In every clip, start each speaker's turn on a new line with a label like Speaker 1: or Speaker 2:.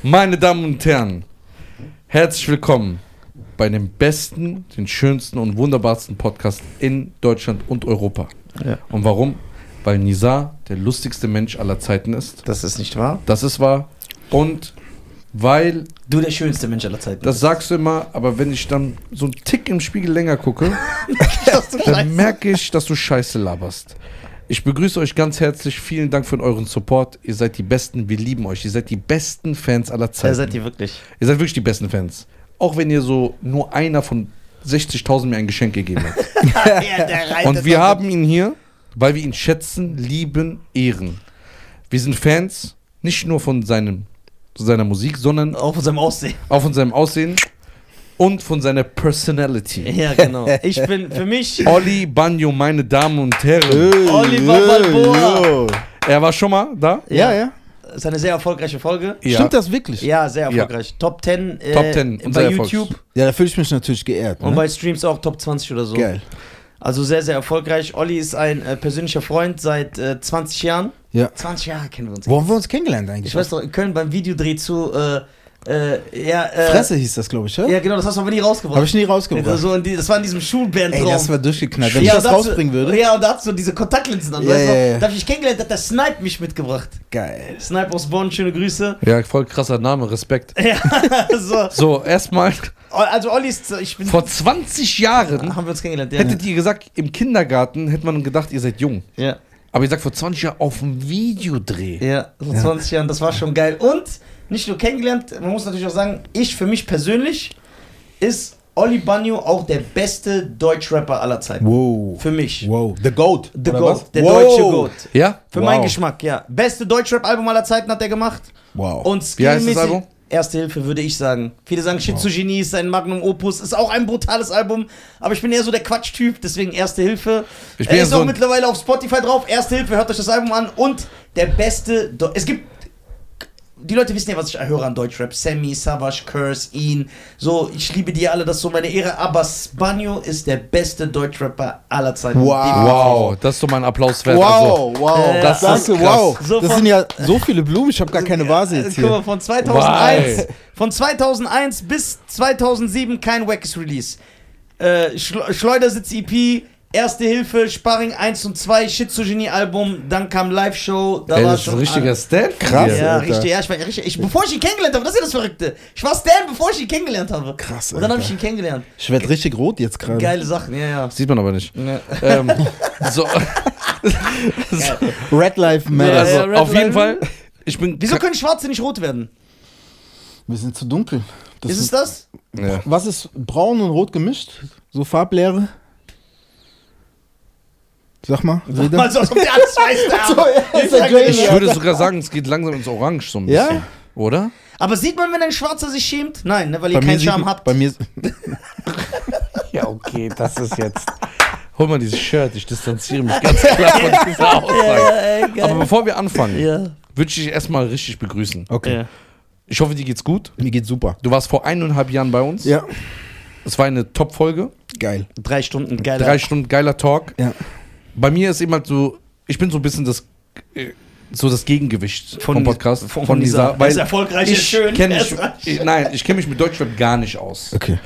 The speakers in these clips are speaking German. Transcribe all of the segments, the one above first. Speaker 1: Meine Damen und Herren, herzlich willkommen bei dem besten, den schönsten und wunderbarsten Podcast in Deutschland und Europa.
Speaker 2: Ja.
Speaker 1: Und warum? Weil Nizar der lustigste Mensch aller Zeiten ist.
Speaker 2: Das ist nicht wahr.
Speaker 1: Das ist wahr. Und weil,
Speaker 3: Du der schönste Mensch aller Zeiten.
Speaker 1: das sagst du immer, aber wenn ich dann so einen Tick im Spiegel länger gucke, dann merke ich, dass du Scheiße laberst. Ich begrüße euch ganz herzlich. Vielen Dank für euren Support. Ihr seid die Besten. Wir lieben euch. Ihr seid die besten Fans aller
Speaker 2: Da
Speaker 1: Zeiten.
Speaker 2: seid ihr wirklich.
Speaker 1: Ihr seid wirklich die besten Fans. Auch wenn ihr so nur einer von 60.000 mir ein Geschenk gegeben habt.
Speaker 3: ja, der reitet
Speaker 1: Und wir
Speaker 3: doch
Speaker 1: haben ihn hier, weil wir ihn schätzen, lieben, ehren. Wir sind Fans, nicht nur von seinem, seiner Musik, sondern
Speaker 3: mit- Auch von seinem Aussehen.
Speaker 1: auch von seinem Aussehen und von seiner Personality.
Speaker 3: Ja, genau. Ich bin für mich.
Speaker 1: Olli Bagno, meine Damen und
Speaker 4: Äh.
Speaker 1: Herren.
Speaker 3: Oliver Balboa.
Speaker 1: Er war schon mal da?
Speaker 2: Ja, ja.
Speaker 3: Das ist eine sehr erfolgreiche Folge.
Speaker 1: Ja.
Speaker 4: Stimmt das wirklich?
Speaker 3: Ja, sehr erfolgreich. Top 10, äh,
Speaker 1: Top 10, unser
Speaker 3: bei
Speaker 1: Erfolgs-
Speaker 3: YouTube
Speaker 4: Ja, da fühle ich mich natürlich geehrt. Ne?
Speaker 3: und bei Streams auch Top 20 oder so.
Speaker 4: Geil.
Speaker 3: Also sehr, sehr erfolgreich. Olli ist ein äh, persönlicher Freund seit äh, 20 Jahren.
Speaker 4: Ja.
Speaker 3: 20 Jahre kennen wir uns.
Speaker 4: Wo haben wir uns kennengelernt eigentlich?
Speaker 3: Ich weiß doch, in Köln beim Videodreh zu. Äh, äh, ja, äh,
Speaker 4: Fresse hieß das, glaube ich, ja?
Speaker 3: Ja, genau, das hast du aber nie rausgebracht. Also
Speaker 4: Habe ich nie rausgebracht.
Speaker 3: so in die, das war in diesem Schulband
Speaker 4: Ey, das war durchgeknallt. Wenn
Speaker 3: Ja,
Speaker 4: ich das
Speaker 3: da hast du-
Speaker 4: rausbringen würde.
Speaker 3: Ja, und da hast du diese Kontaktlinsen an.
Speaker 4: Ja,
Speaker 3: weißt du?
Speaker 4: ja, ja.
Speaker 3: Da hab ich dich kennengelernt, hat der Snipe mich mitgebracht.
Speaker 4: Geil.
Speaker 3: Snipe aus Bonn, schöne Grüße.
Speaker 1: Ja, voll krasser Name, Respekt.
Speaker 3: Ja, so.
Speaker 1: So, erstmal,
Speaker 3: Also Olli ist, ich bin, Ah,
Speaker 1: vor 20 Jahren
Speaker 3: haben wir uns kennengelernt, ja.
Speaker 1: hättet ihr gesagt, im Kindergarten hätte man gedacht, ihr seid jung.
Speaker 3: Ja,
Speaker 1: Aber ich sag vor 20 Jahren auf dem Videodreh.
Speaker 3: ja, so 20 Jahren, das war schon geil. Und nicht nur kennengelernt, man muss natürlich auch sagen, ich für mich persönlich ist Olli Banyo auch der beste Deutschrapper aller Zeiten.
Speaker 4: Wow.
Speaker 3: Für mich.
Speaker 4: Wow. The Goat.
Speaker 3: The
Speaker 4: oder
Speaker 3: Goat,
Speaker 4: was?
Speaker 3: der
Speaker 4: Wow.
Speaker 3: deutsche Goat.
Speaker 1: Ja?
Speaker 3: Für meinen
Speaker 4: Wow.
Speaker 3: Geschmack, ja. Beste Deutschrap-Album aller Zeiten hat er gemacht.
Speaker 4: Wow.
Speaker 3: Und
Speaker 1: Wie heißt das
Speaker 3: skillmäßig-
Speaker 1: Album?
Speaker 3: Erste Hilfe würde ich sagen. Viele sagen Shitsugini ist sein Magnum Opus, ist auch ein brutales Album, aber ich bin eher so der Quatschtyp, deswegen Erste Hilfe.
Speaker 1: Ich bin
Speaker 3: er
Speaker 1: ja
Speaker 3: ist
Speaker 1: so
Speaker 3: auch
Speaker 1: ein-
Speaker 3: mittlerweile auf Spotify drauf. Erste Hilfe, hört euch das Album an und der beste Do es gibt die Leute wissen ja, was ich höre an Deutschrap. Sammy, Savage, Curse, Ian. So, ich liebe die alle, das ist so meine Ehre. Aber Spanio ist der beste Deutschrapper aller Zeiten.
Speaker 4: Wow.
Speaker 3: Definitiv.
Speaker 1: Wow, das ist so mein Applaus wert. Also,
Speaker 4: Wow, wow,
Speaker 3: Äh,
Speaker 4: das
Speaker 1: das
Speaker 4: danke,
Speaker 1: ist krass.
Speaker 4: wow.
Speaker 3: So
Speaker 4: das
Speaker 3: von-
Speaker 4: sind ja so viele Blumen, ich habe gar keine Vase jetzt
Speaker 3: Guck mal,
Speaker 4: hier.
Speaker 3: von 2001,
Speaker 1: Why?
Speaker 3: von 2001 bis 2007 kein wackes Release. Äh, Schl Schleudersitz EP, Erste Hilfe, Sparring 1 und 2, Shitsugenie Album, dann kam Live Show, da
Speaker 1: Ey,
Speaker 3: war
Speaker 1: das ist
Speaker 3: schon
Speaker 1: ein richtiger
Speaker 3: alles.
Speaker 1: Stand.
Speaker 4: Krass.
Speaker 1: hier.
Speaker 3: ja,
Speaker 4: Alter.
Speaker 3: richtig, ja, ich war richtig. Ich, bevor ich ihn kennengelernt habe, das ist ja das Verrückte. Ich war Stan, bevor ich ihn kennengelernt habe.
Speaker 4: Krass,
Speaker 3: Und dann habe
Speaker 4: Alter.
Speaker 3: ich ihn kennengelernt.
Speaker 4: Ich werde richtig rot jetzt gerade.
Speaker 3: Geile Sachen, ja, ja.
Speaker 1: Sieht man aber nicht.
Speaker 3: Ja.
Speaker 1: ähm, so,
Speaker 4: Red Life Matters.
Speaker 1: also,
Speaker 3: ja, Red
Speaker 1: auf jeden
Speaker 3: Line.
Speaker 1: Fall, ich bin.
Speaker 3: Wieso können Schwarze nicht rot werden?
Speaker 4: Wir sind zu dunkel. Das
Speaker 3: Ist es das?
Speaker 1: Ja.
Speaker 4: Was ist braun und rot gemischt? So Farblehre? Sag mal,
Speaker 3: Mal
Speaker 4: jeder.
Speaker 3: so, als ob der alles weiß. der
Speaker 4: So,
Speaker 3: Arme.
Speaker 4: er ist
Speaker 3: Ich
Speaker 4: der
Speaker 3: sag
Speaker 4: Gray.
Speaker 3: dir,
Speaker 1: Ich würde sogar sagen, es geht langsam ins Orange so ein
Speaker 4: Ja?
Speaker 1: bisschen. Oder?
Speaker 3: Aber sieht man, wenn ein Schwarzer sich schämt? Nein, ne, weil ihr
Speaker 4: Bei mir
Speaker 3: keinen
Speaker 4: sieht-
Speaker 3: Charme habt.
Speaker 4: Bei mir.
Speaker 1: Ja, okay, das ist jetzt. Hol mal dieses Shirt, ich distanziere mich ganz klar von dieser Aussage.
Speaker 3: Äh, geil.
Speaker 1: Aber bevor wir anfangen,
Speaker 3: ja.
Speaker 1: würde ich dich erstmal richtig begrüßen.
Speaker 4: Okay.
Speaker 3: ja.
Speaker 1: Ich hoffe, dir geht's gut.
Speaker 4: Mir geht's super.
Speaker 1: Du warst vor eineinhalb Jahren bei uns.
Speaker 4: Ja,
Speaker 1: Es war eine Top-Folge.
Speaker 4: geil.
Speaker 3: Drei Stunden, geil.
Speaker 1: Drei Stunden geiler Talk.
Speaker 4: Ja.
Speaker 1: Bei mir ist eben halt so, ich bin so ein bisschen das, äh, so das Gegengewicht vom Podcast,
Speaker 3: Von,
Speaker 1: von
Speaker 3: dieser.
Speaker 1: dieser,
Speaker 3: Er
Speaker 1: weil
Speaker 3: ist erfolgreich, er ist
Speaker 1: ich
Speaker 3: schön.
Speaker 1: kenn
Speaker 3: er
Speaker 1: mich,
Speaker 3: ist reich.
Speaker 1: ich, nein, ich kenne mich mit Deutschrap gar nicht aus.
Speaker 4: Okay.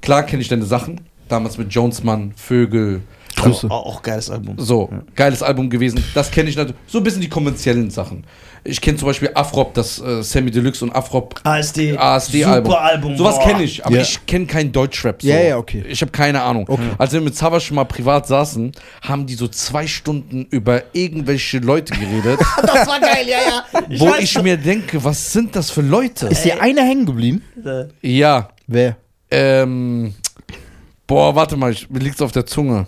Speaker 1: Klar kenne ich deine Sachen, damals mit Jonesmann, Vögel,
Speaker 4: Grüße.
Speaker 3: Auch, auch geiles Album.
Speaker 1: so, geiles Album gewesen, das kenne ich natürlich, so ein bisschen die kommerziellen Sachen. Ich kenne zum Beispiel Afrop, das äh, Sammy Deluxe und Afrop
Speaker 3: ASD.
Speaker 1: ASD-Album.
Speaker 3: Super Album.
Speaker 1: Sowas
Speaker 3: boah.
Speaker 1: kenne ich, aber
Speaker 4: Ja.
Speaker 1: ich kenne keinen Deutschrap. So.
Speaker 4: Ja, ja, okay.
Speaker 1: Ich habe keine Ahnung.
Speaker 4: Okay.
Speaker 1: Als wir mit Savas schon mal privat saßen, haben die so zwei Stunden über irgendwelche Leute geredet,
Speaker 3: Ah, Das war geil, ja, ja.
Speaker 1: wo
Speaker 3: weiß
Speaker 1: ich mir denke, was sind das für Leute?
Speaker 4: Ist dir einer hängen geblieben?
Speaker 3: noch.
Speaker 1: Ja,
Speaker 4: Wer?
Speaker 1: ähm. Boah, warte mal, ich, mir liegt's auf der Zunge.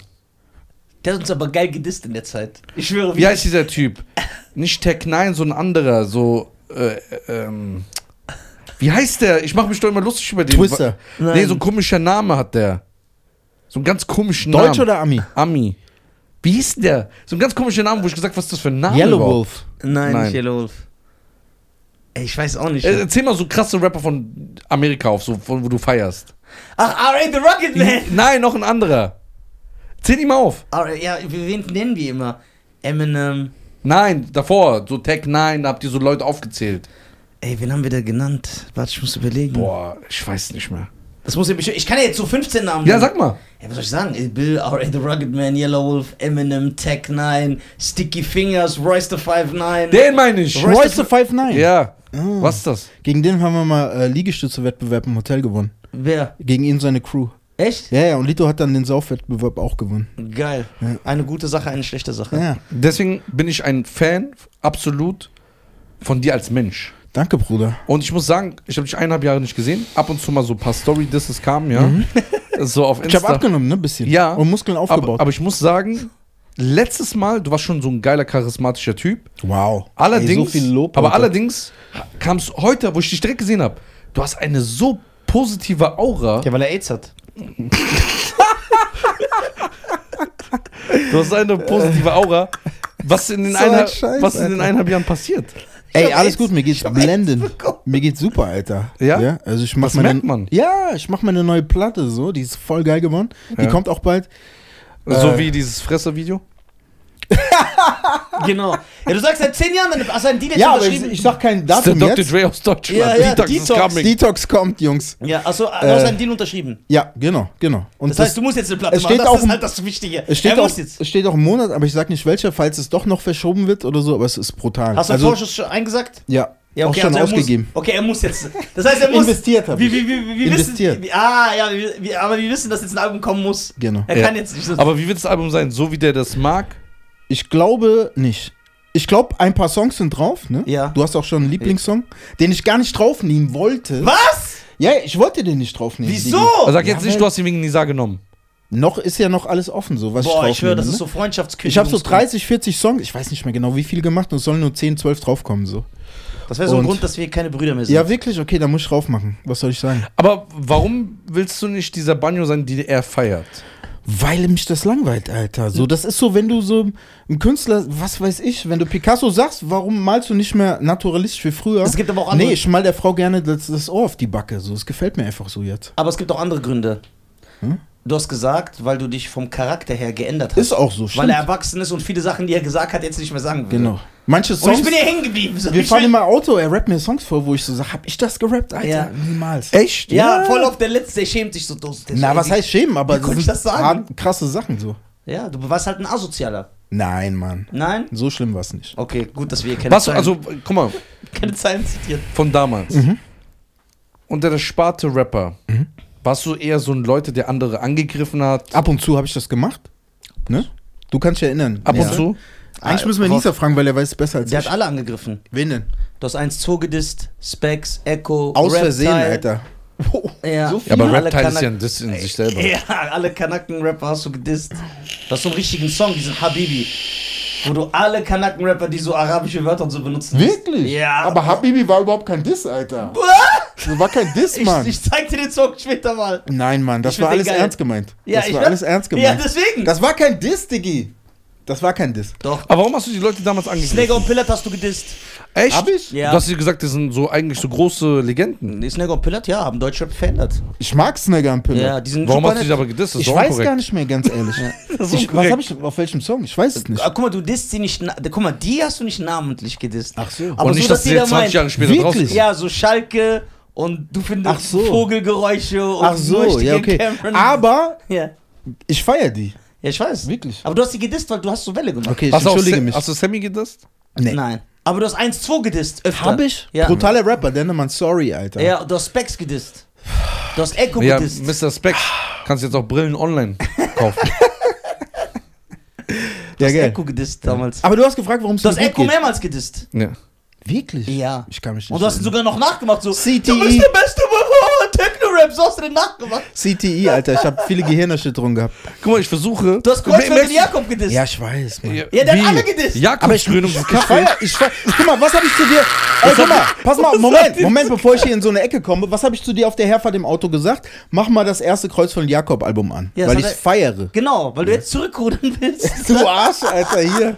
Speaker 3: Der hat uns aber geil gedisst in der Zeit. Ich schwöre,
Speaker 1: Wie heißt dieser Typ? Nicht Tech 9, so ein anderer, so, äh, ähm. Wie heißt der? Ich mache mich doch immer lustig über den.
Speaker 4: Twister.
Speaker 1: Nee, so ein komischer Name hat der. So einen ganz komischen Namen.
Speaker 4: Deutsch oder Ami?
Speaker 1: Ami. Wie hieß denn der? So ein ganz komischer Name, wo ich gesagt was ist das für ein Name?
Speaker 4: Yellow
Speaker 1: überhaupt?
Speaker 4: Wolf.
Speaker 3: Nein,
Speaker 1: Nein.
Speaker 3: nicht Yellow Wolf. Ey, ich weiß auch nicht.
Speaker 1: Äh, erzähl mal so krasse Rapper von Amerika auf, so, von, wo du feierst.
Speaker 3: Ach, R.A. The Rocket Man.
Speaker 1: Nein, noch ein anderer. Zähl ihm auf.
Speaker 3: R.A., ja, wen nennen wir immer? Eminem.
Speaker 1: Nein, davor, so Tech 9, da habt ihr so Leute aufgezählt.
Speaker 3: Ey, wen haben wir da genannt? Warte, ich muss überlegen.
Speaker 1: Boah, ich weiß nicht mehr.
Speaker 3: Das muss ich, bestimmt- ich kann ja jetzt so 15 Namen
Speaker 1: Ja,
Speaker 3: nennen.
Speaker 1: sag mal.
Speaker 3: Ey, was soll ich sagen? Bill, R.A. The Rugged Man, Yellow Wolf, Eminem, Tech 9, Sticky Fingers, Royce the 5'9.
Speaker 1: Den meine ich.
Speaker 3: Royce
Speaker 4: Royce the Five Nine.
Speaker 1: Ja.
Speaker 4: Ah.
Speaker 1: Was ist das?
Speaker 4: Gegen den haben wir mal äh, Liegestütze-Wettbewerb im Hotel gewonnen.
Speaker 3: Wer?
Speaker 4: Gegen ihn und seine Crew.
Speaker 3: Echt?
Speaker 4: Ja, ja, und Lito hat dann den Saufwettbewerb auch gewonnen.
Speaker 3: Geil.
Speaker 4: Ja.
Speaker 3: Eine gute Sache, eine schlechte Sache.
Speaker 4: Ja,
Speaker 1: Deswegen bin ich ein Fan, absolut, von dir als Mensch.
Speaker 4: danke, Bruder.
Speaker 1: Und ich muss sagen, ich habe dich eineinhalb Jahre nicht gesehen. Ab und zu mal so ein paar Story-Disses kamen, ja. So auf
Speaker 4: Mhm. Ich
Speaker 1: Insta.
Speaker 4: habe abgenommen, ne, bisschen.
Speaker 1: Ja.
Speaker 4: Und Muskeln
Speaker 1: aber,
Speaker 4: aufgebaut.
Speaker 1: aber ich muss sagen, letztes Mal, du warst schon so ein geiler, charismatischer Typ.
Speaker 4: wow.
Speaker 1: Allerdings,
Speaker 4: Ey, so viel Lob.
Speaker 1: aber
Speaker 4: Alter.
Speaker 1: allerdings kam es heute, wo ich dich direkt gesehen habe, du hast eine so positive Aura.
Speaker 3: Ja, weil er AIDS hat.
Speaker 1: Du hast eine positive Aura. Was in den,
Speaker 4: So
Speaker 1: eineinhalb-
Speaker 4: ein Scheiß,
Speaker 1: was in den
Speaker 4: Alter.
Speaker 1: eineinhalb Jahren passiert?
Speaker 4: Ey,
Speaker 3: hab
Speaker 4: alles
Speaker 3: Aids-
Speaker 4: gut, mir geht's blendend. Mir geht's super, Alter.
Speaker 1: Ja?
Speaker 4: also ich mach
Speaker 1: Das
Speaker 4: meine,
Speaker 1: merkt man.
Speaker 4: Ja, ich mach meine neue Platte so, die ist voll geil geworden. Die
Speaker 1: Ja.
Speaker 4: kommt auch bald.
Speaker 1: So
Speaker 4: Äh.
Speaker 1: wie dieses Fresser-Video?
Speaker 3: genau. Ja, du sagst seit 10 Jahren, deine- hast du einen Deal jetzt
Speaker 4: Ja, aber ich,
Speaker 3: unterschrieben?
Speaker 4: ich sag kein
Speaker 1: Das ist
Speaker 4: Datum
Speaker 1: der Dr.
Speaker 4: jetzt.
Speaker 1: Dre aus Deutschland.
Speaker 3: Ja, ja,
Speaker 1: Detox is
Speaker 3: Detox,
Speaker 1: coming.
Speaker 4: Detox kommt, Jungs.
Speaker 3: ja, achso, du
Speaker 4: Äh,
Speaker 3: hast einen Deal unterschrieben.
Speaker 4: Ja, genau, genau. Und
Speaker 3: Das, heißt, du musst jetzt eine Platte
Speaker 4: es
Speaker 3: machen.
Speaker 4: steht
Speaker 3: Das
Speaker 4: auch
Speaker 3: ist
Speaker 4: im-
Speaker 3: halt das Wichtige.
Speaker 4: es steht
Speaker 3: er
Speaker 4: auch,
Speaker 3: muss jetzt.
Speaker 4: es steht auch im Monat, aber ich sag nicht welcher, falls es doch noch verschoben wird oder so, aber es ist brutal.
Speaker 3: Hast du einen Vorschuss schon eingesagt?
Speaker 4: Ja, also- auch schon
Speaker 3: also er
Speaker 4: ausgegeben.
Speaker 3: Muss, okay, er muss jetzt. Das heißt, er muss.
Speaker 4: Investiert hab
Speaker 3: wie,
Speaker 4: ich.
Speaker 3: wie, wie, wie, wie
Speaker 4: Investiert.
Speaker 3: Wissen, wie, ah, ja, wie, wie, aber wir wissen, dass jetzt ein Album kommen muss.
Speaker 4: Genau.
Speaker 3: Er
Speaker 1: Ja.
Speaker 3: kann jetzt nicht so.
Speaker 1: Aber wie wird das Album sein? So wie der das mag?
Speaker 4: Ich glaube nicht. Ich glaube, ein paar Songs sind drauf, ne?
Speaker 3: Ja.
Speaker 4: Du hast auch schon einen Lieblingssong, den ich gar nicht draufnehmen wollte.
Speaker 3: Was?
Speaker 4: Ja, ich wollte den nicht draufnehmen.
Speaker 3: Wieso?
Speaker 4: Digi.
Speaker 1: Also sag
Speaker 4: Oh, Ja,
Speaker 1: jetzt nicht,
Speaker 4: weil-
Speaker 1: du hast ihn wegen Nisa genommen.
Speaker 4: Noch ist ja noch alles offen, so was
Speaker 3: Boah,
Speaker 4: ich
Speaker 3: ich höre,
Speaker 4: draufnehme.
Speaker 3: das ist
Speaker 4: ne?
Speaker 3: so Freundschaftsküche.
Speaker 4: ich habe so 30, 40 Songs, ich weiß nicht mehr genau, wie viel gemacht und es sollen nur 10, 12 draufkommen, so.
Speaker 3: Das wäre so ein
Speaker 4: Und-
Speaker 3: Grund, dass wir keine Brüder mehr sind.
Speaker 4: Ja, wirklich? Okay, dann muss ich draufmachen. Was soll ich sagen?
Speaker 1: Aber warum willst du nicht dieser Banjo sein, die er feiert?
Speaker 4: Weil mich das langweilt, Alter. So, das ist so, wenn du so ein Künstler, was weiß ich, wenn du Picasso sagst, warum malst du nicht mehr naturalistisch wie früher?
Speaker 3: Es gibt aber auch andere-
Speaker 4: Nee, ich mal der Frau gerne das, das Ohr auf die Backe. So, es gefällt mir einfach so jetzt.
Speaker 3: Aber es gibt auch andere Gründe.
Speaker 4: Hm?
Speaker 3: Du hast gesagt, weil du dich vom Charakter her geändert hast.
Speaker 4: Ist auch so,
Speaker 3: Weil
Speaker 4: stimmt.
Speaker 3: er erwachsen ist und viele Sachen, die er gesagt hat, jetzt nicht mehr sagen will.
Speaker 4: genau. Manche
Speaker 3: Und
Speaker 4: Songs.
Speaker 3: ich bin hier hängen geblieben. So,
Speaker 4: wir
Speaker 3: ich
Speaker 4: fahren
Speaker 3: bin-
Speaker 4: immer Auto, er rappt mir Songs vor, wo ich so sage, hab ich das gerappt, Alter?
Speaker 3: Ja.
Speaker 4: Niemals.
Speaker 1: Echt?
Speaker 3: ja, voll auf der Letzte, der schämt sich so doof. Der
Speaker 4: Na,
Speaker 3: so,
Speaker 4: was
Speaker 3: ey,
Speaker 4: heißt schämen, aber
Speaker 3: Wie konnte ich das sagen?
Speaker 4: hart- krasse Sachen so.
Speaker 3: Ja, du warst halt ein Asozialer.
Speaker 4: Nein, Mann.
Speaker 3: Nein?
Speaker 4: So schlimm war's nicht.
Speaker 3: Okay, gut, dass wir hier keine
Speaker 1: Was,
Speaker 3: Zeilen,
Speaker 1: also, guck mal,
Speaker 3: keine Zeilen zitieren.
Speaker 1: von damals. Unter der Sparte Rapper, warst du eher so ein Leute, der andere angegriffen hat?
Speaker 4: Ab und zu habe ich das gemacht. Ne? Du kannst dich erinnern.
Speaker 1: Ab
Speaker 4: Ja.
Speaker 1: und zu?
Speaker 4: Eigentlich müssen wir
Speaker 3: Wo-
Speaker 4: Nisa fragen, weil er weiß es besser als
Speaker 3: Ah, Der
Speaker 4: ich.
Speaker 3: hat alle angegriffen.
Speaker 4: Wen denn?
Speaker 3: Du hast 1-2 gedisst, Specs, Echo,
Speaker 4: Aus
Speaker 3: Reptile.
Speaker 4: Versehen, Alter.
Speaker 3: Ja,
Speaker 4: So
Speaker 1: Ja, aber
Speaker 3: Alle
Speaker 1: Rap ist
Speaker 3: Kanak-
Speaker 1: ja ein Diss in sich selber.
Speaker 3: Ja, alle Kanaken-Rapper hast du gedisst. Du hast so einen richtigen Song, diesen Habibi. Wo du alle Kanaken-Rapper, die so arabische Wörter und so benutzen.
Speaker 4: Wirklich?
Speaker 3: Ja.
Speaker 4: Aber Habibi war überhaupt kein Diss, Alter. Das war kein Diss,
Speaker 3: Ich,
Speaker 4: Mann.
Speaker 3: ich zeig dir den Song später mal.
Speaker 4: Nein, Mann, das
Speaker 3: Ich find
Speaker 4: war
Speaker 3: den
Speaker 4: alles
Speaker 3: geil.
Speaker 4: ernst gemeint.
Speaker 3: Ja,
Speaker 4: das
Speaker 3: ich
Speaker 4: war
Speaker 3: weiß.
Speaker 4: alles ernst
Speaker 3: Ja,
Speaker 4: gemeint.
Speaker 3: deswegen.
Speaker 4: das war kein Diss, Diggi. Das war kein Diss.
Speaker 3: Doch.
Speaker 1: Aber warum hast du die Leute damals angegriffen?
Speaker 3: Snagger und Pillard hast du gedisst.
Speaker 1: Echt?
Speaker 4: Hab ich?
Speaker 3: Ja.
Speaker 1: Du hast dir gesagt, das sind so eigentlich so große Legenden.
Speaker 3: Nee, Snagger und Pillard, ja, haben Deutschrap verändert.
Speaker 4: Ich mag Snagger und Pille.
Speaker 3: Ja, die sind
Speaker 1: Warum
Speaker 3: super
Speaker 1: hast du dich
Speaker 3: nett.
Speaker 1: aber gedisst? Das ist
Speaker 4: ich
Speaker 1: doch
Speaker 4: weiß
Speaker 1: unkorrekt.
Speaker 4: gar nicht mehr, ganz ehrlich. ich, was
Speaker 1: unkorrekt.
Speaker 4: habe ich auf welchem Song? Ich weiß es nicht.
Speaker 3: Ah, guck mal, du disst sie nicht. na- Guck mal, die hast du nicht namentlich gedisst.
Speaker 4: Ach so.
Speaker 3: aber
Speaker 1: Und
Speaker 3: so,
Speaker 1: nicht,
Speaker 3: dass
Speaker 1: dass sie
Speaker 3: jeder
Speaker 1: jetzt 20
Speaker 3: meint.
Speaker 1: Jahre später
Speaker 4: Wirklich?
Speaker 1: draußen sind.
Speaker 3: Ja, so Schalke und du
Speaker 4: Ach
Speaker 3: findest
Speaker 4: so.
Speaker 3: Vogelgeräusche und
Speaker 4: Ach so,
Speaker 3: Möchtegern
Speaker 4: ja, okay.
Speaker 3: Cameron.
Speaker 4: Aber
Speaker 3: Ja.
Speaker 4: ich feier die.
Speaker 3: ja, ich weiß.
Speaker 4: Wirklich.
Speaker 3: Aber du hast sie gedisst, weil du hast so Welle gemacht.
Speaker 4: Okay, ich
Speaker 1: Hast du, auch
Speaker 4: entschuldige
Speaker 1: Sa-
Speaker 4: mich.
Speaker 1: hast du Sammy gedisst?
Speaker 4: Nee.
Speaker 3: Nein. Aber du hast 1-2 gedisst öfter.
Speaker 4: Hab ich?
Speaker 3: Ja.
Speaker 4: Brutaler Rapper, Dennemann, sorry, Alter.
Speaker 3: Ja, du hast Specs gedisst. Du hast Echo
Speaker 1: Ja,
Speaker 3: gedisst.
Speaker 1: Mr. Specs. Kannst jetzt auch Brillen online kaufen.
Speaker 3: Du
Speaker 4: ja
Speaker 3: hast
Speaker 4: gell.
Speaker 3: Echo gedisst damals.
Speaker 4: Aber du hast gefragt, warum es
Speaker 3: Du hast
Speaker 4: mir
Speaker 3: Echo
Speaker 4: gut geht.
Speaker 3: mehrmals gedisst.
Speaker 1: ja.
Speaker 4: Wirklich?
Speaker 3: Ja.
Speaker 4: Ich kann mich nicht
Speaker 3: Und du hast ihn
Speaker 4: erinnern.
Speaker 3: sogar noch nachgemacht. So,
Speaker 4: CTE.
Speaker 3: Du bist der beste Techno-Rap. So hast du den nachgemacht.
Speaker 4: CTE, E, Alter, ich habe viele Gehirnerschütterungen gehabt.
Speaker 1: Guck mal, ich versuche.
Speaker 3: Du hast
Speaker 1: Mer-
Speaker 3: Kreuzberg
Speaker 1: merkst
Speaker 3: mit Jakob gedisst.
Speaker 4: Ja, ich weiß, Mann.
Speaker 3: Ja, der hat
Speaker 1: wie?
Speaker 3: alle gedisst.
Speaker 1: Jakob
Speaker 4: Aber ich, ich,
Speaker 1: Grün und
Speaker 4: ich
Speaker 1: Kaffee.
Speaker 4: feier, ich feier. Guck mal, was habe ich zu dir. Ey, guck mal, pass mal, Moment, Moment, bevor ich hier in so eine Ecke komme, was habe ich zu dir auf der Herfahrt im Auto gesagt? Mach mal das erste Kreuz von Jakob-Album an,
Speaker 3: Ja,
Speaker 4: weil
Speaker 3: das
Speaker 4: ich
Speaker 3: hat er-
Speaker 4: feiere.
Speaker 3: Genau, weil du jetzt zurückrudern willst.
Speaker 4: Du Arsch, Alter, hier.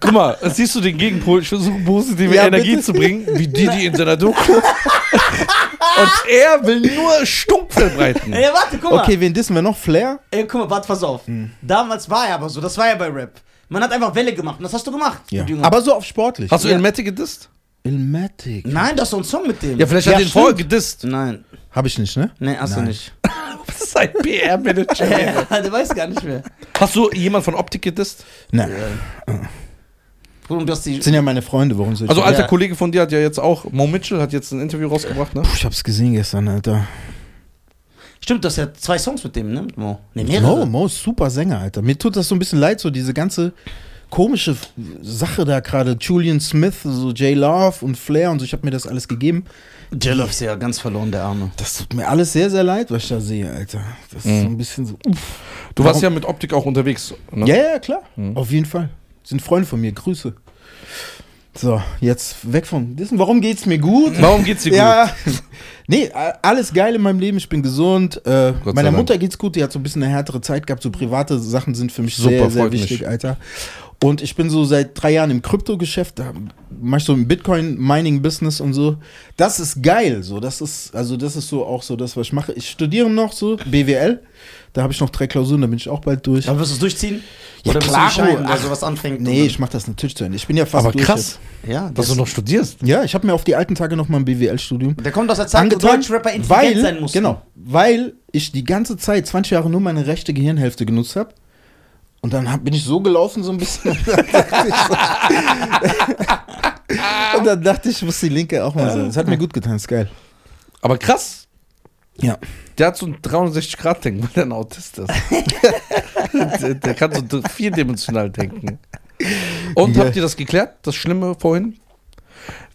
Speaker 1: Guck mal, siehst du den Gegenpol? Ich versuche positive
Speaker 4: Ja,
Speaker 1: Energie
Speaker 4: bitte.
Speaker 1: zu bringen, wie Didi in seiner Doku. und er will nur Stunk verbreiten.
Speaker 3: Ey, warte, guck mal.
Speaker 4: Okay, Hm. wen dissen wir noch? Flair?
Speaker 3: Ey, guck mal, warte, pass auf. Damals war er aber so, das war ja bei Rap. Man hat einfach Welle gemacht und das hast du gemacht.
Speaker 4: Ja.
Speaker 3: Junge.
Speaker 4: Aber so auf sportlich.
Speaker 1: Hast du
Speaker 3: Ja.
Speaker 1: El Mette gedisst?
Speaker 4: Illmatic.
Speaker 3: Nein, das ist doch ein Song mit dem.
Speaker 1: Ja, vielleicht
Speaker 4: Ja,
Speaker 1: hat er den
Speaker 4: stimmt.
Speaker 1: vorher gedisst.
Speaker 3: Nein.
Speaker 4: Hab ich nicht, ne?
Speaker 3: Nee, hast
Speaker 4: Nein.
Speaker 3: du nicht.
Speaker 1: Das ist ein PR-Manager.
Speaker 3: der weiß gar nicht mehr.
Speaker 1: Hast du jemand von Optik gedisst?
Speaker 4: Nein.
Speaker 3: Bruder, du hast die.
Speaker 4: Das sind ja meine Freunde, warum soll ich
Speaker 1: Also,
Speaker 4: das-
Speaker 1: alter
Speaker 3: Ja.
Speaker 1: Kollege von dir hat ja jetzt auch, Mo Mitchell hat jetzt ein Interview rausgebracht, ne?
Speaker 4: Puh, ich hab's gesehen gestern, Alter.
Speaker 3: Stimmt, du hast ja zwei Songs mit dem, ne? Mit Mo. Nee,
Speaker 4: Mo,
Speaker 3: mehrere.
Speaker 4: Mo ist super Sänger, Alter. Mir tut das so ein bisschen leid, so diese ganze komische F- Sache da gerade. Julian Smith, so Jay Love und Flair und so, ich habe mir das alles gegeben.
Speaker 3: Jello ist ja ganz verloren, der Arme.
Speaker 4: Das tut mir alles sehr, sehr leid, was ich da sehe, Alter. Das ist so ein bisschen so. Uff.
Speaker 1: Du warst ja
Speaker 4: Warum-
Speaker 1: mit Optik auch unterwegs. Ne?
Speaker 4: Ja, ja, klar. Auf jeden Fall. Sind Freunde von mir, Grüße. So, jetzt weg von Dissen. Warum geht's mir gut?
Speaker 1: Warum geht's dir gut?
Speaker 4: Ja, nee, a- alles geil in meinem Leben. Ich bin gesund. Äh,
Speaker 1: sei
Speaker 4: meiner
Speaker 1: Dank.
Speaker 4: Mutter geht's gut. Die hat so ein bisschen eine härtere Zeit gehabt. So private Sachen sind für mich
Speaker 1: Super,
Speaker 4: sehr, sehr
Speaker 1: freut mich.
Speaker 4: wichtig, Alter. Und ich bin so seit drei Jahren im Kryptogeschäft. Da mach ich so ein Bitcoin-Mining-Business und so. Das ist geil. So, das ist, also das ist so auch so das, was ich mache. Ich studiere noch so BWL. Da habe ich noch drei Klausuren. Da bin ich auch bald durch.
Speaker 3: Dann wirst du es durchziehen?
Speaker 4: Ja,
Speaker 3: Oder
Speaker 4: klar,
Speaker 3: wirst du entscheiden,
Speaker 4: ach,
Speaker 3: also was anfängt? und
Speaker 4: Nee, ich mache das natürlich zu Ende. Ich bin ja fast
Speaker 1: Aber
Speaker 4: durch
Speaker 1: krass,
Speaker 3: dann- ja,
Speaker 1: dass du
Speaker 3: das,
Speaker 1: noch studierst.
Speaker 4: jetzt. Ja, ich habe mir auf die alten Tage noch mal ein BWL-Studium
Speaker 3: der kommt aus der Zeit, wo
Speaker 4: angetan,
Speaker 3: Deutschrapper intelligent
Speaker 4: weil,
Speaker 3: sein mussten.
Speaker 4: Genau, weil ich die ganze Zeit, 20 Jahre, nur meine rechte Gehirnhälfte genutzt habe. Und dann hab, bin ich so gelaufen, so ein bisschen. Und dann dachte ich so- Und dann dachte ich, ich muss die linke auch mal sein. Das hat mir gut getan, ist geil.
Speaker 1: Aber krass,
Speaker 4: Ja.
Speaker 1: der hat so ein 360-Grad-Denken, weil er ein Autist ist. der, der kann so d- vierdimensional denken. Und
Speaker 4: Ja.
Speaker 1: habt ihr das geklärt? Das Schlimme vorhin?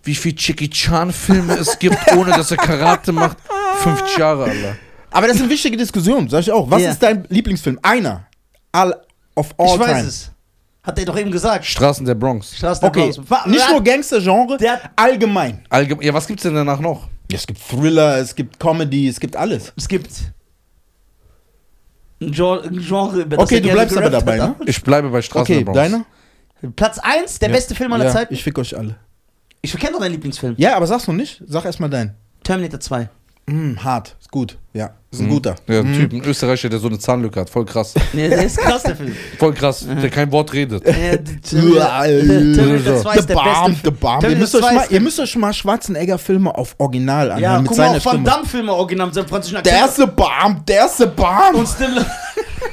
Speaker 1: Wie viel Jackie Chan-Filme es gibt, ohne dass er Karate macht? 50 Jahre, Alter.
Speaker 4: Aber das sind wichtige Diskussionen, sag ich auch. Was
Speaker 3: Ja.
Speaker 4: ist dein Lieblingsfilm? Einer. All of all
Speaker 3: ich weiß
Speaker 4: time.
Speaker 3: es. Hat er doch eben gesagt.
Speaker 1: Straßen der Bronx.
Speaker 3: Straßen der
Speaker 4: Okay,
Speaker 3: Klaus. Wa-
Speaker 4: nicht
Speaker 3: wa-
Speaker 4: nur Gangster-Genre,
Speaker 3: Der hat-
Speaker 4: allgemein.
Speaker 1: Allgeme ja, was gibt's denn danach noch?
Speaker 4: Es gibt Thriller, es gibt Comedy, es gibt alles.
Speaker 3: Es gibt ein Gen- ein Genre, über
Speaker 4: Okay,
Speaker 3: er
Speaker 4: du
Speaker 3: gerne
Speaker 4: bleibst aber
Speaker 3: gerappt
Speaker 4: dabei, ne?
Speaker 3: hat.
Speaker 1: Ich bleibe bei Straßen der
Speaker 4: Okay,
Speaker 1: Bronx.
Speaker 4: deiner?
Speaker 3: Platz 1, der beste Film aller
Speaker 4: ja,
Speaker 3: Zeiten.
Speaker 4: Ich
Speaker 3: Ich,
Speaker 4: fick euch alle.
Speaker 3: kenne doch deinen Lieblingsfilm.
Speaker 4: Ja, aber sag's noch nicht. Sag erstmal deinen.
Speaker 3: Terminator 2.
Speaker 4: Mm, hart. Ist gut. Ja. Ist ein
Speaker 1: Mhm.
Speaker 4: guter. Hm.
Speaker 1: Ja, ein Typ, ein Österreicher, der so eine Zahnlücke hat. Voll krass.
Speaker 3: Nee, der ist krass, der Film.
Speaker 1: Voll krass, der kein Wort redet.
Speaker 3: Äh, die Terminator Terminator 2
Speaker 4: The
Speaker 3: ist der
Speaker 4: Bomb,
Speaker 3: beste
Speaker 4: The
Speaker 3: Film.
Speaker 4: Bomb. Ihr
Speaker 3: Terminator
Speaker 4: müsst, euch
Speaker 3: 2
Speaker 4: mal,
Speaker 3: ist-
Speaker 4: ihr müsst euch mal Schwarzenegger-Filme auf Original anhören.
Speaker 3: Ja,
Speaker 4: mit
Speaker 3: guck mal,
Speaker 4: seiner
Speaker 3: auch Van
Speaker 4: Stimme.
Speaker 3: Damme-Filme original mit seinem französischen Akzent.
Speaker 4: Der erste Bomb, der erste
Speaker 3: Und,
Speaker 4: Bomb.
Speaker 3: Stallone,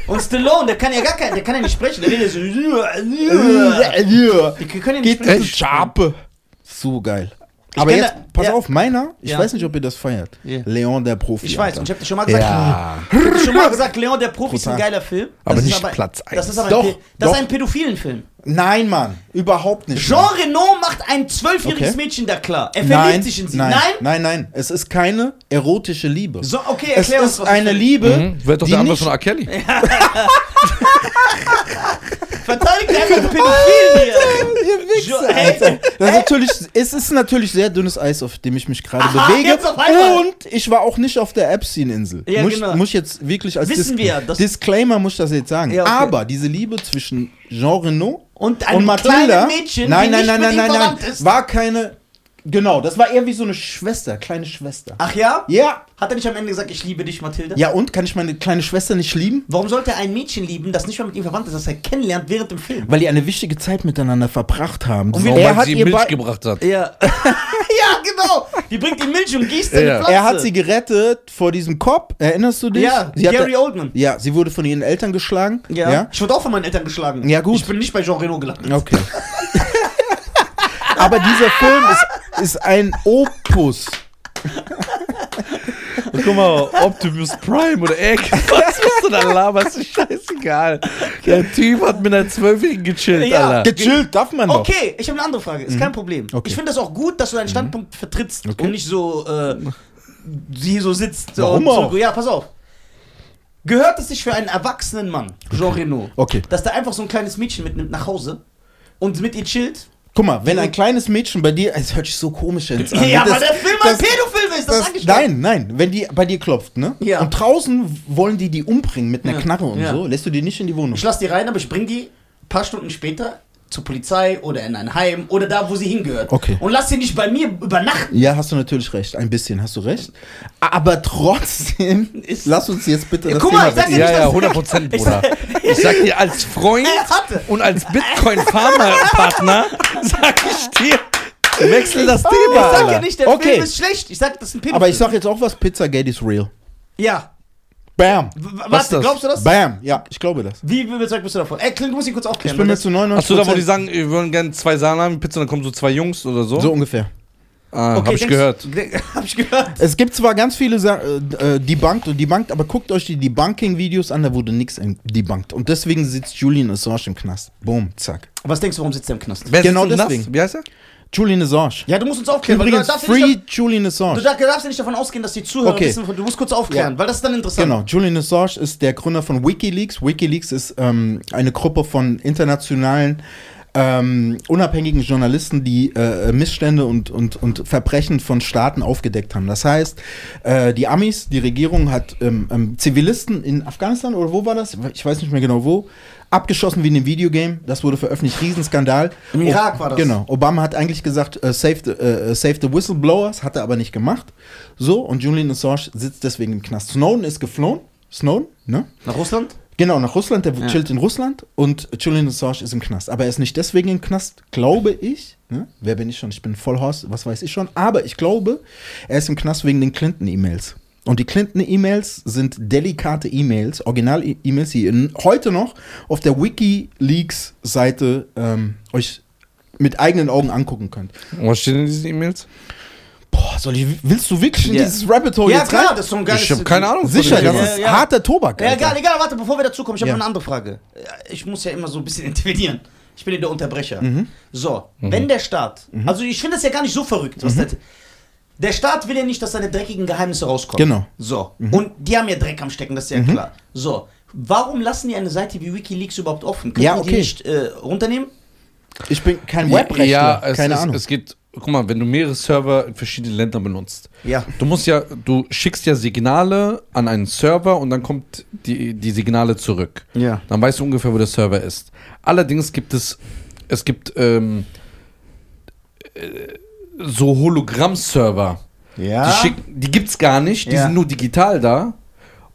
Speaker 3: und Stallone, der kann ja gar kein, der kann ja nicht sprechen. Der redet so. Die
Speaker 4: Ja.
Speaker 3: können ja nicht
Speaker 4: Geht in
Speaker 3: sprechen.
Speaker 4: die Schape. So geil.
Speaker 3: Ich
Speaker 4: aber
Speaker 3: kenne-
Speaker 4: jetzt, pass
Speaker 3: ja.
Speaker 4: auf, meiner, ich
Speaker 3: Ja.
Speaker 4: weiß nicht, ob ihr das feiert.
Speaker 3: Ja.
Speaker 4: Leon der Profi.
Speaker 3: Ich weiß,
Speaker 4: Alter.
Speaker 3: und ich hab dir schon mal gesagt,
Speaker 1: Ja.
Speaker 3: ich hab dir schon mal gesagt, Leon der Profi ist ein
Speaker 4: Brutal.
Speaker 3: geiler Film.
Speaker 1: Aber
Speaker 3: Das ist
Speaker 1: nicht Platz
Speaker 3: Das ist aber
Speaker 4: Doch,
Speaker 3: ein, Pe- das ist
Speaker 4: doch.
Speaker 3: ein pädophilen Film.
Speaker 4: Nein, Mann. Überhaupt nicht.
Speaker 3: Jean Reno macht ein zwölfjähriges
Speaker 4: Okay.
Speaker 3: Mädchen da klar. Er verliebt
Speaker 4: Nein,
Speaker 3: sich in sie.
Speaker 4: nein,
Speaker 3: Nein?
Speaker 4: nein, nein. Es ist keine erotische Liebe.
Speaker 3: So, okay,
Speaker 4: es
Speaker 3: erklär uns
Speaker 4: ist
Speaker 3: was
Speaker 4: eine
Speaker 3: das ist.
Speaker 4: Liebe,
Speaker 1: Mhm. Wird doch
Speaker 4: die
Speaker 1: der andere
Speaker 4: nicht
Speaker 1: von R. Kelly.
Speaker 3: Verteidigt er einfach einen Pädophilen hier. Jean- Hey,
Speaker 4: Das ist natürlich, es ist natürlich sehr dünnes Eis, auf dem ich mich gerade
Speaker 3: Aha,
Speaker 4: bewege.
Speaker 3: jetzt auf einmal.
Speaker 4: Und ich war auch nicht auf der Epstein-Insel.
Speaker 3: Ja,
Speaker 4: muss,
Speaker 3: genau.
Speaker 4: muss ich jetzt wirklich als
Speaker 3: Wissen wir, das-
Speaker 4: Disclaimer muss ich das jetzt sagen.
Speaker 3: Ja, okay.
Speaker 4: Aber diese Liebe zwischen Jean Reno
Speaker 3: Und einem kleinen Mädchen,
Speaker 4: nein,
Speaker 3: die nicht mit
Speaker 4: nein, nein, nein,
Speaker 3: ihm
Speaker 4: nein, nein,
Speaker 3: verwandt ist.
Speaker 4: war keine. Genau, das war eher wie so eine Schwester, kleine Schwester.
Speaker 3: Ach ja?
Speaker 4: Ja,
Speaker 3: Hat er nicht am Ende gesagt, ich liebe dich, Mathilde?
Speaker 4: ja und kann ich meine kleine Schwester nicht lieben?
Speaker 3: Warum sollte er ein Mädchen lieben, das nicht mal mit ihm verwandt ist, das er kennenlernt während dem Film?
Speaker 4: Weil die eine wichtige Zeit miteinander verbracht haben.
Speaker 1: Warum
Speaker 4: er
Speaker 1: weil
Speaker 4: hat
Speaker 1: sie
Speaker 4: ihr bei-
Speaker 1: Milch gebracht hat.
Speaker 3: Ja. ja, genau. Die bringt ihm Milch und gießt seine
Speaker 1: Ja.
Speaker 3: Pflanze.
Speaker 4: Er hat sie gerettet vor diesem Cop, erinnerst du dich?
Speaker 3: Ja,
Speaker 4: sie
Speaker 3: Gary
Speaker 4: hatte,
Speaker 3: Oldman.
Speaker 4: Ja, sie wurde von ihren Eltern geschlagen.
Speaker 3: Ja. Ich wurde auch von meinen Eltern geschlagen.
Speaker 4: Ja, gut.
Speaker 3: Ich bin nicht bei Jean Reno gelandet.
Speaker 4: Okay. Aber dieser Film ist, ist ein Opus.
Speaker 1: Guck mal, Optimus Prime oder Egg. Was machst du da laberst? Ist scheißegal. Der Typ hat mit einer Zwölfjährigen gechillt,
Speaker 3: Ja.
Speaker 1: Alter.
Speaker 4: Gechillt darf man doch. Mhm.
Speaker 3: Okay, ich habe eine andere Frage. Ist kein Problem.
Speaker 4: Okay. Mhm.
Speaker 3: Ich finde das auch gut, dass du deinen Standpunkt vertrittst und nicht so äh, hier so sitzt.
Speaker 4: Warum
Speaker 3: und so,
Speaker 4: auch?
Speaker 3: Ja, pass auf. Gehört es sich für einen erwachsenen Mann, Jean Reno,
Speaker 4: Okay.
Speaker 3: dass der einfach so ein kleines Mädchen mitnimmt nach Hause und mit ihr chillt?
Speaker 4: Guck mal, wenn ein kleines Mädchen bei dir, es hört sich so komisch jetzt an. ne?
Speaker 3: ja,
Speaker 4: Das-
Speaker 3: weil der Film
Speaker 4: das-
Speaker 3: ein Pädofilm ist, das,
Speaker 4: das,
Speaker 3: sag ich doch.
Speaker 4: nein, nein, wenn die bei dir klopft, ne?
Speaker 3: Ja.
Speaker 4: Und draußen wollen die die umbringen mit einer
Speaker 3: Ja.
Speaker 4: Knarre und
Speaker 3: Ja.
Speaker 4: so, lässt du die nicht in die Wohnung.
Speaker 3: Ich lasse die rein, aber ich bringe die ein paar Stunden später zur Polizei oder in ein Heim oder da, wo sie hingehört.
Speaker 4: Okay.
Speaker 3: Und lass sie nicht bei mir übernachten.
Speaker 4: Ja, hast du natürlich recht. Ein bisschen hast du recht. Aber trotzdem,
Speaker 3: Ist-
Speaker 4: lass uns jetzt bitte
Speaker 3: Ja,
Speaker 4: das
Speaker 3: guck mal,
Speaker 4: Thema
Speaker 3: ich sag
Speaker 4: wechseln.
Speaker 1: Ja,
Speaker 3: dir
Speaker 1: ja,
Speaker 3: das-
Speaker 1: 100%, Bruder. Ich sag dir, als Freund
Speaker 3: Er hatte.
Speaker 1: und als Bitcoin-Farmer-Partner sag ich dir, Wechsel das Thema.
Speaker 3: Oh, Ich sag ja
Speaker 1: Alter.
Speaker 3: nicht, der
Speaker 4: Ah, Okay.
Speaker 3: Film ist schlecht. Ich sag, das ist ein Pimmel.
Speaker 4: Aber ich sag jetzt auch was, Pizzagate ist real.
Speaker 3: Ja.
Speaker 4: Bam.
Speaker 3: W- w-
Speaker 1: Was ist
Speaker 3: Warte,
Speaker 1: das?
Speaker 3: glaubst du das?
Speaker 4: Bam. Ja, ich glaube das.
Speaker 3: Wie überzeugt bist du davon? Ey, Clint, du musst ihn kurz aufklären.
Speaker 4: Ich bin
Speaker 3: weil
Speaker 4: mir
Speaker 3: das-
Speaker 4: zu 99
Speaker 1: Achso, da wo die sagen, wir wollen gerne zwei Salami-Pizza, dann kommen so zwei Jungs oder so.
Speaker 4: So ungefähr.
Speaker 1: Ah, hab ich
Speaker 3: denkst-
Speaker 1: gehört.
Speaker 3: de- Hab ich gehört.
Speaker 4: Es gibt zwar ganz viele Sa äh, äh, debunked und debunked, aber guckt euch die Debunking-Videos an, da wurde nichts ent- debunked. Und deswegen sitzt Julian Assange im Knast. Boom, zack.
Speaker 3: Was denkst du, warum sitzt er im Knast?
Speaker 1: Wer
Speaker 4: Genau
Speaker 1: sitzt denn
Speaker 4: deswegen.
Speaker 1: Das? Wie heißt er?
Speaker 4: Julian Assange.
Speaker 3: Ja, du musst uns aufklären. weil
Speaker 4: Übrigens,
Speaker 3: du, darfst ja
Speaker 4: free
Speaker 3: Nicht,
Speaker 4: Julian
Speaker 3: du
Speaker 4: Assange.
Speaker 3: darf- du darfst ja nicht davon ausgehen, dass die Zuhörer
Speaker 4: Okay.
Speaker 3: wissen. Du musst kurz aufklären, weil das ist dann interessant.
Speaker 4: Genau, Julian Assange ist der Gründer von Wikileaks. Wikileaks ist ähm, eine Gruppe von internationalen ähm, unabhängigen Journalisten, die äh, Missstände und, und, und Verbrechen von Staaten aufgedeckt haben. Das heißt, äh, die Amis, die Regierung hat ähm, ähm, Zivilisten in Afghanistan oder wo war das? Ich weiß nicht mehr genau wo. Abgeschossen wie in einem Videogame. Das wurde veröffentlicht. Riesenskandal.
Speaker 3: Im Irak war das.
Speaker 4: Genau. Obama hat eigentlich gesagt, äh, save, the, äh, save the Whistleblowers, hat er aber nicht gemacht. So, und Julian Assange sitzt deswegen im Knast. Snowden ist geflohen. Snowden, ne?
Speaker 3: Nach Russland?
Speaker 4: Genau, nach Russland, der chillt in Russland und Julian Assange ist im Knast. Aber er ist nicht deswegen im Knast, glaube ich. Ne? Wer bin ich schon? Ich bin Vollhorst, was weiß ich schon. Aber ich glaube, er ist im Knast wegen den Clinton-E-Mails. Und die Clinton-E-Mails sind delikate E-Mails, Original-E-Mails, die in, heute noch auf der Wikileaks-Seite ähm, euch mit eigenen Augen angucken könnt.
Speaker 1: Und Was steht in diesen E-Mails?
Speaker 4: Boah, soll ich, willst du wirklich in
Speaker 3: Ja.
Speaker 4: dieses Rabbit Hole
Speaker 3: ja,
Speaker 4: jetzt
Speaker 3: klar,
Speaker 4: rein?
Speaker 3: das ist so ein geiles.
Speaker 1: Ich hab keine Ahnung.
Speaker 4: Sicher,
Speaker 1: Ja,
Speaker 4: das ist
Speaker 3: ja.
Speaker 4: harter Tobak.
Speaker 3: Ja,
Speaker 4: Alter.
Speaker 3: egal, egal, warte, bevor wir dazu kommen, ich habe
Speaker 4: Ja.
Speaker 3: eine andere Frage. Äh, Ich muss ja immer so ein bisschen intervenieren. Ich bin ja der Unterbrecher.
Speaker 4: Mhm.
Speaker 3: So,
Speaker 1: Mhm.
Speaker 3: wenn der Staat, also ich finde das ja gar nicht so verrückt,
Speaker 4: Mhm.
Speaker 3: was der, der Staat will ja nicht, dass seine dreckigen Geheimnisse rauskommen.
Speaker 4: Genau. Mhm.
Speaker 3: So, und die haben ja Dreck am Stecken, das ist ja klar. So, warum lassen die eine Seite wie Wikileaks überhaupt offen? Können
Speaker 4: Ja,
Speaker 3: die die
Speaker 4: okay.
Speaker 3: nicht äh, runternehmen?
Speaker 4: Ich bin kein Webrechtler,
Speaker 1: Ja, es,
Speaker 4: keine
Speaker 1: es,
Speaker 4: Ahnung.
Speaker 1: es geht, guck mal, wenn du mehrere Server in verschiedenen Ländern benutzt,
Speaker 3: Ja.
Speaker 1: du musst ja, du schickst ja Signale an einen Server und dann kommt die, die Signale zurück.
Speaker 3: Ja.
Speaker 1: Dann weißt du ungefähr, wo der Server ist. Allerdings gibt es, es gibt ähm, äh, so Hologramm-Server.
Speaker 4: ja.
Speaker 1: Die, schicken, die gibt's gar nicht, die
Speaker 3: Ja.
Speaker 1: sind nur digital da.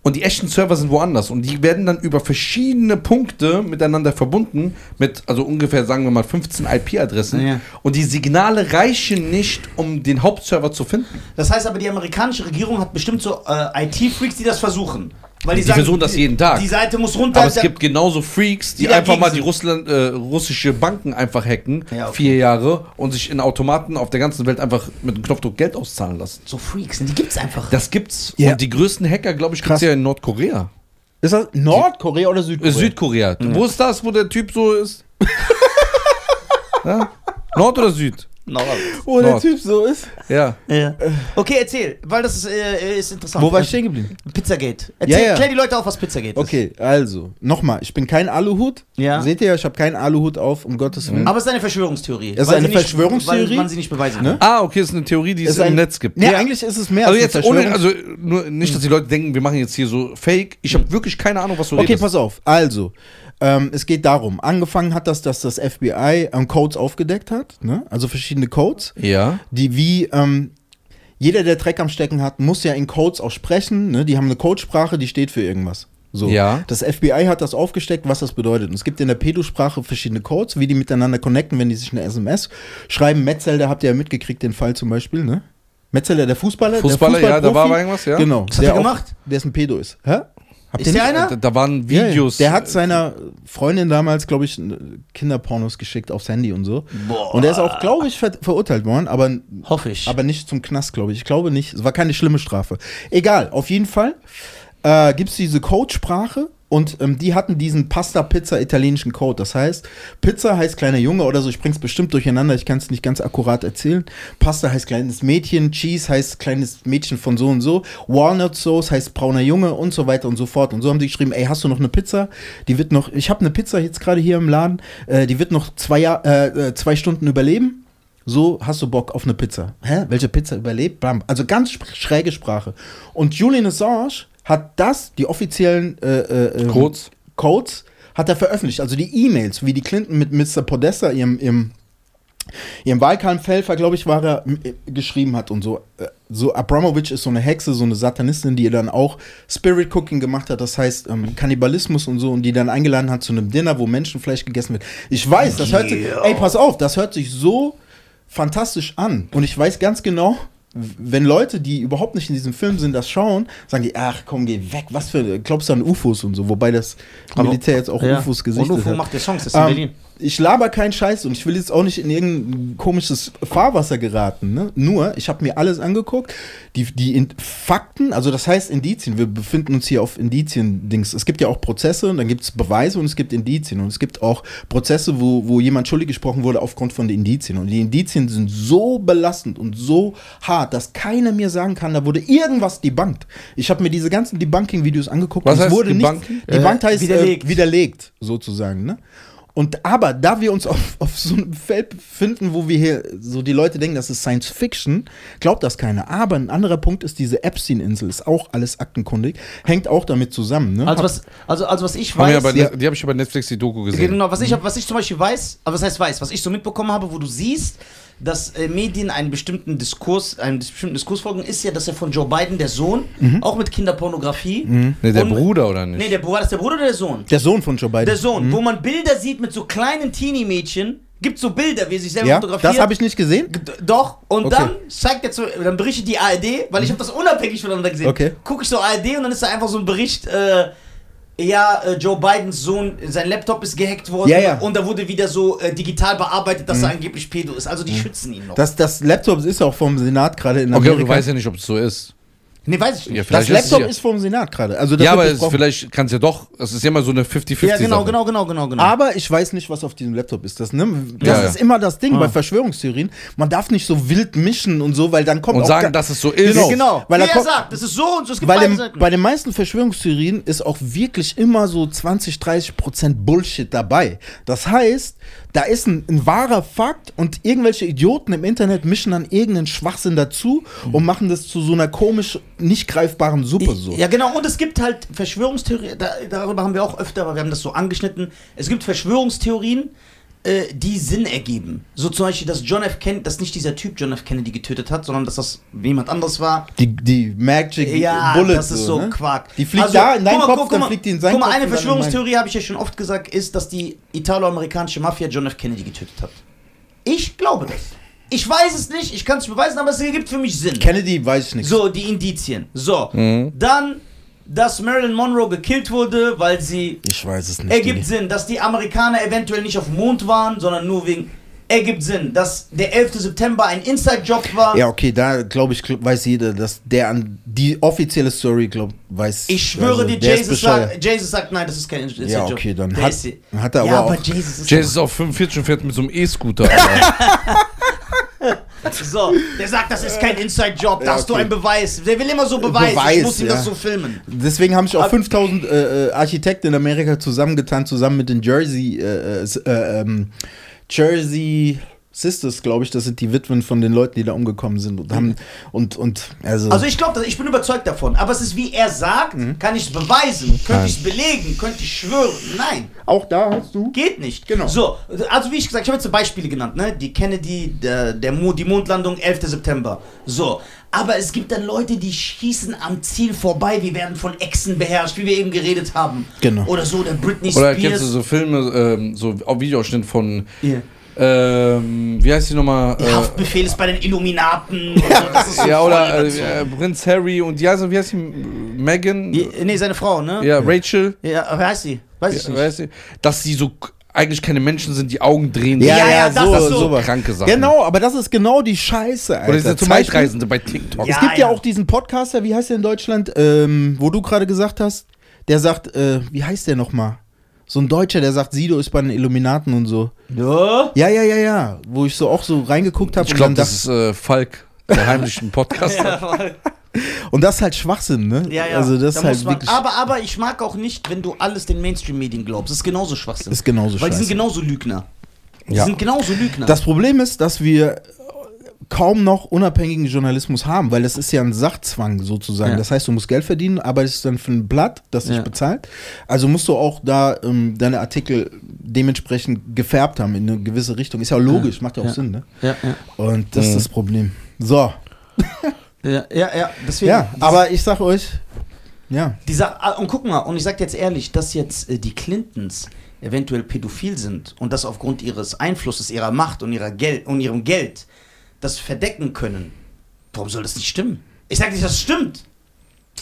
Speaker 1: Und die echten Server sind woanders. Und die werden dann über verschiedene Punkte miteinander verbunden, mit also ungefähr, sagen wir mal, 15 IP-Adressen.
Speaker 3: Ja.
Speaker 1: Und die Signale reichen nicht, um den Hauptserver zu finden.
Speaker 3: Das heißt aber, die amerikanische Regierung hat bestimmt so äh, IT-Freaks, die das versuchen. Weil die,
Speaker 1: Die
Speaker 3: sagen,
Speaker 1: versuchen das jeden Tag.
Speaker 3: Die Seite muss runter.
Speaker 1: Aber es
Speaker 3: der-
Speaker 1: gibt genauso Freaks, die,
Speaker 3: Die dagegen
Speaker 1: einfach mal die
Speaker 3: sind.
Speaker 1: Russland, äh, russische Banken einfach hacken,
Speaker 3: Ja, okay.
Speaker 1: vier Jahre, und sich in Automaten auf der ganzen Welt einfach mit einem Knopfdruck Geld auszahlen lassen.
Speaker 3: so Freaks, und die gibt's einfach.
Speaker 1: Das gibt's.
Speaker 4: Ja.
Speaker 1: Und die größten Hacker, glaube ich, gibt's
Speaker 4: Krass.
Speaker 1: ja in Nordkorea.
Speaker 4: Ist das Nordkorea Mhm. oder
Speaker 1: Äh,
Speaker 4: Südkorea?
Speaker 1: Südkorea. Wo ist das, wo der Typ so ist? ja? Nord oder Süd?
Speaker 4: Wo
Speaker 1: der
Speaker 4: der
Speaker 1: Nord.
Speaker 4: Typ so ist.
Speaker 1: Ja.
Speaker 3: Ja. Äh. Okay, erzähl, weil das ist, äh, ist interessant.
Speaker 4: Wo war ich stehen geblieben?
Speaker 3: Pizzagate. Erzähl,
Speaker 4: Ja, ja.
Speaker 3: klär die Leute auf, was Pizzagate
Speaker 4: Okay, also, nochmal, ich bin kein Aluhut.
Speaker 3: Ja.
Speaker 4: Seht ihr, ich habe keinen Aluhut auf, um Gottes Willen.
Speaker 3: ist.
Speaker 1: Mhm.
Speaker 3: Aber es ist eine Verschwörungstheorie.
Speaker 4: Es ist
Speaker 3: weil
Speaker 4: eine
Speaker 3: sie nicht-
Speaker 4: Verschwörungstheorie?
Speaker 3: Weil man sie nicht beweisen kann.
Speaker 4: Ne?
Speaker 1: Ah, okay, ist eine Theorie, die es,
Speaker 4: Ist
Speaker 1: im
Speaker 4: ein-
Speaker 1: Netz gibt.
Speaker 4: Nee, eigentlich ist es mehr
Speaker 1: Also
Speaker 4: eine
Speaker 1: jetzt ohne,
Speaker 4: Verschwörung.
Speaker 1: also nur nicht, dass die Leute denken, wir machen jetzt hier so Fake. Ich habe wirklich keine Ahnung, was du
Speaker 4: Mhm. Okay,
Speaker 1: redest.
Speaker 4: pass auf. Also, ähm, es geht darum. Angefangen hat das, dass das FBI ähm, Codes aufgedeckt hat, ne? also verschiedene Codes,
Speaker 1: Ja.
Speaker 4: die wie ähm, jeder, der Dreck am Stecken hat, muss ja in Codes auch sprechen. Ne? Die haben eine Codesprache, die steht für irgendwas. So.
Speaker 1: Ja.
Speaker 4: Das FBI hat das aufgesteckt, was das bedeutet. Und es gibt in der Pedosprache verschiedene Codes, wie die miteinander connecten, wenn die sich eine SMS schreiben. Metzelder habt ihr ja mitgekriegt, den Fall zum Beispiel, ne? Metzelder, der Fußballer.
Speaker 1: Fußballer, ja,
Speaker 4: der
Speaker 1: da war
Speaker 4: Fußballprofi.
Speaker 1: aber irgendwas, ja.
Speaker 4: Genau.
Speaker 3: Was hat
Speaker 4: der
Speaker 3: er
Speaker 4: auch-
Speaker 3: gemacht?
Speaker 4: Der ist ein Pedo ist. Hä? Habt
Speaker 3: Ist
Speaker 4: ihr
Speaker 3: der
Speaker 4: nicht-
Speaker 3: einer?
Speaker 1: Da, da waren
Speaker 4: Ja, ja.
Speaker 1: Videos. äh,
Speaker 4: Der hat seiner Freundin damals, glaube ich, Kinderpornos geschickt aufs Handy und so.
Speaker 3: Boah.
Speaker 4: Und er ist auch, glaube ich, ver verurteilt worden, aber
Speaker 3: Hoffe ich.
Speaker 4: aber nicht zum Knast, glaube ich. Ich glaube nicht. Es war keine schlimme Strafe. Egal, auf jeden Fall äh, gibt es diese Codesprache und ähm, die hatten diesen Pasta-Pizza-italienischen Code. Das heißt, Pizza heißt kleiner Junge oder so. Ich bring's bestimmt durcheinander. Ich kann es nicht ganz akkurat erzählen. Pasta heißt kleines Mädchen. Cheese heißt kleines Mädchen von so und so. Walnut Sauce heißt brauner Junge und so weiter und so fort. Und so haben die geschrieben, ey, hast du noch eine Pizza? Die wird noch, ich habe eine Pizza jetzt gerade hier im Laden. Äh, die wird noch zwei, Jahr, äh, äh, zwei Stunden überleben. So hast du Bock auf eine Pizza. Hä? Welche Pizza überlebt? Bam. Also ganz sp- schräge Sprache. Und Julian Assange hat das, die offiziellen äh, äh, äh,
Speaker 1: Codes.
Speaker 4: Codes, hat er veröffentlicht. Also die E-Mails, wie die Clinton mit Mr. Podesta, ihrem, ihrem, ihrem Wahlkampfhelfer, glaube ich, war er, m- äh, geschrieben hat und so. Äh, So Abramovich ist so eine Hexe, so eine Satanistin, die dann auch Spirit Cooking gemacht hat, das heißt ähm, Kannibalismus und so, und die dann eingeladen hat zu einem Dinner, wo Menschenfleisch gegessen wird. Ich weiß, das hört sich,
Speaker 3: Yeah.
Speaker 4: ey, pass auf, das hört sich so fantastisch an. Und ich weiß ganz genau, wenn Leute, die überhaupt nicht in diesem Film sind, das schauen, sagen die, ach komm, geh weg, was für, glaubst du an UFOs und so, wobei das
Speaker 2: Aber-
Speaker 4: Militär jetzt auch
Speaker 2: Ja.
Speaker 4: UFOs
Speaker 3: Und
Speaker 4: gesichtet
Speaker 3: UFO
Speaker 4: hat.
Speaker 3: macht der Songs, das ist in
Speaker 4: Ähm,
Speaker 3: Berlin.
Speaker 4: ich laber keinen Scheiß und ich will jetzt auch nicht in irgendein komisches Fahrwasser geraten. Ne? Nur, ich habe mir alles angeguckt. Die, die in Fakten, also das heißt Indizien, wir befinden uns hier auf Indizien-Dings. Es gibt ja auch Prozesse und dann gibt es Beweise und es gibt Indizien. Und es gibt auch Prozesse, wo, wo jemand schuldig gesprochen wurde aufgrund von den Indizien. Und die Indizien sind so belastend und so hart, dass keiner mir sagen kann, da wurde irgendwas debunked. Ich habe mir diese ganzen Debunking-Videos angeguckt
Speaker 1: Was
Speaker 4: und
Speaker 1: heißt
Speaker 4: es wurde
Speaker 1: debunkt?
Speaker 4: nicht. Debunked heißt
Speaker 3: widerlegt.
Speaker 4: Äh, widerlegt, sozusagen. Ne? Und aber da wir uns auf, auf so einem Feld befinden, wo wir hier so die Leute denken, das ist Science Fiction, glaubt das keiner. Aber ein anderer Punkt ist diese Epstein-Insel, ist auch alles aktenkundig, hängt auch damit zusammen. Ne?
Speaker 3: Also was, also, also was ich
Speaker 1: Haben wir
Speaker 3: weiß.
Speaker 1: aber,
Speaker 4: ja.
Speaker 1: Die habe ich aber Netflix die Doku
Speaker 3: Okay,
Speaker 1: gesehen.
Speaker 3: Genau, was
Speaker 4: Mhm.
Speaker 3: ich, hab- was ich zum Beispiel weiß, aber was heißt weiß, was ich so mitbekommen habe, wo du siehst, dass äh, Medien einen bestimmten Diskurs, einem bestimmten Diskurs folgen, ist ja, dass er von Joe Biden, der Sohn,
Speaker 4: Mhm.
Speaker 3: auch mit Kinderpornografie.
Speaker 1: Ne, der
Speaker 3: und-
Speaker 1: Bruder oder nicht?
Speaker 3: Nee, der Bruder, das ist der Bruder oder der Sohn?
Speaker 4: der Sohn von Joe Biden.
Speaker 3: Der Sohn,
Speaker 4: Mhm.
Speaker 3: wo man Bilder sieht mit so kleinen Teenie-Mädchen, gibt so Bilder, wie er sich selber
Speaker 4: ja,
Speaker 3: fotografiert.
Speaker 4: das habe ich nicht gesehen.
Speaker 3: D- Doch, und
Speaker 4: Okay.
Speaker 3: dann zeigt er zu, dann berichtet die ARD, weil ich habe das unabhängig voneinander gesehen.
Speaker 4: Okay.
Speaker 3: Gucke ich so ARD und dann ist da einfach so ein Bericht, äh, ja, äh, Joe Bidens Sohn, sein Laptop ist gehackt worden
Speaker 4: Ja, ja. Mhm.
Speaker 3: und da wurde wieder so äh, digital bearbeitet, dass er angeblich Pedo ist. Also die schützen ihn noch.
Speaker 4: Das, das Laptop ist auch vom Senat gerade in
Speaker 1: Okay,
Speaker 4: Amerika.
Speaker 1: aber du weißt ja nicht, ob es so ist.
Speaker 3: nee, weiß ich nicht.
Speaker 1: Ja,
Speaker 4: das
Speaker 1: vielleicht es
Speaker 4: Laptop
Speaker 1: ja-
Speaker 4: ist vom Senat gerade. Also das
Speaker 1: Ja,
Speaker 4: wird
Speaker 1: aber es,
Speaker 4: besprochen.
Speaker 1: vielleicht kann es ja doch. Es ist ja immer so eine 50-50.
Speaker 3: ja, genau,
Speaker 1: Sache.
Speaker 3: genau, genau, genau, genau.
Speaker 4: Aber ich weiß nicht, was auf diesem Laptop ist. Das, ne? das
Speaker 1: Ja, ja.
Speaker 4: ist immer das
Speaker 3: Ah.
Speaker 4: Ding bei Verschwörungstheorien. Man darf nicht so wild mischen und so, weil dann kommt
Speaker 1: Und
Speaker 4: auch
Speaker 1: sagen,
Speaker 4: ga-
Speaker 1: dass es so ist.
Speaker 4: Genau.
Speaker 3: genau,
Speaker 4: weil
Speaker 3: wie
Speaker 4: da
Speaker 3: er
Speaker 4: kommt-
Speaker 3: sagt, das ist so und so, es gibt
Speaker 4: Weil
Speaker 3: beide
Speaker 4: im,
Speaker 3: Seiten.
Speaker 4: bei den meisten Verschwörungstheorien ist auch wirklich immer so 20, 30 Prozent Bullshit dabei. Das heißt, da ist ein, ein wahrer Fakt und irgendwelche Idioten im Internet mischen dann irgendeinen Schwachsinn dazu und machen das zu so einer komisch nicht greifbaren Suppe so.
Speaker 3: Mhm. Ja, genau. Und es gibt halt Verschwörungstheorien, da, darüber haben wir auch öfter, aber wir haben das so angeschnitten. Es gibt Verschwörungstheorien, äh, die Sinn ergeben. So zum Beispiel, dass John F. Kennedy, dass nicht dieser Typ John F. Kennedy getötet hat, sondern dass das jemand anderes war.
Speaker 4: Die, die Magic
Speaker 3: Ja,
Speaker 4: Bullet.
Speaker 3: das ist so
Speaker 4: ne?
Speaker 3: Quark.
Speaker 4: Die fliegt
Speaker 3: Also,
Speaker 4: da in deinen
Speaker 3: guck mal,
Speaker 4: Kopf,
Speaker 3: guck
Speaker 4: dann
Speaker 3: mal,
Speaker 4: fliegt die in seinen
Speaker 3: Guck mal,
Speaker 4: Kopf.
Speaker 3: eine
Speaker 4: und dann in meinen.
Speaker 3: Verschwörungstheorie habe ich ja schon oft gesagt, ist, dass die italoamerikanische Mafia John F. Kennedy getötet hat. Ich glaube das. Ich weiß es nicht, ich kann es beweisen, aber es ergibt für mich Sinn.
Speaker 4: Kennedy weiß ich nichts.
Speaker 3: So, die Indizien. So,
Speaker 4: Mhm.
Speaker 3: dann, dass Marilyn Monroe gekillt wurde, weil sie.
Speaker 4: Ich weiß es nicht.
Speaker 3: Ergibt Sinn, dass die Amerikaner eventuell nicht auf dem Mond waren, sondern nur wegen. Ergibt Sinn, dass der 11. September ein Inside-Job war.
Speaker 4: Ja, okay, da glaube ich, glaub, weiß jeder, dass der an die offizielle Story glaubt, weiß.
Speaker 3: Ich schwöre
Speaker 4: also,
Speaker 3: dir,
Speaker 4: der ist
Speaker 3: Jesus
Speaker 4: bescheuert.
Speaker 3: sagt, Jesus sagt, nein, das ist kein Inside-Job.
Speaker 4: Ja, okay, dann
Speaker 3: Der
Speaker 4: hat-
Speaker 3: ist-
Speaker 4: hat er
Speaker 3: ja,
Speaker 4: aber
Speaker 3: aber
Speaker 4: auch-
Speaker 3: Jesus ist.
Speaker 1: Jay ist auf 45 und fährt mit so einem E-Scooter. Alter.
Speaker 3: So, der sagt, das ist kein Inside-Job, da
Speaker 4: Ja,
Speaker 3: hast du
Speaker 4: okay. Äh,
Speaker 3: einen Beweis. Der will immer so Beweis, ich
Speaker 4: Beweis,
Speaker 3: muss ihm
Speaker 4: ja.
Speaker 3: das so filmen.
Speaker 4: Deswegen haben sich auch
Speaker 3: Ab-
Speaker 4: 5000 äh, äh, Architekten in Amerika zusammengetan, zusammen mit den Jersey, äh, äh, ähm, Jersey Sisters, glaube ich, das sind die Witwen von den Leuten, die da umgekommen sind und haben und und also,
Speaker 3: Also ich glaube, ich bin überzeugt davon. Aber es ist wie er sagt,
Speaker 1: Mhm.
Speaker 3: kann ich es beweisen, könnte ich es belegen, könnte ich schwören. Nein,
Speaker 4: auch da hast du
Speaker 3: geht nicht.
Speaker 4: Genau.
Speaker 3: So, also wie ich gesagt, ich habe jetzt so Beispiele genannt, ne? Die Kennedy, der, der Mo die Mondlandung, 11. September. So. Aber es gibt dann Leute, die schießen am Ziel vorbei, wir werden von Echsen beherrscht, wie wir eben geredet haben.
Speaker 4: Genau.
Speaker 3: Oder so, der Britney
Speaker 1: Oder
Speaker 3: Spears.
Speaker 1: kennst du so Filme, ähm, so auch Videoausschnitte von.
Speaker 3: Ja.
Speaker 1: Ähm, wie heißt die nochmal?
Speaker 3: Der Haftbefehl ist bei den Illuminaten. und so, das ist so
Speaker 1: Äh, ja,
Speaker 3: voll
Speaker 1: oder
Speaker 3: dazu.
Speaker 1: äh, äh, Prinz Harry und die heißt, wie heißt die? Megan? Ja,
Speaker 3: Je- Nee, seine Frau, ne?
Speaker 1: Rachel.
Speaker 3: Ja, wer heißt sie? Weiß ich
Speaker 1: Ja,
Speaker 3: nicht.
Speaker 1: weißt du, dass sie so k- eigentlich keine Menschen sind, die Augen drehen.
Speaker 4: Ja,
Speaker 1: sich.
Speaker 4: ja,
Speaker 3: ja,
Speaker 4: so,
Speaker 3: das ist so.
Speaker 4: so
Speaker 1: Kranke Sachen.
Speaker 4: Genau, aber das ist genau die Scheiße, Alter.
Speaker 1: Oder diese
Speaker 4: Zum Beispiel-
Speaker 1: Zeitreisende bei TikTok.
Speaker 3: Ja.
Speaker 4: es gibt ja.
Speaker 3: ja.
Speaker 4: auch diesen Podcaster, wie heißt der in Deutschland, ähm, wo du gerade gesagt hast, der sagt, äh, wie heißt der nochmal? So ein Deutscher, der sagt, Sido ist bei den Illuminaten und so.
Speaker 3: Ja.
Speaker 4: Ja, ja, ja, ja. Wo ich so auch so reingeguckt habe
Speaker 1: Ich
Speaker 4: und
Speaker 1: glaube,
Speaker 4: dann
Speaker 1: das
Speaker 4: dachte,
Speaker 1: ist äh, Falk, der heimlichen Podcaster.
Speaker 4: und das ist halt Schwachsinn, ne?
Speaker 3: Ja, ja.
Speaker 4: Also das
Speaker 3: Da
Speaker 4: ist halt
Speaker 3: muss man-
Speaker 4: wirklich,
Speaker 3: aber, aber ich mag auch nicht, wenn du alles den Mainstream-Medien glaubst. Das ist genauso Schwachsinn.
Speaker 4: ist genauso
Speaker 3: Weil die sind genau-
Speaker 4: scheiße.
Speaker 3: genauso Lügner. Die
Speaker 1: Ja.
Speaker 3: sind genauso Lügner.
Speaker 4: Das Problem ist, dass wir kaum noch unabhängigen Journalismus haben, weil das ist ja ein Sachzwang sozusagen.
Speaker 3: Ja.
Speaker 4: Das heißt, du musst Geld verdienen, aber es ist dann für ein Blatt, das dich
Speaker 3: Ja.
Speaker 4: bezahlt. Also musst du auch da ähm, deine Artikel dementsprechend gefärbt haben in eine gewisse Richtung. Ist ja logisch, macht ja auch
Speaker 3: Ja.
Speaker 4: Sinn, ne?
Speaker 3: ja, ja,
Speaker 4: Und das ist das Problem. So,
Speaker 3: ja, ja, ja. Deswegen.
Speaker 4: ja, aber ich sag euch, Ja.
Speaker 3: Die Sache, ah, und guck mal, und ich sag dir jetzt ehrlich, dass jetzt äh, die Clintons eventuell pädophil sind und das aufgrund ihres Einflusses, ihrer Macht und, ihrer Gel und ihrem Geld das verdecken können, warum soll das nicht stimmen? Ich sag nicht, das stimmt.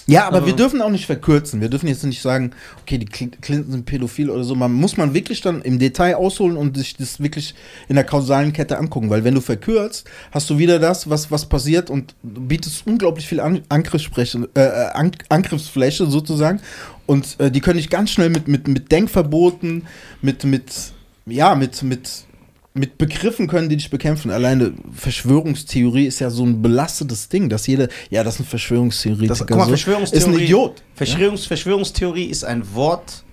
Speaker 4: Ja, aber
Speaker 3: Also-
Speaker 4: wir dürfen auch nicht verkürzen. Wir dürfen jetzt nicht sagen, okay, die Cl- Clinton sind pädophil oder so. Man muss man wirklich dann im Detail ausholen und sich das wirklich in der kausalen Kette angucken. Weil wenn du verkürzt, hast du wieder das, was, was passiert und du bietest unglaublich viel An Angriffsfläche, äh, An Angriffsfläche sozusagen. Und äh, die können dich ganz schnell mit, mit, mit Denkverboten, mit, mit, ja, mit, mit, mit Begriffen können die dich bekämpfen. Alleine Verschwörungstheorie ist ja so ein belastetes Ding, dass jeder, ja, das ist ein Verschwörungstheoretiker.
Speaker 3: Das, guck mal,
Speaker 4: so.
Speaker 3: Verschwörungstheorie,
Speaker 4: Ist ein Idiot.
Speaker 3: Verschwörungs Verschwörungstheorie ist ein Wort,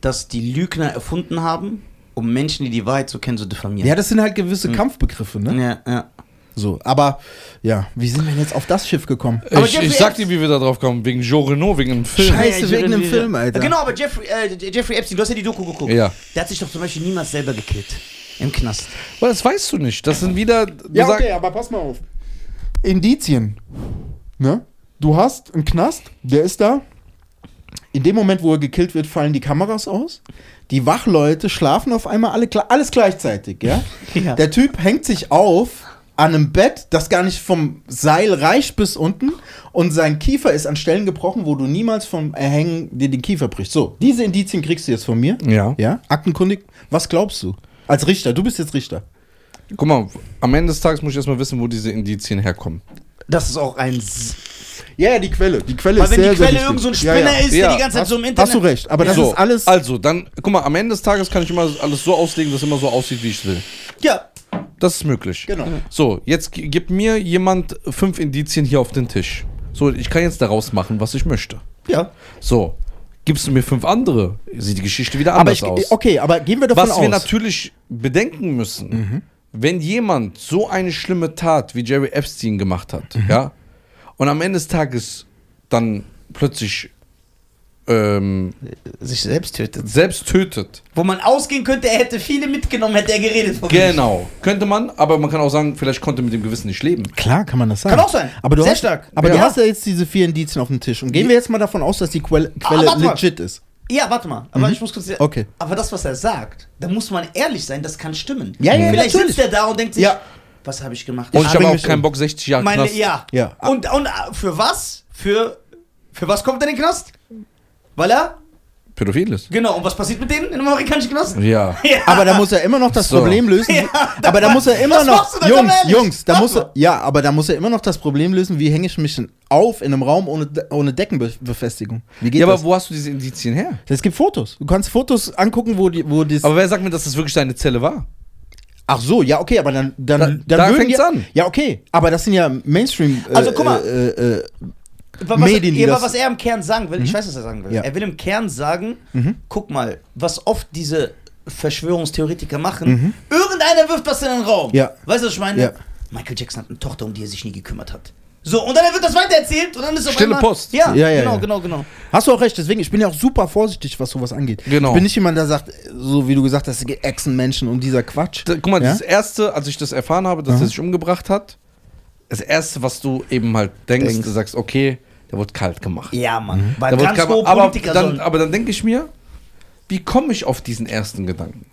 Speaker 3: das die Lügner erfunden haben, um Menschen, die die Wahrheit so kennen, zu diffamieren.
Speaker 4: Ja, das sind halt gewisse
Speaker 3: Hm.
Speaker 4: Kampfbegriffe, ne?
Speaker 3: ja, ja.
Speaker 4: So, aber ja, wie sind wir denn jetzt auf das Schiff gekommen?
Speaker 3: Aber
Speaker 1: Ich,
Speaker 3: Jeffrey
Speaker 1: ich sag
Speaker 3: Epstein-
Speaker 1: dir, wie wir da drauf kommen. Wegen Joe Renault, wegen einem Film.
Speaker 3: Ja,
Speaker 4: Scheiße,
Speaker 3: ja,
Speaker 4: wegen dem
Speaker 3: ja.
Speaker 4: Film, Alter.
Speaker 3: Genau, aber Jeffrey, äh, Jeffrey Epstein, du hast ja die Doku geguckt.
Speaker 1: Ja.
Speaker 3: Der hat sich doch zum Beispiel niemals selber gekillt. Im Knast.
Speaker 1: Aber das weißt du nicht. Das sind wieder. Du
Speaker 2: Ja,
Speaker 1: sag-
Speaker 2: okay, aber pass mal auf. Indizien. Ne? Du hast einen Knast, der ist da.
Speaker 4: In dem Moment, wo er gekillt wird, fallen die Kameras aus. Die Wachleute schlafen auf einmal alle gl- alles gleichzeitig, ja?
Speaker 3: Ja.
Speaker 4: Der Typ hängt sich auf an einem Bett, das gar nicht vom Seil reicht bis unten und sein Kiefer ist an Stellen gebrochen, wo du niemals vom Erhängen dir den Kiefer brichst. So, diese Indizien kriegst du jetzt von mir.
Speaker 1: Ja.
Speaker 4: Ja? Aktenkundig, was glaubst du? Als Richter, du bist jetzt Richter.
Speaker 1: Guck mal, am Ende des Tages muss ich erstmal wissen, wo diese Indizien herkommen.
Speaker 3: Das ist auch ein. S
Speaker 4: Ja, ja, die Quelle. Die Quelle
Speaker 3: Weil wenn die Quelle
Speaker 4: wichtig.
Speaker 3: irgend so ein
Speaker 4: Ja,
Speaker 3: Spinner
Speaker 4: ja.
Speaker 3: ist, der
Speaker 1: Ja,
Speaker 3: die ganze Zeit so im Internet.
Speaker 4: Hast du recht, aber das
Speaker 1: so,
Speaker 4: ist alles.
Speaker 1: Also, dann, guck mal, am Ende des Tages kann ich immer alles so auslegen, dass es immer so aussieht, wie ich will.
Speaker 4: Ja,
Speaker 1: Das ist möglich.
Speaker 4: genau.
Speaker 1: So, jetzt gi- gibt mir jemand fünf Indizien hier auf den Tisch. So, ich kann jetzt daraus machen, was ich möchte.
Speaker 4: Ja.
Speaker 1: So, gibst du mir fünf andere, sieht die Geschichte wieder
Speaker 4: Aber
Speaker 1: anders
Speaker 4: ich,
Speaker 1: aus.
Speaker 4: okay, aber gehen wir davon
Speaker 1: Was
Speaker 4: aus.
Speaker 1: wir natürlich bedenken müssen, wenn jemand so eine schlimme Tat wie Jerry Epstein gemacht hat, ja, und am Ende des Tages dann plötzlich ähm,
Speaker 3: sich selbst tötet.
Speaker 1: selbst tötet.
Speaker 3: Wo man ausgehen könnte, er hätte viele mitgenommen, hätte er geredet von mir.
Speaker 1: Genau. Könnte man, aber man kann auch sagen, vielleicht konnte mit dem Gewissen nicht leben.
Speaker 4: Klar kann man das sagen.
Speaker 3: Kann auch sein.
Speaker 4: Aber du
Speaker 3: Sehr
Speaker 4: hast,
Speaker 3: stark.
Speaker 4: Aber du
Speaker 3: Ja.
Speaker 4: hast ja jetzt diese vier Indizien auf dem Tisch. Und gehen wir jetzt mal davon aus, dass die Quelle, Quelle
Speaker 3: Ah, warte mal.
Speaker 4: legit ist.
Speaker 3: Ja, warte mal. Aber ich muss kurz.
Speaker 4: Mhm. Okay.
Speaker 3: Aber das, was er sagt, da muss man ehrlich sein, das kann stimmen.
Speaker 4: Ja, ja,
Speaker 3: Vielleicht
Speaker 4: natürlich.
Speaker 3: sitzt er da und denkt sich,
Speaker 4: Ja.
Speaker 3: was habe ich gemacht?
Speaker 1: Und ich habe
Speaker 4: bring
Speaker 1: auch
Speaker 4: mich
Speaker 1: keinen
Speaker 4: um.
Speaker 1: Bock, 60 Jahre
Speaker 3: meine,
Speaker 1: Knast.
Speaker 3: ja.
Speaker 4: Ja.
Speaker 3: Und, und äh, für was? Für, für was kommt er in den Knast? Weil er,
Speaker 1: Pädophil ist.
Speaker 3: genau, und was passiert mit denen im amerikanischen Knast?
Speaker 1: Ja.
Speaker 4: Aber da muss er immer noch das
Speaker 1: So.
Speaker 4: Problem lösen.
Speaker 3: Ah, Ja,
Speaker 4: aber da muss er immer
Speaker 3: was machst du
Speaker 4: noch.
Speaker 3: denn, sag mal
Speaker 4: Jungs,
Speaker 3: ehrlich?
Speaker 4: Jungs, da
Speaker 3: Sag
Speaker 4: muss
Speaker 3: mal.
Speaker 4: er. Ja, aber da muss er immer noch das Problem lösen, wie hänge ich mich denn auf in einem Raum ohne, De- ohne Deckenbefestigung? Wie geht
Speaker 1: ja, aber
Speaker 4: das?
Speaker 1: wo hast du diese Indizien her?
Speaker 4: Es gibt Fotos. Du kannst Fotos angucken, wo die, wo das.
Speaker 1: Aber wer sagt mir, dass das wirklich deine Zelle war?
Speaker 4: Ach so, ja, okay, aber dann. dann,
Speaker 1: Da-
Speaker 4: dann
Speaker 1: da
Speaker 4: würden
Speaker 1: fängt's
Speaker 4: ja,
Speaker 1: an.
Speaker 4: Ja, okay, aber das sind ja Mainstream. äh,
Speaker 3: Also, guck mal.
Speaker 4: Äh, äh,
Speaker 3: Was,
Speaker 4: Medien, die
Speaker 3: aber
Speaker 4: das- Mhm.
Speaker 3: was er im Kern sagen will, ich weiß, was er sagen will.
Speaker 4: Ja. Mhm.
Speaker 3: Er will im Kern sagen, guck mal, was oft diese Verschwörungstheoretiker machen, irgendeiner wirft was in den Raum.
Speaker 4: Mhm. Ja.
Speaker 3: Weißt du, was ich meine?
Speaker 4: Ja.
Speaker 3: Michael Jackson hat eine Tochter, um die er sich nie gekümmert hat. So, und dann wird das weitererzählt und dann ist auf
Speaker 1: Stille
Speaker 3: einmal,
Speaker 1: Post.
Speaker 3: Ja,
Speaker 4: Ja, ja,
Speaker 3: genau,
Speaker 4: ja.
Speaker 3: genau, genau.
Speaker 4: hast du auch recht, deswegen, ich bin ja auch super vorsichtig, was sowas angeht.
Speaker 1: Genau.
Speaker 4: Ich bin nicht jemand, der sagt, so wie du gesagt hast, Echsenmenschen und dieser Quatsch.
Speaker 1: Da, guck mal,
Speaker 4: Ja?
Speaker 1: das erste, als ich das erfahren habe, dass er sich umgebracht hat, das erste, was du eben halt denkst,
Speaker 3: Denkst.
Speaker 1: du sagst, okay, der wurde kalt gemacht.
Speaker 3: Ja,
Speaker 4: Mhm.
Speaker 3: Mann. Weil
Speaker 1: Der wurde
Speaker 3: ganz
Speaker 1: kalt,
Speaker 3: hohe
Speaker 1: aber,
Speaker 3: Politiker
Speaker 1: dann,
Speaker 3: sollen-
Speaker 1: aber dann denke ich mir, wie komme ich auf diesen ersten Gedanken?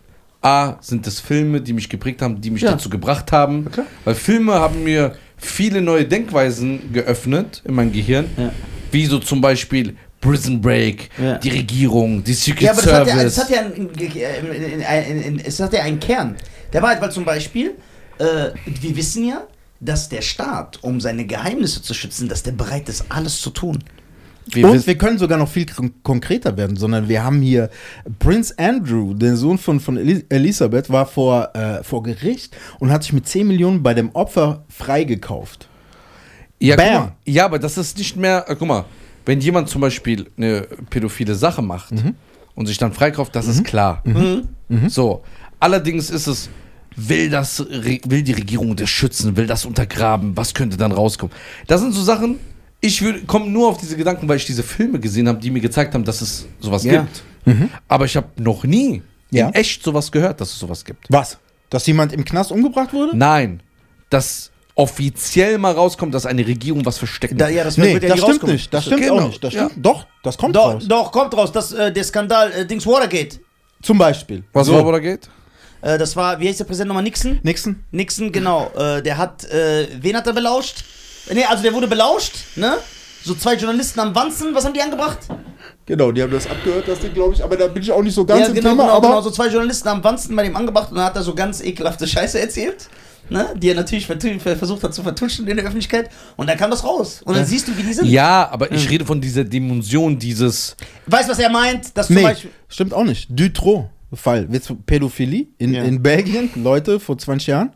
Speaker 1: A, sind es Filme, die mich geprägt haben, die mich
Speaker 3: Ja.
Speaker 1: dazu gebracht haben.
Speaker 3: klar.
Speaker 1: Weil Filme haben mir viele neue Denkweisen geöffnet in meinem Gehirn.
Speaker 3: Ja.
Speaker 1: Wie so zum Beispiel Prison Break,
Speaker 3: Ja.
Speaker 1: die Regierung, die Secret
Speaker 3: Ja, aber das hat
Speaker 1: Service.
Speaker 3: ja, das hat ja einen, einen- einen- einen- es hat ja einen Kern. Der war halt, weil zum Beispiel, äh, wir wissen ja, dass der Staat, um seine Geheimnisse zu schützen, dass der bereit ist, alles zu tun.
Speaker 1: Wir
Speaker 4: und
Speaker 1: wissen-
Speaker 4: wir können sogar noch viel kon konkreter werden, sondern wir haben hier Prince Andrew, der Sohn von, von Elis Elisabeth, war vor, äh, vor Gericht und hat sich mit 10 Millionen bei dem Opfer freigekauft.
Speaker 1: Ja, guck
Speaker 4: Bam.
Speaker 1: mal, ja, aber das ist nicht mehr. äh, Guck mal, wenn jemand zum Beispiel eine pädophile Sache macht
Speaker 4: Mhm.
Speaker 1: und sich dann freikauft, das ist klar.
Speaker 3: Mhm.
Speaker 1: So, allerdings ist es. Will, das, Re- will die Regierung das schützen? Will das untergraben? Was könnte dann rauskommen? Das sind so Sachen, ich komme nur auf diese Gedanken, weil ich diese Filme gesehen habe, die mir gezeigt haben, dass es sowas
Speaker 3: Ja.
Speaker 1: gibt. Aber ich habe noch nie
Speaker 4: Mhm. Ja.
Speaker 1: in echt sowas gehört, dass es sowas gibt.
Speaker 4: Was? Dass jemand im Knast umgebracht wurde?
Speaker 1: Nein, dass offiziell mal rauskommt, dass eine Regierung was versteckt.
Speaker 3: Da, ja, das
Speaker 4: Nee,
Speaker 3: wird ja
Speaker 4: das
Speaker 3: nie
Speaker 4: stimmt
Speaker 3: rauskommen.
Speaker 4: nicht. Das stimmt
Speaker 1: Genau.
Speaker 4: auch nicht. Das
Speaker 1: Ja.
Speaker 4: stimmt, Doch, das kommt
Speaker 3: Doch,
Speaker 4: raus.
Speaker 3: doch, kommt raus, dass äh, der Skandal äh, Dings Watergate.
Speaker 4: Zum Beispiel.
Speaker 1: was
Speaker 4: so.
Speaker 1: so. da geht?
Speaker 3: Äh, das war, wie heißt der Präsident nochmal? Nixon?
Speaker 4: Nixon?
Speaker 3: Nixon, genau. Äh, der hat, äh, wen hat er belauscht? Nee, also der wurde belauscht, ne? So zwei Journalisten am Wanzen, was haben die angebracht?
Speaker 2: Genau, die haben das abgehört, das Ding, glaube ich, aber da bin ich auch nicht so ganz im
Speaker 3: genau,
Speaker 2: Thema,
Speaker 3: genau,
Speaker 2: aber
Speaker 3: genau, so zwei Journalisten haben Wanzen bei dem angebracht und dann hat er so ganz ekelhafte Scheiße erzählt. Ne? Die er natürlich vertu- ver- versucht hat zu vertuschen in der Öffentlichkeit. Und dann kam das raus. Und dann siehst du, wie die sind.
Speaker 1: Ja, aber ich rede von dieser Dimension dieses.
Speaker 3: Weißt du, was er meint? Dass zum
Speaker 4: Nee,
Speaker 3: Beispiel.
Speaker 4: stimmt auch nicht. Dutroux. Fall, Witz- Pädophilie in,
Speaker 2: Ja.
Speaker 4: in Belgien, Leute, vor 20 Jahren.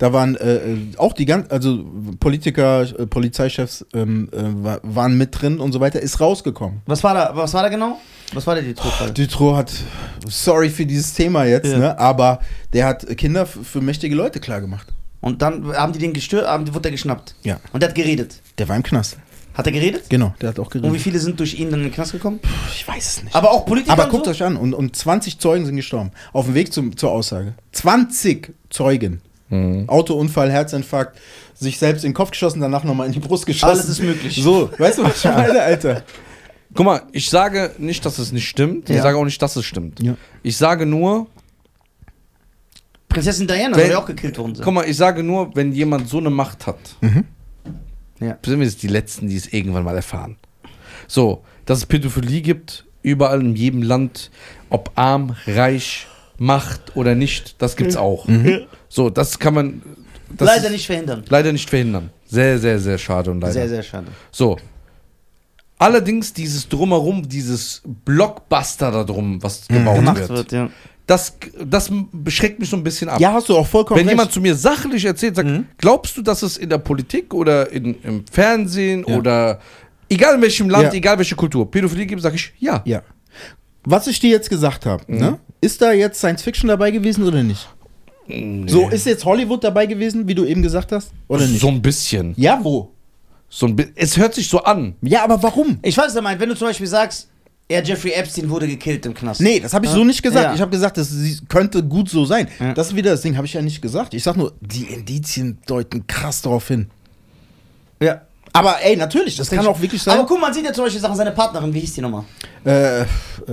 Speaker 4: Da waren äh, äh, auch die ganzen, also Politiker, äh, Polizeichefs ähm, äh, wa- waren mit drin und so weiter, ist rausgekommen.
Speaker 3: Was war da, was war da genau? Was war da die Todfall?
Speaker 4: Dutroux hat, sorry für dieses Thema jetzt,
Speaker 3: Ja.
Speaker 4: ne, aber der hat Kinder f- für mächtige Leute klargemacht.
Speaker 3: Und dann haben die den gestört, haben, wurde der geschnappt.
Speaker 4: Ja.
Speaker 3: Und der hat geredet.
Speaker 4: Der war im Knast.
Speaker 3: Hat er geredet?
Speaker 4: Genau, der hat auch
Speaker 3: Und wie
Speaker 4: geredet.
Speaker 3: viele sind durch ihn dann in den Knast gekommen?
Speaker 4: Ich weiß es nicht.
Speaker 3: Aber auch Politiker.
Speaker 4: Aber
Speaker 3: und
Speaker 4: guckt
Speaker 3: so?
Speaker 4: euch an, und, und 20 Zeugen sind gestorben. Auf dem Weg zum, zur Aussage. 20 Zeugen.
Speaker 1: Mhm.
Speaker 4: Autounfall, Herzinfarkt, sich selbst in den Kopf geschossen, danach nochmal in die Brust geschossen.
Speaker 3: Alles ist möglich.
Speaker 4: So, weißt du, was ich meine, Alter?
Speaker 1: Guck mal, ich sage nicht, dass es nicht stimmt. Ich
Speaker 3: Ja.
Speaker 1: sage auch nicht, dass es stimmt.
Speaker 4: Ja.
Speaker 1: Ich sage nur,
Speaker 3: Prinzessin Diana
Speaker 1: Wenn-
Speaker 3: soll ja auch gekillt worden sein.
Speaker 1: guck mal, ich sage nur, wenn jemand so eine Macht hat,
Speaker 3: Mhm. Ja.
Speaker 1: sind wir jetzt die Letzten, die es irgendwann mal erfahren. So, dass es Pädophilie gibt, überall in jedem Land, ob arm, reich, Macht oder nicht, das gibt's auch. So, das kann man. Das
Speaker 3: Mhm. Leider
Speaker 1: ist
Speaker 3: nicht verhindern.
Speaker 1: Leider nicht verhindern. Sehr, sehr, sehr schade und leider.
Speaker 3: Sehr, sehr schade.
Speaker 1: So. Allerdings dieses Drumherum, dieses Blockbuster da drum, was gebaut
Speaker 3: Gemacht
Speaker 1: wird,
Speaker 3: wird, ja.
Speaker 1: Das, das beschreckt mich so ein bisschen ab.
Speaker 4: Ja, hast du auch vollkommen
Speaker 1: Wenn
Speaker 4: recht.
Speaker 1: jemand zu mir sachlich erzählt, sagt, glaubst du, dass es in der Politik oder in, im Fernsehen oder egal in welchem Land,
Speaker 4: Ja.
Speaker 1: egal welche Kultur, Pädophilie gibt, sage ich ja.
Speaker 4: ja. Was ich dir jetzt gesagt habe,
Speaker 1: Mhm.
Speaker 4: ne? ist da jetzt Science Fiction dabei gewesen oder nicht? So, ist jetzt Hollywood dabei gewesen, wie du eben gesagt hast? Oder nicht?
Speaker 1: So ein bisschen.
Speaker 4: ja, wo?
Speaker 1: So ein bi es hört sich so an.
Speaker 4: Ja, aber warum?
Speaker 3: Ich weiß, was er meint. Wenn du zum Beispiel sagst, ja, Jeffrey Epstein wurde gekillt im Knast.
Speaker 4: Nee, das habe ich so nicht gesagt.
Speaker 3: Ja.
Speaker 4: Ich habe gesagt, das sie- könnte gut so sein.
Speaker 3: Ja.
Speaker 4: Das ist wieder das Ding, habe ich ja nicht gesagt. Ich sag nur, die Indizien deuten krass darauf hin.
Speaker 3: Ja.
Speaker 4: Aber ey, natürlich, das, kann
Speaker 3: ich-
Speaker 4: auch wirklich sein.
Speaker 3: Aber guck mal, man sieht ja zum Beispiel Sachen, seine Partnerin, wie hieß die nochmal?
Speaker 4: äh, äh,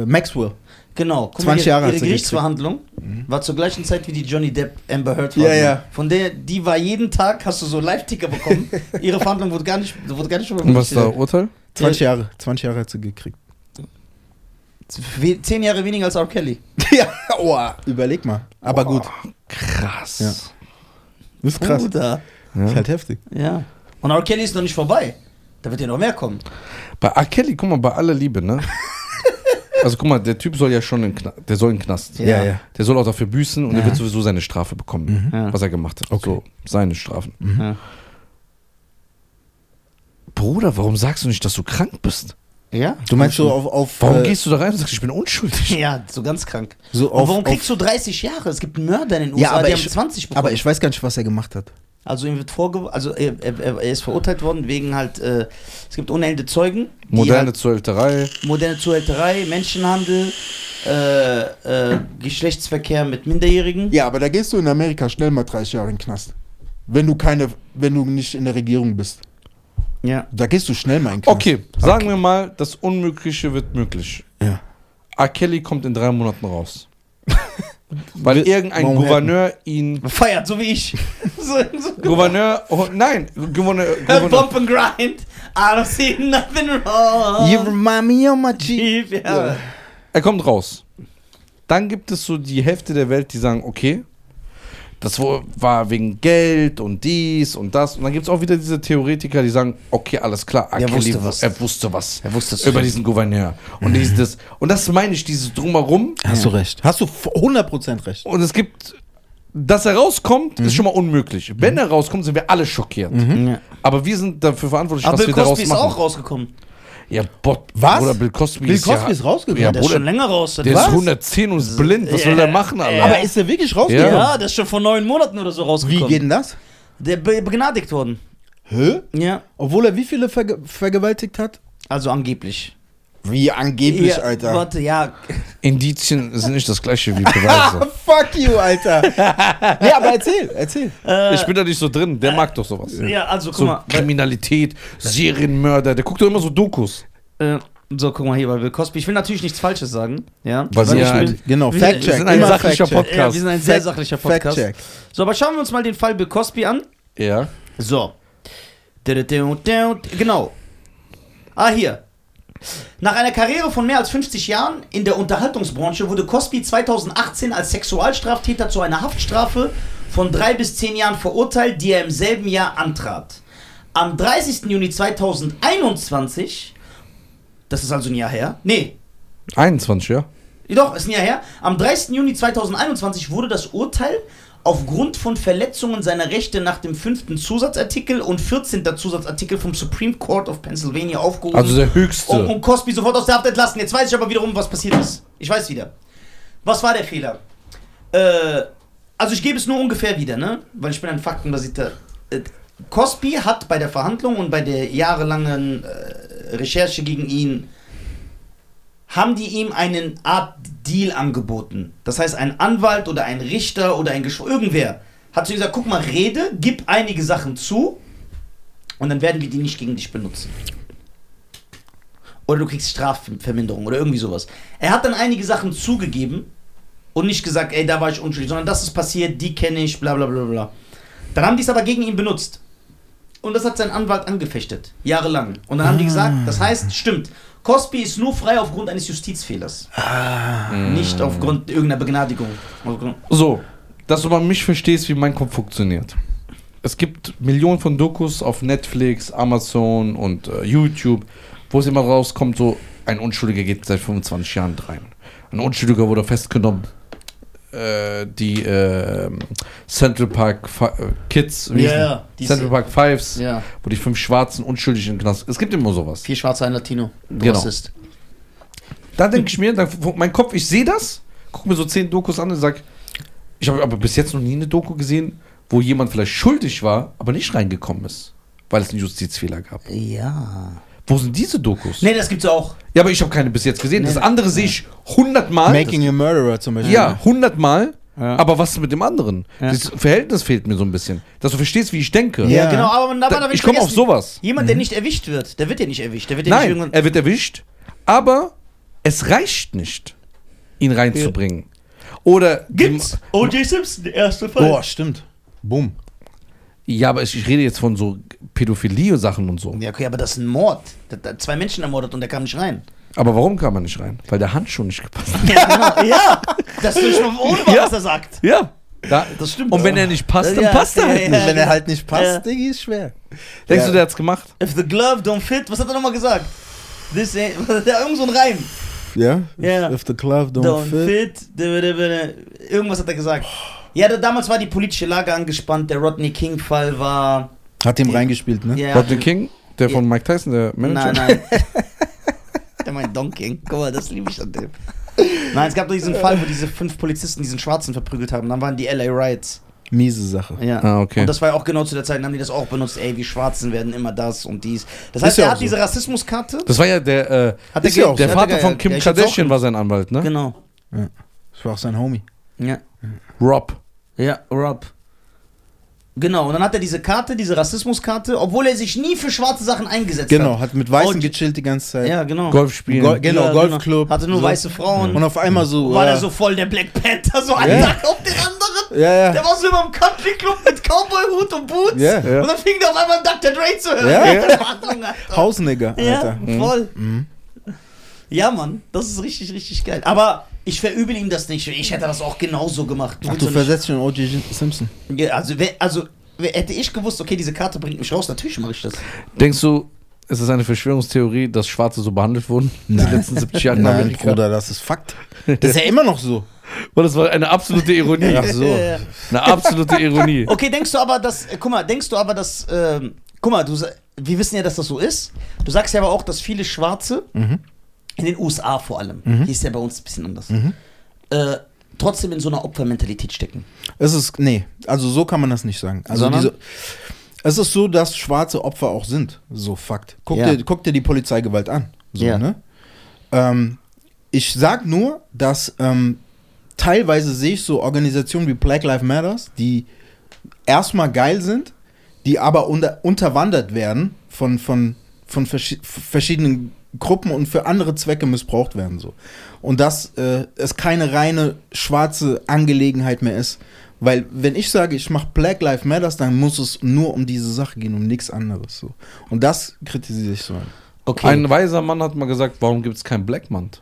Speaker 4: Maxwell.
Speaker 3: Genau. Guck
Speaker 4: 20 Jahre
Speaker 3: mal,
Speaker 4: hat
Speaker 3: ihre
Speaker 4: sie Mhm.
Speaker 3: Gerichtsverhandlung war zur gleichen Zeit wie die Johnny Depp Amber Heard Verhandlung.
Speaker 4: Ja, ja.
Speaker 3: Von der, die war jeden Tag, hast du so Live-Ticker bekommen. ihre Verhandlung wurde gar nicht, wurde gar nicht
Speaker 1: Und was ist da
Speaker 3: veröffentlicht.
Speaker 1: Urteil?
Speaker 4: 20 Jahre. 20 Jahre hat sie gekriegt.
Speaker 3: We- Zehn Jahre weniger als R. Kelly.
Speaker 4: ja, oha. Überleg mal. Aber gut.
Speaker 1: Krass.
Speaker 4: Das ist krass.
Speaker 3: Bruder.
Speaker 4: Ist halt heftig.
Speaker 3: Ja. Und R. Kelly ist noch nicht vorbei. Da wird ja noch mehr kommen.
Speaker 1: Bei R. Kelly, guck mal, bei aller Liebe, ne? also guck mal, der Typ soll ja schon in Knast, der soll in den Knast.
Speaker 3: Ja. Ja,
Speaker 4: ja.
Speaker 1: Der soll auch dafür büßen und der
Speaker 3: Ja.
Speaker 1: wird sowieso seine Strafe bekommen,
Speaker 3: Ja. Mhm.
Speaker 1: was er gemacht hat.
Speaker 4: Okay.
Speaker 1: So, seine Strafen.
Speaker 4: Mhm.
Speaker 3: Ja.
Speaker 1: Bruder, warum sagst du nicht, dass du krank bist?
Speaker 3: Ja?
Speaker 4: Du meinst so auf. auf
Speaker 1: Warum
Speaker 4: äh,
Speaker 1: gehst du da rein und sagst, ich bin unschuldig?
Speaker 3: Ja, so ganz krank.
Speaker 4: so
Speaker 3: Und
Speaker 4: auf,
Speaker 3: warum
Speaker 4: auf,
Speaker 3: kriegst du 30 Jahre? Es gibt Mörder in den USA,
Speaker 4: Ja, aber
Speaker 3: die
Speaker 4: ich-
Speaker 3: haben 20 bekommen.
Speaker 4: Aber ich weiß gar nicht, was er gemacht hat.
Speaker 3: also ihm wird vorge also er, er, er ist verurteilt worden wegen halt, äh, es gibt unendliche Zeugen. die
Speaker 1: Moderne
Speaker 3: halt,
Speaker 1: Zuhälterei.
Speaker 3: moderne Zuhälterei, Menschenhandel, äh, äh, Geschlechtsverkehr mit Minderjährigen.
Speaker 2: Ja, aber da gehst du in Amerika schnell mal 30 Jahre in den Knast. Wenn du keine, wenn du nicht in der Regierung bist.
Speaker 3: Ja.
Speaker 2: Da gehst du schnell mal in den Knast.
Speaker 1: Okay, sagen wir mal, das Unmögliche wird möglich.
Speaker 4: Ja.
Speaker 1: R. Kelly kommt in drei Monaten raus. Weil irgendein
Speaker 4: Warum
Speaker 1: Gouverneur ihn.
Speaker 3: Feiert, so wie ich. so, so.
Speaker 1: Gouverneur. Oh, nein, Gouverneur.
Speaker 3: Äh,
Speaker 1: Gouverneur
Speaker 3: Bump and grind. I don't see nothing wrong.
Speaker 4: You remind me of my G.
Speaker 3: Chief, ja.
Speaker 1: Er kommt raus. Dann gibt es so die Hälfte der Welt, die sagen, okay, das wo- war wegen Geld und dies und das. Und dann gibt es auch wieder diese Theoretiker, die sagen, okay, alles klar, R.
Speaker 3: Er
Speaker 1: Kelly
Speaker 3: wusste
Speaker 1: wu-
Speaker 3: was.
Speaker 1: er wusste was
Speaker 3: Er wusste es.
Speaker 1: über diesen Gouverneur. Und, dieses, das, und das meine ich, dieses Drumherum.
Speaker 4: Hast du recht. Hast du f- 100% recht.
Speaker 1: Und es gibt, dass er rauskommt,
Speaker 3: Mhm.
Speaker 1: ist schon mal unmöglich. Wenn er rauskommt, sind wir alle schockiert.
Speaker 3: Ja.
Speaker 1: Aber wir sind dafür verantwortlich,
Speaker 3: Mhm. Aber
Speaker 1: was wir
Speaker 3: Bill
Speaker 1: daraus
Speaker 3: Cosby ist
Speaker 1: machen.
Speaker 3: auch rausgekommen.
Speaker 1: Ja, Bot,
Speaker 4: Was?
Speaker 1: Oder Bill Cosby
Speaker 4: Bill
Speaker 1: ist
Speaker 4: Cosby
Speaker 1: ja,
Speaker 4: ist rausgekommen.
Speaker 1: Ja,
Speaker 3: Der ist
Speaker 1: Bruder,
Speaker 3: schon länger raus.
Speaker 1: der ist
Speaker 3: Was?
Speaker 1: 110 und ist blind. Was soll der machen, Alter?
Speaker 4: Aber ist er wirklich rausgekommen?
Speaker 3: Ja, der ist schon vor neun Monaten oder so
Speaker 4: Wie
Speaker 3: rausgekommen.
Speaker 4: geht denn das?
Speaker 3: Der be begnadigt worden.
Speaker 4: Hä?
Speaker 3: Ja.
Speaker 4: Obwohl er wie viele verge vergewaltigt hat?
Speaker 3: Also angeblich.
Speaker 4: Wie angeblich,
Speaker 3: Ja,
Speaker 4: Alter.
Speaker 3: Warte, ja.
Speaker 1: Indizien sind nicht das gleiche wie Beweise.
Speaker 4: Fuck you, Alter. nee, aber erzähl, erzähl.
Speaker 1: ich bin da nicht so drin, der mag doch sowas.
Speaker 3: Äh, Ja, also guck
Speaker 1: So
Speaker 3: mal.
Speaker 1: Kriminalität, Serienmörder, der guckt doch immer so Dokus.
Speaker 3: Äh, so, guck mal hier bei Bill Cosby. Ich will natürlich nichts Falsches sagen. Ja.
Speaker 1: Was
Speaker 3: Weil
Speaker 1: ihr
Speaker 3: ich
Speaker 1: halt-
Speaker 3: bin-
Speaker 4: Genau,
Speaker 3: wir-
Speaker 4: Fact-Check.
Speaker 1: Wir sind ein
Speaker 4: immer
Speaker 1: sachlicher
Speaker 4: Fact-check.
Speaker 1: Podcast.
Speaker 3: Ja, wir sind ein sehr
Speaker 4: Fact-
Speaker 3: sachlicher Podcast.
Speaker 4: Fact-check.
Speaker 3: So, aber schauen wir uns mal den Fall Bill Cosby an.
Speaker 1: Ja.
Speaker 3: So. Genau. Ah, hier. Nach einer Karriere von mehr als 50 Jahren in der Unterhaltungsbranche wurde Cosby 2018 als Sexualstraftäter zu einer Haftstrafe von drei bis zehn Jahren verurteilt, die er im selben Jahr antrat. Am 30. Juni 2021, das ist also ein Jahr her, nee,
Speaker 1: 21, ja?
Speaker 3: Jedoch, ist ein Jahr her. Am 30. Juni 2021 wurde das Urteil aufgrund von Verletzungen seiner Rechte nach dem 5. Zusatzartikel und 14. Zusatzartikel vom Supreme Court of Pennsylvania aufgehoben
Speaker 1: Also der
Speaker 4: Oh,
Speaker 3: und,
Speaker 1: höchste.
Speaker 3: und Cosby sofort aus der Haft entlassen. Jetzt weiß ich aber wiederum, was passiert ist. Ich weiß wieder. Was war der Fehler? Äh, also ich gebe es nur ungefähr wieder, ne? Weil ich bin ein faktenbasierter. Äh, Cosby hat bei der Verhandlung und bei der jahrelangen äh, Recherche gegen ihn haben die ihm einen Art Deal angeboten. Das heißt, ein Anwalt oder ein Richter oder ein Geschw irgendwer hat zu ihm gesagt, guck mal, rede, gib einige Sachen zu und dann werden wir die nicht gegen dich benutzen. Oder du kriegst Strafverminderung oder irgendwie sowas. Er hat dann einige Sachen zugegeben und nicht gesagt, ey, da war ich unschuldig, sondern das ist passiert, die kenne ich, bla bla bla bla. Dann haben die es aber gegen ihn benutzt. Und das hat sein Anwalt angefechtet, jahrelang. Und dann haben die gesagt, das heißt, stimmt, Cosby ist nur frei aufgrund eines Justizfehlers. Nicht aufgrund irgendeiner Begnadigung. Aufgrund-
Speaker 1: So, dass du mal mich verstehst, wie mein Kopf funktioniert. Es gibt Millionen von Dokus auf Netflix, Amazon und äh, YouTube, wo es immer rauskommt, so ein Unschuldiger geht seit 25 Jahren rein. Ein Unschuldiger wurde festgenommen. Äh, die äh, Central Park Fi äh, Kids, wie
Speaker 3: Ja,
Speaker 1: hießen
Speaker 3: ja,
Speaker 1: die?
Speaker 3: die
Speaker 1: Central
Speaker 3: sind-
Speaker 1: Park Fives,
Speaker 3: Ja.
Speaker 1: wo die fünf Schwarzen unschuldig im Knast. Es gibt immer sowas.
Speaker 3: Vier Schwarze, ein Latino. Du
Speaker 1: Genau.
Speaker 3: Rassist.
Speaker 1: Da denke ich mir, dann, mein Kopf, ich sehe das, gucke mir so zehn Dokus an und sag, ich habe aber bis jetzt noch nie eine Doku gesehen, wo jemand vielleicht schuldig war, aber nicht reingekommen ist, weil es einen Justizfehler gab.
Speaker 3: Ja.
Speaker 1: Wo sind diese Dokus?
Speaker 3: Nee, das gibt's auch.
Speaker 1: Ja, aber ich habe keine bis jetzt gesehen. das
Speaker 3: Nee.
Speaker 1: andere sehe ich hundertmal.
Speaker 4: Making a Murderer zum Beispiel.
Speaker 1: ja, hundertmal.
Speaker 3: Ja.
Speaker 1: Aber was ist mit dem anderen?
Speaker 3: Ja.
Speaker 1: Das Verhältnis fehlt mir so ein bisschen. Dass du verstehst, wie ich denke.
Speaker 4: Ja.
Speaker 3: Ja, genau, aber da, da
Speaker 1: ich komme auf sowas.
Speaker 3: Jemand, der nicht erwischt wird, der wird ja nicht erwischt. Der wird ja nicht
Speaker 1: Nein,
Speaker 3: irgendwann.
Speaker 1: er wird erwischt, aber es reicht nicht, ihn reinzubringen. Oder die-
Speaker 3: O.J. Simpson, der erste
Speaker 4: Boah, stimmt. Boom.
Speaker 1: Ja, aber ich, ich rede jetzt von so Pädophilie-Sachen und so.
Speaker 3: Ja, okay, aber das ist ein Mord. Da, da, zwei Menschen ermordet und der kam nicht rein.
Speaker 1: Aber warum kam er nicht rein? Weil der Handschuh nicht gepasst hat.
Speaker 3: Ja, genau. ja. Das ist schon ohne was,
Speaker 1: Ja.
Speaker 3: was er sagt.
Speaker 1: Ja. Da,
Speaker 3: Das stimmt.
Speaker 1: und wenn er nicht passt, dann
Speaker 3: Ja,
Speaker 1: passt er
Speaker 3: ja,
Speaker 1: halt
Speaker 3: ja.
Speaker 1: nicht.
Speaker 4: Wenn er halt nicht passt,
Speaker 3: Ja.
Speaker 4: Diggi, ist schwer.
Speaker 1: Denkst
Speaker 4: Ja.
Speaker 1: du, der hat's gemacht?
Speaker 3: If the glove don't fit, was hat er nochmal gesagt? This ain't, da irgend so ein Reim.
Speaker 4: Ja?
Speaker 3: Ja.
Speaker 4: If the glove don't,
Speaker 3: Don't
Speaker 4: fit.
Speaker 3: fit. da, da, da, da. Irgendwas hat er gesagt. Ja, da, damals war die politische Lage angespannt. Der Rodney King-Fall war.
Speaker 4: Hat ihm reingespielt, ne?
Speaker 3: Ja,
Speaker 1: Rodney King, der von Mike Tyson, der Manager.
Speaker 3: Nein, nein. der meint Don King. Guck mal, das liebe ich an dem. Nein, es gab doch diesen Fall, wo diese fünf Polizisten diesen Schwarzen verprügelt haben. Dann waren die LA Riots.
Speaker 4: Miese Sache.
Speaker 3: Ja.
Speaker 1: Ah, okay.
Speaker 3: Und das war ja auch genau zu der Zeit, dann haben die das auch benutzt. Ey, wir Schwarzen werden immer das und dies. Das
Speaker 4: Ist
Speaker 3: heißt,
Speaker 4: ja
Speaker 3: er
Speaker 4: auch
Speaker 3: hat
Speaker 4: so.
Speaker 3: diese Rassismuskarte.
Speaker 1: Das war ja der, äh,
Speaker 3: Hat
Speaker 4: Ist ja
Speaker 3: ge-
Speaker 4: auch so.
Speaker 1: der
Speaker 3: hat
Speaker 1: Vater
Speaker 3: ge-
Speaker 1: von Kim
Speaker 3: Ja, ich hab's auch
Speaker 1: Kardashian war sein Anwalt, ne?
Speaker 3: Genau.
Speaker 4: Das war auch sein Homie.
Speaker 3: Ja.
Speaker 1: Rob.
Speaker 3: Ja, Rob. Genau, und dann hat er diese Karte, diese Rassismuskarte, obwohl er sich nie für schwarze Sachen eingesetzt
Speaker 4: Genau,
Speaker 3: hat.
Speaker 4: hat mit Weißen
Speaker 3: Und-
Speaker 4: gechillt die ganze Zeit.
Speaker 3: halt Ja, genau.
Speaker 1: Golf spielen.
Speaker 4: Gol- genau,
Speaker 3: Ja,
Speaker 4: Golfclub.
Speaker 3: Hatte nur
Speaker 4: so.
Speaker 3: weiße Frauen.
Speaker 4: Und auf einmal so.
Speaker 3: war
Speaker 4: äh,
Speaker 3: er so voll der Black Panther, so ein
Speaker 4: Ja.
Speaker 3: Tag auf den anderen.
Speaker 4: Ja,
Speaker 3: Der
Speaker 4: ja.
Speaker 3: war so immer im Country Club mit Cowboy-Hut und Boots.
Speaker 4: Ah. Ja, ja.
Speaker 3: Und dann fing der auf einmal Dr. Dre zu hören.
Speaker 4: Ja, ja.
Speaker 3: Das war Wahnsinn, Alter.
Speaker 4: Hausnigger, Alter. Mhm.
Speaker 3: Ja, voll. Ja, Mann, das ist richtig, richtig geil. Aber ich verübel ihm das nicht. Ich hätte das auch genauso gemacht.
Speaker 4: Ach,
Speaker 3: willst
Speaker 4: du
Speaker 3: doch nicht-
Speaker 4: versetzt schon O.J. Simpson.
Speaker 3: Ja, also, wer, also wer, hätte ich gewusst, okay, diese Karte bringt mich raus, natürlich mache ich das.
Speaker 1: Denkst du, ist das eine Verschwörungstheorie, dass Schwarze so behandelt wurden in
Speaker 4: Nein.
Speaker 1: den letzten 70 Jahren in
Speaker 4: Nein,
Speaker 1: Amerika?
Speaker 4: Bruder, das ist Fakt. Das ist ja immer noch so.
Speaker 1: Weil das war eine absolute Ironie.
Speaker 4: Ach so.
Speaker 3: Ja.
Speaker 1: Eine absolute Ironie.
Speaker 3: Okay, denkst du aber, dass, äh, guck mal, denkst du aber, dass, ähm, guck mal, du, sa- wir wissen ja, dass das so ist. Du sagst ja aber auch, dass viele Schwarze,
Speaker 4: Mhm.
Speaker 3: in den USA vor allem, hier ist ja bei uns ein bisschen anders,
Speaker 4: Mhm.
Speaker 3: äh, trotzdem in so einer Opfermentalität stecken.
Speaker 4: Es ist, nee, also so kann man das nicht sagen. Also
Speaker 3: Sondern?
Speaker 4: diese, es ist so, dass schwarze Opfer auch sind. So Fakt. Guck,
Speaker 3: Ja.
Speaker 4: dir, guck dir die Polizeigewalt an. So,
Speaker 3: Ja.
Speaker 4: ne? Ähm, ich sag nur, dass ähm, teilweise sehe ich so Organisationen wie Black Lives Matters, die erstmal geil sind, die aber unter, unterwandert werden von, von, von verschi verschiedenen Gruppen und für andere Zwecke missbraucht werden. So. Und dass äh, es keine reine schwarze Angelegenheit mehr ist. Weil wenn ich sage, ich mache Black Lives Matters, dann muss es nur um diese Sache gehen, um nichts anderes. So. Und das kritisiere ich so.
Speaker 3: Okay.
Speaker 1: Ein weiser Mann hat mal gesagt, warum gibt es keinen Black Month?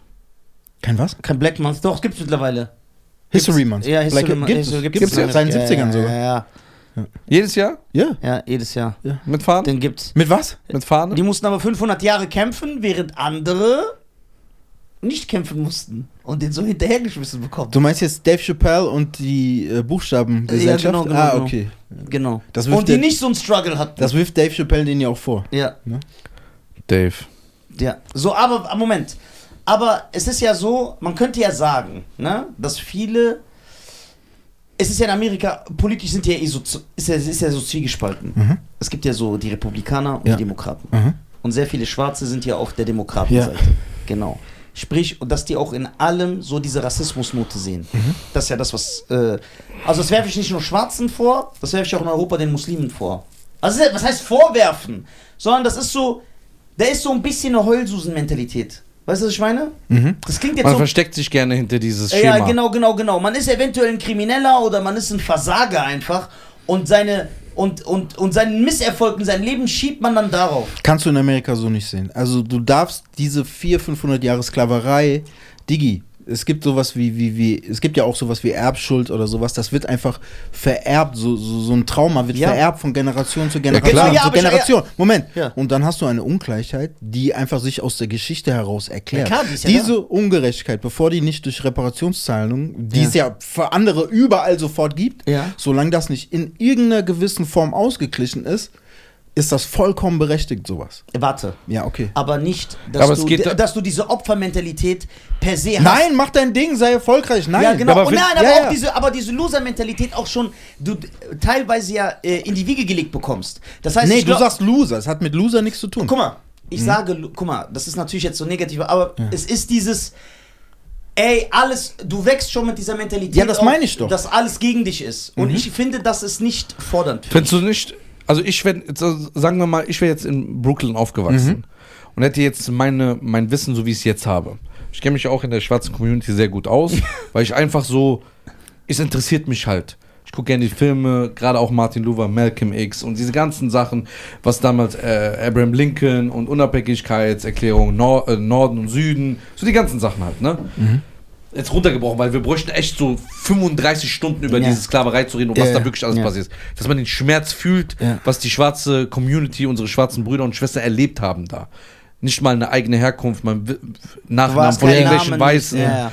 Speaker 4: Kein was?
Speaker 3: Kein Black Month. Doch, gibt's mittlerweile.
Speaker 4: History Month.
Speaker 3: Ja, History
Speaker 4: Black,
Speaker 3: Month.
Speaker 4: Gibt es,
Speaker 3: History-
Speaker 4: gibt es seit den
Speaker 3: Ja,
Speaker 4: 70ern sogar.
Speaker 3: Ja, ja,
Speaker 1: Jedes Jahr?
Speaker 4: Ja.
Speaker 3: ja, ja, jedes Jahr.
Speaker 1: Mit Fahnen?
Speaker 3: Den gibt's.
Speaker 4: Mit was?
Speaker 1: Mit Fahnen?
Speaker 3: Die mussten aber 500 Jahre kämpfen, während andere nicht kämpfen mussten und den so hinterhergeschmissen bekommen.
Speaker 4: Du meinst jetzt Dave Chappelle und die äh, Buchstabengesellschaft?
Speaker 3: Ja, genau, genau,
Speaker 4: ah,
Speaker 3: genau.
Speaker 4: okay.
Speaker 3: Genau.
Speaker 4: Das wirft,
Speaker 3: Und die
Speaker 4: der,
Speaker 3: nicht so einen Struggle hatten.
Speaker 4: das wirft Dave Chappelle denen ja auch vor.
Speaker 3: ja.
Speaker 1: Dave.
Speaker 3: Ja, so, aber ah, Moment. Aber es ist ja so, man könnte ja sagen, ne, dass viele. Es ist ja in Amerika, politisch sind die ja eh so, zu- ist ja, ist ja so zwiegespalten.
Speaker 4: Mhm.
Speaker 3: Es gibt ja so die Republikaner und
Speaker 4: Ja.
Speaker 3: die Demokraten.
Speaker 4: Mhm.
Speaker 3: Und sehr viele Schwarze sind ja auf der Demokratenseite. Genau. Sprich, und dass die auch in allem so diese Rassismusnote sehen.
Speaker 1: Mhm.
Speaker 3: Das ist ja das, was. Äh, also, das werfe ich nicht nur Schwarzen vor, das werfe ich auch in Europa den Muslimen vor. Also, das ist ja- was heißt vorwerfen? Sondern das ist so. Da ist so ein bisschen eine Heulsusen-Mentalität. Weißt du, was ich meine? Das klingt
Speaker 1: Mhm.
Speaker 3: jetzt
Speaker 1: Man
Speaker 3: so.
Speaker 1: versteckt sich gerne hinter dieses Schema.
Speaker 3: Ja, genau, genau, genau. Man ist eventuell ein Krimineller oder man ist ein Versager einfach und seine. Und, und, und seinen Misserfolg in seinem Leben schiebt man dann darauf.
Speaker 4: Kannst du in Amerika so nicht sehen. Also du darfst diese 400, 500 Jahre Sklaverei, Digi, es gibt sowas wie, wie, wie, es gibt ja auch sowas wie Erbschuld oder sowas, das wird einfach vererbt, so, so, so ein Trauma wird
Speaker 3: Ja.
Speaker 4: vererbt von Generation zu
Speaker 1: klar.
Speaker 4: Generation
Speaker 3: Ja,
Speaker 4: zu
Speaker 3: aber ich-
Speaker 4: Generation. Moment.
Speaker 3: Ja.
Speaker 4: Und dann hast du eine Ungleichheit, die einfach sich aus der Geschichte heraus erklärt.
Speaker 3: Ja, klar, die ist ja
Speaker 4: Diese Ungerechtigkeit, bevor die nicht durch Reparationszahlungen, die es ja für andere überall sofort gibt,
Speaker 3: Ja.
Speaker 4: solange das nicht in irgendeiner gewissen Form ausgeglichen ist, ist das vollkommen berechtigt, sowas.
Speaker 3: Warte.
Speaker 4: Ja, okay.
Speaker 3: aber nicht, dass,
Speaker 1: Aber es
Speaker 3: du,
Speaker 1: geht-
Speaker 3: d- dass du diese Opfermentalität per se hast.
Speaker 4: Nein, mach dein Ding, sei erfolgreich. Nein,
Speaker 3: ja, genau.
Speaker 1: aber
Speaker 3: und
Speaker 1: wenn-
Speaker 3: nein, aber
Speaker 4: ja,
Speaker 3: auch
Speaker 4: ja.
Speaker 3: diese, aber diese Loser-Mentalität auch schon du d- teilweise ja äh, in die Wiege gelegt bekommst. Das heißt,
Speaker 4: nee,
Speaker 3: Also ich
Speaker 4: du
Speaker 3: glaub-
Speaker 4: sagst Loser. Es hat mit Loser nichts zu tun.
Speaker 3: guck mal, ich sage, lu- guck mal, das ist natürlich jetzt so negativ, aber es ist dieses, ey, alles, du wächst schon mit dieser Mentalität.
Speaker 4: Ja, das
Speaker 3: auf,
Speaker 4: meine ich doch.
Speaker 3: Dass alles gegen dich ist. Und ich finde, das ist nicht fordernd. für
Speaker 1: Findest du nicht? Also ich wenn also sagen wir mal, ich wäre jetzt in Brooklyn aufgewachsen und hätte jetzt meine mein Wissen, so wie ich es jetzt habe. Ich kenne mich auch in der schwarzen Community sehr gut aus, weil ich einfach so, es interessiert mich halt. Ich gucke gerne die Filme, gerade auch Martin Luther, Malcolm X und diese ganzen Sachen, was damals äh, Abraham Lincoln und Unabhängigkeitserklärung Nor äh, Norden und Süden, so die ganzen Sachen halt, ne? Jetzt runtergebrochen, weil wir bräuchten echt so 35 Stunden über
Speaker 3: Ja.
Speaker 1: diese Sklaverei zu reden um und
Speaker 4: Ja,
Speaker 1: was da
Speaker 4: ja,
Speaker 1: wirklich alles
Speaker 4: ja.
Speaker 1: passiert ist. Dass man den Schmerz fühlt,
Speaker 4: Ja.
Speaker 1: was die schwarze Community, unsere schwarzen Brüder und Schwestern erlebt haben da. Nicht mal eine eigene Herkunft, man w- Nachnamen
Speaker 3: warst
Speaker 1: von
Speaker 3: kein
Speaker 1: irgendwelchen
Speaker 3: Name, nicht-
Speaker 1: Weißen.
Speaker 3: Ja, ja.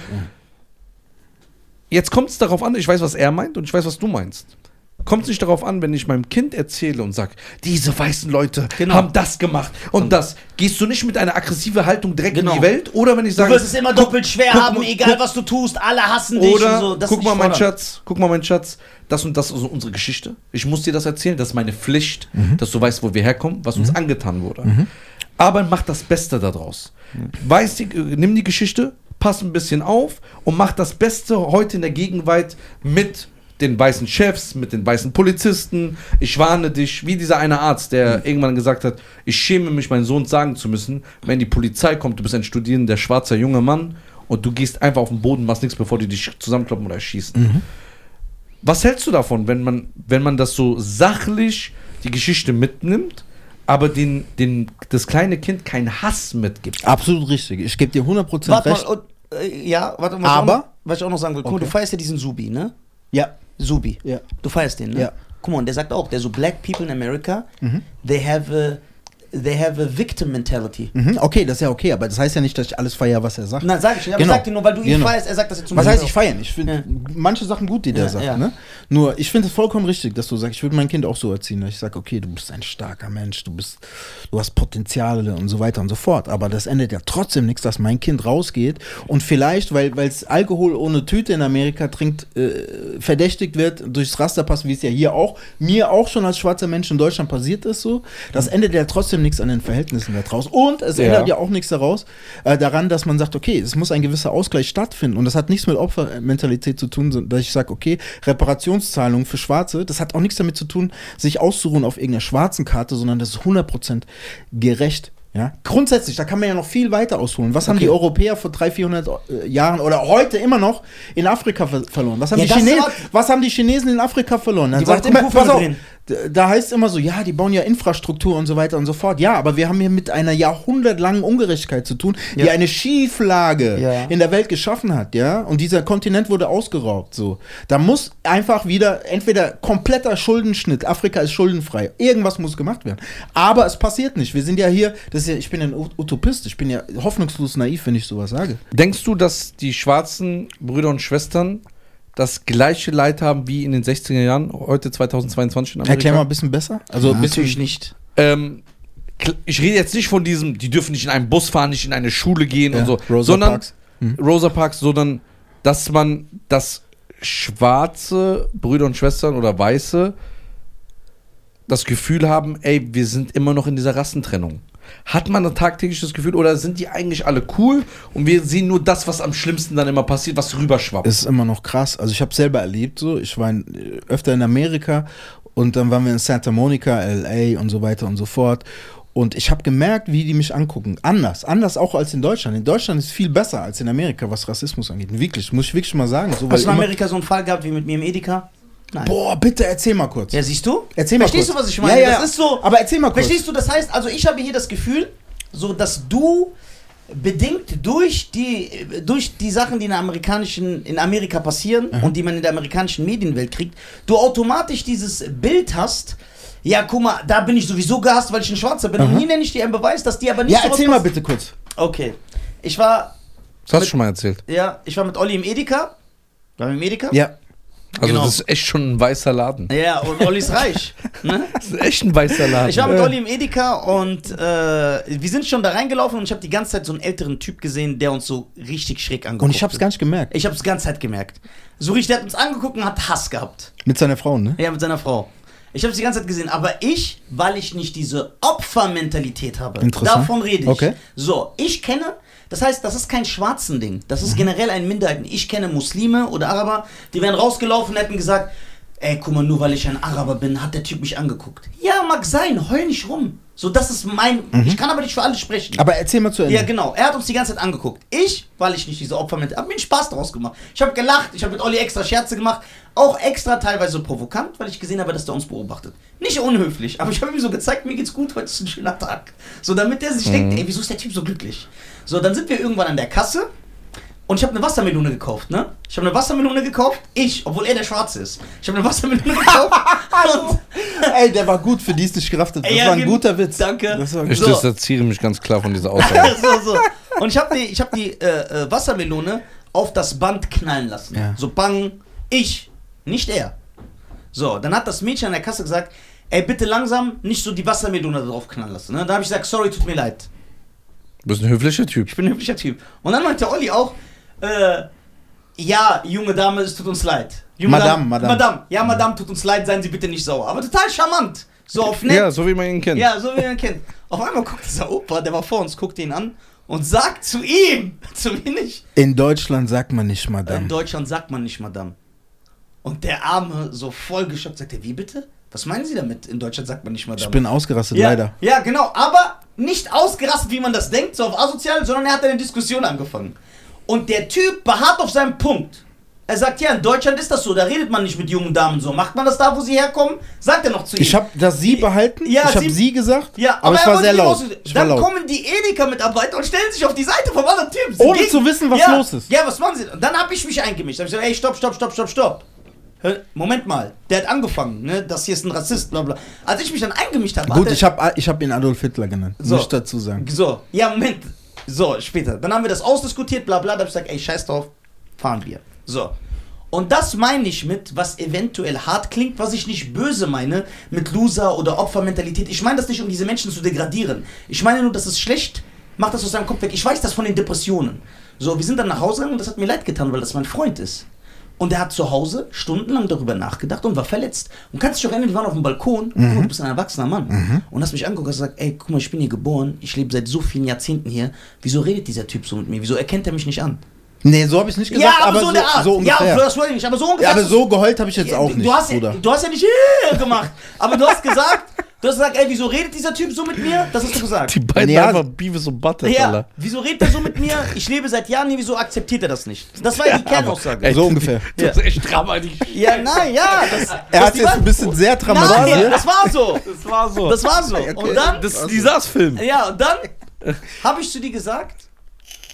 Speaker 1: Jetzt kommt es darauf an, ich weiß, was er meint und ich weiß, was du meinst. Kommt es nicht darauf an, wenn ich meinem Kind erzähle und sage, diese weißen Leute
Speaker 3: Genau.
Speaker 1: haben das gemacht und, das. Gehst du nicht mit einer aggressiven Haltung direkt
Speaker 3: Genau.
Speaker 1: in die Welt? Oder wenn ich
Speaker 3: Du
Speaker 1: sage,
Speaker 3: wirst es immer doppelt schwer
Speaker 1: guck-
Speaker 3: haben,
Speaker 1: guck-
Speaker 3: egal was du tust, alle hassen dich
Speaker 1: Oder
Speaker 3: und so. Das ist
Speaker 1: guck mal,
Speaker 3: nicht
Speaker 1: mein
Speaker 3: fordernd.
Speaker 1: Schatz, guck mal, mein Schatz, das und das ist unsere Geschichte. Ich muss dir das erzählen, das ist meine Pflicht, dass du weißt, wo wir herkommen, was uns angetan wurde. Aber mach das Beste daraus. Weiß die, äh, nimm die Geschichte, pass ein bisschen auf und mach das Beste heute in der Gegenwart mit den weißen Chefs, mit den weißen Polizisten. Ich warne dich, wie dieser eine Arzt, der irgendwann gesagt hat, ich schäme mich, meinen Sohn sagen zu müssen, wenn die Polizei kommt, du bist ein studierender schwarzer junger Mann und du gehst einfach auf den Boden, machst nichts, bevor die dich zusammenkloppen oder erschießen. Was hältst du davon, wenn man, wenn man das so sachlich die Geschichte mitnimmt, aber den, den, das kleine Kind keinen Hass mitgibt?
Speaker 4: Absolut richtig. Ich gebe dir 100%
Speaker 3: Warte mal,
Speaker 4: recht.
Speaker 3: und, äh, ja, warte mal.
Speaker 4: Aber-
Speaker 3: was ich auch noch- Was ich auch noch sagen will, guck mal,
Speaker 4: Okay.
Speaker 3: du feierst ja diesen Subi, ne?
Speaker 4: ja.
Speaker 3: Subi.
Speaker 4: Ja.
Speaker 3: Du feierst den, ne?
Speaker 4: Ja. Mhm.
Speaker 3: Guck mal, und der sagt auch, der so, black people in America, they have a, they have a victim mentality.
Speaker 4: Mhm. Okay, das ist ja okay, aber das heißt ja nicht, dass ich alles feiere, was er sagt.
Speaker 3: Na, sag ich nicht, aber
Speaker 4: Genau.
Speaker 3: ich sag dir nur, weil du ihn
Speaker 4: Genau.
Speaker 3: feierst, er sagt das jetzt zum
Speaker 4: Was
Speaker 3: Beispiel
Speaker 4: heißt ich
Speaker 3: auch.
Speaker 4: feiern? Ich finde
Speaker 3: Ja.
Speaker 4: manche Sachen gut, die der
Speaker 3: Ja,
Speaker 4: sagt.
Speaker 3: ja.
Speaker 4: Ne? Nur, ich finde es vollkommen richtig, dass du sagst, ich würde mein Kind auch so erziehen. dass Ich sage, okay, du bist ein starker Mensch, du bist, du hast Potenziale und so weiter und so fort. Aber das endet ja trotzdem nichts, dass mein Kind rausgeht und vielleicht, weil es Alkohol ohne Tüte in Amerika trinkt, äh, verdächtigt wird,
Speaker 3: Mhm.
Speaker 4: durchs Raster passt, wie es ja hier auch, mir auch schon als schwarzer Mensch in Deutschland passiert ist, so. Das endet ja trotzdem trotzdem nichts an den Verhältnissen da draußen. Und es
Speaker 1: Ja.
Speaker 4: ändert ja auch nichts daraus, äh, daran, dass man sagt, okay, es muss ein gewisser Ausgleich stattfinden. Und das hat nichts mit Opfermentalität zu tun, so- dass ich sage, okay, Reparationszahlungen für Schwarze, das hat auch nichts damit zu tun, sich auszuruhen auf irgendeiner schwarzen Karte, sondern das ist 100% gerecht. Ja? Grundsätzlich, da kann man ja noch viel weiter ausholen. Was haben die Europäer vor 300, 400 äh, Jahren oder heute immer noch in Afrika ver verloren? Was haben,
Speaker 3: Ja,
Speaker 4: die
Speaker 3: das
Speaker 4: Chinesen,
Speaker 3: war-
Speaker 4: was haben die Chinesen in Afrika verloren? Dann
Speaker 3: Die
Speaker 4: sagt
Speaker 3: wollten
Speaker 4: immer,
Speaker 3: Kung-Fu-Filme
Speaker 4: pass auf,
Speaker 3: drehen.
Speaker 4: D- Da heißt immer so, ja, die bauen ja Infrastruktur und so weiter und so fort. Ja, aber wir haben hier mit einer jahrhundertlangen Ungerechtigkeit zu tun, die
Speaker 3: Ja.
Speaker 4: eine Schieflage
Speaker 3: Ja.
Speaker 4: in der Welt geschaffen hat, ja. Und dieser Kontinent wurde ausgeraubt, so. Da muss einfach wieder entweder kompletter Schuldenschnitt, Afrika ist schuldenfrei, irgendwas muss gemacht werden. Aber es passiert nicht. Wir sind ja hier, das ist ja, ich bin ja ein Ut- Utopist, ich bin ja hoffnungslos naiv, wenn ich sowas sage.
Speaker 1: Denkst du, dass die schwarzen Brüder und Schwestern das gleiche Leid haben wie in den 60er Jahren, heute 2022 in Amerika?
Speaker 4: Erklär mal ein bisschen besser. Also, ein bisschen,
Speaker 3: Natürlich nicht.
Speaker 1: Ähm, kl- ich rede jetzt nicht von diesem, die dürfen nicht in einen Bus fahren, nicht in eine Schule gehen
Speaker 4: Ja,
Speaker 1: und so,
Speaker 4: Rosa
Speaker 1: sondern
Speaker 4: Parks.
Speaker 1: Rosa Parks, sondern dass man das schwarze Brüder und Schwestern oder Weiße das Gefühl haben, ey, wir sind immer noch in dieser Rassentrennung. Hat man ein tagtägliches Gefühl oder sind die eigentlich alle cool und wir sehen nur das, was am schlimmsten dann immer passiert, was rüberschwappt?
Speaker 4: ist immer noch krass. Also ich habe selber erlebt so. Ich war in, äh, öfter in Amerika und dann waren wir in Santa Monica, LA und so weiter und so fort. Und ich habe gemerkt, wie die mich angucken. Anders. Anders auch als in Deutschland. In Deutschland ist viel besser als in Amerika, was Rassismus angeht. Wirklich, muss ich wirklich mal sagen. So, weil
Speaker 3: Hast du in
Speaker 4: immer-
Speaker 3: Amerika so einen Fall gehabt wie mit mir im Edeka? Nein.
Speaker 4: Boah, bitte erzähl mal kurz.
Speaker 3: Ja, siehst du?
Speaker 4: Erzähl mal
Speaker 3: Verstehst
Speaker 4: kurz.
Speaker 3: du, was ich meine?
Speaker 4: Ja, ja.
Speaker 3: Das ist so.
Speaker 4: Aber erzähl mal kurz.
Speaker 3: Verstehst du, das heißt, also ich habe hier das Gefühl, so dass du bedingt durch die durch die Sachen, die in der amerikanischen in Amerika passieren und die man in der amerikanischen Medienwelt kriegt, du automatisch dieses Bild hast. Ja, guck mal, da bin ich sowieso gehasst, weil ich ein Schwarzer bin. Und hier nenne ich dir einen Beweis, dass die aber nicht
Speaker 4: ja,
Speaker 3: sowas
Speaker 4: erzähl mal
Speaker 3: pass-
Speaker 4: bitte kurz.
Speaker 3: Okay. Ich war
Speaker 1: Das hast du schon mal erzählt.
Speaker 3: ja, ich war mit Olli im Edeka. Waren wir im Edeka?
Speaker 4: Ja.
Speaker 1: Also
Speaker 3: Genau.
Speaker 1: das ist echt schon ein weißer Laden.
Speaker 3: Ja, und Olli ist reich. ne?
Speaker 1: Das ist echt ein weißer Laden.
Speaker 3: Ich war mit Olli im Edeka und äh, wir sind schon da reingelaufen und ich habe die ganze Zeit so einen älteren Typ gesehen, der uns so richtig schräg angeguckt
Speaker 4: Und ich hab's gar nicht gemerkt.
Speaker 3: Ich hab's die ganze Zeit gemerkt. So richtig, der hat uns angeguckt und hat Hass gehabt.
Speaker 4: Mit seiner Frau, ne?
Speaker 3: Ja, mit seiner Frau. Ich habe es die ganze Zeit gesehen, aber ich, weil ich nicht diese Opfermentalität habe,
Speaker 4: Interessant.
Speaker 3: davon rede ich.
Speaker 4: Okay.
Speaker 3: So, ich kenne, das heißt, das ist kein schwarzen Ding, das
Speaker 4: Mhm.
Speaker 3: ist generell ein Minderheiten. Ich kenne Muslime oder Araber, die wären rausgelaufen und hätten gesagt, ey, guck mal, nur weil ich ein Araber bin, hat der Typ mich angeguckt. Ja, mag sein, heul nicht rum. So, das ist mein, ich kann aber nicht für alle sprechen.
Speaker 4: Mhm. Aber erzähl mal zu Ende.
Speaker 3: Ja, genau. Er hat uns die ganze Zeit angeguckt. Ich, weil ich nicht diese Opfer mit, hab mir einen Spaß daraus gemacht. Ich habe gelacht, ich habe mit Olli extra Scherze gemacht, auch extra teilweise provokant, weil ich gesehen habe, dass der uns beobachtet. Nicht unhöflich, aber ich habe ihm so gezeigt, mir geht's gut, heute ist ein schöner Tag. So, damit der sich
Speaker 4: Mhm.
Speaker 3: denkt, ey, wieso ist der Typ so glücklich? So, dann sind wir irgendwann an der Kasse und ich habe eine Wassermelone gekauft, ne? Ich habe eine Wassermelone gekauft, ich, obwohl er der Schwarze ist. Ich habe eine Wassermelone gekauft und
Speaker 4: Ey, der war gut, für die ist nicht geraftet. Das
Speaker 3: Ey, genau. ja, genau.
Speaker 4: war ein
Speaker 3: eben.
Speaker 4: guter Witz.
Speaker 3: Danke.
Speaker 4: Das war ein
Speaker 1: Ich
Speaker 3: So.
Speaker 1: distanziere mich ganz klar von dieser Aussage.
Speaker 3: so, so. Und ich habe die, ich hab die äh, äh, Wassermelone auf das Band knallen lassen.
Speaker 4: Ja.
Speaker 3: So bang, ich, nicht er. So, dann hat das Mädchen an der Kasse gesagt, ey, bitte langsam nicht so die Wassermelone da drauf knallen lassen. Ne? Da habe ich gesagt, sorry, tut mir leid.
Speaker 1: Du bist ein höflicher Typ.
Speaker 3: Ich bin ein hübscher Typ. Und dann meinte Olli auch, äh, ja, junge Dame, es tut uns leid. Junge
Speaker 4: Madame,
Speaker 3: Dame,
Speaker 4: Madame.
Speaker 3: Madame. Ja, Madame, tut uns leid, seien Sie bitte nicht sauer. Aber total charmant. So auf nett.
Speaker 1: Ja, so wie man ihn kennt.
Speaker 3: Ja, so wie man ihn kennt. Auf einmal guckt dieser Opa, der war vor uns, guckt ihn an und sagt zu ihm, zu mir nicht.
Speaker 4: In Deutschland sagt man nicht Madame.
Speaker 3: In Deutschland sagt man nicht Madame. Und der Arme so voll geschockt sagte, wie bitte? Was meinen Sie damit? In Deutschland sagt man nicht Madame.
Speaker 4: ich bin ausgerastet,
Speaker 3: ja,
Speaker 4: leider.
Speaker 3: Ja, genau, aber nicht ausgerastet, wie man das denkt, so auf asozial, sondern er hat eine Diskussion angefangen. Und der Typ beharrt auf seinem Punkt. Er sagt, ja, in Deutschland ist das so, da redet man nicht mit jungen Damen so. Macht man das da, wo sie herkommen? Sagt er noch zu ihm.
Speaker 4: Ich habe das Sie behalten,
Speaker 3: Ja,
Speaker 4: ich habe
Speaker 3: Sie-
Speaker 4: Sie gesagt,
Speaker 3: Ja,
Speaker 4: aber,
Speaker 3: er
Speaker 4: es war
Speaker 3: wollte
Speaker 4: sehr
Speaker 3: die
Speaker 4: laut.
Speaker 3: Maus-
Speaker 4: Ich war
Speaker 3: Dann
Speaker 4: laut.
Speaker 3: kommen die Edeka-Mitarbeiter und stellen sich auf die Seite vom anderen Typ. Sie
Speaker 4: Ohne
Speaker 3: gehen-
Speaker 4: zu wissen, was
Speaker 3: ja,
Speaker 4: los ist.
Speaker 3: Ja, was machen sie? Und dann habe ich mich eingemischt. Da habe ich gesagt, ey, stopp, stopp, stopp, stopp, stopp. Hä, Moment mal, der hat angefangen, ne? Das hier ist ein Rassist, bla bla. Als ich mich dann eingemischt habe,
Speaker 4: Gut,
Speaker 3: hat
Speaker 4: ich habe ich hab ihn Adolf Hitler genannt,
Speaker 3: So.
Speaker 4: muss ich dazu sagen.
Speaker 3: So, ja, Moment. So, später. Dann haben wir das ausdiskutiert, bla bla. Da hab ich gesagt, ey, scheiß drauf, fahren wir. So. Und das meine ich mit, was eventuell hart klingt, was ich nicht böse meine, mit Loser oder Opfermentalität. Ich meine das nicht, um diese Menschen zu degradieren. Ich meine nur, das ist schlecht, mach das aus deinem Kopf weg. Ich weiß das von den Depressionen. So, wir sind dann nach Hause gegangen und das hat mir leid getan, weil das mein Freund ist. Und er hat zu Hause stundenlang darüber nachgedacht und war verletzt. Und kannst dich auch erinnern, wir waren auf dem Balkon,
Speaker 4: Mhm.
Speaker 3: du bist ein erwachsener Mann. Und hast mich angeguckt und hast gesagt, ey, guck mal, ich bin hier geboren, ich lebe seit so vielen Jahrzehnten hier. Wieso redet dieser Typ so mit mir? Wieso erkennt er mich nicht an?
Speaker 4: Nee, so habe ich nicht gesagt, aber, so, so
Speaker 3: ja,
Speaker 4: ungefähr.
Speaker 3: und
Speaker 4: Ja,
Speaker 3: Florence Welling nicht, aber so ungefähr.
Speaker 4: aber so geheult habe ich jetzt auch
Speaker 3: du,
Speaker 4: nicht,
Speaker 3: du hast,
Speaker 4: Bruder.
Speaker 3: du hast ja nicht "Äh" gemacht, aber du hast gesagt, du hast gesagt, ey, wieso redet dieser Typ so mit mir? Das hast du gesagt.
Speaker 1: Die beiden
Speaker 4: Ja.
Speaker 1: einfach Beavis und Butthead,
Speaker 3: Ja,
Speaker 1: Alter.
Speaker 3: wieso redet er so mit mir? Ich lebe seit Jahren hier, wieso akzeptiert er das nicht? Das war die Kernaussage.
Speaker 1: Ey,
Speaker 4: So ungefähr.
Speaker 1: Das ist echt dramatisch.
Speaker 3: ja, nein, ja. Das,
Speaker 4: Er
Speaker 3: das
Speaker 4: hat
Speaker 3: die
Speaker 4: jetzt
Speaker 3: Wahl-
Speaker 4: ein bisschen sehr
Speaker 3: Nein,
Speaker 4: dramatisiert.
Speaker 3: das war so.
Speaker 1: Das war so.
Speaker 3: Das war so. Und dann, Also-
Speaker 1: Das ist ein Desasterfilm.
Speaker 3: ja, und dann habe ich zu dir gesagt,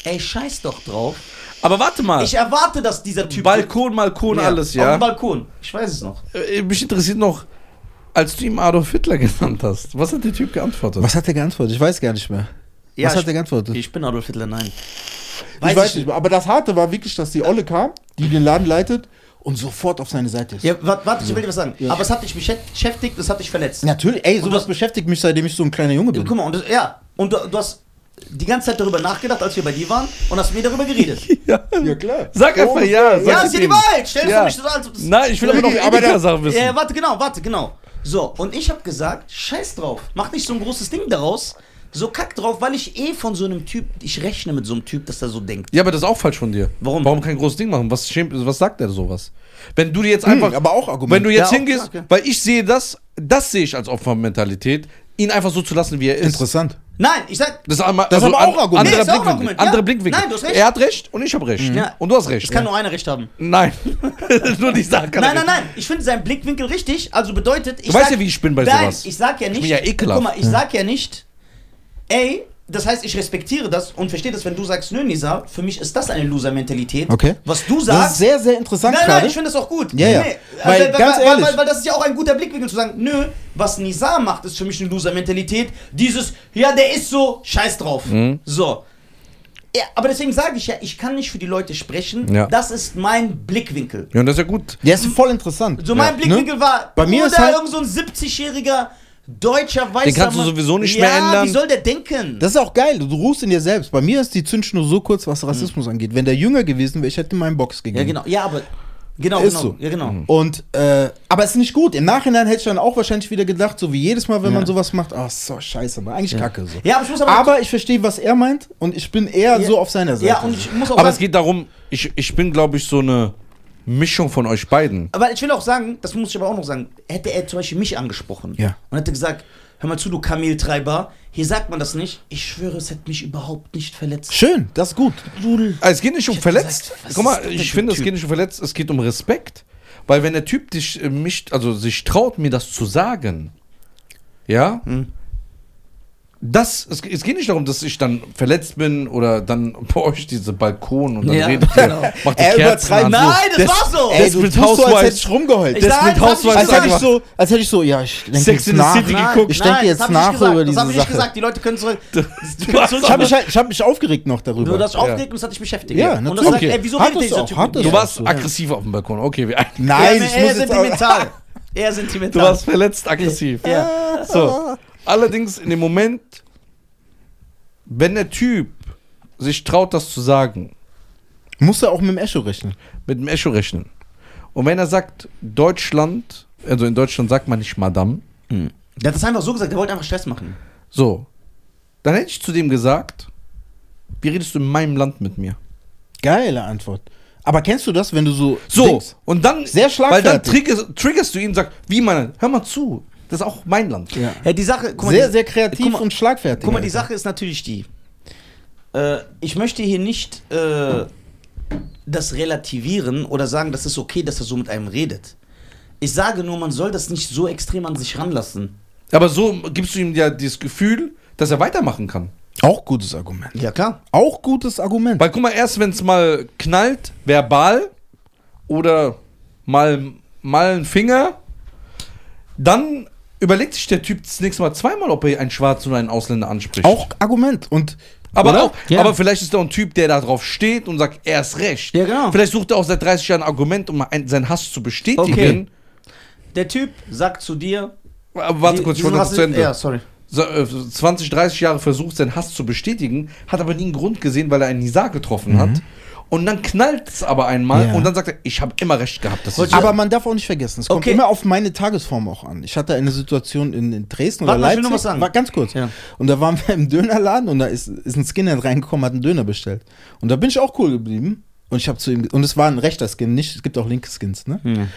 Speaker 3: ey, scheiß doch drauf.
Speaker 1: Aber warte mal.
Speaker 3: Ich erwarte, dass dieser Typ...
Speaker 1: Balkon, Balkon, alles,
Speaker 3: Auf
Speaker 1: ja.
Speaker 3: dem Balkon. Ich weiß es noch.
Speaker 1: Äh, Mich interessiert noch, als du ihm Adolf Hitler genannt hast, was hat der Typ geantwortet?
Speaker 4: Was hat er geantwortet? Ich weiß gar nicht mehr.
Speaker 3: Ja,
Speaker 4: Was hat
Speaker 3: ich-
Speaker 4: er geantwortet?
Speaker 3: Ich bin Adolf Hitler, nein.
Speaker 2: Ich weiß, nicht, aber das Harte war wirklich, dass die Olle kam, die den Laden leitet und sofort auf seine Seite ist.
Speaker 3: Ja, wa- warte, ich will dir was sagen. Aber es hat dich beschäft- beschäftigt, es hat dich verletzt.
Speaker 4: Natürlich, ey, sowas
Speaker 3: du-
Speaker 4: beschäftigt mich, seitdem ich so ein kleiner Junge bin.
Speaker 3: Guck mal, und das, ja, und du, du hast die ganze Zeit darüber nachgedacht, als wir bei dir waren, und hast mit mir darüber geredet.
Speaker 1: Ja.
Speaker 2: Ja, klar.
Speaker 1: Sag einfach ja. Sag
Speaker 3: ja,
Speaker 1: es
Speaker 3: ist ja die
Speaker 1: ihm.
Speaker 3: Wahrheit. Stell
Speaker 1: Ja.
Speaker 3: ja. mich so an, als ob das.
Speaker 1: Nein, ich will aber noch
Speaker 2: Okay, aber
Speaker 1: die
Speaker 2: da-
Speaker 1: Sache wissen.
Speaker 3: Ja, warte, genau, warte, genau. So, und ich habe gesagt, scheiß drauf, mach nicht so ein großes Ding daraus. So kack drauf, weil ich eh von so einem Typ, ich rechne mit so einem Typ, dass er so denkt.
Speaker 1: Ja, aber das ist auch falsch von dir.
Speaker 3: Warum?
Speaker 1: Warum kein großes Ding machen? Was, schämt, was sagt er sowas? Wenn du dir jetzt einfach.
Speaker 4: aber auch Argument.
Speaker 1: Wenn du jetzt
Speaker 3: Hm. Ja, auch
Speaker 1: hingehst,
Speaker 3: klar, ja.
Speaker 1: weil ich sehe das, das sehe ich als Opfermentalität, ihn einfach so zu lassen, wie er ist.
Speaker 4: Interessant.
Speaker 3: Nein, ich sag,
Speaker 1: Das ist, einmal, also
Speaker 4: Das ist aber auch Argument.
Speaker 1: Anderer
Speaker 3: Nee, ist auch
Speaker 1: Blickwinkel.
Speaker 3: Argument, ja.
Speaker 1: Anderer Blickwinkel.
Speaker 3: Nein, du hast recht.
Speaker 1: Er hat recht und ich habe recht.
Speaker 3: Ja.
Speaker 1: Und du hast recht.
Speaker 3: es kann nur einer recht haben.
Speaker 1: Nein. nur die Sache. kann
Speaker 3: Nein,
Speaker 1: er
Speaker 3: nein, nein, ich finde seinen Blickwinkel richtig, also bedeutet, ich
Speaker 1: Du weißt ja, wie ich bin bei
Speaker 3: nein,
Speaker 1: sowas.
Speaker 3: ich sag ja nicht,
Speaker 1: bin ja ekelhaft.
Speaker 3: guck mal, ich sag ja nicht, ey, das heißt, ich respektiere das und verstehe das, wenn du sagst, nö, Nisa, für mich ist das eine Loser-Mentalität.
Speaker 4: Okay.
Speaker 3: Was du
Speaker 4: Das ist
Speaker 3: sagst,
Speaker 4: sehr, sehr interessant
Speaker 3: nein, nein,
Speaker 4: gerade.
Speaker 3: ich finde das auch gut. äh,
Speaker 4: Ja, ja. Weil,
Speaker 3: Weil, weil,
Speaker 4: ganz
Speaker 3: weil,
Speaker 4: ehrlich.
Speaker 3: Weil, weil das ist ja auch ein guter Blickwinkel zu sagen, nö, was Nisa macht, ist für mich eine Loser-Mentalität. Dieses, ja, der ist so, scheiß drauf.
Speaker 4: Mhm.
Speaker 3: So. Ja, aber deswegen sage ich ja, ich kann nicht für die Leute sprechen.
Speaker 1: Ja.
Speaker 3: Das ist mein Blickwinkel.
Speaker 1: Ja, und das ist ja gut.
Speaker 4: Der ist voll interessant.
Speaker 3: So mein Blickwinkel war,
Speaker 4: Ne? Bei mir
Speaker 3: oder
Speaker 4: ist halt-
Speaker 3: irgend so ein 70-jähriger deutscher Weißer
Speaker 1: Den kannst du
Speaker 3: Mann.
Speaker 1: sowieso nicht
Speaker 3: ja,
Speaker 1: mehr ändern.
Speaker 3: wie soll der denken?
Speaker 4: Das ist auch geil. Du ruhst in dir selbst. Bei mir ist die Zündschnur so kurz, was Rassismus angeht. Wenn der jünger gewesen wäre, ich hätte ihm einen Box
Speaker 3: Hm.
Speaker 4: gegeben.
Speaker 3: ja, genau. Ja, aber... Genau,
Speaker 4: Ist
Speaker 3: genau.
Speaker 4: so.
Speaker 3: Ja, genau.
Speaker 4: Und, äh, aber es ist nicht gut. Im Nachhinein hätte ich dann auch wahrscheinlich wieder gedacht, so wie jedes Mal, wenn man sowas macht, ach so, scheiße, man, eigentlich kacke so.
Speaker 3: Ja, aber ich muss aber...
Speaker 4: Aber ich verstehe, was er meint und ich bin eher
Speaker 3: Ja.
Speaker 4: so auf seiner Seite.
Speaker 3: ja, und ich muss auch
Speaker 1: Aber es
Speaker 3: sagen,
Speaker 1: geht darum, ich, ich bin, glaube ich, so eine Mischung von euch beiden.
Speaker 3: aber ich will auch sagen, das muss ich aber auch noch sagen, hätte er zum Beispiel mich angesprochen
Speaker 4: Ja.
Speaker 3: und hätte gesagt, hör mal zu, du Kameltreiber, hier sagt man das nicht. Ich schwöre, es hätte mich überhaupt nicht verletzt.
Speaker 4: Schön, das ist gut.
Speaker 3: Dudel.
Speaker 1: Ah, Es geht nicht um verletzt.
Speaker 3: gesagt, was
Speaker 1: Guck mal,
Speaker 3: ist das denn
Speaker 1: ich
Speaker 3: für
Speaker 1: finde,
Speaker 3: ein
Speaker 1: es geht nicht um verletzt, es geht um Respekt. Weil wenn der Typ dich äh, mich, also sich traut, mir das zu sagen, ja,
Speaker 3: Hm.
Speaker 1: das, es, es geht nicht darum, dass ich dann verletzt bin oder dann bei euch diese Balkon und dann
Speaker 3: Ja,
Speaker 1: redet
Speaker 3: genau.
Speaker 1: ihr, macht die
Speaker 4: Er
Speaker 1: Kerzen
Speaker 4: übertreibt-
Speaker 1: an. so.
Speaker 3: Nein, das, war so.
Speaker 1: ey,
Speaker 4: du
Speaker 1: mit
Speaker 4: tust so, als
Speaker 1: Housewives-
Speaker 4: hätte ich rumgeheult.
Speaker 3: Ich
Speaker 1: Das
Speaker 3: Nein,
Speaker 1: mit
Speaker 3: das hab ich
Speaker 1: Housewives
Speaker 4: als
Speaker 3: gesagt.
Speaker 4: hätte ich
Speaker 1: einfach-
Speaker 4: so, als hätte ich so, ja, ich denke
Speaker 1: Sex
Speaker 4: jetzt
Speaker 1: in the
Speaker 4: nach.
Speaker 1: City geguckt.
Speaker 4: Ich denke jetzt
Speaker 3: das hab
Speaker 4: nach
Speaker 3: ich nicht gesagt.
Speaker 4: über diese
Speaker 3: Das habe ich
Speaker 4: Sache.
Speaker 3: nicht gesagt. Die Leute können zurück.
Speaker 1: Du hast
Speaker 4: Ich habe mich, halt- ich hab mich aufgeregt noch darüber.
Speaker 3: Du hast
Speaker 1: Ja.
Speaker 3: aufgeregt und es hat dich beschäftigt.
Speaker 4: Ja,
Speaker 3: und das
Speaker 4: natürlich.
Speaker 3: sagt, ey, wieso
Speaker 4: Hat
Speaker 3: redet
Speaker 4: es
Speaker 3: dieser
Speaker 4: auch,
Speaker 3: Typ mit
Speaker 4: hat
Speaker 3: mir?
Speaker 4: es
Speaker 1: Du
Speaker 4: Ja,
Speaker 1: warst
Speaker 4: so.
Speaker 1: aggressiv auf dem Balkon. Okay, wir einigen
Speaker 4: Nein,
Speaker 3: eher,
Speaker 4: ich
Speaker 3: eher
Speaker 4: muss jetzt auch-
Speaker 3: sentimental. eher sentimental.
Speaker 1: Du warst verletzt aggressiv.
Speaker 3: ja.
Speaker 1: So. Allerdings in dem Moment, wenn der Typ sich traut, das zu sagen,
Speaker 4: Musst du auch mit dem Echo rechnen.
Speaker 1: mit dem Echo rechnen. Und wenn er sagt, Deutschland, also in Deutschland sagt man nicht Madame,
Speaker 3: Hm. Der hat das einfach so gesagt, der wollte einfach Stress machen.
Speaker 1: so, dann hätte ich zu dem gesagt, wie redest du in meinem Land mit mir?
Speaker 4: Geile Antwort. Aber kennst du das, wenn du so
Speaker 1: So,
Speaker 4: denkst?
Speaker 1: und dann,
Speaker 4: Sehr
Speaker 1: weil
Speaker 4: schlagfertig.
Speaker 1: dann triggerst, triggerst du ihn und sagst, wie meine, hör mal zu, das ist auch mein Land.
Speaker 4: Ja.
Speaker 3: Ja, die Sache, guck mal,
Speaker 4: sehr,
Speaker 3: die,
Speaker 4: sehr kreativ
Speaker 3: guck mal-
Speaker 4: und schlagfertig.
Speaker 3: guck mal, die Sache ist natürlich die. Äh, ich möchte hier nicht äh, das relativieren oder sagen, das ist okay, dass er so mit einem redet. Ich sage nur, man soll das nicht so extrem an sich ranlassen.
Speaker 1: Aber so gibst du ihm ja dieses Gefühl, dass er weitermachen kann.
Speaker 4: Auch gutes Argument.
Speaker 3: Ja, klar.
Speaker 4: Auch gutes Argument.
Speaker 1: Weil guck mal, erst wenn es mal knallt, verbal oder mal, mal ein Finger, dann überlegt sich der Typ das nächste Mal zweimal, ob er einen Schwarzen oder einen Ausländer anspricht.
Speaker 4: Auch Argument. Und
Speaker 1: aber,
Speaker 4: oder?
Speaker 1: auch,
Speaker 3: Ja.
Speaker 1: aber vielleicht ist da ein Typ, der da drauf steht und sagt, er ist recht.
Speaker 3: Ja, genau.
Speaker 1: Vielleicht sucht er auch seit 30 Jahren ein Argument, um ein, seinen Hass zu bestätigen.
Speaker 3: Okay. Der Typ sagt zu dir.
Speaker 1: Aber warte kurz, ich
Speaker 3: diesen
Speaker 1: wollte das zu
Speaker 3: Rassist-
Speaker 1: Ende.
Speaker 3: Ja, sorry.
Speaker 1: So, äh, 20, 30 Jahre versucht, seinen Hass zu bestätigen, hat aber nie einen Grund gesehen, weil er einen Nizar getroffen hat. Und dann knallt es aber einmal
Speaker 4: Ja.
Speaker 1: und dann sagt er, ich habe immer recht gehabt. Das ist so.
Speaker 4: Aber man darf auch nicht vergessen, es kommt
Speaker 3: Okay.
Speaker 4: immer auf meine Tagesform auch an. Ich hatte eine Situation in, in Dresden oder
Speaker 3: Warte mal, ich will
Speaker 4: Leipzig.
Speaker 3: noch was sagen.
Speaker 4: War ganz kurz.
Speaker 3: Ja.
Speaker 4: Und da waren wir im Dönerladen und da ist, ist ein Skinhead reingekommen, hat einen Döner bestellt. Und da bin ich auch cool geblieben. Und ich habe zu ihm, ge- und es war ein rechter Skin, nicht, es gibt auch linke Skins, ne?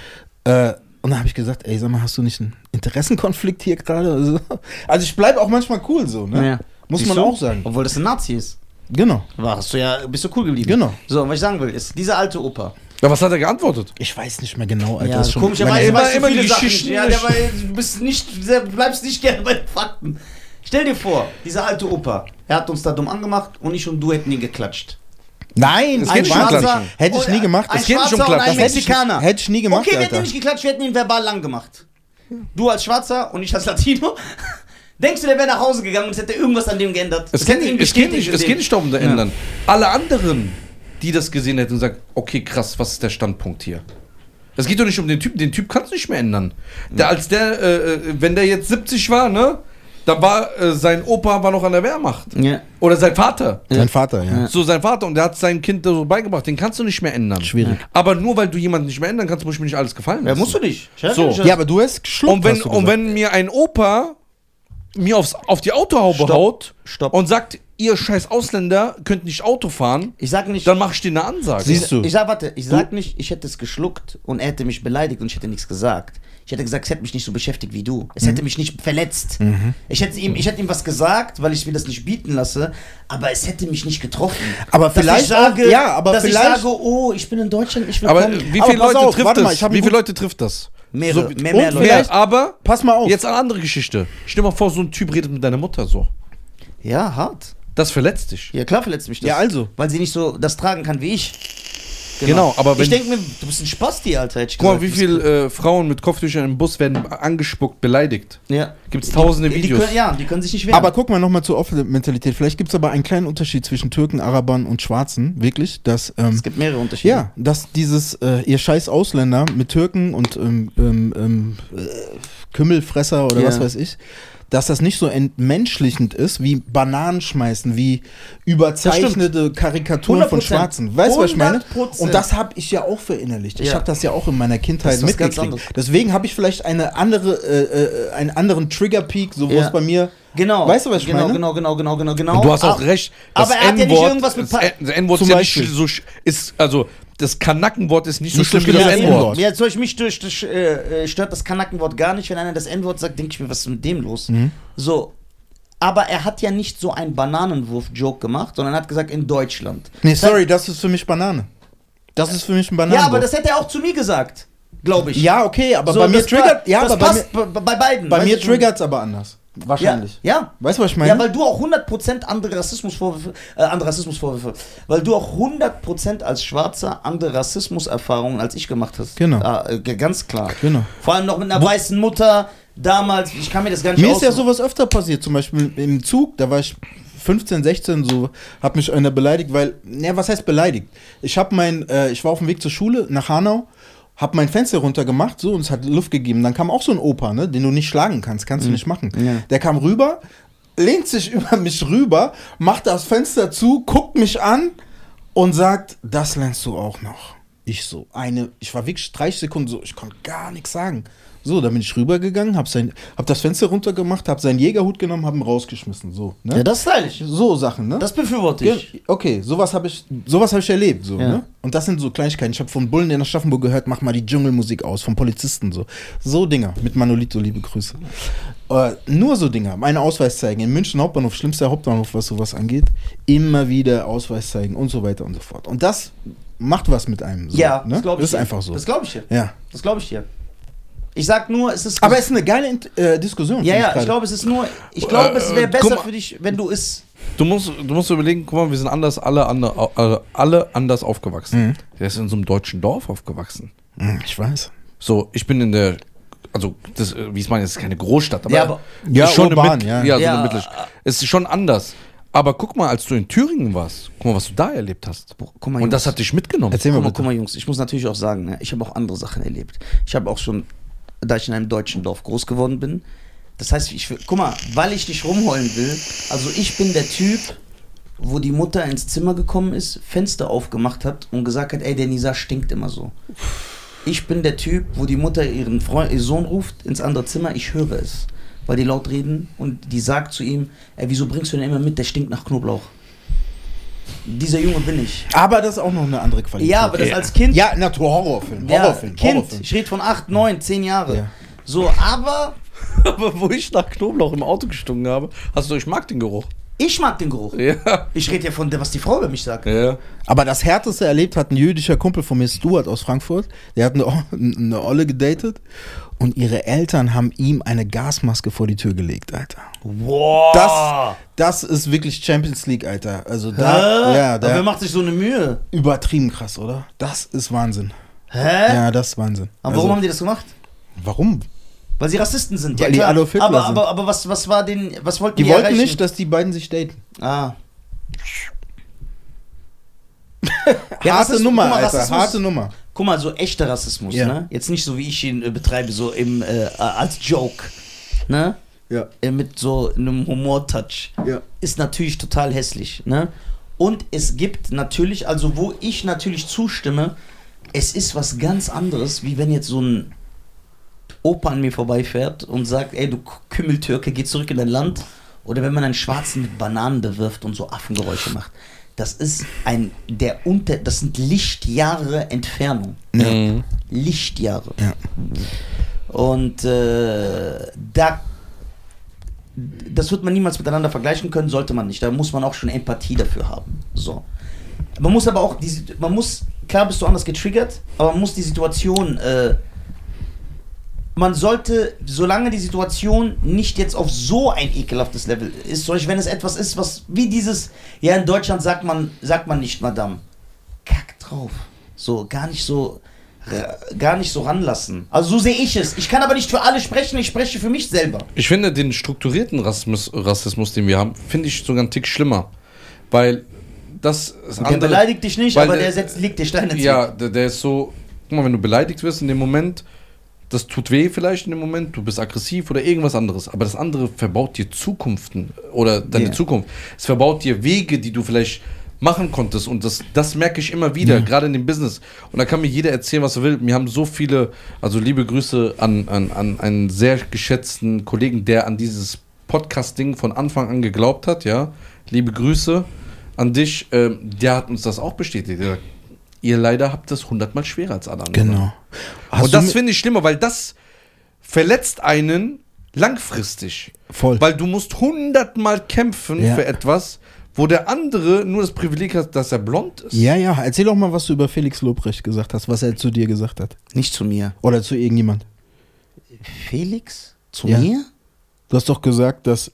Speaker 4: Äh, und dann habe ich gesagt, ey, sag mal, hast du nicht einen Interessenkonflikt hier gerade? oder so? Also ich bleibe auch manchmal cool so, ne?
Speaker 3: Ja.
Speaker 4: Muss
Speaker 3: Siehst
Speaker 4: man
Speaker 3: du?
Speaker 4: auch sagen.
Speaker 3: Obwohl das ein Nazi ist.
Speaker 4: Genau.
Speaker 3: Warst du ja, bist du cool geblieben.
Speaker 4: Genau.
Speaker 3: So, und was ich sagen will, ist, dieser alte Opa.
Speaker 1: Ja, was hat er geantwortet?
Speaker 4: Ich weiß nicht mehr genau, Alter.
Speaker 3: Ja,
Speaker 4: ist schon lange
Speaker 3: komischerweise
Speaker 4: her.
Speaker 1: Immer-
Speaker 3: weißt du
Speaker 1: immer
Speaker 3: viele
Speaker 1: die
Speaker 3: Sachen nicht.
Speaker 1: Geschichten
Speaker 3: Ja,
Speaker 1: nicht.
Speaker 3: dabei, du bist nicht, sehr- bleibst nicht gerne bei den Fakten. Stell dir vor, dieser alte Opa, er hat uns da dumm angemacht und ich und du hätten ihn geklatscht.
Speaker 4: Nein,
Speaker 1: Es
Speaker 4: ein
Speaker 1: geht nicht um
Speaker 4: Schwarzer.
Speaker 1: Klatschen.
Speaker 4: Hätte ich
Speaker 3: Und
Speaker 4: nie gemacht.
Speaker 3: Oh, Ein
Speaker 4: Das
Speaker 1: geht nicht um
Speaker 3: Schwarzer und
Speaker 1: Klatschen.
Speaker 3: ein
Speaker 1: Das
Speaker 4: hätte ich-
Speaker 3: Mexikaner.
Speaker 4: hätte ich nie gemacht,
Speaker 3: Okay, wir hätten
Speaker 4: Alter.
Speaker 3: ihn nicht geklatscht, wir hätten ihn verbal lang gemacht. Du als Schwarzer und ich als Latino. Denkst du, der wäre nach Hause gegangen und es hätte irgendwas an dem geändert?
Speaker 1: Es,
Speaker 3: Das
Speaker 1: geht,
Speaker 3: hätte ihn
Speaker 1: nicht, es, geht
Speaker 3: bestätigt
Speaker 1: nicht, es
Speaker 3: in
Speaker 1: geht
Speaker 3: dem.
Speaker 1: nicht darum, zu
Speaker 3: Ja.
Speaker 1: ändern. Alle anderen, die das gesehen hätten, sagen, okay, krass, was ist der Standpunkt hier? Es geht doch nicht um den Typen, den Typ kannst du nicht mehr ändern. Der, als der, äh, äh, wenn der jetzt 70 war, ne, da war äh, sein Opa war noch an der Wehrmacht.
Speaker 3: Ja.
Speaker 1: Oder sein Vater.
Speaker 4: Mein Vater, ja.
Speaker 1: So sein Vater und der hat sein Kind so beigebracht, den kannst du nicht mehr ändern.
Speaker 4: Schwierig.
Speaker 1: Aber nur weil du jemanden nicht mehr ändern kannst, muss ich mir nicht alles gefallen
Speaker 3: Ja,
Speaker 1: lassen.
Speaker 3: musst du nicht. Chef,
Speaker 1: So.
Speaker 3: ich-
Speaker 4: Ja, aber du hast geschluckt.
Speaker 1: Und wenn,
Speaker 4: hast du
Speaker 1: und
Speaker 4: gesagt.
Speaker 1: wenn mir ein Opa mir aufs, auf die Autohaube
Speaker 3: Stopp.
Speaker 1: haut
Speaker 3: Stopp.
Speaker 1: und sagt, ihr scheiß Ausländer könnt nicht Auto fahren,
Speaker 3: Ich sag nicht.
Speaker 1: dann mach ich dir eine Ansage.
Speaker 4: Siehst du?
Speaker 3: Ich sag, warte, ich sag nicht, ich hätte es geschluckt und er hätte mich beleidigt und ich hätte nichts gesagt. Ich hätte gesagt, es hätte mich nicht so beschäftigt wie du. Es
Speaker 4: Mhm.
Speaker 3: hätte mich nicht verletzt. Ich, hätte ihm, ich hätte ihm was gesagt, weil ich mir das nicht bieten lasse, aber es hätte mich nicht getroffen.
Speaker 4: Aber vielleicht
Speaker 3: Dass ich sage,
Speaker 4: auch- ja, aber
Speaker 3: dass
Speaker 4: vielleicht-
Speaker 3: ich sage, oh, ich bin in Deutschland nicht
Speaker 1: aber äh,
Speaker 3: willkommen.
Speaker 1: wie viele
Speaker 4: Aber pass
Speaker 1: Leute
Speaker 4: auf,
Speaker 1: trifft
Speaker 4: warte mal,
Speaker 1: das?
Speaker 4: ich hab
Speaker 1: wie
Speaker 4: einen
Speaker 1: viele
Speaker 4: guten-
Speaker 1: Leute trifft das?
Speaker 3: mehrere, mehr,
Speaker 4: und
Speaker 3: mehr Leute.
Speaker 1: Ja, aber
Speaker 4: Pass mal auf.
Speaker 1: jetzt eine andere Geschichte. Stell dir mal vor, so ein Typ redet mit deiner Mutter so.
Speaker 3: Ja, hart.
Speaker 1: Das verletzt dich.
Speaker 3: Ja, klar verletzt mich das.
Speaker 4: Ja, also.
Speaker 3: Weil sie nicht so das tragen kann wie ich.
Speaker 1: Genau, aber
Speaker 3: Ich
Speaker 1: wenn-
Speaker 3: denke mir, du bist ein Spasti, Alter. hätte ich
Speaker 1: Guck mal,
Speaker 3: gesagt.
Speaker 1: wie viele äh, Frauen mit Kopftüchern im Bus werden angespuckt, beleidigt.
Speaker 3: Ja.
Speaker 1: Gibt's tausende
Speaker 3: die, die,
Speaker 1: Videos.
Speaker 3: Können, ja, die können sich nicht wehren.
Speaker 4: Aber guck mal nochmal zur Off-Mentalität. Vielleicht gibt es aber einen kleinen Unterschied zwischen Türken, Arabern und Schwarzen, wirklich, dass. Ähm,
Speaker 3: es gibt mehrere Unterschiede.
Speaker 4: ja, dass dieses, äh, ihr scheiß Ausländer mit Türken und ähm, ähm, ähm, äh, Kümmelfresser oder
Speaker 3: Ja.
Speaker 4: was weiß ich, dass das nicht so entmenschlichend ist wie Bananen schmeißen, wie überzeichnete Karikaturen von
Speaker 3: 100%.
Speaker 4: Schwarzen. Weißt du, was ich meine?
Speaker 3: 100%.
Speaker 4: Und das habe ich ja auch verinnerlicht. Ich
Speaker 3: Ja.
Speaker 4: habe das ja auch in meiner Kindheit
Speaker 3: Das ist was ganz anderes.
Speaker 4: mitgekriegt. Deswegen habe ich vielleicht eine andere, äh, äh, einen anderen Trigger-Peak, so wo
Speaker 3: Ja.
Speaker 4: es bei mir.
Speaker 3: Genau.
Speaker 4: Weißt du, was ich
Speaker 3: genau,
Speaker 4: meine?
Speaker 3: Genau, genau, genau, genau, genau.
Speaker 1: Und du hast auch
Speaker 3: Ah,
Speaker 1: recht.
Speaker 3: aber er hat ja nicht irgendwas mit
Speaker 1: Das
Speaker 3: Pa-
Speaker 1: N- das N-Wort ist
Speaker 4: Zum
Speaker 1: ja nicht
Speaker 4: Beispiel.
Speaker 1: so. sch- Ist, also, das Kanackenwort ist nicht so
Speaker 4: Nicht so
Speaker 1: schlimm wie das
Speaker 4: schlimm wie das
Speaker 1: N-Wort.
Speaker 3: Ja, zum Beispiel mich durch, durch, äh, äh, stört das Kanackenwort gar nicht. Wenn einer das N-Wort sagt, denke ich mir, was ist mit dem los?
Speaker 1: Mhm.
Speaker 3: So. Aber er hat ja nicht so einen Bananenwurf-Joke gemacht, sondern hat gesagt, in Deutschland.
Speaker 4: Nee, sorry, das ist für mich Banane. Das ist für mich ein Banane.
Speaker 3: Äh, Ja, aber das hätte er auch zu mir gesagt, glaube ich.
Speaker 4: Ja, okay, aber
Speaker 3: So,
Speaker 4: bei mir
Speaker 3: das war-
Speaker 4: triggert. Ja,
Speaker 3: das
Speaker 4: aber bei mir,
Speaker 3: passt bei, bei beiden.
Speaker 4: bei
Speaker 3: weißt
Speaker 4: mir
Speaker 3: du, schon.
Speaker 4: triggert es aber anders. Wahrscheinlich.
Speaker 3: Ja, ja.
Speaker 4: Weißt du, was ich meine?
Speaker 3: Ja, weil du auch 100% andere Rassismusvorwürfe, äh, andere Rassismusvorwürfe, weil du auch 100% als Schwarzer andere Rassismuserfahrungen als ich gemacht hast.
Speaker 4: Genau.
Speaker 3: Ah, äh, g- ganz klar.
Speaker 4: Genau.
Speaker 3: Vor allem noch mit einer weißen Mutter damals, ich kann mir das gar nicht
Speaker 4: Mir ist ja
Speaker 3: aussuchen.
Speaker 4: sowas öfter passiert, zum Beispiel im Zug, da war ich 15, 16, so, hat mich einer beleidigt, weil, naja, was heißt beleidigt? Ich hab mein, äh, ich war auf dem Weg zur Schule nach Hanau, hab mein Fenster runtergemacht, so, und es hat Luft gegeben. Dann kam auch so ein Opa, ne, den du nicht schlagen kannst, kannst du nicht machen.
Speaker 3: Mhm. Ja.
Speaker 4: Der kam rüber, lehnt sich über mich rüber, macht das Fenster zu, guckt mich an und sagt, das lernst du auch noch. Ich so, eine, ich war wirklich 30 Sekunden so, ich konnte gar nichts sagen. So, dann bin ich rübergegangen, hab, sein, hab das Fenster runtergemacht, hab seinen Jägerhut genommen, hab ihn rausgeschmissen. So, ne?
Speaker 3: Ja, das teile ich.
Speaker 4: so Sachen, ne?
Speaker 3: Das befürworte ich.
Speaker 4: Ge- Okay, sowas habe ich, sowas hab ich erlebt. So,
Speaker 3: Ja.
Speaker 4: ne? Und das sind so Kleinigkeiten. Ich habe von Bullen in Aschaffenburg gehört, mach mal die Dschungelmusik aus, von Polizisten so. So Dinger. Mit Manolito, liebe Grüße. Äh, nur so Dinger. Meine Ausweis zeigen. In München Hauptbahnhof, schlimmster Hauptbahnhof, was sowas angeht. Immer wieder Ausweis zeigen und so weiter und so fort. Und das macht was mit einem. So,
Speaker 3: ja,
Speaker 4: ne?
Speaker 3: das glaube ich.
Speaker 4: Das ist
Speaker 3: dir.
Speaker 4: einfach so.
Speaker 3: Das glaube ich dir.
Speaker 4: ja.
Speaker 3: Das glaube ich dir. Ich sag nur, es ist
Speaker 4: Aber es ist eine geile Int- äh, Diskussion.
Speaker 3: Ja,
Speaker 4: find
Speaker 3: ja, ich
Speaker 4: gerade.
Speaker 3: glaube, es ist nur ich glaube, es
Speaker 1: Äh,
Speaker 3: wäre
Speaker 1: guck
Speaker 3: besser
Speaker 1: mal.
Speaker 3: für dich, wenn du es
Speaker 1: Du musst, du musst überlegen, guck mal, wir sind anders, alle, ander, äh, alle anders aufgewachsen.
Speaker 4: Mhm.
Speaker 1: Der ist in so einem deutschen Dorf aufgewachsen.
Speaker 4: Hm, Ich weiß.
Speaker 1: So, ich bin in der, also, das, äh, wie ich meine, es ist keine Großstadt, aber,
Speaker 3: Ja, aber-
Speaker 4: Ja,
Speaker 1: ist schon
Speaker 4: urban,
Speaker 1: eine Mit,
Speaker 4: ja.
Speaker 1: ja. so
Speaker 3: Ja.
Speaker 1: eine Mittelstadt. Es ist schon anders. Aber guck mal, als du in Thüringen warst, guck mal, was du da erlebt hast.
Speaker 3: guck mal,
Speaker 1: Und das
Speaker 3: Jungs.
Speaker 1: hat dich mitgenommen.
Speaker 4: Erzähl mal
Speaker 3: guck mal,
Speaker 4: bitte.
Speaker 3: guck mal, Jungs, ich muss natürlich auch sagen, ne, ich habe auch andere Sachen erlebt. Ich habe auch schon, da ich in einem deutschen Dorf groß geworden bin, das heißt, ich, will- guck mal, weil ich dich rumheulen will, also ich bin der Typ, wo die Mutter ins Zimmer gekommen ist, Fenster aufgemacht hat und gesagt hat, ey, der Nisa stinkt immer so. Ich bin der Typ, wo die Mutter ihren Freund, ihren Sohn ruft ins andere Zimmer, ich höre es, weil die laut reden und die sagt zu ihm, ey, wieso bringst du den immer mit, der stinkt nach Knoblauch. Dieser Junge bin ich.
Speaker 4: Aber das ist auch noch eine andere Qualität.
Speaker 3: Ja, aber das als Kind.
Speaker 4: Ja, Natur Horrorfilm.
Speaker 3: Ja,
Speaker 4: Horrorfilm.
Speaker 3: Kind,
Speaker 4: Horrorfilm.
Speaker 3: ich rede von 8, 9, 10 Jahre.
Speaker 4: Ja.
Speaker 3: So, aber
Speaker 1: Aber wo ich nach Knoblauch im Auto gestunken habe, hast du, ich mag den Geruch.
Speaker 3: ich mag den Geruch.
Speaker 1: Ja.
Speaker 3: Ich rede ja von dem, was die Frau über mich sagt.
Speaker 1: Ja.
Speaker 4: Aber das härteste erlebt hat ein jüdischer Kumpel von mir, Stuart aus Frankfurt. Der hat eine, O- eine Olle gedatet und ihre Eltern haben ihm eine Gasmaske vor die Tür gelegt, Alter.
Speaker 3: Wow.
Speaker 4: Das, das ist wirklich Champions League, Alter. Also da,
Speaker 3: Ah. Hä?
Speaker 4: ja,
Speaker 3: Aber wer
Speaker 4: da
Speaker 3: macht sich so eine Mühe?
Speaker 4: übertrieben krass, oder? Das ist Wahnsinn.
Speaker 3: Hä?
Speaker 4: Ja, das ist Wahnsinn.
Speaker 3: Aber warum haben
Speaker 4: also,
Speaker 3: die das gemacht?
Speaker 4: warum?
Speaker 3: Weil sie Rassisten sind.
Speaker 4: Weil die Adolf Hitler
Speaker 3: aber,
Speaker 4: sind.
Speaker 3: aber, aber was, was war denn, was wollten
Speaker 4: Die
Speaker 3: die,
Speaker 4: wollten
Speaker 3: erreichen?
Speaker 4: nicht, dass die beiden sich daten.
Speaker 3: Ah.
Speaker 4: harte
Speaker 3: Rassismus-
Speaker 4: Nummer,
Speaker 3: guck mal,
Speaker 4: Alter.
Speaker 3: Rassismus-
Speaker 4: Harte Nummer.
Speaker 3: Guck mal, so echter Rassismus,
Speaker 4: Ja.
Speaker 3: ne? Jetzt nicht so, wie ich ihn äh, betreibe, so im, äh, als Joke, ne?
Speaker 4: Ja.
Speaker 3: Äh, mit so einem Humor-Touch.
Speaker 4: Ja.
Speaker 3: Ist natürlich total hässlich, ne? Und es gibt natürlich, also wo ich natürlich zustimme, es ist was ganz anderes, wie wenn jetzt so ein Opa an mir vorbeifährt und sagt, ey, du Kümmeltürke, geh zurück in dein Land. Oder wenn man einen Schwarzen mit Bananen bewirft und so Affengeräusche macht. Das ist ein, der unter, das sind Lichtjahre Entfernung.
Speaker 1: Mhm.
Speaker 3: Lichtjahre.
Speaker 4: Ja.
Speaker 3: Und äh, da, das wird man niemals miteinander vergleichen können, sollte man nicht. Da muss man auch schon Empathie dafür haben. So. Man muss aber auch, die, Sit- man muss, klar bist du anders getriggert, aber man muss die Situation, äh, man sollte, solange die Situation nicht jetzt auf so ein ekelhaftes Level ist, zum Beispiel, wenn es etwas ist, was, wie dieses, ja, in Deutschland sagt man, sagt man nicht, Madame kack drauf. So, gar nicht so, r- gar nicht so ranlassen. Also so sehe ich es. Ich kann aber nicht für alle sprechen, ich spreche für mich selber.
Speaker 1: Ich finde den strukturierten Rassismus, Rassismus den wir haben, finde ich sogar einen Tick schlimmer. Weil das ist
Speaker 3: Der beleidigt dich nicht,
Speaker 1: weil
Speaker 3: aber der
Speaker 1: der-
Speaker 3: setzt, legt dir Steine ins
Speaker 1: Ja,
Speaker 3: Weg.
Speaker 1: der, der ist so, guck mal, wenn du beleidigt wirst in dem Moment, das tut weh vielleicht in dem Moment, du bist aggressiv oder irgendwas anderes, aber das andere verbaut dir Zukunften oder deine
Speaker 3: Ja.
Speaker 1: Zukunft. Es verbaut dir Wege, die du vielleicht machen konntest und das, das merke ich immer wieder, gerade in dem Business. Und da kann mir jeder erzählen, was er will. Mir haben so viele, also liebe Grüße an, an, an einen sehr geschätzten Kollegen, der an dieses Podcast-Ding von Anfang an geglaubt hat, ja. Liebe Grüße an dich. Ähm, der hat uns das auch bestätigt. Der sagt, ihr leider habt das hundertmal schwerer als alle anderen.
Speaker 4: Genau.
Speaker 1: und das finde ich schlimmer, weil das verletzt einen langfristig.
Speaker 4: Voll.
Speaker 1: Weil du musst hundertmal kämpfen
Speaker 4: Ja.
Speaker 1: für etwas, wo der andere nur das Privileg hat, dass er blond ist.
Speaker 4: Ja, ja, erzähl doch mal, was du über Felix Lobrecht gesagt hast, was er zu dir gesagt hat.
Speaker 3: Nicht zu mir.
Speaker 4: Oder zu irgendjemand.
Speaker 3: Felix? Zu
Speaker 4: Ja.
Speaker 3: mir?
Speaker 4: Du hast doch gesagt, dass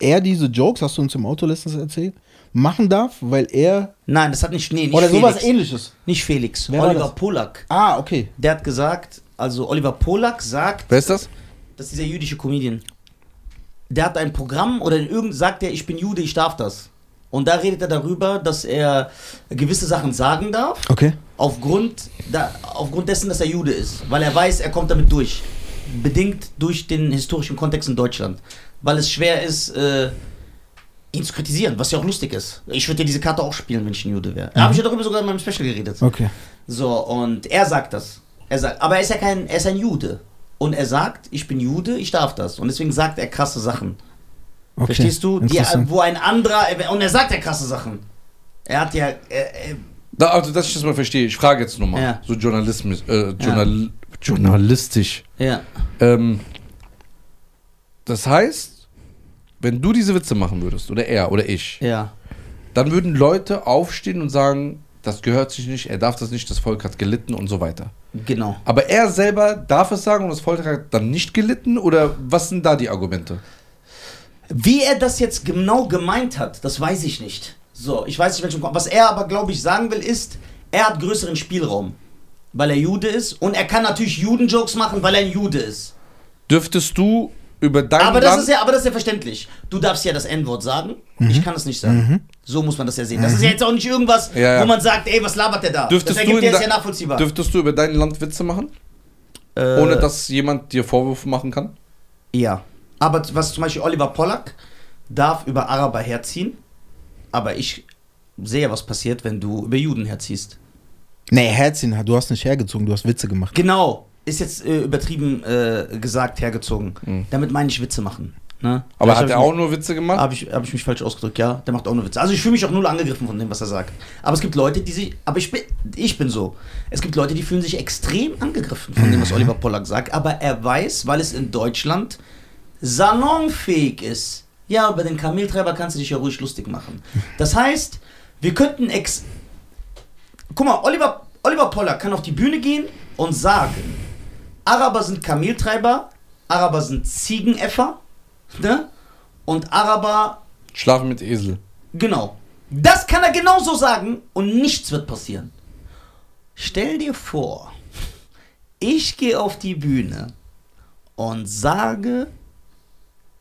Speaker 4: er diese Jokes, hast du uns im Auto letztens erzählt, machen darf, weil er.
Speaker 3: Nein, das hat nicht, nee, nicht
Speaker 4: oder
Speaker 3: Felix.
Speaker 4: sowas ähnliches.
Speaker 3: Nicht Felix,
Speaker 4: Wer war
Speaker 3: Oliver
Speaker 4: das?
Speaker 3: Polak.
Speaker 4: Ah, okay.
Speaker 3: Der hat gesagt, also Oliver Polak sagt,
Speaker 1: Wer ist das?
Speaker 3: dass dieser jüdische Comedian, der hat ein Programm oder in irgend sagt er, ich bin Jude, ich darf das. Und da redet er darüber, dass er gewisse Sachen sagen darf.
Speaker 4: Okay.
Speaker 3: aufgrund, da, aufgrund dessen, dass er Jude ist, weil er weiß, er kommt damit durch. Bedingt durch den historischen Kontext in Deutschland. Weil es schwer ist, äh, ihn zu kritisieren, was ja auch lustig ist. Ich würde ja diese Karte auch spielen, wenn ich ein Jude wäre. Da habe ich ja darüber sogar in meinem Special geredet.
Speaker 4: Okay.
Speaker 3: So, und er sagt das. Er sagt, aber er ist ja kein, er ist ein Jude. Und er sagt, ich bin Jude, ich darf das. Und deswegen sagt er krasse Sachen.
Speaker 4: okay.
Speaker 3: Verstehst du? äh, Die,
Speaker 4: Interessant.
Speaker 3: wo ein anderer, und er sagt ja krasse Sachen. Er hat ja, äh, äh,
Speaker 1: Da, also, dass ich das mal verstehe. Ich frage jetzt nochmal.
Speaker 3: Ja.
Speaker 1: So Journalismus, äh, Journal journalistisch.
Speaker 3: ja.
Speaker 1: Ähm, das heißt, wenn du diese Witze machen würdest, oder er oder ich,
Speaker 3: Ja.
Speaker 1: dann würden Leute aufstehen und sagen, das gehört sich nicht, er darf das nicht, das Volk hat gelitten und so weiter.
Speaker 3: Genau.
Speaker 1: Aber er selber darf es sagen und das Volk hat dann nicht gelitten? Oder was sind da die Argumente?
Speaker 3: Wie er das jetzt genau gemeint hat, das weiß ich nicht. So, ich weiß nicht, welchen. Was er aber, glaube ich, sagen will, ist, er hat größeren Spielraum, weil er Jude ist. Und er kann natürlich Juden-Jokes machen, weil er ein Jude ist.
Speaker 1: Dürftest du über dein
Speaker 3: Aber das
Speaker 1: Land...
Speaker 3: ist ja, aber das ist ja verständlich. Du darfst ja das N-Wort sagen.
Speaker 1: Mhm.
Speaker 3: Ich kann es nicht sagen. So muss man das ja sehen. Das ist ja jetzt auch nicht irgendwas,
Speaker 1: Ja, ja.
Speaker 3: wo man sagt, ey, was labert der da?
Speaker 1: dürftest
Speaker 3: das
Speaker 1: du
Speaker 3: ergibt
Speaker 1: in
Speaker 3: ja, ist
Speaker 1: de-
Speaker 3: ja nachvollziehbar.
Speaker 1: Dürftest du über dein Land Witze machen?
Speaker 3: Äh.
Speaker 1: Ohne dass jemand dir Vorwürfe machen kann?
Speaker 3: Ja. Aber z- was zum Beispiel Oliver Pollack darf über Araber herziehen, aber ich sehe, was passiert, wenn du über Juden herziehst.
Speaker 4: Nee, Herzchen, du hast nicht hergezogen, du hast Witze gemacht.
Speaker 3: Genau, ist jetzt äh, übertrieben äh, gesagt hergezogen. Damit meine ich Witze machen.
Speaker 1: Hm.
Speaker 3: Ne?
Speaker 1: Aber
Speaker 3: Vielleicht hab
Speaker 1: hat
Speaker 3: ich
Speaker 1: er
Speaker 3: mich-
Speaker 1: auch nur Witze gemacht?
Speaker 3: Habe ich, hab ich mich falsch ausgedrückt, ja. Der macht auch nur Witze. Also ich fühle mich auch null angegriffen von dem, was er sagt. Aber es gibt Leute, die sich. Aber ich bin, ich bin so. Es gibt Leute, die fühlen sich extrem angegriffen von dem, was Oliver Pollack sagt. Aber er weiß, weil es in Deutschland salonfähig ist. Ja, über den Kameltreiber kannst du dich ja ruhig lustig machen. Das heißt, wir könnten ex. Guck mal, Oliver, Oliver Pollack kann auf die Bühne gehen und sagen: Araber sind Kameltreiber, Araber sind Ziegenäffer, ne? Und Araber
Speaker 1: Schlafen mit Esel.
Speaker 3: Genau. Das kann er genauso sagen und nichts wird passieren. Stell dir vor, ich gehe auf die Bühne und sage,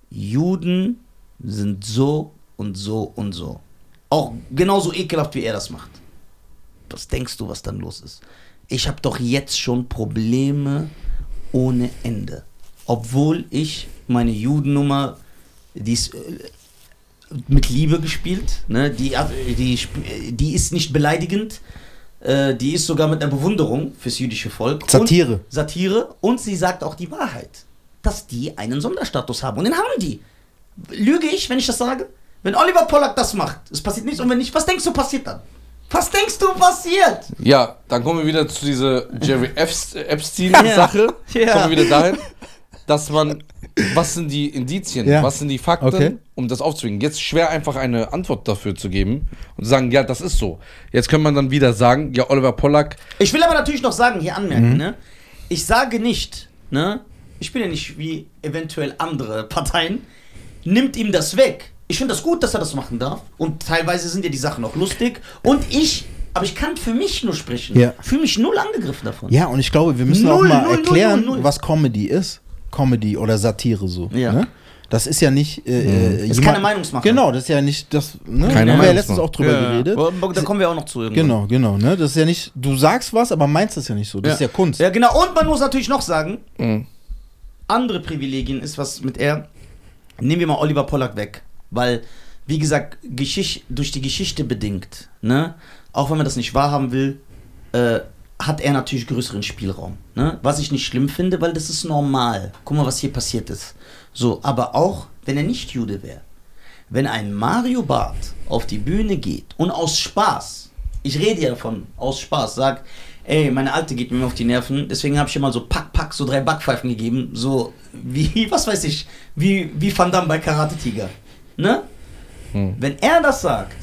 Speaker 3: Juden sind so und so und so. Auch genauso ekelhaft, wie er das macht. Was denkst du, was dann los ist? Ich habe doch jetzt schon Probleme ohne Ende. Obwohl ich meine Judennummer, die ist äh, mit Liebe gespielt. Ne? Die, hat- die, sp- die ist nicht beleidigend. Äh, die ist sogar mit einer Bewunderung fürs jüdische Volk.
Speaker 4: Satire.
Speaker 3: Und, Satire. Und sie sagt auch die Wahrheit. Dass die einen Sonderstatus haben. Und den haben die. Lüge ich, wenn ich das sage? Wenn Oliver Pollack das macht, es passiert nichts. Und wenn nicht, was denkst du passiert dann? Was denkst du passiert?
Speaker 1: Ja, dann kommen wir wieder zu dieser Jerry Epst- Epstein-Sache.
Speaker 3: Ja.
Speaker 1: Kommen wir wieder dahin, dass man, was sind die Indizien,
Speaker 4: Ja.
Speaker 1: was sind die Fakten,
Speaker 4: Okay.
Speaker 1: um das aufzuwingen. Jetzt schwer einfach eine Antwort dafür zu geben und zu sagen, ja, das ist so. Jetzt kann man dann wieder sagen, ja, Oliver Pollack,
Speaker 3: Ich will aber natürlich noch sagen, hier
Speaker 4: Mhm.
Speaker 3: anmerken, ne? Ich sage nicht, ne? Ich bin ja nicht wie eventuell andere Parteien. Nimmt ihm das weg. Ich finde das gut, dass er das machen darf. Und teilweise sind ja die Sachen auch lustig. Und ich, aber ich kann für mich nur sprechen.
Speaker 4: Ja.
Speaker 3: Fühle mich null angegriffen davon.
Speaker 4: Ja, und ich glaube, wir müssen
Speaker 3: Null,
Speaker 4: auch mal
Speaker 3: null, null,
Speaker 4: erklären,
Speaker 3: null, null.
Speaker 4: was Comedy ist. Comedy oder Satire so.
Speaker 3: Ja. Mhm.
Speaker 4: Ne? Das ist ja nicht. Äh, äh,
Speaker 3: ist
Speaker 4: jemand-
Speaker 3: keine Meinungsmache.
Speaker 4: Genau, das ist ja nicht das.
Speaker 1: Keine
Speaker 4: Ne? haben wir ja
Speaker 1: Meinungsmache.
Speaker 4: letztens auch drüber geredet.
Speaker 3: Aber Da kommen wir auch noch zu irgendwann.
Speaker 4: Genau, genau. Ne? Das ist ja nicht. Du sagst was, aber meinst das ja nicht so. Das ist ja Kunst.
Speaker 3: Ja, genau. Und man muss natürlich noch sagen, andere Privilegien ist was mit er. Nehmen wir mal Oliver Pollack weg, weil, wie gesagt, Geschicht, durch die Geschichte bedingt, ne? auch wenn man das nicht wahrhaben will, äh, hat er natürlich größeren Spielraum. Ne? Was ich nicht schlimm finde, weil das ist normal. Guck mal, was hier passiert ist. So, aber auch, wenn er nicht Jude wäre. Wenn ein Mario Barth auf die Bühne geht und aus Spaß, ich rede ja davon, aus Spaß, sagt, ey, meine Alte geht mir immer auf die Nerven, deswegen habe ich ihr mal so pack, pack, so drei Backpfeifen gegeben, so wie, was weiß ich, wie, wie Van Damme bei Karate Tiger. Ne? Wenn er das sagt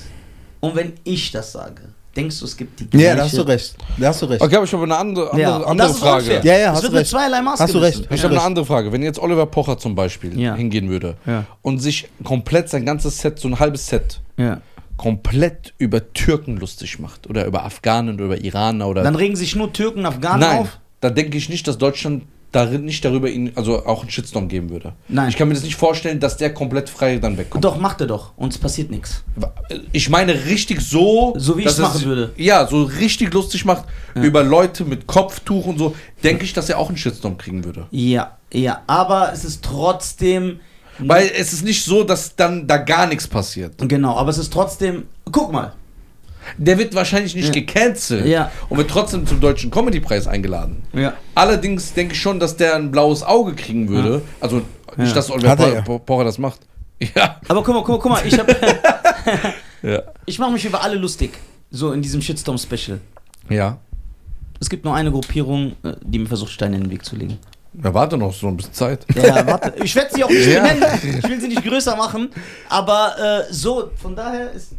Speaker 3: und wenn ich das sage, denkst du, es gibt die gleiche...
Speaker 4: Ja, da hast du recht. Da hast du recht.
Speaker 1: okay, aber ich habe eine andere, andere,
Speaker 3: Ja, und
Speaker 1: andere
Speaker 3: das ist
Speaker 1: Frage.
Speaker 3: unfair.
Speaker 4: Ja, ja,
Speaker 3: Es
Speaker 4: hast
Speaker 3: wird
Speaker 4: du
Speaker 3: mit
Speaker 4: recht.
Speaker 3: zweierlei Maß
Speaker 4: Hast du
Speaker 3: gemessen.
Speaker 4: recht.
Speaker 1: Ich
Speaker 4: Ja.
Speaker 1: habe eine andere Frage. Wenn jetzt Oliver Pocher zum Beispiel
Speaker 3: Ja.
Speaker 1: hingehen würde
Speaker 3: Ja.
Speaker 1: und sich komplett sein ganzes Set, so ein halbes Set,
Speaker 3: Ja.
Speaker 1: komplett über Türken lustig macht oder über Afghanen oder über Iraner oder
Speaker 3: Dann regen sich nur Türken und Afghanen
Speaker 1: Nein,
Speaker 3: auf.
Speaker 1: da denke ich nicht, dass Deutschland darin nicht darüber ihn, also auch einen Shitstorm geben würde.
Speaker 3: Nein.
Speaker 1: Ich kann mir das nicht vorstellen, dass der komplett frei dann wegkommt.
Speaker 3: Doch, macht er doch. Uns passiert nichts.
Speaker 1: Ich meine richtig so,
Speaker 3: So wie
Speaker 1: dass
Speaker 3: ich's machen
Speaker 1: es-
Speaker 3: würde.
Speaker 1: Ja, so richtig lustig macht über Leute mit Kopftuch und so, denke ich, dass er auch einen Shitstorm kriegen würde.
Speaker 3: Ja, ja. Aber es ist trotzdem.
Speaker 1: Weil es ist nicht so, dass dann da gar nichts passiert.
Speaker 3: Genau, aber es ist trotzdem. Guck mal.
Speaker 1: Der wird wahrscheinlich nicht gecancelt
Speaker 3: Ja.
Speaker 1: und wird trotzdem zum deutschen Comedy-Preis eingeladen.
Speaker 3: Ja.
Speaker 1: Allerdings denke ich schon, dass der ein blaues Auge kriegen würde. Also nicht, dass Oliver
Speaker 4: Hat er
Speaker 1: Pocher
Speaker 4: ja.
Speaker 1: Pocher das macht. Ja.
Speaker 3: Aber guck mal, guck mal, guck mal. Ich, hab-
Speaker 1: Ja.
Speaker 3: ich mache mich über alle lustig. So in diesem Shitstorm-Special.
Speaker 1: Ja.
Speaker 3: Es gibt nur eine Gruppierung, äh, die mir versucht, Steine in den Weg zu legen.
Speaker 1: Na, warte noch so ein bisschen Zeit.
Speaker 3: Ja, warte. Ich werde sie auch nicht
Speaker 1: Ja.
Speaker 3: nennen. Ich will sie nicht größer machen. Aber äh, so, von daher ist.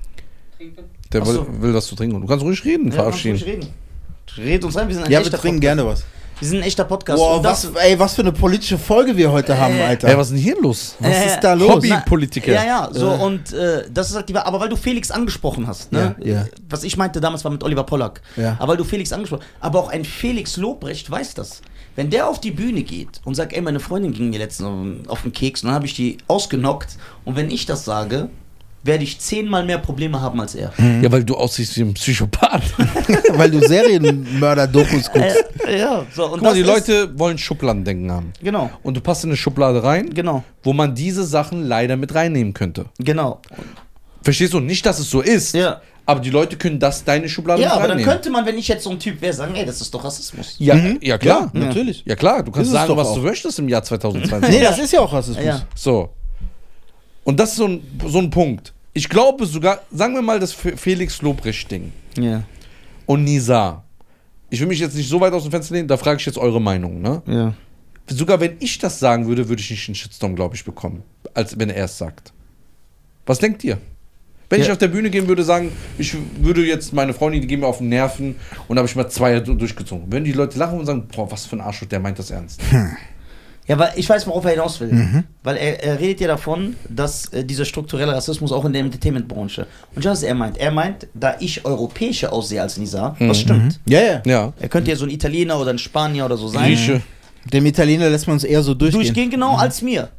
Speaker 1: Der
Speaker 3: Ach
Speaker 1: will,
Speaker 3: so.
Speaker 1: will, dass du trinken. Du kannst ruhig reden,
Speaker 3: Ja, kannst ruhig
Speaker 1: verabschieden.
Speaker 3: reden. Red uns rein, wir sind ein
Speaker 4: Ja, wir
Speaker 3: echter
Speaker 4: trinken
Speaker 3: Podcast.
Speaker 4: gerne was.
Speaker 3: Wir sind ein echter Podcast.
Speaker 4: Boah,
Speaker 3: Und das-
Speaker 4: was, ey, was für eine politische Folge wir heute haben, Alter.
Speaker 1: Ey, was ist denn hier los?
Speaker 4: was
Speaker 3: Äh,
Speaker 4: ist da los?
Speaker 1: Hobbypolitiker.
Speaker 3: Ja, ja, so
Speaker 4: Äh.
Speaker 3: und äh, das ist halt die Wahr- Aber weil du Felix angesprochen hast, ne?
Speaker 4: Ja, ja.
Speaker 3: Was ich meinte damals war mit Oliver Pollack.
Speaker 4: Ja.
Speaker 3: Aber weil du Felix angesprochen Aber auch ein Felix Lobrecht weiß das. Wenn der auf die Bühne geht und sagt, ey, meine Freundin ging mir letztens auf- auf den Keks und dann habe ich die ausgenockt. Und wenn ich das sage, werde ich zehnmal mehr Probleme haben als er.
Speaker 1: Ja, weil du aussiehst wie ein Psychopath.
Speaker 4: Weil du Serienmörder-Dokus guckst.
Speaker 3: Äh, ja, so und
Speaker 1: Guck mal, die
Speaker 3: ist-
Speaker 1: Leute wollen Schubladendenken haben.
Speaker 3: Genau,
Speaker 1: Und du passt in eine Schublade rein,
Speaker 3: genau,
Speaker 1: wo man diese Sachen leider mit reinnehmen könnte.
Speaker 3: genau.
Speaker 1: Verstehst du? Nicht, dass es so ist.
Speaker 3: Ja.
Speaker 1: Aber die Leute können das deine Schublade
Speaker 3: Ja,
Speaker 1: mit
Speaker 3: aber dann
Speaker 1: reinnehmen.
Speaker 3: könnte man, wenn ich jetzt so ein Typ wäre, sagen, ey, das ist doch Rassismus.
Speaker 1: ja, ja, klar.
Speaker 4: Mhm. Ja, natürlich.
Speaker 1: Ja klar, du kannst
Speaker 4: Ist es
Speaker 1: sagen,
Speaker 4: doch
Speaker 1: was
Speaker 4: auch.
Speaker 1: du möchtest im Jahr 2020.
Speaker 4: Nee, das ist ja auch Rassismus.
Speaker 3: Ja.
Speaker 1: So. Und das ist so ein, so ein Punkt. Ich glaube sogar, sagen wir mal das Fe- Felix Lobrecht-Ding
Speaker 3: Ja,
Speaker 1: und Nizar. Ich will mich jetzt nicht so weit aus dem Fenster lehnen, da frage ich jetzt eure Meinung. Ne?
Speaker 3: ja.
Speaker 1: Sogar wenn ich das sagen würde, würde ich nicht einen Shitstorm, glaube ich, bekommen, als wenn er es sagt. Was denkt ihr? Wenn
Speaker 3: Ja.
Speaker 1: ich auf der Bühne gehen würde, sagen, ich würde jetzt meine Freundin, die gehen mir auf den Nerven und habe ich mal zwei du- durchgezogen. Wenn die Leute lachen und sagen, boah, was für ein Arschloch, der meint das ernst.
Speaker 3: Ja, weil ich weiß, worauf er hinaus will.
Speaker 4: Mhm.
Speaker 3: Weil er, er redet ja davon, dass äh, dieser strukturelle Rassismus auch in der Entertainment-Branche. Und das, was er meint. Er meint, da ich europäischer aussehe als Nisa,
Speaker 4: Mhm.
Speaker 3: was stimmt.
Speaker 4: Ja, ja.
Speaker 1: Ja.
Speaker 3: Er könnte ja so ein Italiener oder ein Spanier oder so sein.
Speaker 1: Grieche.
Speaker 4: Dem Italiener lässt man es eher so durchgehen.
Speaker 3: Durchgehen genau
Speaker 4: Mhm.
Speaker 3: als mir.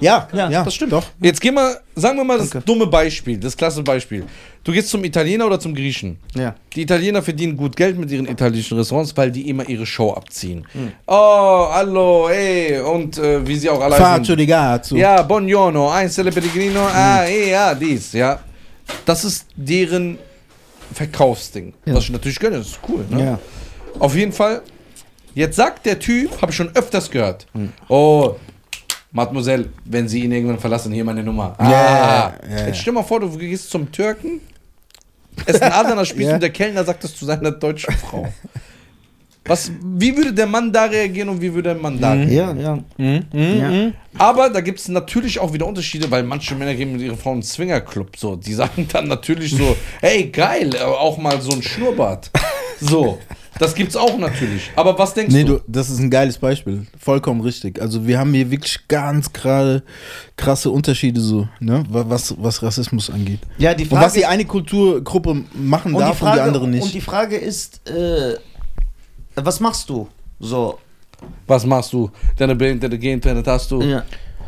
Speaker 4: Ja,
Speaker 3: Ja,
Speaker 4: ja,
Speaker 3: das stimmt.
Speaker 4: Doch.
Speaker 1: Jetzt gehen wir, sagen wir mal das dumme Beispiel, das klasse Beispiel. Du gehst zum Italiener oder zum Griechen.
Speaker 3: Ja.
Speaker 1: Die Italiener verdienen gut Geld mit ihren italienischen Restaurants, weil die immer ihre Show abziehen. Oh, hallo, ey, und äh, wie sie auch alle
Speaker 4: Faccio di Gazzo.
Speaker 1: Ja, buongiorno, ein cele pellegrino, ah, eh, ja, dies, ja. Das ist deren Verkaufsding. Was ich natürlich gönne, das ist cool. Ne?
Speaker 4: Ja.
Speaker 1: Auf jeden Fall, jetzt sagt der Typ, habe ich schon öfters gehört,
Speaker 4: Hm.
Speaker 1: oh, Mademoiselle, wenn Sie ihn irgendwann verlassen, hier meine Nummer. Ah,
Speaker 4: Ja, ja, ja.
Speaker 1: Jetzt stell mal vor, du gehst zum Türken, es ein Adana spielst
Speaker 4: Ja.
Speaker 1: und der Kellner sagt das zu seiner deutschen Frau. Was, wie würde der Mann da reagieren und wie würde der Mann
Speaker 4: Mhm.
Speaker 1: da reagieren?
Speaker 3: Ja, ja. ja.
Speaker 1: Aber da gibt es natürlich auch wieder Unterschiede, weil manche Männer gehen mit ihren Frauen einen Swingerclub. So. Die sagen dann natürlich so, hey, geil, äh, auch mal so ein Schnurrbart. So, das gibt's auch natürlich. Aber was denkst
Speaker 4: Nee,
Speaker 1: du?
Speaker 4: du, das ist ein geiles Beispiel. Vollkommen richtig. Also wir haben hier wirklich ganz gerade krasse Unterschiede so, ne? Wa- Was, was Rassismus angeht.
Speaker 3: Ja, die
Speaker 4: Und
Speaker 3: Frage
Speaker 4: was die eine Kulturgruppe machen
Speaker 3: und die
Speaker 4: darf
Speaker 3: Frage,
Speaker 4: und die andere
Speaker 3: Und
Speaker 4: nicht.
Speaker 3: die Frage ist, äh, was machst du? So,
Speaker 1: Was machst du? Deine Band, deine Game, deine hast du.
Speaker 3: ja.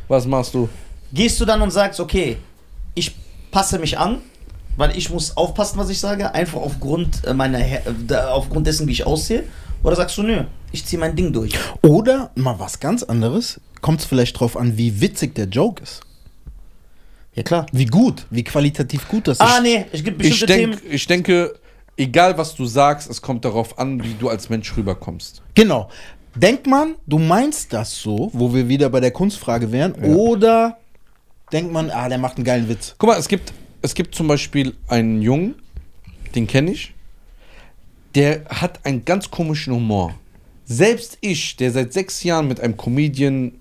Speaker 1: Was machst du?
Speaker 3: gehst du dann und sagst, okay, ich passe mich an, weil ich muss aufpassen, was ich sage, einfach aufgrund äh, meiner, Her- äh, da- aufgrund dessen, wie ich aussehe? Oder sagst du, nö, ich ziehe mein Ding durch?
Speaker 4: Oder mal was ganz anderes, kommt es vielleicht drauf an, wie witzig der Joke ist.
Speaker 3: Ja klar.
Speaker 4: Wie gut, wie qualitativ gut das
Speaker 3: Ah
Speaker 4: ist.
Speaker 3: nee, es gibt
Speaker 1: Ich,
Speaker 3: bestimmte
Speaker 1: denk,
Speaker 3: Themen.
Speaker 1: ich denke, egal was du sagst, es kommt darauf an, wie du als Mensch rüberkommst.
Speaker 4: Genau. Denkt man, du meinst das so, wo wir wieder bei der Kunstfrage wären, oder denkt man, ah, der macht einen geilen Witz.
Speaker 1: Guck mal, es gibt, es gibt zum Beispiel einen Jungen, den kenne ich, der hat einen ganz komischen Humor. Selbst ich, der seit sechs Jahren mit einem Comedian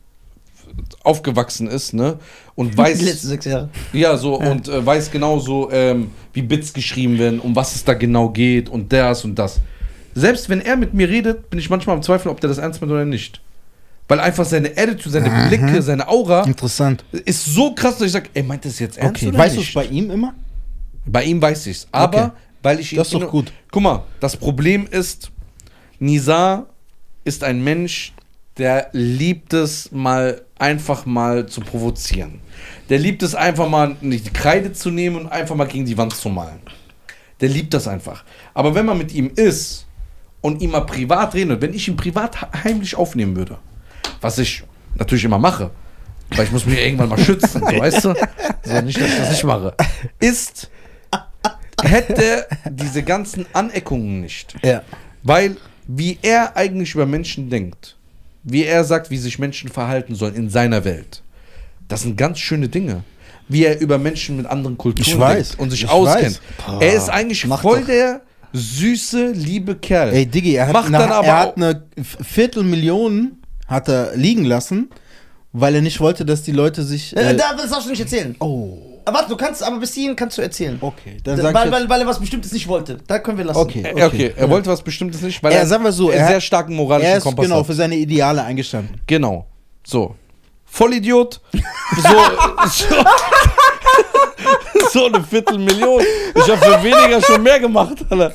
Speaker 1: aufgewachsen ist, ne, und
Speaker 3: Die
Speaker 1: weiß,
Speaker 3: letzten sechs Jahre.
Speaker 1: Ja, so und äh, weiß genau so, ähm, wie Bits geschrieben werden, um was es da genau geht und das und das. Selbst wenn er mit mir redet, bin ich manchmal am Zweifeln, ob der das ernst meint oder nicht. Weil einfach seine Attitude, seine Blicke, seine Aura
Speaker 4: Interessant.
Speaker 1: ist so krass, dass ich sage, ey, meint das jetzt ernst
Speaker 4: Okay.
Speaker 1: oder
Speaker 4: Weißt du es
Speaker 1: nicht?
Speaker 4: bei ihm immer?
Speaker 1: Bei ihm weiß ich's. Aber
Speaker 4: Okay.
Speaker 1: weil ich ihn.
Speaker 4: Das ist doch
Speaker 1: inno-
Speaker 4: gut.
Speaker 1: Guck mal, das Problem ist, Nizar ist ein Mensch, der liebt es mal einfach mal zu provozieren. Der liebt es einfach mal nicht die Kreide zu nehmen und einfach mal gegen die Wand zu malen. Der liebt das einfach. Aber wenn man mit ihm ist und ihm mal privat redet, wenn ich ihn privat he- heimlich aufnehmen würde, was ich natürlich immer mache, weil ich muss mich irgendwann mal schützen, so, weißt du? So, nicht, dass ich das nicht mache. Ist, hätte diese ganzen Aneckungen nicht.
Speaker 4: Ja.
Speaker 1: Weil, wie er eigentlich über Menschen denkt, wie er sagt, wie sich Menschen verhalten sollen in seiner Welt, das sind ganz schöne Dinge. Wie er über Menschen mit anderen Kulturen
Speaker 4: Ich weiß,
Speaker 1: denkt und sich
Speaker 4: ich
Speaker 1: auskennt.
Speaker 4: weiß.
Speaker 1: Er ist eigentlich
Speaker 3: Mach
Speaker 1: voll
Speaker 3: doch.
Speaker 1: der süße, liebe Kerl.
Speaker 4: Ey, Diggi, er hat,
Speaker 1: Macht
Speaker 4: eine,
Speaker 1: dann aber
Speaker 4: er hat
Speaker 1: auch-
Speaker 4: eine Viertelmillion hat er liegen lassen, weil er nicht wollte, dass die Leute sich.
Speaker 3: Äh,
Speaker 4: Äh,
Speaker 3: da, das darfst du nicht erzählen.
Speaker 4: oh,
Speaker 3: Aber warte, du kannst, aber bis hierhin kannst du erzählen.
Speaker 4: okay. Dann
Speaker 3: Weil,
Speaker 4: sag ich jetzt,
Speaker 3: weil, weil er was Bestimmtes nicht wollte. Da können wir lassen.
Speaker 4: Okay.
Speaker 1: Okay, okay. er wollte was Bestimmtes nicht, weil
Speaker 4: Er,
Speaker 1: er,
Speaker 4: sagen wir so,
Speaker 1: einen
Speaker 4: er-
Speaker 1: sehr starken moralischen
Speaker 4: er ist
Speaker 1: Kompass
Speaker 4: genau
Speaker 1: hat.
Speaker 4: für seine Ideale eingestanden.
Speaker 1: Genau. So. Vollidiot. So, so, so eine Viertelmillion. Ich habe für weniger schon mehr gemacht, Alter.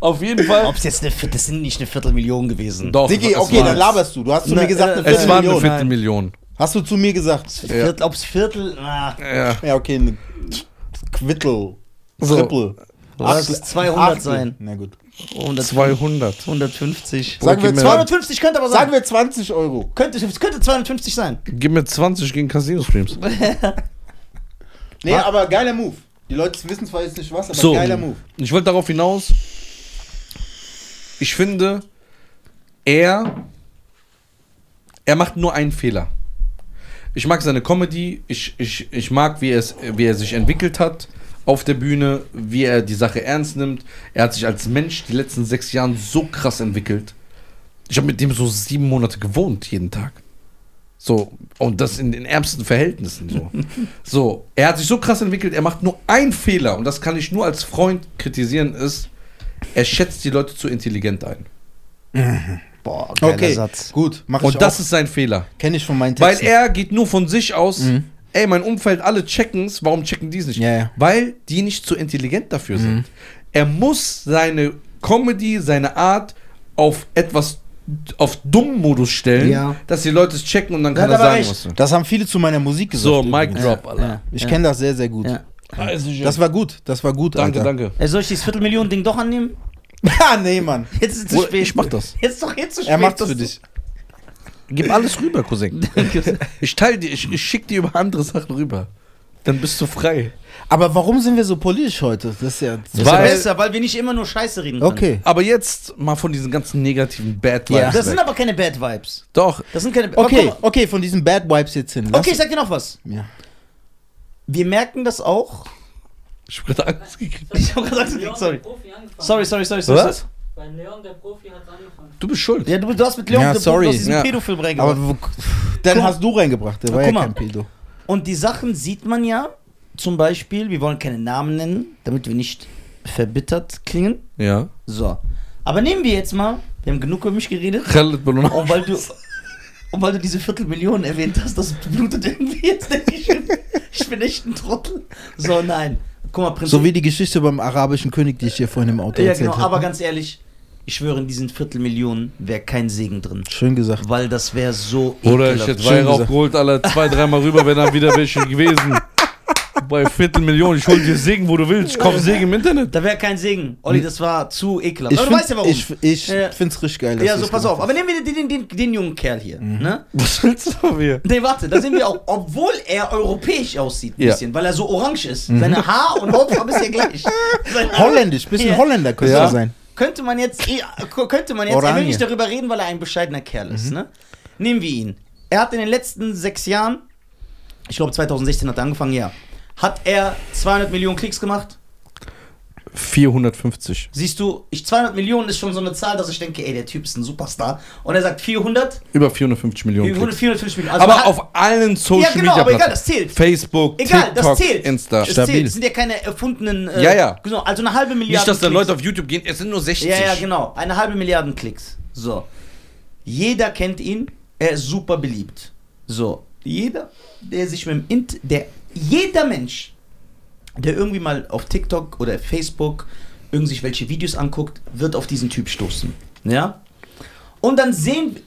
Speaker 1: Auf jeden Fall.
Speaker 3: Ob es jetzt eine Viert- das sind nicht eine Viertelmillion gewesen.
Speaker 1: Doch,
Speaker 4: Diggi,
Speaker 1: es
Speaker 4: okay,
Speaker 1: war-
Speaker 4: dann laberst du. Du hast zu
Speaker 3: Nein,
Speaker 4: mir gesagt,
Speaker 3: äh,
Speaker 4: eine
Speaker 1: Es war eine
Speaker 4: Viertelmillion.
Speaker 1: Viertelmillion.
Speaker 4: Hast du zu mir gesagt?
Speaker 3: Viertel, ob's Viertel. Ah.
Speaker 1: Ja.
Speaker 4: Ja, okay, eine Quittel.
Speaker 1: So.
Speaker 4: Triple.
Speaker 3: Lass es 200
Speaker 4: Achtel.
Speaker 3: sein.
Speaker 4: Na gut.
Speaker 1: 200.
Speaker 3: 150.
Speaker 4: Sagen wir
Speaker 1: Gib mir-
Speaker 4: 200
Speaker 3: 250 könnte aber sein.
Speaker 4: Sagen wir 20 Euro.
Speaker 3: Könnte, es könnte 250 sein.
Speaker 1: Gib mir 20 gegen Casino-Streams.
Speaker 2: Nee, aber geiler Move. Die Leute wissen zwar jetzt nicht was, aber
Speaker 1: So.
Speaker 2: geiler Move.
Speaker 1: Ich wollte darauf hinaus, ich finde, er, er macht nur einen Fehler. Ich mag seine Comedy, ich, ich, ich mag, wie, er es, wie er sich entwickelt hat auf der Bühne, wie er die Sache ernst nimmt. Er hat sich als Mensch die letzten sechs Jahren so krass entwickelt. Ich habe mit dem so sieben Monate gewohnt, jeden Tag. So, und das in den ärmsten Verhältnissen. So. so, er hat sich so krass entwickelt, er macht nur einen Fehler, und das kann ich nur als Freund kritisieren, ist, er schätzt die Leute zu intelligent ein.
Speaker 3: Boah, geiler
Speaker 4: Okay,
Speaker 3: Satz.
Speaker 4: gut, mach ich
Speaker 1: Und das
Speaker 4: auch.
Speaker 1: ist sein Fehler.
Speaker 4: Kenne ich von meinen
Speaker 1: Weil
Speaker 4: Texten.
Speaker 1: er geht nur von sich aus,
Speaker 4: Mhm.
Speaker 1: ey, mein Umfeld, alle checken's, warum checken die es nicht?
Speaker 4: Ja, ja. Mhm.
Speaker 1: Weil die nicht zu intelligent dafür sind. Er muss seine Comedy, seine Art auf etwas, auf dumm Modus stellen,
Speaker 3: Ja.
Speaker 1: dass die Leute es checken und dann
Speaker 3: Da
Speaker 1: kann
Speaker 3: hat
Speaker 1: er
Speaker 3: er aber
Speaker 1: sagen,
Speaker 3: recht.
Speaker 1: was du.
Speaker 4: das haben viele zu meiner Musik gesagt.
Speaker 1: So, Mic
Speaker 4: übrigens.
Speaker 1: Drop, Alter.
Speaker 4: Ja. Ich
Speaker 3: Ja.
Speaker 4: kenne das sehr, sehr gut.
Speaker 3: Ja.
Speaker 4: Das war gut, das war gut,
Speaker 1: Also, Danke,
Speaker 4: Alter.
Speaker 1: danke.
Speaker 3: Ey, Soll ich dieses Viertelmillionen-Ding doch annehmen?
Speaker 4: Ah, nee, Mann.
Speaker 3: Jetzt ist es zu spät.
Speaker 1: Ich mach das.
Speaker 3: Jetzt ist doch jetzt zu spät.
Speaker 4: Er macht's
Speaker 3: dass
Speaker 4: für
Speaker 3: du-
Speaker 4: dich.
Speaker 1: Gib alles rüber, Cousin. ich teile dir, ich, ich schick dir über andere Sachen rüber. Dann bist du frei.
Speaker 4: Aber warum sind wir so politisch heute? Das ist ja...
Speaker 3: Das ist ja
Speaker 1: Weil-
Speaker 3: besser, weil wir nicht immer nur Scheiße reden können.
Speaker 4: Okay.
Speaker 1: Aber jetzt mal von diesen ganzen negativen Bad
Speaker 4: Ja.
Speaker 1: Vibes.
Speaker 3: Das sind
Speaker 1: weg.
Speaker 3: aber keine Bad Vibes.
Speaker 1: Doch,
Speaker 3: Das sind keine.
Speaker 4: Okay,
Speaker 3: Guck mal.
Speaker 4: okay, von diesen Bad Vibes jetzt hin. Lass-
Speaker 3: Okay, ich sag dir noch was.
Speaker 4: Ja.
Speaker 3: Wir merken das auch.
Speaker 1: ich hab gerade Angst gekriegt.
Speaker 3: Ich hab gerade gesagt,
Speaker 5: Leon,
Speaker 3: sorry.
Speaker 5: Der Profi angefangen.
Speaker 3: Sorry, sorry, sorry, sorry.
Speaker 1: Was?
Speaker 5: Bei Leon, der Profi, hat angefangen.
Speaker 1: Du bist schuld.
Speaker 3: Ja, du, du hast mit Leon
Speaker 4: Ja,
Speaker 3: gebucht,
Speaker 4: sorry.
Speaker 3: du hast diesen
Speaker 1: Ja.
Speaker 3: Pädophil
Speaker 4: Aber
Speaker 3: reingebracht.
Speaker 4: wo- dann
Speaker 3: Guck-
Speaker 4: hast du reingebracht, der war
Speaker 3: Guck
Speaker 4: ja
Speaker 3: mal.
Speaker 4: kein Pedo.
Speaker 3: Und die Sachen sieht man ja, zum Beispiel, wir wollen keine Namen nennen, damit wir nicht verbittert klingen.
Speaker 1: Ja.
Speaker 3: So. Aber nehmen wir jetzt mal, wir haben genug über mich geredet.
Speaker 1: Khaled Bonon-
Speaker 3: Und Oh, weil du, und weil du diese Viertelmillionen erwähnt hast, das blutet irgendwie jetzt der Geschichte. Ich bin echt ein Trottel. So, nein. Guck mal, Prinz.
Speaker 4: So wie die Geschichte beim arabischen König, die ich dir vorhin im Auto
Speaker 3: Also- ja,
Speaker 4: erzählt ne?
Speaker 3: genau, aber
Speaker 4: habe.
Speaker 3: ganz ehrlich, ich schwöre, in diesen Viertelmillionen wäre kein Segen drin.
Speaker 4: Schön gesagt.
Speaker 3: Weil das wäre so
Speaker 1: Oder ich
Speaker 3: ekelhaft.
Speaker 1: hätte
Speaker 4: Schön
Speaker 1: Weihrauch
Speaker 4: gesagt.
Speaker 1: geholt, alle zwei, dreimal rüber, wenn dann wieder welche gewesen. Bei Viertelmillionen, ich hol dir Segen, wo du willst. Ich kauf Segen im Internet.
Speaker 3: Da wäre kein Segen. Olli, das war zu ekelhaft.
Speaker 4: Hm. Ich
Speaker 3: Aber du
Speaker 4: find- genau
Speaker 3: weißt ja warum.
Speaker 4: Ich, ich
Speaker 3: Ja.
Speaker 4: find's richtig geil. dass
Speaker 3: ja,
Speaker 4: du's
Speaker 3: so pass
Speaker 4: gemacht
Speaker 3: auf. Aber nehmen wir den, den, den, den jungen Kerl hier.
Speaker 4: Mhm.
Speaker 3: Ne?
Speaker 1: Was willst du von mir?
Speaker 3: Nee, warte, da sehen wir auch, obwohl er europäisch aussieht, ein
Speaker 1: Ja. Mhm.
Speaker 3: bisschen, weil er so orange ist. Seine Haar- und Hautfarbe ist ja gleich. Sein
Speaker 4: hast. Holländisch, bisschen
Speaker 3: Ja.
Speaker 4: Holländer könnte
Speaker 1: Ja.
Speaker 4: er sein.
Speaker 3: Könnte man jetzt, eh- könnte man jetzt, er will
Speaker 4: Orange.
Speaker 3: nicht darüber reden, weil er ein bescheidener Kerl ist.
Speaker 1: Mhm.
Speaker 3: Ne? Nehmen wir ihn. Er hat in den letzten sechs Jahren, ich glaube 2016 hat er angefangen, ja, hat er 200 Millionen Klicks gemacht.
Speaker 1: 450.
Speaker 3: Siehst du, ich 200 Millionen ist schon so eine Zahl, dass ich denke, ey, der Typ ist ein Superstar. Und er sagt 400,
Speaker 1: Über 450 Millionen. Klicks.
Speaker 3: 400 450 Millionen. Also
Speaker 1: Aber
Speaker 3: hat-
Speaker 1: auf allen Social
Speaker 3: Ja,
Speaker 1: Media
Speaker 3: genau, aber egal,
Speaker 1: Plattformen.
Speaker 3: das zählt.
Speaker 1: Facebook,
Speaker 3: Egal, das
Speaker 1: TikTok,
Speaker 3: zählt.
Speaker 1: Insta.
Speaker 3: Das zählt. Das sind ja keine erfundenen. äh,
Speaker 1: Ja, ja.
Speaker 3: Genau, also eine halbe Milliarde.
Speaker 1: Nicht, dass da
Speaker 3: Klicks.
Speaker 1: Leute auf YouTube gehen, es sind nur 60.
Speaker 3: Ja, ja, genau. Eine halbe Milliarde Klicks. So. Jeder kennt ihn. Er ist super beliebt. So. Jeder, der sich mit dem Int. Der, jeder Mensch, der irgendwie mal auf TikTok oder Facebook irgend sich welche Videos anguckt, wird auf diesen Typ stoßen. Ja? Und dann sehen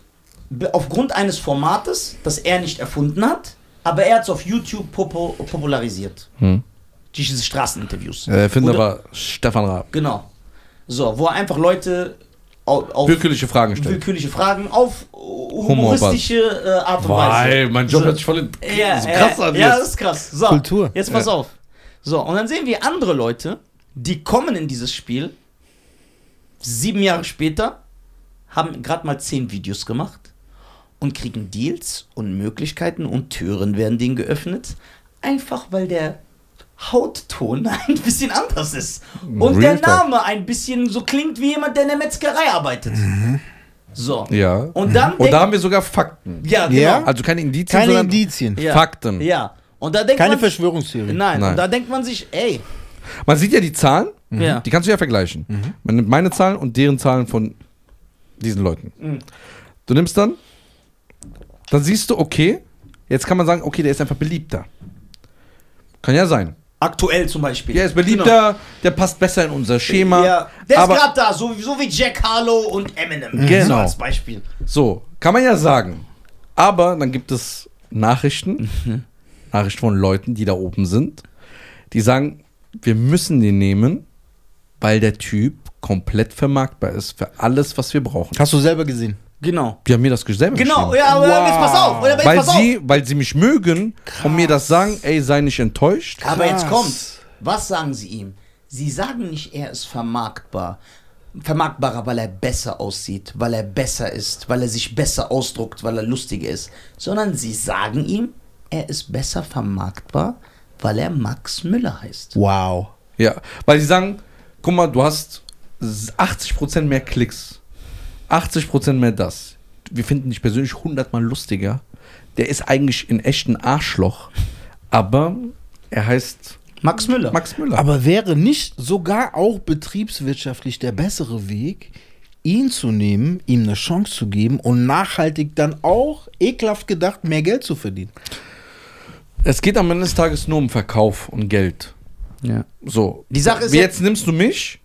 Speaker 3: wir aufgrund eines Formates, das er nicht erfunden hat, aber er hat es auf YouTube popo popularisiert.
Speaker 1: Hm.
Speaker 3: Diese Straßeninterviews.
Speaker 1: Äh, Finde
Speaker 3: Oder-
Speaker 1: aber Stefan Raab.
Speaker 3: Genau. So, wo er einfach Leute au- auf
Speaker 1: Willkürliche Fragen stellen.
Speaker 3: willkürliche Fragen auf äh, humoristische äh, Art und
Speaker 1: Weil,
Speaker 3: Weise.
Speaker 1: mein Job
Speaker 3: so.
Speaker 1: hat sich voll.
Speaker 3: ja,
Speaker 1: ist krass an
Speaker 3: ja,
Speaker 1: jetzt.
Speaker 3: das ist krass. So,
Speaker 4: Kultur.
Speaker 3: Jetzt pass
Speaker 1: Ja.
Speaker 3: auf. So, und dann sehen wir andere Leute, die kommen in dieses Spiel. Sieben Jahre später haben gerade mal zehn Videos gemacht und kriegen Deals und Möglichkeiten und Türen werden denen geöffnet. Einfach weil der Hautton ein bisschen anders ist. Und
Speaker 1: Real
Speaker 3: der
Speaker 1: talk.
Speaker 3: Name ein bisschen so klingt wie jemand, der in der Metzgerei arbeitet. So.
Speaker 1: Mhm. Ja.
Speaker 3: Und dann.
Speaker 1: Und
Speaker 3: denk-
Speaker 1: da haben wir sogar Fakten.
Speaker 3: ja, genau.
Speaker 4: Ja?
Speaker 1: Also keine Indizien,
Speaker 4: Keine
Speaker 1: sondern
Speaker 4: Indizien.
Speaker 3: Ja.
Speaker 1: Fakten.
Speaker 3: Ja. Und da denkt
Speaker 4: Keine
Speaker 3: man sich,
Speaker 4: Verschwörungstheorie.
Speaker 3: Nein.
Speaker 1: Nein.
Speaker 3: Und da denkt man sich, ey,
Speaker 1: Man sieht ja die Zahlen,
Speaker 3: Ja.
Speaker 1: die kannst du ja vergleichen.
Speaker 4: Mhm.
Speaker 1: Man nimmt meine Zahlen und deren Zahlen von diesen Leuten.
Speaker 3: Mhm.
Speaker 1: Du nimmst dann, dann siehst du, okay, jetzt kann man sagen, okay, der ist einfach beliebter. Kann ja sein.
Speaker 3: aktuell zum Beispiel.
Speaker 1: Der ist beliebter, der passt besser in unser
Speaker 3: Genau.
Speaker 1: Schema.
Speaker 3: Ja, der ist
Speaker 1: aber
Speaker 3: gerade da, so, so wie Jack Harlow und Eminem. So
Speaker 1: Genau.
Speaker 3: als Beispiel.
Speaker 1: So, kann man ja sagen. Aber dann gibt es Nachrichten,
Speaker 3: Mhm.
Speaker 1: Nachrichten von Leuten, die da oben sind, die sagen, wir müssen den nehmen, weil der Typ komplett vermarktbar ist für alles, was wir brauchen.
Speaker 4: Hast du selber gesehen?
Speaker 3: Genau.
Speaker 1: Die haben mir das selber
Speaker 3: Genau,
Speaker 1: geschrieben.
Speaker 3: ja, aber
Speaker 2: Wow.
Speaker 3: jetzt pass auf. Oder jetzt
Speaker 1: Weil
Speaker 3: pass auf.
Speaker 1: sie, weil sie mich mögen und mir das sagen, ey, sei nicht enttäuscht.
Speaker 3: Aber jetzt
Speaker 2: Krass.
Speaker 3: kommt. Was sagen sie ihm? Sie sagen nicht, er ist vermarktbar. Vermarktbarer, weil er besser aussieht, weil er besser ist, weil er sich besser ausdruckt, weil er lustiger ist. Sondern sie sagen ihm, er ist besser vermarktbar, weil er Max Müller heißt.
Speaker 4: Wow.
Speaker 1: Ja, weil sie sagen, guck mal, du hast 80% mehr Klicks, 80% mehr das. Wir finden dich persönlich 100 mal lustiger. Der ist eigentlich in echten Arschloch, aber er heißt
Speaker 3: Max Müller.
Speaker 1: Max Müller.
Speaker 4: Aber wäre nicht sogar auch betriebswirtschaftlich der bessere Weg, ihn zu nehmen, ihm eine Chance zu geben und nachhaltig dann auch ekelhaft gedacht mehr Geld zu verdienen?
Speaker 1: es geht am Ende des Tages nur um Verkauf und Geld.
Speaker 3: Ja.
Speaker 1: So.
Speaker 3: Die Sache ist
Speaker 1: jetzt,
Speaker 3: ja-
Speaker 1: nimmst du mich,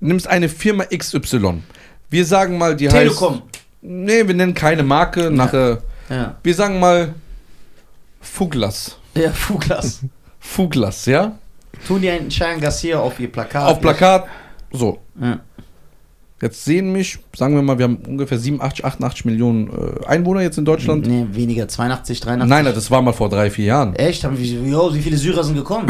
Speaker 1: nimmst eine Firma XY. Wir sagen mal, die
Speaker 3: Telekom.
Speaker 1: heißt. Nee, wir nennen keine Marke. Nachher,
Speaker 3: Ja.
Speaker 1: wir sagen mal Fuglas.
Speaker 3: Ja, Fuglas.
Speaker 1: Fuglas, ja?
Speaker 3: Tun die einen Schein Garcia auf ihr Plakat.
Speaker 1: Auf Plakat. So.
Speaker 3: Ja.
Speaker 1: Jetzt sehen mich, sagen wir mal, wir haben ungefähr 87, 88 Millionen äh, Einwohner jetzt in Deutschland.
Speaker 3: Nee, weniger. 82, 83.
Speaker 1: Nein, das war mal vor drei, vier Jahren.
Speaker 3: Echt? Haben wir, jo, wie viele Syrer sind gekommen?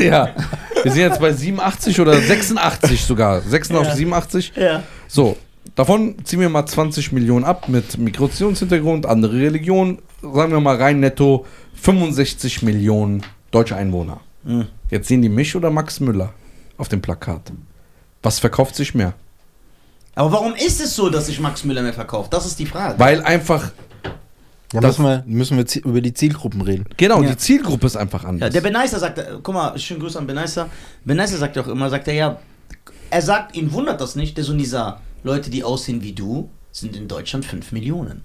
Speaker 1: ja. Wir sind jetzt bei 87 oder 86 sogar. 86
Speaker 3: Ja.
Speaker 1: auf 87.
Speaker 3: ja.
Speaker 1: So, davon ziehen wir mal 20 Millionen ab mit Migrationshintergrund, andere Religion. Sagen wir mal rein netto 65 Millionen deutsche Einwohner.
Speaker 3: Mhm.
Speaker 1: Jetzt sehen die mich oder Max Müller auf dem Plakat. Was verkauft sich mehr?
Speaker 3: Aber warum ist es so, dass sich Max Müller mehr verkauft? Das ist die Frage.
Speaker 1: Weil einfach,
Speaker 4: Da
Speaker 1: Das-
Speaker 4: müssen wir, müssen wir zie- über die Zielgruppen reden.
Speaker 1: genau,
Speaker 3: Ja.
Speaker 1: die Zielgruppe ist einfach
Speaker 3: ja,
Speaker 1: anders.
Speaker 3: der Beneister sagt, äh, guck mal, schönen Grüße an Beneister. Beneister sagt ja auch immer, sagt er ja, er sagt, ihn wundert das nicht, der Sunisa, Leute, die aussehen wie du, sind in Deutschland 5 Millionen.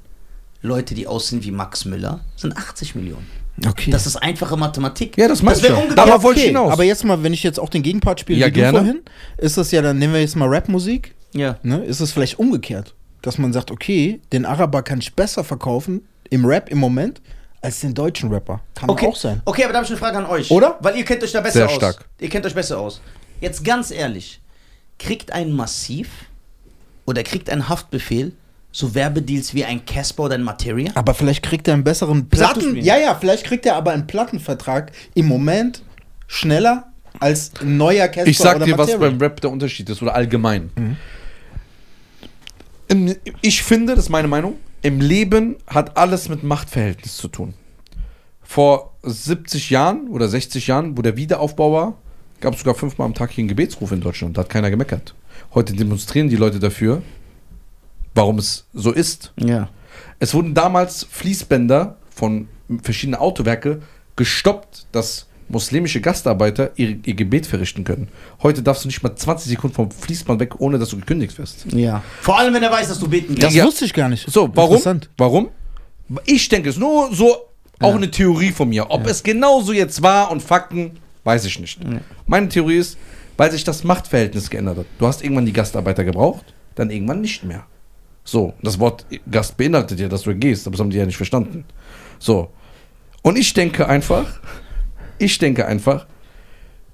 Speaker 3: Leute, die aussehen wie Max Müller, sind 80 Millionen.
Speaker 4: Okay.
Speaker 3: Das ist einfache Mathematik.
Speaker 1: Ja, das meinte
Speaker 3: wäre
Speaker 1: ich ja.
Speaker 3: umgekehrt.
Speaker 1: Darauf wollte ich hinaus.
Speaker 4: Aber jetzt mal, wenn ich jetzt auch den Gegenpart spiele,
Speaker 1: Ja,
Speaker 4: wie
Speaker 1: gerne.
Speaker 4: du vorhin, ist das ja dann, nehmen wir jetzt mal Rap-Musik,
Speaker 3: Ja.
Speaker 4: ne? ist es vielleicht umgekehrt, dass man sagt, okay, den Araber kann ich besser verkaufen im Rap im Moment als den deutschen Rapper. Kann
Speaker 3: Okay.
Speaker 4: auch sein.
Speaker 3: Okay, aber da habe ich eine Frage an euch.
Speaker 4: Oder?
Speaker 3: Weil ihr kennt euch da besser
Speaker 1: Sehr
Speaker 3: aus.
Speaker 1: stark.
Speaker 3: Ihr kennt euch besser aus. Jetzt ganz ehrlich, kriegt ein Massiv oder kriegt ein Haftbefehl so Werbedeals wie ein Casper oder ein Materia?
Speaker 4: Aber vielleicht kriegt er einen besseren
Speaker 3: Sagst du's
Speaker 4: Platten.
Speaker 3: mir?
Speaker 4: Ja, ja, vielleicht kriegt er aber einen Plattenvertrag im Moment schneller als ein neuer Casper
Speaker 1: ich sag
Speaker 4: oder Mhm.
Speaker 1: dir, was
Speaker 4: Materia.
Speaker 1: beim Rap der Unterschied ist oder allgemein. Im, ich finde, das ist meine Meinung, im Leben hat alles mit Machtverhältnis zu tun. Vor 70 Jahren oder 60 Jahren, wo der Wiederaufbau war, gab es sogar fünfmal am Tag hier einen Gebetsruf in Deutschland. Da hat keiner gemeckert. Heute demonstrieren die Leute dafür, warum es so ist.
Speaker 3: Ja.
Speaker 1: Es wurden damals Fließbänder von verschiedenen Autowerke gestoppt, dass muslimische Gastarbeiter ihr, ihr Gebet verrichten können. Heute darfst du nicht mal 20 Sekunden vom Fließband weg, ohne dass du gekündigt wirst.
Speaker 3: Ja. Vor allem, wenn er weiß, dass du beten
Speaker 4: Das
Speaker 3: kannst.
Speaker 1: Ja.
Speaker 4: wusste ich gar nicht.
Speaker 1: So, warum?
Speaker 4: Interessant.
Speaker 1: Warum? Ich denke, es ist nur so auch eine Theorie von mir. Ob es genauso jetzt war und Fakten, weiß ich nicht. Meine Theorie ist, weil sich das Machtverhältnis geändert hat. Du hast irgendwann die Gastarbeiter gebraucht, dann irgendwann nicht mehr. So, das Wort Gast beinhaltet ja, dass du gehst, aber das haben die ja nicht verstanden. So. Und ich denke einfach, ich denke einfach,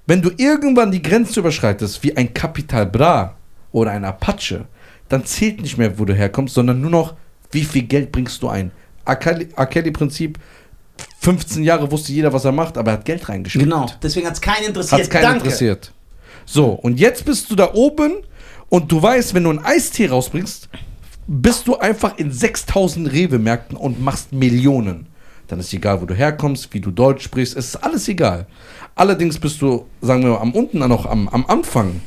Speaker 1: wenn du irgendwann die Grenze überschreitest, wie ein Capital Bra oder ein Apache, dann zählt nicht mehr, wo du herkommst, sondern nur noch, wie viel Geld bringst du ein. R. Kelly- R. Kelly-Prinzip, 15 Jahre wusste jeder, was er macht, aber er hat Geld reingeschickt.
Speaker 3: Genau. Deswegen hat es keinen interessiert.
Speaker 1: Hat es keinen
Speaker 3: Danke.
Speaker 1: interessiert. So, und jetzt bist du da oben und du weißt, wenn du einen Eistee rausbringst, bist du einfach in 6000 Rewe-Märkten und machst Millionen. Dann ist egal, wo du herkommst, wie du Deutsch sprichst, es ist alles egal. Allerdings bist du, sagen wir mal, am unten noch am, am Anfang.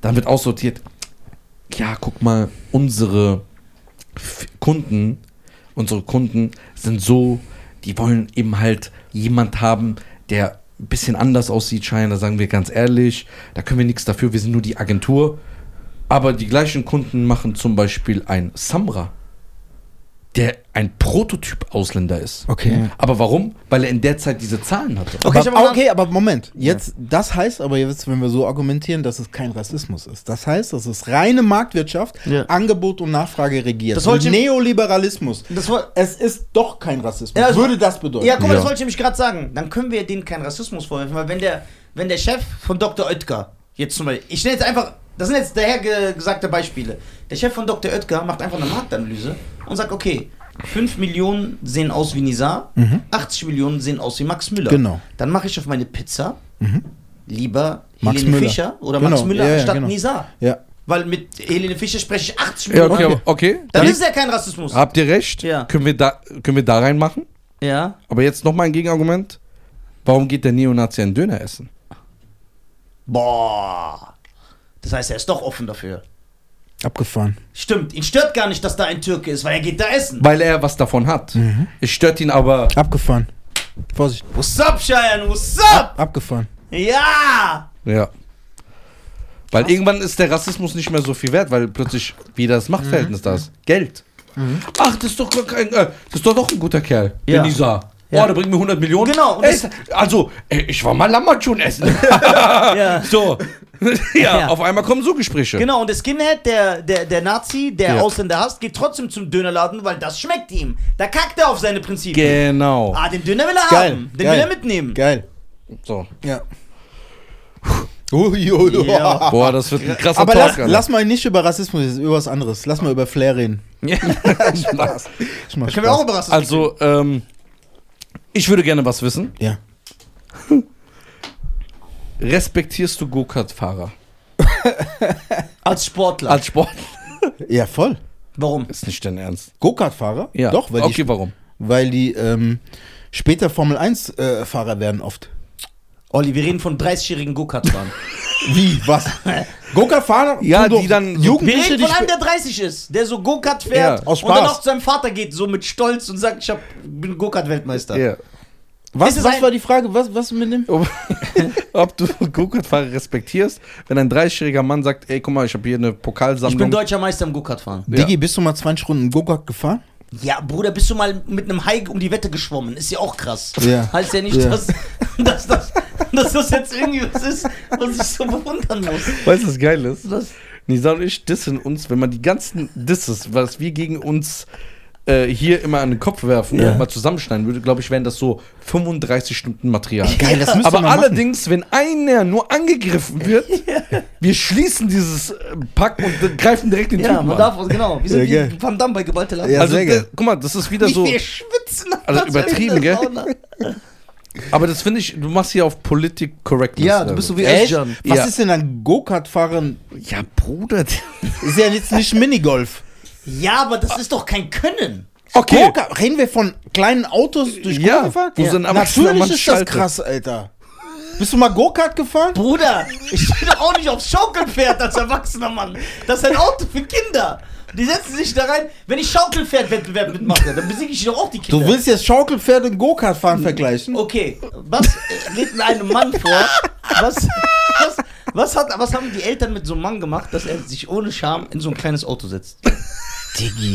Speaker 1: Dann wird aussortiert, ja, guck mal, unsere F- Kunden, unsere Kunden sind so, die wollen eben halt jemand haben, der ein bisschen anders aussieht, scheinbar, sagen wir ganz ehrlich, da können wir nichts dafür, wir sind nur die Agentur. Aber die gleichen Kunden machen zum Beispiel ein Samra, der ein Prototyp-Ausländer ist.
Speaker 4: Okay.
Speaker 1: Aber warum? Weil er in der Zeit diese Zahlen hatte.
Speaker 3: Okay, ich hab
Speaker 4: aber,
Speaker 3: mal-
Speaker 4: okay, aber Moment. Jetzt, das heißt aber jetzt, wenn wir so argumentieren, dass es kein Rassismus ist. Das heißt, das ist reine Marktwirtschaft,
Speaker 3: Ja.
Speaker 4: Angebot und Nachfrage regiert.
Speaker 3: Das wollte ich-
Speaker 4: Neoliberalismus.
Speaker 3: Das war,
Speaker 4: Es ist doch kein Rassismus.
Speaker 3: Ja, das-
Speaker 4: Würde das bedeuten?
Speaker 3: Ja, guck mal, das
Speaker 1: Ja.
Speaker 3: wollte ich nämlich gerade sagen. Dann können wir denen keinen Rassismus vorwerfen, weil wenn der, wenn der Chef von Dr. Oetker, jetzt zum Beispiel, ich nenne jetzt einfach Das sind jetzt daher ge- gesagte Beispiele. Der Chef von Dr. Oetker macht einfach eine Marktanalyse und sagt, okay, 5 Millionen sehen aus wie Nizar, 80 Millionen sehen aus wie Max Müller.
Speaker 4: Mhm. Genau. Mhm.
Speaker 3: Dann mache ich auf meine Pizza lieber
Speaker 4: Max
Speaker 3: Helene
Speaker 4: Müller.
Speaker 3: Fischer oder
Speaker 4: Genau,
Speaker 3: Max Müller
Speaker 4: ja, ja,
Speaker 3: anstatt
Speaker 4: genau.
Speaker 3: Nizar.
Speaker 4: Ja.
Speaker 3: Weil mit Helene Fischer spreche ich 80
Speaker 1: Ja,
Speaker 3: Millionen.
Speaker 1: okay, okay.
Speaker 3: Dann
Speaker 1: Dann
Speaker 3: ist es ja kein Rassismus.
Speaker 1: habt ihr recht.
Speaker 3: Ja.
Speaker 1: Können, wir da, können wir da reinmachen?
Speaker 3: ja.
Speaker 1: Aber jetzt nochmal ein Gegenargument. Warum geht der Neonazi einen Döner essen?
Speaker 3: Boah. Das heißt, er ist doch offen dafür.
Speaker 4: Abgefahren.
Speaker 3: Stimmt, ihn stört gar nicht, dass da ein Türke ist, weil er geht da essen.
Speaker 1: Weil er was davon hat.
Speaker 3: Mhm.
Speaker 1: Es stört ihn aber.
Speaker 4: Abgefahren. Vorsicht.
Speaker 3: What's up, Cheyenne? What's up?
Speaker 4: Abgefahren.
Speaker 3: Ja!
Speaker 1: Ja. Weil irgendwann ist der Rassismus nicht mehr so viel wert, weil plötzlich wieder das
Speaker 3: Mhm.
Speaker 1: Machtverhältnis da ist. Geld. Ach, das ist doch gar kein. Äh, das ist doch doch ein guter Kerl.
Speaker 3: Ja.
Speaker 1: Der Nisa.
Speaker 3: Ja.
Speaker 1: Boah, Oh, der bringt mir 100 Millionen.
Speaker 3: Genau, und
Speaker 1: Ey,
Speaker 3: das-
Speaker 1: also, ey, ich war mal Lammatschun essen.
Speaker 3: ja.
Speaker 1: so. ja,
Speaker 3: Ja.
Speaker 1: auf einmal kommen so Gespräche.
Speaker 3: Genau, und der Skinhead, der, der, der Nazi, der
Speaker 1: Ja.
Speaker 3: Ausländer hasst, geht trotzdem zum Dönerladen, weil das schmeckt ihm. Da kackt er auf seine Prinzipien.
Speaker 1: Genau.
Speaker 3: ah, den Döner will er
Speaker 4: Geil,
Speaker 3: haben. Den
Speaker 4: geil.
Speaker 3: will er mitnehmen.
Speaker 4: Geil.
Speaker 1: So.
Speaker 4: Ja. Ui, ui, ui.
Speaker 3: Ja.
Speaker 1: Boah, das wird ein krasser
Speaker 4: Aber lass,
Speaker 1: Talk.
Speaker 4: lass mal nicht über Rassismus, jetzt über was anderes. Lass mal über Flair reden.
Speaker 1: Spaß.
Speaker 4: Ich mach
Speaker 3: Da können wir auch über Rassismus
Speaker 1: Also, ähm, ich würde gerne was wissen.
Speaker 4: Ja.
Speaker 1: Respektierst du Go-Kart-Fahrer
Speaker 3: reden. als Sportler.
Speaker 1: als Sport?
Speaker 4: Ja, voll.
Speaker 3: Warum?
Speaker 1: Ist nicht dein Ernst.
Speaker 4: Go-Kart-Fahrer?
Speaker 1: Ja.
Speaker 4: Doch, weil
Speaker 1: Okay,
Speaker 4: die,
Speaker 1: warum?
Speaker 4: weil die ähm, später Formel 1-Fahrer werden oft.
Speaker 3: Olli, wir reden von 30-jährigen Go-Kart-Fahren.
Speaker 4: Wie? Was? Go-Kart-Fahrer?
Speaker 1: Ja,
Speaker 4: tun doch
Speaker 1: die dann so-
Speaker 3: wir
Speaker 4: Jugendliche,
Speaker 3: reden
Speaker 4: die
Speaker 3: von einem,
Speaker 4: spä-
Speaker 3: der 30 ist, der so Go-Kart fährt
Speaker 1: Ja,
Speaker 4: aus
Speaker 3: und dann
Speaker 4: Spaß.
Speaker 3: auch zu seinem Vater geht, so mit Stolz und sagt, ich hab, bin Go-Kart-Weltmeister. Ist
Speaker 4: Was,
Speaker 3: es ein-
Speaker 4: was war die Frage? Was, was mit dem?
Speaker 1: Ob, ob du Go-Kart-Fahrer respektierst, wenn ein 30-jähriger Mann sagt, ey, guck mal, ich habe hier eine
Speaker 3: Ich bin
Speaker 1: Pokalsammlung.
Speaker 3: deutscher Meister im Go-Kart-Fahren.
Speaker 1: Ja.
Speaker 4: Digi, bist du mal 20 Runden Go-Kart gefahren?
Speaker 3: Ja, Bruder, bist du mal mit einem Hai um die Wette geschwommen? Ist ja auch krass.
Speaker 4: Ja.
Speaker 3: Heißt ja nicht,
Speaker 4: Ja.
Speaker 3: Dass, dass, das- dass das jetzt irgendwie was ist, was ich so bewundern muss.
Speaker 1: weißt du, was geil ist?
Speaker 3: Das,
Speaker 1: Nisa und ich dissen uns, wenn man die ganzen Disses, was wir gegen uns äh, hier immer an den Kopf werfen, äh,
Speaker 4: Ja.
Speaker 1: mal zusammenschneiden würde, glaube ich, wären das so 35 Stunden Material.
Speaker 4: Geil, das müssen
Speaker 1: Aber
Speaker 4: wir machen.
Speaker 1: allerdings, wenn einer nur angegriffen wird, wir schließen dieses äh, Pack und äh, greifen direkt den
Speaker 3: ja,
Speaker 1: Typen
Speaker 3: man
Speaker 1: an.
Speaker 3: darf was, genau. Wir
Speaker 4: Ja,
Speaker 3: sind
Speaker 4: geil.
Speaker 3: wie Van Damme bei Geballte Lachen.
Speaker 4: Ja,
Speaker 1: also,
Speaker 4: sehr
Speaker 1: der,
Speaker 4: geil.
Speaker 1: guck mal, das ist wieder
Speaker 3: Wie
Speaker 1: so.
Speaker 3: wir schwitzen.
Speaker 1: Also
Speaker 3: Das wäre
Speaker 1: übertrieben,
Speaker 3: eine
Speaker 1: gell?
Speaker 3: Sauna.
Speaker 1: Aber das finde ich, du machst hier auf Politik Correctness.
Speaker 3: Ja, du bist so wie
Speaker 4: Echt?
Speaker 3: Özcan.
Speaker 4: Was
Speaker 1: Ja.
Speaker 4: ist denn ein Go-Kart-Fahren?
Speaker 1: Ja, Bruder.
Speaker 4: Ist ja jetzt nicht Minigolf.
Speaker 3: Ja, aber das ist doch kein Können.
Speaker 1: Okay.
Speaker 4: Go-Kart- reden wir von kleinen Autos durch
Speaker 1: Ja,
Speaker 4: Go-Kart?
Speaker 1: wo so ein erwachsener
Speaker 4: Natürlich
Speaker 1: Mann
Speaker 4: ist das
Speaker 1: schaltet.
Speaker 4: krass, Alter. Bist du mal Go-Kart gefahren?
Speaker 3: Bruder, ich bin doch auch nicht aufs Schaukelpferd als erwachsener Mann. Das ist ein Auto für Kinder. Die setzen sich da rein. Wenn ich Schaukelpferd-Wettbewerb mitmache, dann besiege ich doch auch die Kinder.
Speaker 4: Du willst jetzt Schaukelpferd und Go-Kart fahren vergleichen?
Speaker 3: Okay, was lebt einem Mann vor? Was, was, was, hat, was haben die Eltern mit so einem Mann gemacht, dass er sich ohne Scham in so ein kleines Auto setzt?
Speaker 4: Diggi.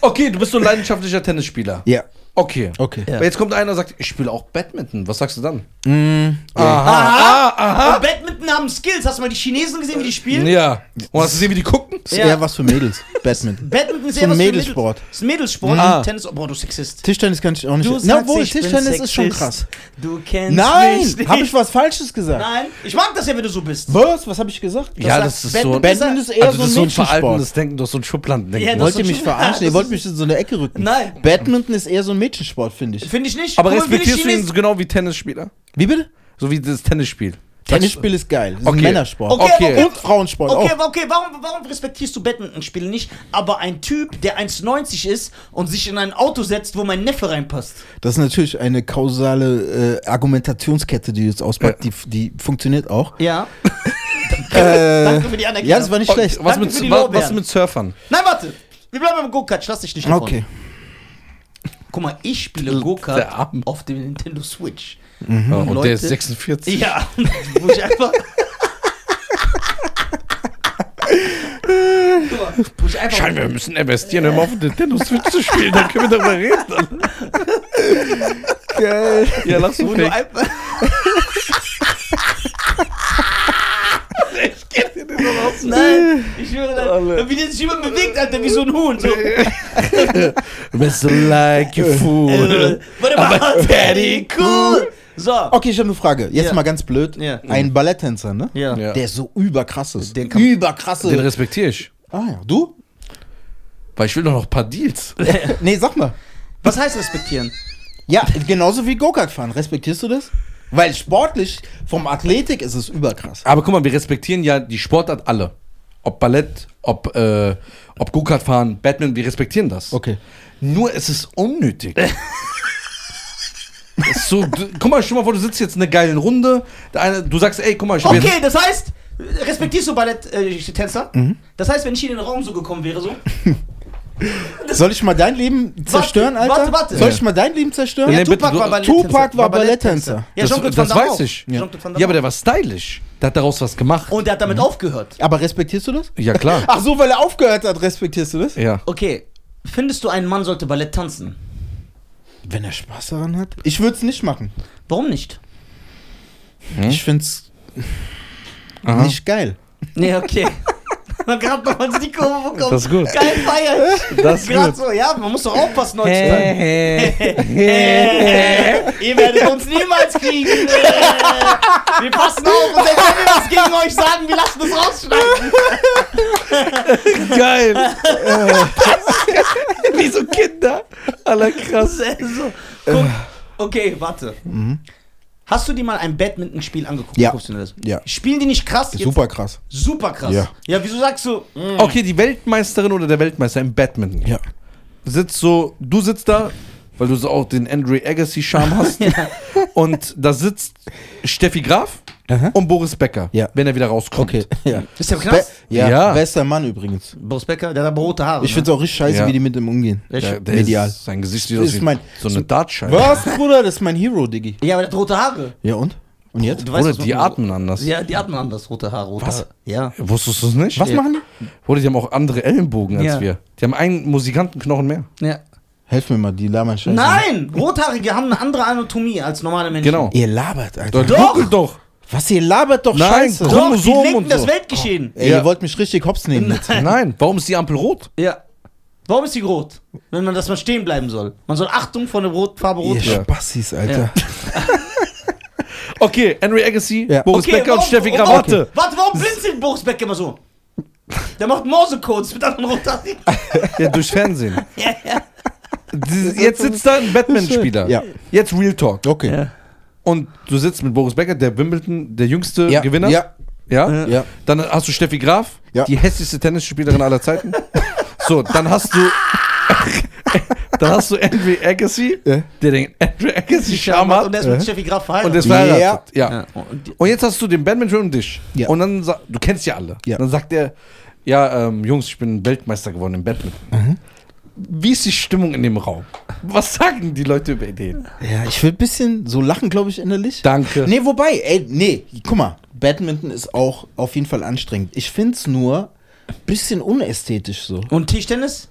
Speaker 1: Okay, du bist so ein leidenschaftlicher Tennisspieler.
Speaker 4: Ja,
Speaker 1: Okay.
Speaker 4: okay.
Speaker 3: Ja.
Speaker 1: Aber Jetzt kommt einer und sagt, ich spiele auch Badminton. Was sagst du dann? Mm, Ah,
Speaker 3: Aha, aha. Und Badminton haben Skills. Hast du mal die Chinesen gesehen, wie die spielen?
Speaker 1: Ja. Und hast du gesehen, wie die gucken?
Speaker 4: Ist
Speaker 3: Ja.
Speaker 4: eher was für Mädels. Badminton.
Speaker 3: Badminton ist
Speaker 4: So
Speaker 3: eher
Speaker 4: ein
Speaker 3: was für
Speaker 4: Mädelsport.
Speaker 3: Mädels- Ist ein Mädelsport.
Speaker 1: Ah.
Speaker 3: Tennis, oh, boah, du Sexist.
Speaker 4: Tischtennis kann ich auch nicht.
Speaker 3: Du
Speaker 4: Na
Speaker 3: sagst,
Speaker 4: wohl,
Speaker 3: ich bin
Speaker 4: Tischtennis ist schon
Speaker 3: Sexist.
Speaker 4: krass.
Speaker 3: Du kennst
Speaker 4: Nein,
Speaker 3: mich nicht.
Speaker 4: habe ich was Falsches gesagt?
Speaker 3: Nein, ich mag das ja, wenn du so bist.
Speaker 4: Was? Was habe ich gesagt?
Speaker 1: Ja, das
Speaker 3: Das sagt
Speaker 1: ist so ein,
Speaker 3: Badminton-
Speaker 4: Badminton ist eher
Speaker 1: also
Speaker 4: so
Speaker 1: das
Speaker 4: ein
Speaker 1: ist so ein
Speaker 4: Mädchensport.
Speaker 1: veraltendes Denken, doch so ein Schubladendenken.
Speaker 3: Ja, das-
Speaker 4: Wollt ihr
Speaker 3: ist
Speaker 4: mich
Speaker 3: schon-
Speaker 4: verarschen?
Speaker 3: Das
Speaker 4: Ihr wollt
Speaker 3: ist-
Speaker 4: mich in so eine Ecke rücken.
Speaker 3: Nein.
Speaker 4: Badminton ist eher so ein Mädchensport, finde ich.
Speaker 3: Finde ich nicht.
Speaker 1: Aber
Speaker 3: Guck mal, wie die
Speaker 1: respektierst du ihn
Speaker 3: Chinesen-
Speaker 1: so genau wie Tennisspieler?
Speaker 4: Wie bitte?
Speaker 1: So wie das Tennisspiel.
Speaker 4: Tennisspiel ist geil. Das ist
Speaker 1: Okay.
Speaker 4: ein Männersport.
Speaker 3: Okay,
Speaker 1: Okay.
Speaker 3: aber
Speaker 4: Und Frauensport
Speaker 3: Okay,
Speaker 4: auch.
Speaker 3: aber okay, warum, warum respektierst du Badmintonspiele nicht, aber ein Typ, der 1,90 ist und sich in ein Auto setzt, wo mein Neffe reinpasst?
Speaker 4: Das ist natürlich eine kausale äh, Argumentationskette, die du jetzt auspackt.
Speaker 1: Ja.
Speaker 4: Die, die funktioniert auch.
Speaker 3: Ja.
Speaker 4: Äh,
Speaker 3: Danke für die Anerkennung.
Speaker 4: ja, das war nicht
Speaker 1: Okay,
Speaker 4: schlecht.
Speaker 1: was,
Speaker 3: Danke
Speaker 1: mit,
Speaker 3: für die
Speaker 1: wa-
Speaker 3: Lorbeeren.
Speaker 1: was mit Surfern?
Speaker 3: Nein, warte. Wir bleiben beim Go-Kart, ich lass dich nicht davon.
Speaker 4: Okay.
Speaker 3: Guck mal, ich spiele
Speaker 1: Der
Speaker 3: Go-Kart
Speaker 1: Arm.
Speaker 3: auf dem Nintendo Switch.
Speaker 1: Ja, Äh, und
Speaker 3: Mhm. Leute-
Speaker 1: der ist 46.
Speaker 3: Ja, wo ich einfach... Guck mal, wo ich einfach-
Speaker 1: Scheinbar, wir müssen investieren, um auf Nintendo Switch zu spielen, dann können wir darüber reden.
Speaker 4: Geil.
Speaker 1: Ja, lass
Speaker 3: Wo
Speaker 1: du
Speaker 3: du
Speaker 1: weg.
Speaker 3: einfach... Nein, ich höre dann, wie der sich immer bewegt, Alter, wie so ein Huhn. So.
Speaker 1: Bist du like a
Speaker 3: Äh,
Speaker 1: fool.
Speaker 3: Warte mal, Daddy cool. So.
Speaker 4: Okay, ich habe eine Frage. Jetzt
Speaker 3: Ja.
Speaker 4: mal ganz blöd.
Speaker 3: Ja.
Speaker 4: Ein Balletttänzer, ne?
Speaker 3: Ja.
Speaker 1: Ja.
Speaker 4: Der so überkrass ist.
Speaker 3: Den kann-
Speaker 4: überkrasse.
Speaker 1: Den respektiere ich.
Speaker 4: ah ja, du?
Speaker 1: Weil ich will doch noch ein paar Deals.
Speaker 4: nee, sag mal.
Speaker 3: Was heißt respektieren?
Speaker 4: Ja, genauso wie Go-Kart fahren. Respektierst du das? Weil sportlich, vom Athletik ist es überkrass.
Speaker 1: Aber guck mal, wir respektieren ja die Sportart alle. Ob Ballett, ob, äh, ob Go-Kart fahren, Batman, wir respektieren das.
Speaker 4: Okay.
Speaker 1: Nur es ist unnötig. Es ist so, du, guck mal, stell mal vor, du sitzt jetzt in einer geilen Runde. Der eine, du sagst, ey, guck mal, ich bin
Speaker 3: Okay, das heißt, respektierst du Ballett-Tänzer?
Speaker 1: Mhm.
Speaker 3: Das heißt, wenn ich hier in den Raum so gekommen wäre, so.
Speaker 4: Soll ich mal dein Leben zerstören,
Speaker 3: warte,
Speaker 4: Alter?
Speaker 3: warte.
Speaker 4: Soll ich mal dein Leben zerstören?
Speaker 1: Ja, bitte, du-
Speaker 4: Tupac war Balletttänzer.
Speaker 3: Ja,
Speaker 1: das,
Speaker 3: Jean-Claude
Speaker 1: das
Speaker 3: Van Damme
Speaker 1: weiß
Speaker 3: auch.
Speaker 1: ich. Ja.
Speaker 3: Ja. Jean-Claude Van Damme
Speaker 1: aber der war stylisch. Der Mhm. hat daraus was gemacht.
Speaker 3: Und der hat damit aufgehört.
Speaker 4: Aber respektierst du das?
Speaker 1: ja, klar.
Speaker 4: Ach so, weil er aufgehört hat, respektierst du das?
Speaker 1: Ja.
Speaker 3: Okay, findest du, ein Mann sollte Ballett tanzen?
Speaker 4: Wenn er Spaß daran hat. Ich würde es nicht machen.
Speaker 3: Warum nicht?
Speaker 1: Hm?
Speaker 4: Ich find's
Speaker 1: Aha.
Speaker 4: nicht geil.
Speaker 3: Nee, okay. Gerade nochmal die Kurve bekommen.
Speaker 1: Das ist gut.
Speaker 3: Geil feiern.
Speaker 1: Das ist
Speaker 3: Gerade
Speaker 1: gut.
Speaker 3: so, ja, man muss doch aufpassen heutzutage.
Speaker 1: Hey.
Speaker 3: Ihr werdet uns niemals kriegen. Äh, Wir passen auf und selbst wenn wir was gegen euch sagen, wir lassen es rausschneiden.
Speaker 1: Geil. Wie so Kinder. Aller krass.
Speaker 3: So, guck.
Speaker 4: Äh.
Speaker 3: Okay, warte. Hast du dir mal ein Badmintonspiel angeguckt?
Speaker 4: Mhm. Ja.
Speaker 3: professionelles?
Speaker 4: Ja.
Speaker 3: Spielen die nicht krass? Jetzt-
Speaker 4: Super krass.
Speaker 3: Super krass.
Speaker 4: Ja.
Speaker 3: ja, wieso sagst du, hm,
Speaker 1: Okay, die Weltmeisterin oder der Weltmeister im Badminton.
Speaker 4: Ja.
Speaker 1: Sitzt so, du sitzt da, weil du so auch den Andre Agassi-Charme hast. Und da sitzt Steffi Graf
Speaker 4: Aha.
Speaker 1: und Boris Becker,
Speaker 4: Ja.
Speaker 1: wenn er wieder rauskommt.
Speaker 4: Okay. Ja.
Speaker 3: ist der krass?
Speaker 4: Ja,
Speaker 1: Ja.
Speaker 4: bester Mann übrigens.
Speaker 3: Boris Becker, der hat aber rote Haare.
Speaker 4: Ich find's auch richtig scheiße,
Speaker 1: Ja.
Speaker 4: wie die mit ihm umgehen.
Speaker 3: ne?
Speaker 1: Der,
Speaker 3: ja,
Speaker 1: der
Speaker 4: Ideal.
Speaker 1: Ist, sein Gesicht sieht aus
Speaker 4: Ist
Speaker 1: wie
Speaker 4: mein-
Speaker 1: so eine Dartscheibe.
Speaker 4: Was, Bruder? Das ist mein Hero, Diggi.
Speaker 3: ja, aber der hat rote Haare.
Speaker 4: Ja und? Und jetzt?
Speaker 3: Du
Speaker 1: Oder
Speaker 3: was
Speaker 1: die
Speaker 3: man-
Speaker 1: atmen anders.
Speaker 3: Ja, die atmen anders, rote Haare. Rote
Speaker 1: Was?
Speaker 3: Haare. Ja.
Speaker 1: Wusstest du es nicht?
Speaker 4: Was machen die?
Speaker 1: Oder die haben auch andere Ellenbogen als
Speaker 3: Ja.
Speaker 1: wir. Die haben einen Musikantenknochen mehr.
Speaker 3: ja.
Speaker 4: Helf mir mal, die labern scheiße.
Speaker 3: Nein, Rothaarige haben eine andere Anatomie als normale Menschen.
Speaker 1: Genau.
Speaker 4: Ihr labert, Alter.
Speaker 1: Doch.
Speaker 3: Doch.
Speaker 1: Google doch.
Speaker 4: Was, ihr labert doch
Speaker 1: Nein,
Speaker 4: scheiße.
Speaker 1: guck.
Speaker 3: Doch, die
Speaker 1: Chromosomen
Speaker 3: lenken
Speaker 1: und
Speaker 3: das
Speaker 1: so.
Speaker 3: Weltgeschehen.
Speaker 4: Ey,
Speaker 1: Ja.
Speaker 4: ihr wollt mich richtig hops nehmen jetzt.
Speaker 1: Nein, warum ist die Ampel rot?
Speaker 3: Ja. Warum ist die rot? Wenn man, dass man stehen bleiben soll. Man soll Achtung vor der Rot, Farbe rot.
Speaker 4: Ihr
Speaker 1: Ja.
Speaker 4: Spassis, Alter.
Speaker 1: Okay, Henry Agassi,
Speaker 4: Ja.
Speaker 1: Boris Becker und
Speaker 3: warum-
Speaker 1: Steffi Graf.
Speaker 3: warum-
Speaker 1: Warte.
Speaker 3: Warte, warum blinzelt Boris Becker immer so? Der macht Morsecodes mit anderen Rothaarigen.
Speaker 1: Ja, durch Fernsehen.
Speaker 3: ja, ja.
Speaker 1: Dieses- Jetzt sitzt da ein Batman-Spieler.
Speaker 4: Ja.
Speaker 1: Jetzt Real Talk.
Speaker 4: Okay.
Speaker 3: Ja.
Speaker 1: Und du sitzt mit Boris Becker, der Wimbledon, der jüngste
Speaker 4: Ja.
Speaker 1: Gewinner.
Speaker 4: Ja.
Speaker 1: Ja?
Speaker 4: Ja.
Speaker 1: Dann hast du Steffi Graf,
Speaker 4: Ja.
Speaker 1: die hässlichste Tennisspielerin aller Zeiten. so, dann hast du. dann hast du Andrew Agassi,
Speaker 4: Ja.
Speaker 1: der den Andrew Agassi Charme hat.
Speaker 3: Und der ist mit Steffi Graf verheiratet.
Speaker 1: Und der ist
Speaker 4: Ja.
Speaker 1: verheiratet. Ja.
Speaker 3: Ja, und die-
Speaker 1: Und jetzt hast du den Badminton und dich.
Speaker 4: Ja.
Speaker 1: Und dann sa- du kennst ja alle.
Speaker 4: Ja.
Speaker 1: Dann sagt er, ja, ähm, Jungs, ich bin Weltmeister geworden im Badminton.
Speaker 4: Mhm.
Speaker 1: Wie ist die Stimmung in dem Raum? Was sagen die Leute über den?
Speaker 4: Ja, ich will ein bisschen so lachen, glaube ich, innerlich.
Speaker 1: Danke.
Speaker 4: Nee, wobei, ey, nee, guck mal, Badminton ist auch auf jeden Fall anstrengend. Ich find's nur ein bisschen unästhetisch so.
Speaker 3: Und Tischtennis?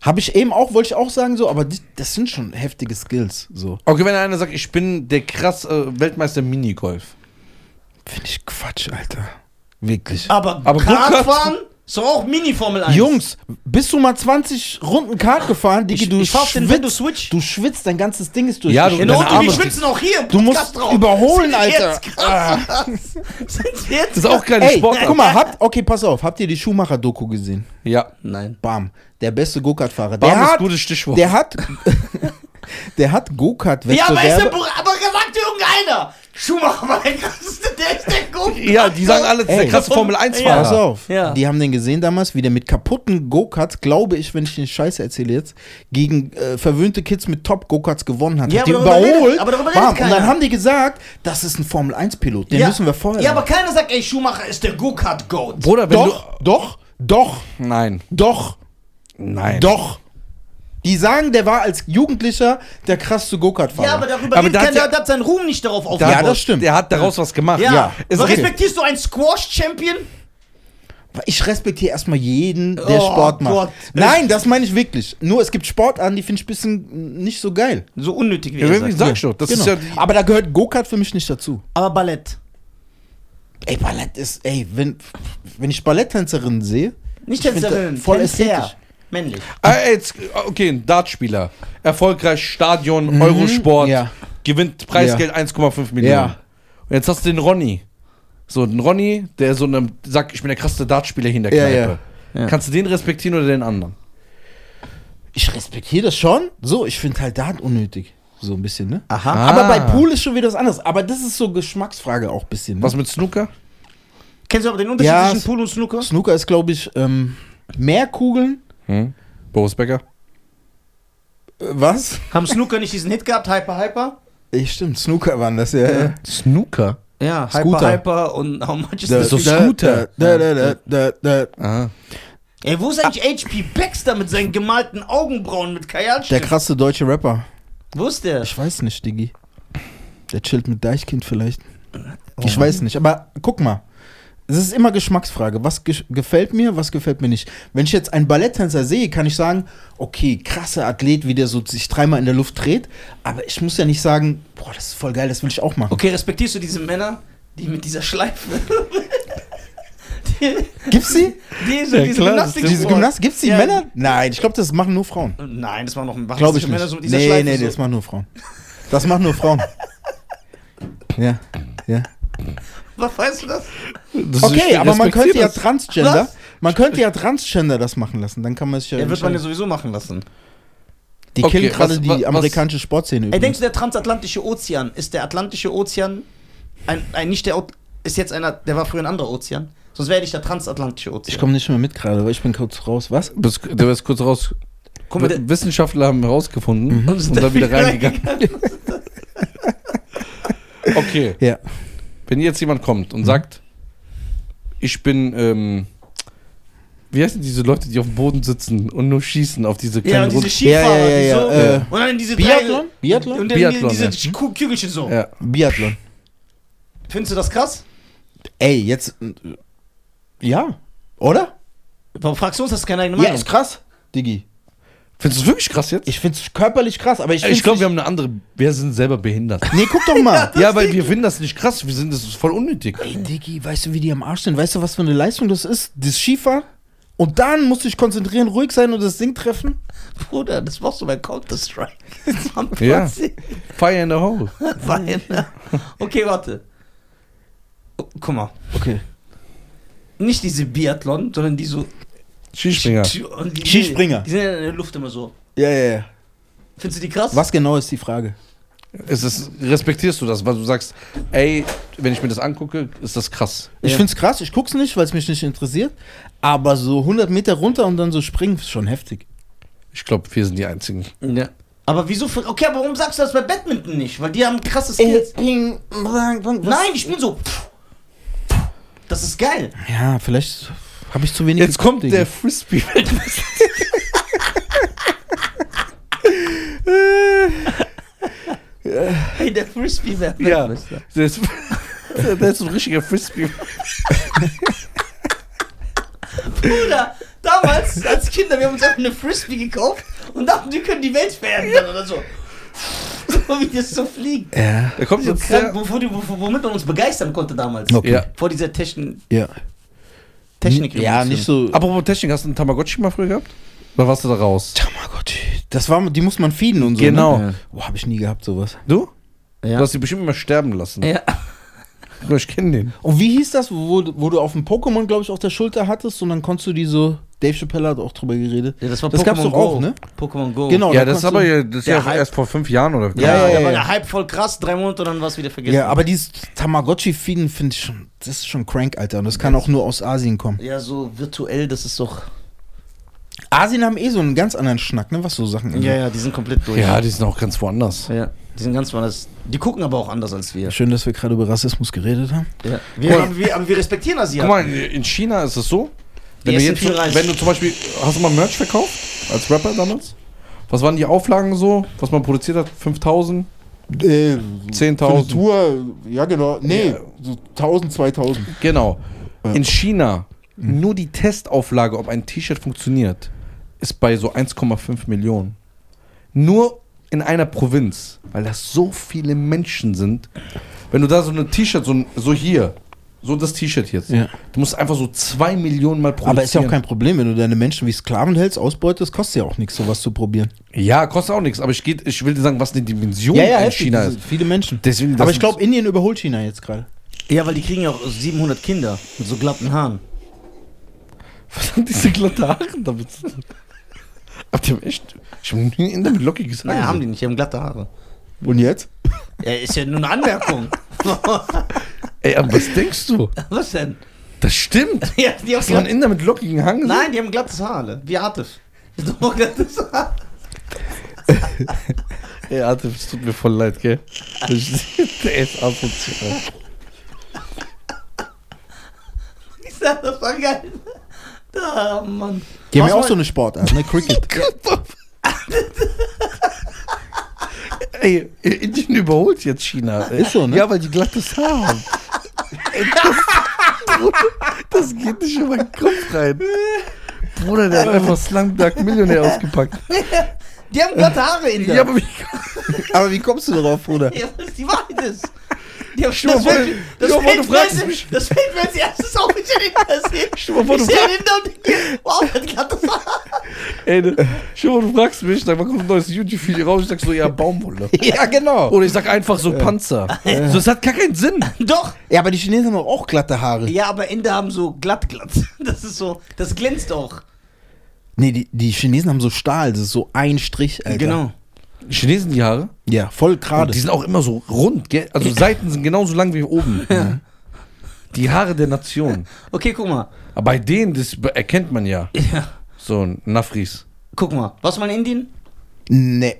Speaker 4: Habe ich eben auch, wollte ich auch sagen so, aber die, das sind schon heftige Skills so.
Speaker 1: Okay, wenn einer sagt, ich bin der krass äh, Weltmeister im Minigolf.
Speaker 4: Finde ich Quatsch, Alter. Wirklich.
Speaker 3: Aber,
Speaker 1: Aber
Speaker 3: Kartfahren ist doch auch Mini-Formel 1.
Speaker 4: Jungs, bist du mal 20 Runden Kart gefahren, Digi,
Speaker 3: ich,
Speaker 4: du
Speaker 3: ich fahr auf den
Speaker 4: schwitzt-
Speaker 3: Nintendo Switch.
Speaker 4: Du schwitzt, dein ganzes Ding ist durch.
Speaker 1: Ja,
Speaker 4: Ich-
Speaker 1: du-
Speaker 3: In
Speaker 1: deine
Speaker 3: der Runde, wir
Speaker 1: Arme-
Speaker 3: schwitzt auch hier. im
Speaker 4: Du musst
Speaker 3: Podcast drauf.
Speaker 4: überholen,
Speaker 3: Sind
Speaker 4: Alter.
Speaker 3: Jetzt krass. Sind jetzt
Speaker 1: Ah. Das ist auch keine
Speaker 4: Ey,
Speaker 1: Sportart.
Speaker 4: guck mal, habt, okay, pass auf, habt ihr die Schumacher-Doku gesehen?
Speaker 1: Ja.
Speaker 3: Nein.
Speaker 4: Bam, der beste Go-Kart-Fahrer.
Speaker 1: Bam
Speaker 4: Der
Speaker 1: ist
Speaker 4: hat,
Speaker 1: gutes Stichwort.
Speaker 4: der hat, der
Speaker 3: Ja, aber ist
Speaker 4: hat
Speaker 3: der
Speaker 4: Go-Kart-Wettbewerbe.
Speaker 3: Bur aber gesagt irgendeiner. Schumacher war der krasseste, der ist der Gump.
Speaker 1: ja, die sagen alle, das ist der
Speaker 4: Ey.
Speaker 1: krasse Formel 1
Speaker 3: Ja.
Speaker 1: Fahrer.
Speaker 4: Pass auf,
Speaker 3: Ja.
Speaker 4: die haben den gesehen damals, wie der mit kaputten Go-Karts, glaube ich, wenn ich den Scheiß erzähle jetzt, gegen äh, verwöhnte Kids mit Top-Go-Karts gewonnen hat.
Speaker 3: Ja,
Speaker 4: hat die
Speaker 3: aber darüber
Speaker 4: überholt.
Speaker 3: redet- aber darüber redet
Speaker 4: Bam. Und
Speaker 3: keiner.
Speaker 4: dann haben die gesagt, das ist ein Formel-1-Pilot, den
Speaker 3: ja.
Speaker 4: müssen wir feuern.
Speaker 3: Ja, aber keiner sagt, ey, Schumacher ist der Go-Kart-Goat.
Speaker 1: Bruder, wenn
Speaker 4: doch, doch, doch,
Speaker 1: du. Nein.
Speaker 4: doch,
Speaker 1: Nein.
Speaker 4: doch. Die sagen, der war als Jugendlicher der krasseste Go-Kart-Fahrer.
Speaker 3: Ja, aber darüber
Speaker 1: Aber
Speaker 3: redet
Speaker 1: da hat
Speaker 3: keiner.
Speaker 1: ja-
Speaker 3: Der hat seinen Ruhm nicht darauf
Speaker 1: Da-
Speaker 3: aufgebaut.
Speaker 4: Ja, das stimmt.
Speaker 1: Der hat daraus was gemacht.
Speaker 3: Ja.
Speaker 4: Ja.
Speaker 1: Ist
Speaker 3: Aber
Speaker 1: richtig.
Speaker 3: Respektierst du einen Squash-Champion?
Speaker 4: Ich respektiere erstmal jeden, der
Speaker 3: Oh
Speaker 4: Sport macht.
Speaker 3: Gott.
Speaker 4: Nein, das meine ich wirklich. Nur es gibt Sportarten, die finde ich ein bisschen nicht so geil.
Speaker 3: So unnötig wie
Speaker 1: Ja,
Speaker 3: er
Speaker 1: wie
Speaker 3: sagt.
Speaker 1: sag ich doch. Das
Speaker 4: Genau.
Speaker 1: ist ja die,
Speaker 4: Aber da gehört Go-Kart für mich nicht dazu.
Speaker 3: Aber Ballett.
Speaker 4: Ey, Ballett ist, ey, wenn, wenn ich Balletttänzerinnen sehe,
Speaker 3: Nicht
Speaker 4: Ich find
Speaker 3: Tänzerin.
Speaker 4: das voll
Speaker 3: Tänzer.
Speaker 4: ästhetisch.
Speaker 3: Männlich.
Speaker 1: Ah, jetzt, okay, ein Dartspieler. Erfolgreich, Stadion, Eurosport.
Speaker 4: Mhm, ja.
Speaker 1: gewinnt Preisgeld 1,5 Millionen.
Speaker 4: Ja.
Speaker 1: Und jetzt hast du den Ronny. So, den Ronny, der so einem sagt, ich bin der krasseste Dartspieler hier in der
Speaker 4: Ja,
Speaker 1: Kneipe.
Speaker 4: ja. Ja.
Speaker 1: Kannst du den respektieren oder den anderen?
Speaker 4: Ich respektiere das schon. So, ich finde halt Dart unnötig. So ein bisschen, ne?
Speaker 3: Aha.
Speaker 1: Ah.
Speaker 4: Aber bei Pool ist schon wieder was anderes. Aber das ist so Geschmacksfrage auch ein bisschen. Ne?
Speaker 1: Was mit Snooker?
Speaker 3: Kennst du aber den Unterschied
Speaker 4: Ja,
Speaker 3: zwischen
Speaker 4: es-
Speaker 3: Pool und Snooker?
Speaker 4: Snooker ist, glaube ich, ähm, mehr Kugeln.
Speaker 1: Hm? Boris Becker?
Speaker 4: was?
Speaker 3: Haben Snooker nicht diesen Hit gehabt, Hyper Hyper?
Speaker 4: Äh, Ich stimmt, Snooker waren das, ja.
Speaker 1: Äh.
Speaker 4: ja.
Speaker 1: Snooker?
Speaker 3: Ja, Hyper
Speaker 4: Scooter.
Speaker 3: Hyper und How Much Is
Speaker 4: Da-
Speaker 3: This?
Speaker 1: so
Speaker 4: da-
Speaker 1: Scooter.
Speaker 4: Da, da, da, da, da, da.
Speaker 1: Aha.
Speaker 3: Ey, wo ist eigentlich HP Baxter mit seinen gemalten Augenbrauen mit
Speaker 4: Der
Speaker 3: Kajalstift?
Speaker 4: krasse deutsche Rapper.
Speaker 3: Wo ist der?
Speaker 4: Ich weiß nicht, Diggi. Der chillt mit Deichkind vielleicht. Ich weiß nicht, aber guck mal. Es ist immer Geschmacksfrage. Was ge gefällt mir, was gefällt mir nicht. Wenn ich jetzt einen Balletttänzer sehe, kann ich sagen, okay, krasser Athlet, wie der so sich dreimal in der Luft dreht. Aber ich muss ja nicht sagen, boah, das ist voll geil, das will ich auch machen.
Speaker 3: Okay, respektierst du diese Männer, die mit dieser Schleife. die,
Speaker 4: Oh, Gibt's sie?
Speaker 3: die so diese
Speaker 1: klar,
Speaker 3: Gymnastik.
Speaker 4: Diese Gymnastik, gibt's die
Speaker 3: Ja.
Speaker 4: Männer? Nein, ich glaube, das machen nur Frauen.
Speaker 3: Nein, das machen noch machen
Speaker 4: Glaube
Speaker 3: sich
Speaker 4: ich
Speaker 3: Männer
Speaker 4: nicht.
Speaker 3: So mit dieser
Speaker 4: nee,
Speaker 3: Schleife
Speaker 4: nee,
Speaker 3: so.
Speaker 4: das machen nur Frauen. Das machen nur Frauen. ja, ja.
Speaker 3: Was weißt du das?
Speaker 4: Okay, aber man könnte ja
Speaker 1: dran.
Speaker 4: Transgender,
Speaker 3: Was?
Speaker 4: man könnte ja Transgender das machen lassen, dann kann man sich ja.
Speaker 3: Ja, wird man ja
Speaker 4: entscheiden.
Speaker 3: sowieso machen lassen.
Speaker 4: Mhm. die
Speaker 1: Okay,
Speaker 4: killen gerade
Speaker 1: was-
Speaker 4: die
Speaker 1: was-
Speaker 4: amerikanische Sportszene
Speaker 3: Ey, denkst
Speaker 4: übrigens.
Speaker 3: du, der transatlantische Ozean, ist der Atlantische Ozean ein, ein nicht der, O- ist jetzt einer, der war früher ein anderer Ozean? Sonst wäre ich der transatlantische Ozean.
Speaker 4: Ich komme nicht mehr mit gerade, weil ich bin kurz raus. Was?
Speaker 1: Du wirst kurz raus.
Speaker 3: Guck mal, der,
Speaker 1: Wissenschaftler haben herausgefunden
Speaker 3: Mhm.
Speaker 1: und dann wieder reingegangen. okay.
Speaker 4: Ja.
Speaker 1: Wenn jetzt jemand kommt und sagt, ich bin, ähm, wie heißen diese Leute, die auf dem Boden sitzen und nur schießen auf diese
Speaker 3: ja, und
Speaker 1: kleinen
Speaker 3: diese
Speaker 1: Runden?
Speaker 3: Skifahrer,
Speaker 4: Ja, ja, ja,
Speaker 3: die so,
Speaker 4: ja, äh,
Speaker 3: und dann diese
Speaker 4: Biathlon?
Speaker 3: drei,
Speaker 4: Biathlon?
Speaker 3: und dann
Speaker 1: Biathlon,
Speaker 3: diese
Speaker 1: ja.
Speaker 3: Sch- Kü- Kügelchen so.
Speaker 1: Ja.
Speaker 4: Biathlon.
Speaker 3: Findest du das krass?
Speaker 4: Ey, jetzt. äh, Ja. Oder?
Speaker 3: Warum fragst du uns das keine eigene Meinung?
Speaker 4: krass. Digi.
Speaker 1: Findest du es wirklich krass jetzt?
Speaker 4: Ich find's körperlich krass, aber ich
Speaker 1: Ich,
Speaker 4: find's
Speaker 1: glaube, wir haben eine andere. Wir sind selber behindert.
Speaker 4: nicht- Nee, guck doch mal.
Speaker 1: ja, weil wir finden das nicht krass. Wir sind das ist voll unnötig.
Speaker 4: Ey, Diggi, weißt du, wie die am Arsch sind? Weißt du, was für eine Leistung das ist? Das Skifahren? Und dann musst du dich konzentrieren, ruhig sein und das Ding treffen?
Speaker 3: Bruder, das warst du bei Counter-Strike. Am
Speaker 1: Ja.
Speaker 3: Platz.
Speaker 1: Fire in the hole.
Speaker 3: Wein. Okay, warte. Oh, Guck mal.
Speaker 4: Okay.
Speaker 3: Nicht diese Biathlon, sondern die so.
Speaker 1: Skispringer.
Speaker 3: Und die-
Speaker 4: Skispringer.
Speaker 3: Die sind ja in der Luft immer so.
Speaker 4: Ja, ja, ja.
Speaker 3: Findest du die krass?
Speaker 4: Was genau ist die Frage?
Speaker 1: Ist das, respektierst du das, weil du sagst, ey, wenn ich mir das angucke, ist das krass.
Speaker 4: Ich
Speaker 3: Ja.
Speaker 4: find's krass, ich guck's nicht, weil es mich nicht interessiert. Aber so 100 Meter runter und dann so springen, ist schon heftig.
Speaker 1: Ich glaube, wir sind die Einzigen.
Speaker 3: Ja. Aber wieso? für- Okay, aber warum sagst du das bei Badminton nicht? Weil die haben krasse Skills. Nein, die spielen so. Das ist geil.
Speaker 4: Ja, vielleicht habe ich zu wenig.
Speaker 1: Jetzt kommt
Speaker 4: geguckt,
Speaker 1: der Frisbee.
Speaker 3: Hey, der Frisbee wäre
Speaker 1: ja. Der ist, der ist so ein richtiger Frisbee.
Speaker 3: Bruder, damals als Kinder, wir haben uns einfach eine Frisbee gekauft und dachten, wir können die Welt verändern oder so. So wie das so fliegt.
Speaker 4: Digga. Ja.
Speaker 1: Da kommt
Speaker 3: So
Speaker 1: jetzt
Speaker 3: krank,
Speaker 1: der,
Speaker 3: wovor, die- wovor, womit man uns begeistern konnte damals.
Speaker 4: Okay.
Speaker 1: ja.
Speaker 3: Vor dieser Techn
Speaker 4: Ja.
Speaker 3: Technik.
Speaker 4: ja, nicht so.
Speaker 1: Apropos Technik, hast du einen Tamagotchi mal früher gehabt? Oder warst du da raus?
Speaker 4: Tamagotchi. Das war, die muss man feeden und so.
Speaker 1: Genau.
Speaker 4: Ne? Boah, habe ich nie gehabt, sowas.
Speaker 1: Du?
Speaker 3: Ja.
Speaker 1: Du hast die bestimmt immer sterben lassen.
Speaker 3: Ja.
Speaker 1: Guck mal, Ich kenne den.
Speaker 4: Und wie hieß das, wo, wo du auf dem Pokémon, glaube ich, auf der Schulter hattest und dann konntest du die so. Dave Chappelle hat auch drüber geredet.
Speaker 3: Ja, das war
Speaker 4: Das
Speaker 3: Pokémon
Speaker 4: gab's doch
Speaker 3: Go.
Speaker 4: auch, ne?
Speaker 3: Pokémon Go.
Speaker 4: Genau. Oh,
Speaker 1: ja,
Speaker 4: da
Speaker 1: das ist
Speaker 4: kannst
Speaker 1: aber
Speaker 4: du-
Speaker 1: ja- das ist
Speaker 3: der
Speaker 1: ja
Speaker 3: Hype-
Speaker 1: erst vor fünf Jahren oder
Speaker 3: Ja, ja, ja,
Speaker 4: ja,
Speaker 3: da war
Speaker 4: ja.
Speaker 3: der Hype voll krass, drei Monate und dann war es wieder vergessen.
Speaker 4: Ja, aber dieses Tamagotchi-Feeden finde ich schon, das ist schon crank, Alter. Und das kann auch nur aus Asien kommen.
Speaker 3: Ja, so virtuell, das ist doch.
Speaker 4: Asien haben eh so einen ganz anderen Schnack, ne, was so Sachen angeht.
Speaker 3: Ja, ja, die sind komplett durch.
Speaker 1: Ja, die sind auch ganz woanders.
Speaker 3: Ja, die sind ganz anders. Die gucken aber auch anders als wir.
Speaker 4: Schön, dass wir gerade über Rassismus geredet haben.
Speaker 3: Ja. wir aber, wir, aber wir respektieren Asiaten.
Speaker 1: Guck mal, in- in China ist es so, wenn
Speaker 3: Die
Speaker 1: du,
Speaker 3: essen
Speaker 1: jetzt,
Speaker 3: viel Reis.
Speaker 1: wenn du zum Beispiel, hast du mal Merch verkauft als Rapper damals? Was waren die Auflagen so, was man produziert hat? 5000,
Speaker 2: Äh, für eine
Speaker 1: 10.000?
Speaker 2: Tour, ja genau. Nee,
Speaker 1: Ja.
Speaker 2: so 1000, 2000.
Speaker 1: Genau. In China, nur die Testauflage, ob ein T-Shirt funktioniert, ist bei so 1,5 Millionen. Nur in einer Provinz, weil das so viele Menschen sind. Wenn du da so ein T-Shirt, so, ein- so hier, So das T-Shirt jetzt.
Speaker 4: Ja.
Speaker 1: Du musst einfach so zwei Millionen Mal produzieren.
Speaker 4: Aber ist ja auch kein Problem, wenn du deine Menschen wie Sklaven hältst, ausbeutest, kostet ja auch nichts, sowas zu probieren.
Speaker 1: Ja, kostet auch nichts. Aber ich, geht, ich will dir sagen, was eine Dimension in
Speaker 4: heftig,
Speaker 1: China
Speaker 4: das
Speaker 1: ist.
Speaker 4: sind Viele Menschen.
Speaker 1: Deswegen, das
Speaker 4: Aber ich
Speaker 1: sind-
Speaker 4: glaube, Indien überholt China jetzt gerade.
Speaker 3: Ja, weil die kriegen ja auch 700 Kinder mit so glatten Haaren.
Speaker 1: Was haben diese glatte Haare damit zu tun? Habt ihr echt? Ich habe nie in damit lockig gesagt.
Speaker 3: Naja, haben die nicht, die haben glatte Haare.
Speaker 2: Und jetzt?
Speaker 3: Ja, ist ja nur eine Anmerkung.
Speaker 1: Ey, aber was denkst du?
Speaker 3: Was denn?
Speaker 1: Das stimmt.
Speaker 3: Ja, die haben
Speaker 1: Hast du einen
Speaker 3: glatt,
Speaker 1: Inder mit lockigen Haaren gesehen?
Speaker 3: nein, die haben glattes Haar alle. Wie Artif. So glattes Haar.
Speaker 1: Ey, Arte, es tut mir voll leid, gell? Ich- Der ist ab und zu.
Speaker 3: Ich sag, das war geil. Da, Mann.
Speaker 4: Die haben
Speaker 3: Was
Speaker 4: ja auch
Speaker 3: mal-
Speaker 4: so eine Sportart, ne? Cricket.
Speaker 1: Ey, äh, Indien überholt jetzt China.
Speaker 4: Ist so, ne?
Speaker 1: Ja, weil die glattes Haar haben. Ey, Das, das geht nicht in meinen Kopf rein. Bruder, der hat einfach Slum Dunk Millionär ausgepackt.
Speaker 3: Die haben glatte Haare in der.
Speaker 1: Ja, aber wie,
Speaker 4: Aber wie kommst du darauf, Bruder?
Speaker 3: Ja, weil es die Wahrheit ist. Die haben
Speaker 1: Stell dir mal
Speaker 3: das
Speaker 1: vor,
Speaker 3: fällt, das,
Speaker 1: stell dir mal vor,
Speaker 3: fällt
Speaker 1: du fragst
Speaker 3: mir als-
Speaker 1: mich.
Speaker 3: das fällt mir als erstes auf, wenn ich den Hinter sehe.
Speaker 1: Stell dir mal vor,
Speaker 3: ich
Speaker 1: du
Speaker 3: sehe den
Speaker 1: fragst-
Speaker 3: Hinter und denke, wow, der hat glattes Haar.
Speaker 1: ey, ne, schon mal, du fragst mich, dann kommt ein neues YouTube-Video raus, ich sag so, ja, Baumwolle.
Speaker 4: Ja, genau.
Speaker 1: Oder ich sag einfach so Panzer. So, das hat gar keinen Sinn.
Speaker 3: Doch.
Speaker 4: Ja, aber die Chinesen haben doch auch glatte Haare.
Speaker 3: Ja, aber Inder haben so glatt, glatt. Das ist so, das glänzt auch.
Speaker 4: Nee, die, die Chinesen haben so Stahl, das ist so ein Strich, Alter.
Speaker 3: Genau.
Speaker 1: Die Chinesen die Haare?
Speaker 4: Ja, voll
Speaker 1: Und
Speaker 4: gerade.
Speaker 1: die sind auch immer so rund, gell? Also Seiten sind genauso lang wie oben. Mhm. Die Haare der Nation.
Speaker 3: Okay, guck mal.
Speaker 1: Aber bei denen, das be- erkennt man ja.
Speaker 3: Ja.
Speaker 1: So ein Nafris.
Speaker 3: Guck mal. Warst du mal in Indien?
Speaker 4: Nee,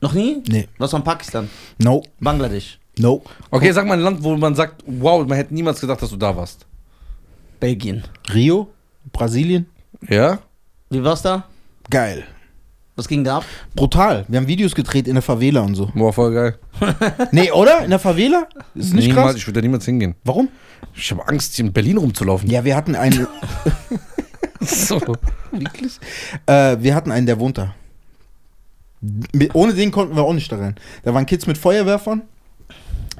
Speaker 3: Noch nie?
Speaker 4: Nee.
Speaker 3: Warst du mal in Pakistan?
Speaker 4: no,
Speaker 3: Bangladesch?
Speaker 4: no.
Speaker 1: Okay, sag mal ein Land, wo man sagt, wow, man hätte niemals gedacht, dass du da warst.
Speaker 3: Belgien.
Speaker 4: Rio, Brasilien,
Speaker 1: Ja?
Speaker 3: Wie war's da?
Speaker 4: geil.
Speaker 3: Was ging da ab?
Speaker 4: Brutal. Wir haben Videos gedreht in der Favela und so.
Speaker 1: Boah, voll geil.
Speaker 4: Nee, oder? In der Favela? Ist nicht
Speaker 1: niemals,
Speaker 4: krass.
Speaker 1: Ich würde da niemals hingehen.
Speaker 4: Warum?
Speaker 1: Ich habe Angst, hier in Berlin rumzulaufen.
Speaker 4: Ja, wir hatten einen,
Speaker 1: So.
Speaker 4: äh, wir hatten einen, der wohnt da. Mit- Ohne den konnten wir auch nicht da rein. Da waren Kids mit Feuerwerfern.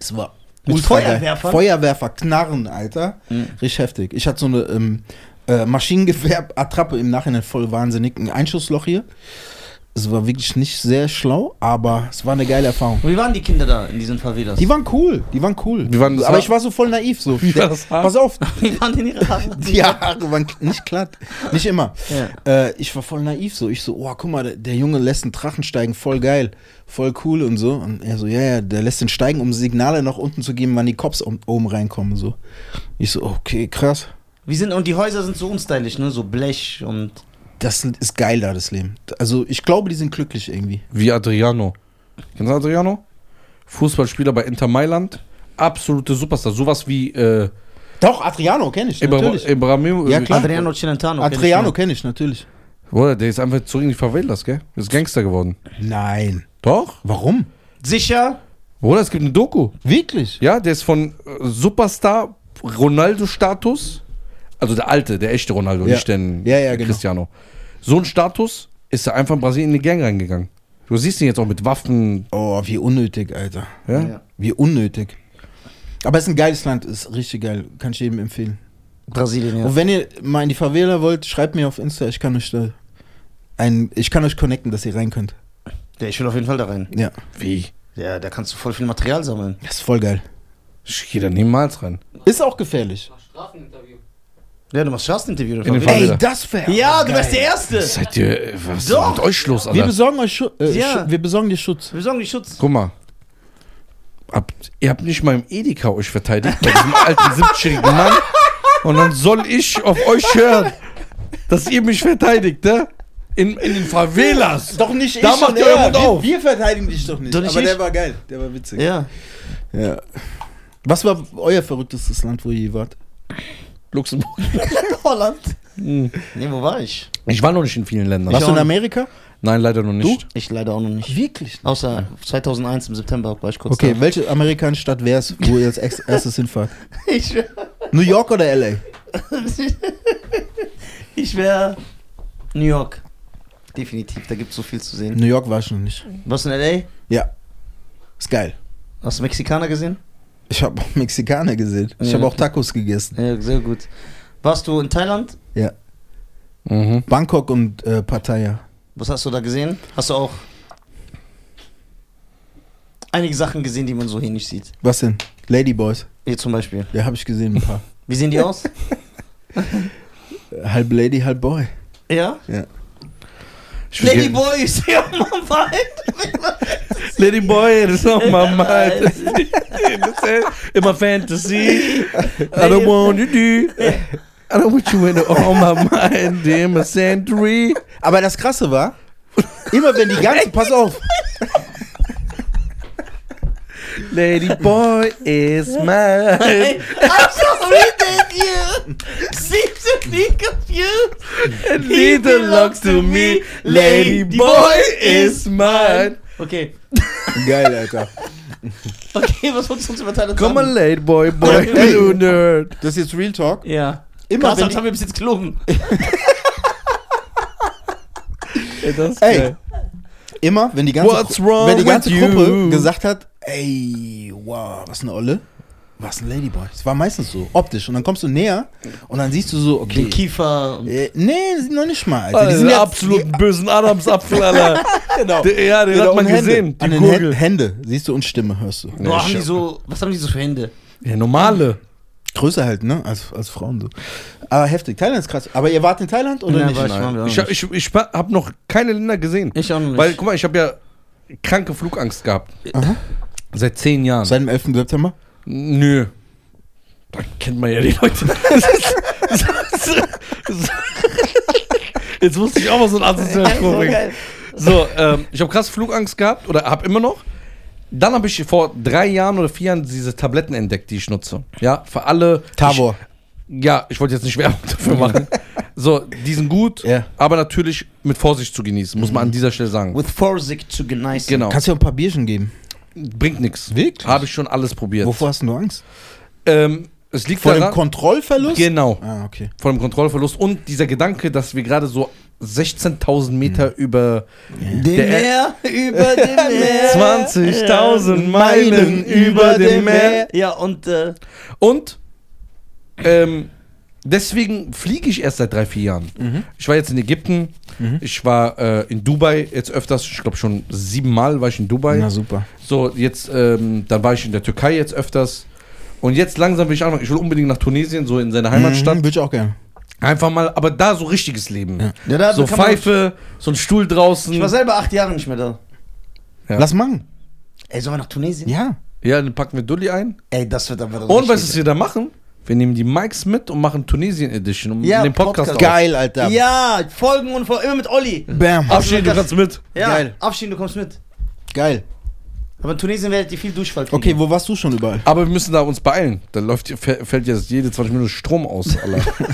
Speaker 4: Es war
Speaker 3: Mit
Speaker 4: ultra geil.
Speaker 3: Feuerwerfern?
Speaker 4: Feuerwerfer, Knarren, Alter.
Speaker 3: Hm.
Speaker 4: Richtig heftig. Ich hatte so eine ähm, äh, Maschinengewehr-Attrappe im Nachhinein voll wahnsinnig. Ein Einschussloch hier. Es war wirklich nicht sehr schlau, aber es war eine geile Erfahrung.
Speaker 3: Wie waren die Kinder da in diesen Favelas?
Speaker 4: Die waren cool, die waren cool.
Speaker 1: Wie waren das
Speaker 4: aber
Speaker 1: Haar?
Speaker 4: ich war so voll naiv. So.
Speaker 1: Wie war das Haar?
Speaker 4: Pass auf,
Speaker 3: Wie waren denn ihre Haare?
Speaker 4: die Haare waren nicht glatt. Nicht immer.
Speaker 3: Ja.
Speaker 4: Äh, ich war voll naiv so. Ich so, oh, guck mal, der, der Junge lässt einen Drachen steigen, voll geil, voll cool und so. Und er so, ja, ja, der lässt den steigen, um Signale nach unten zu geben, wann die Cops um, oben reinkommen. So. Ich so, okay, krass.
Speaker 3: Wie sind, und die Häuser sind so unstylisch, ne? So Blech und.
Speaker 4: Das ist geil da, das Leben. Also ich glaube, die sind glücklich irgendwie.
Speaker 1: Wie Adriano. Kennst du Adriano? Fußballspieler bei Inter Mailand. Absolute Superstar. Sowas wie äh,
Speaker 4: Doch, Adriano kenne ich,
Speaker 1: Ibra
Speaker 4: natürlich.
Speaker 1: Ibrahimo-
Speaker 4: Ja, klar.
Speaker 3: Adriano Celentano. kenn ich
Speaker 4: Adriano
Speaker 3: noch.
Speaker 4: kenne ich, natürlich.
Speaker 1: Bruder, der ist einfach zurück in die Favelas, gell? Ist Gangster geworden.
Speaker 4: Nein.
Speaker 1: Doch?
Speaker 4: Warum?
Speaker 3: Sicher?
Speaker 1: Bruder, es gibt eine Doku.
Speaker 4: Wirklich?
Speaker 1: Ja, der ist von äh, Superstar Ronaldo-Status, also der alte, der echte Ronaldo,
Speaker 4: Ja.
Speaker 1: nicht den
Speaker 4: Ja, ja, genau.
Speaker 1: Cristiano. So ein Status ist er einfach in Brasilien in die Gang reingegangen. Du siehst ihn jetzt auch mit Waffen.
Speaker 4: Oh, wie unnötig, Alter.
Speaker 1: Ja?
Speaker 3: Ja.
Speaker 4: Wie unnötig. Aber es ist ein geiles Land, ist richtig geil. Kann ich jedem empfehlen.
Speaker 3: Brasilien,
Speaker 4: Und wenn ihr mal in die Favela wollt, schreibt mir auf Insta, ich kann euch da ein, ich kann euch connecten, dass ihr rein könnt.
Speaker 3: Ja, ich will auf jeden Fall da rein.
Speaker 4: Ja.
Speaker 1: Wie?
Speaker 3: Ja, da kannst du voll viel Material sammeln.
Speaker 4: Das ist voll geil.
Speaker 1: Ich gehe da niemals rein.
Speaker 4: Ist auch gefährlich.
Speaker 5: Nach Straßeninterview.
Speaker 3: Ja, du machst Straßeninterview. in der
Speaker 1: In den
Speaker 3: Favela.
Speaker 1: Favela.
Speaker 4: das wäre.
Speaker 3: Ja, du wärst der Erste.
Speaker 1: Seid ihr, äh, was ist
Speaker 3: Doch.
Speaker 1: mit euch los,
Speaker 4: Wir
Speaker 1: Alter?
Speaker 4: besorgen euch Schu äh,
Speaker 3: Ja.
Speaker 4: Schu wir besorgen dir Schutz.
Speaker 3: Wir sorgen die Schutz.
Speaker 1: Guck mal. Habt, ihr habt nicht mal im Edeka euch verteidigt bei diesem alten 70-jährigen Mann. Und dann soll ich auf euch hören, dass ihr mich verteidigt, ne? In, in den Favelas.
Speaker 4: Doch nicht
Speaker 1: Da
Speaker 4: ich
Speaker 1: macht
Speaker 4: und
Speaker 1: euer
Speaker 4: er.
Speaker 1: Mund
Speaker 4: wir,
Speaker 1: auf.
Speaker 4: wir verteidigen dich doch nicht.
Speaker 3: Doch nicht
Speaker 4: Aber
Speaker 3: ich.
Speaker 4: der war geil. Der war witzig.
Speaker 3: Ja.
Speaker 4: Ja. Was war euer verrücktestes Land, wo ihr je wart?
Speaker 1: Luxemburg.
Speaker 3: Holland. Nee, wo war ich?
Speaker 1: Ich war noch nicht in vielen Ländern.
Speaker 4: Warst du
Speaker 3: auch
Speaker 4: in
Speaker 3: nicht.
Speaker 4: Amerika?
Speaker 1: Nein, leider noch nicht.
Speaker 3: Ich leider auch noch nicht.
Speaker 4: Wirklich?
Speaker 3: Außer 2001 im September war ich kurz
Speaker 4: Okay, welche amerikanische Stadt wär's, wo ihr als ex- erstes hinfahrt?
Speaker 3: da. Ich wär,
Speaker 4: New York oder LA?
Speaker 3: ich wär New York. Definitiv, da gibt's so viel zu sehen.
Speaker 4: New York war ich noch nicht.
Speaker 3: Warst du in L.A.?
Speaker 4: Ja. Ist geil.
Speaker 3: Hast du Mexikaner gesehen?
Speaker 4: Ich habe auch Mexikaner gesehen. Ich
Speaker 3: Ja.
Speaker 4: habe auch Tacos gegessen.
Speaker 3: Ja, sehr gut. Warst du in Thailand?
Speaker 4: Ja.
Speaker 1: Mhm.
Speaker 4: Bangkok und äh, Pattaya.
Speaker 3: Was hast du da gesehen? Hast du auch einige Sachen gesehen, die man so hier nicht sieht?
Speaker 4: Was denn? Ladyboys.
Speaker 3: Hier zum Beispiel.
Speaker 4: Ja, habe ich gesehen, ein paar.
Speaker 3: Wie sehen die aus?
Speaker 4: halb Lady, halb Boy.
Speaker 3: ja?
Speaker 1: Ich würd
Speaker 3: Lady
Speaker 1: gerne-
Speaker 3: Boys, ja, Mann, weit.
Speaker 1: Lady Boy, das ist nochmal mal.
Speaker 3: Nein.
Speaker 1: Das ist immer Fantasy. I don't want you do. I don't want you in all my mind. In a century.
Speaker 4: Aber das Krasse war, immer wenn die ganze, pass auf,
Speaker 1: Lady Boy is mine.
Speaker 3: I'm so at you. Seems to be confused.
Speaker 1: And he belongs to me. Lady Boy is mine.
Speaker 3: Okay,
Speaker 4: geil, Alter.
Speaker 3: okay, was wolltest du uns über Thailand
Speaker 1: Komm mal,
Speaker 3: sagen?
Speaker 1: Lady Boy, Boy,
Speaker 2: Hey.
Speaker 1: du Nerd.
Speaker 2: Das ist jetzt Real Talk.
Speaker 3: Ja.
Speaker 2: Immer
Speaker 3: Krass,
Speaker 2: wenn
Speaker 3: das
Speaker 2: die-
Speaker 3: haben wir bis jetzt gelogen.
Speaker 1: Ey, das ist
Speaker 4: Ey,
Speaker 1: geil.
Speaker 4: Immer, wenn die ganze,
Speaker 1: What's wrong
Speaker 4: wenn die ganze
Speaker 1: with
Speaker 4: Gruppe
Speaker 1: you?
Speaker 4: gesagt hat, ey, wow, was eine Olle, was ein Ladyboy. Es war meistens so, optisch. Und dann kommst du näher und dann siehst du so, okay.
Speaker 3: Den Kiefer. und-
Speaker 4: Äh, nee, sind noch nicht mal, Alter.
Speaker 1: Alter, die sind
Speaker 4: jetzt-
Speaker 1: Äh, absolut bösen Adamsapfel, Alter.
Speaker 4: Genau.
Speaker 1: Der- Ja, den
Speaker 4: Genau,
Speaker 1: hat man
Speaker 4: und Hände.
Speaker 1: gesehen.
Speaker 4: An den Hä- Hände siehst du und Stimme hörst du.
Speaker 3: Boah, haben die so, was haben die so für Hände?
Speaker 1: Ja, normale.
Speaker 4: Größer halt, ne? Als, als Frauen so. Aber heftig. Thailand ist krass. Aber ihr wart in Thailand oder
Speaker 3: Ja,
Speaker 4: nicht?
Speaker 3: war ich, waren wir auch
Speaker 1: Ich,
Speaker 3: nicht.
Speaker 1: hab- ich, ich habe noch keine Länder gesehen.
Speaker 3: Ich auch noch nicht.
Speaker 1: Weil, guck mal, ich habe ja kranke Flugangst gehabt.
Speaker 4: Aha.
Speaker 1: Seit zehn Jahren.
Speaker 4: Seit dem 11. September?
Speaker 1: Nö. Da kennt man ja die Leute. Jetzt musste ich auch mal so ein
Speaker 3: So
Speaker 1: Assoziation
Speaker 3: geil.
Speaker 1: So, ähm, ich habe krass Flugangst gehabt oder habe immer noch. Dann habe ich vor drei Jahren oder vier Jahren diese Tabletten entdeckt, die ich nutze. Ja, für alle.
Speaker 4: Tabor.
Speaker 1: Ich, ja, ich wollte jetzt nicht Werbung dafür machen. So, die sind gut,
Speaker 4: Ja. Mhm.
Speaker 1: aber natürlich mit Vorsicht zu genießen, muss man an dieser Stelle sagen.
Speaker 3: With Forsic zu genießen.
Speaker 1: Genau.
Speaker 4: Kannst du dir ein paar Bierchen geben?
Speaker 1: Bringt nichts.
Speaker 4: Wirklich?
Speaker 1: Habe ich schon alles probiert.
Speaker 4: Wovor hast denn du Angst?
Speaker 1: Ähm, es liegt
Speaker 4: Vor dem
Speaker 1: daran,
Speaker 4: Kontrollverlust?
Speaker 1: genau,
Speaker 4: ah, okay.
Speaker 1: vor dem Kontrollverlust und dieser Gedanke, dass wir gerade so 16.000
Speaker 3: Hm.
Speaker 1: Meter über
Speaker 3: Dem
Speaker 1: Der-
Speaker 3: Meer, über dem Meer.
Speaker 1: 20.000 Meilen über dem Meer.
Speaker 3: Ja, und äh,
Speaker 1: Und ähm, deswegen fliege ich erst seit drei, vier Jahren.
Speaker 3: Mhm.
Speaker 1: Ich war jetzt in Ägypten, ich war äh, in Dubai jetzt öfters, ich glaube schon siebenmal war ich in Dubai.
Speaker 4: Na super.
Speaker 1: So, jetzt, ähm, dann war ich in der Türkei jetzt öfters. Und jetzt langsam will ich anfangen. Ich will unbedingt nach Tunesien, so in seine Heimatstadt.
Speaker 4: Mhm, würde ich auch gerne.
Speaker 1: Einfach mal, aber da so richtiges Leben.
Speaker 3: Ja, da
Speaker 1: so
Speaker 3: kann man-
Speaker 1: Pfeife, so ein Stuhl draußen.
Speaker 3: ich war selber acht Jahre nicht mehr da.
Speaker 1: Ja.
Speaker 4: Lass machen.
Speaker 3: Ey, sollen wir nach Tunesien?
Speaker 4: Ja.
Speaker 1: Ja, dann packen wir Dulli ein.
Speaker 3: Ey, das wird aber
Speaker 1: Und was
Speaker 3: ist
Speaker 1: ist wir da machen? Wir nehmen die Mics mit und machen Tunesien Edition und
Speaker 3: Ja,
Speaker 1: den Podcast,
Speaker 3: Podcast.
Speaker 1: auf.
Speaker 4: Geil, Alter.
Speaker 3: Ja, Folgen und Folgen, immer mit Olli.
Speaker 4: Bam.
Speaker 1: Abschied, du
Speaker 3: Also,
Speaker 1: kannst mit.
Speaker 3: Ja,
Speaker 4: Geil.
Speaker 3: Abschied, du kommst mit.
Speaker 4: Geil.
Speaker 3: Aber in Tunesien werdet ihr viel Durchfall kriegen.
Speaker 4: Okay, wo warst du schon überall?
Speaker 1: Aber wir müssen da uns beeilen. Da läuft, fä- fällt jetzt jede 20 Minuten Strom aus, Alter.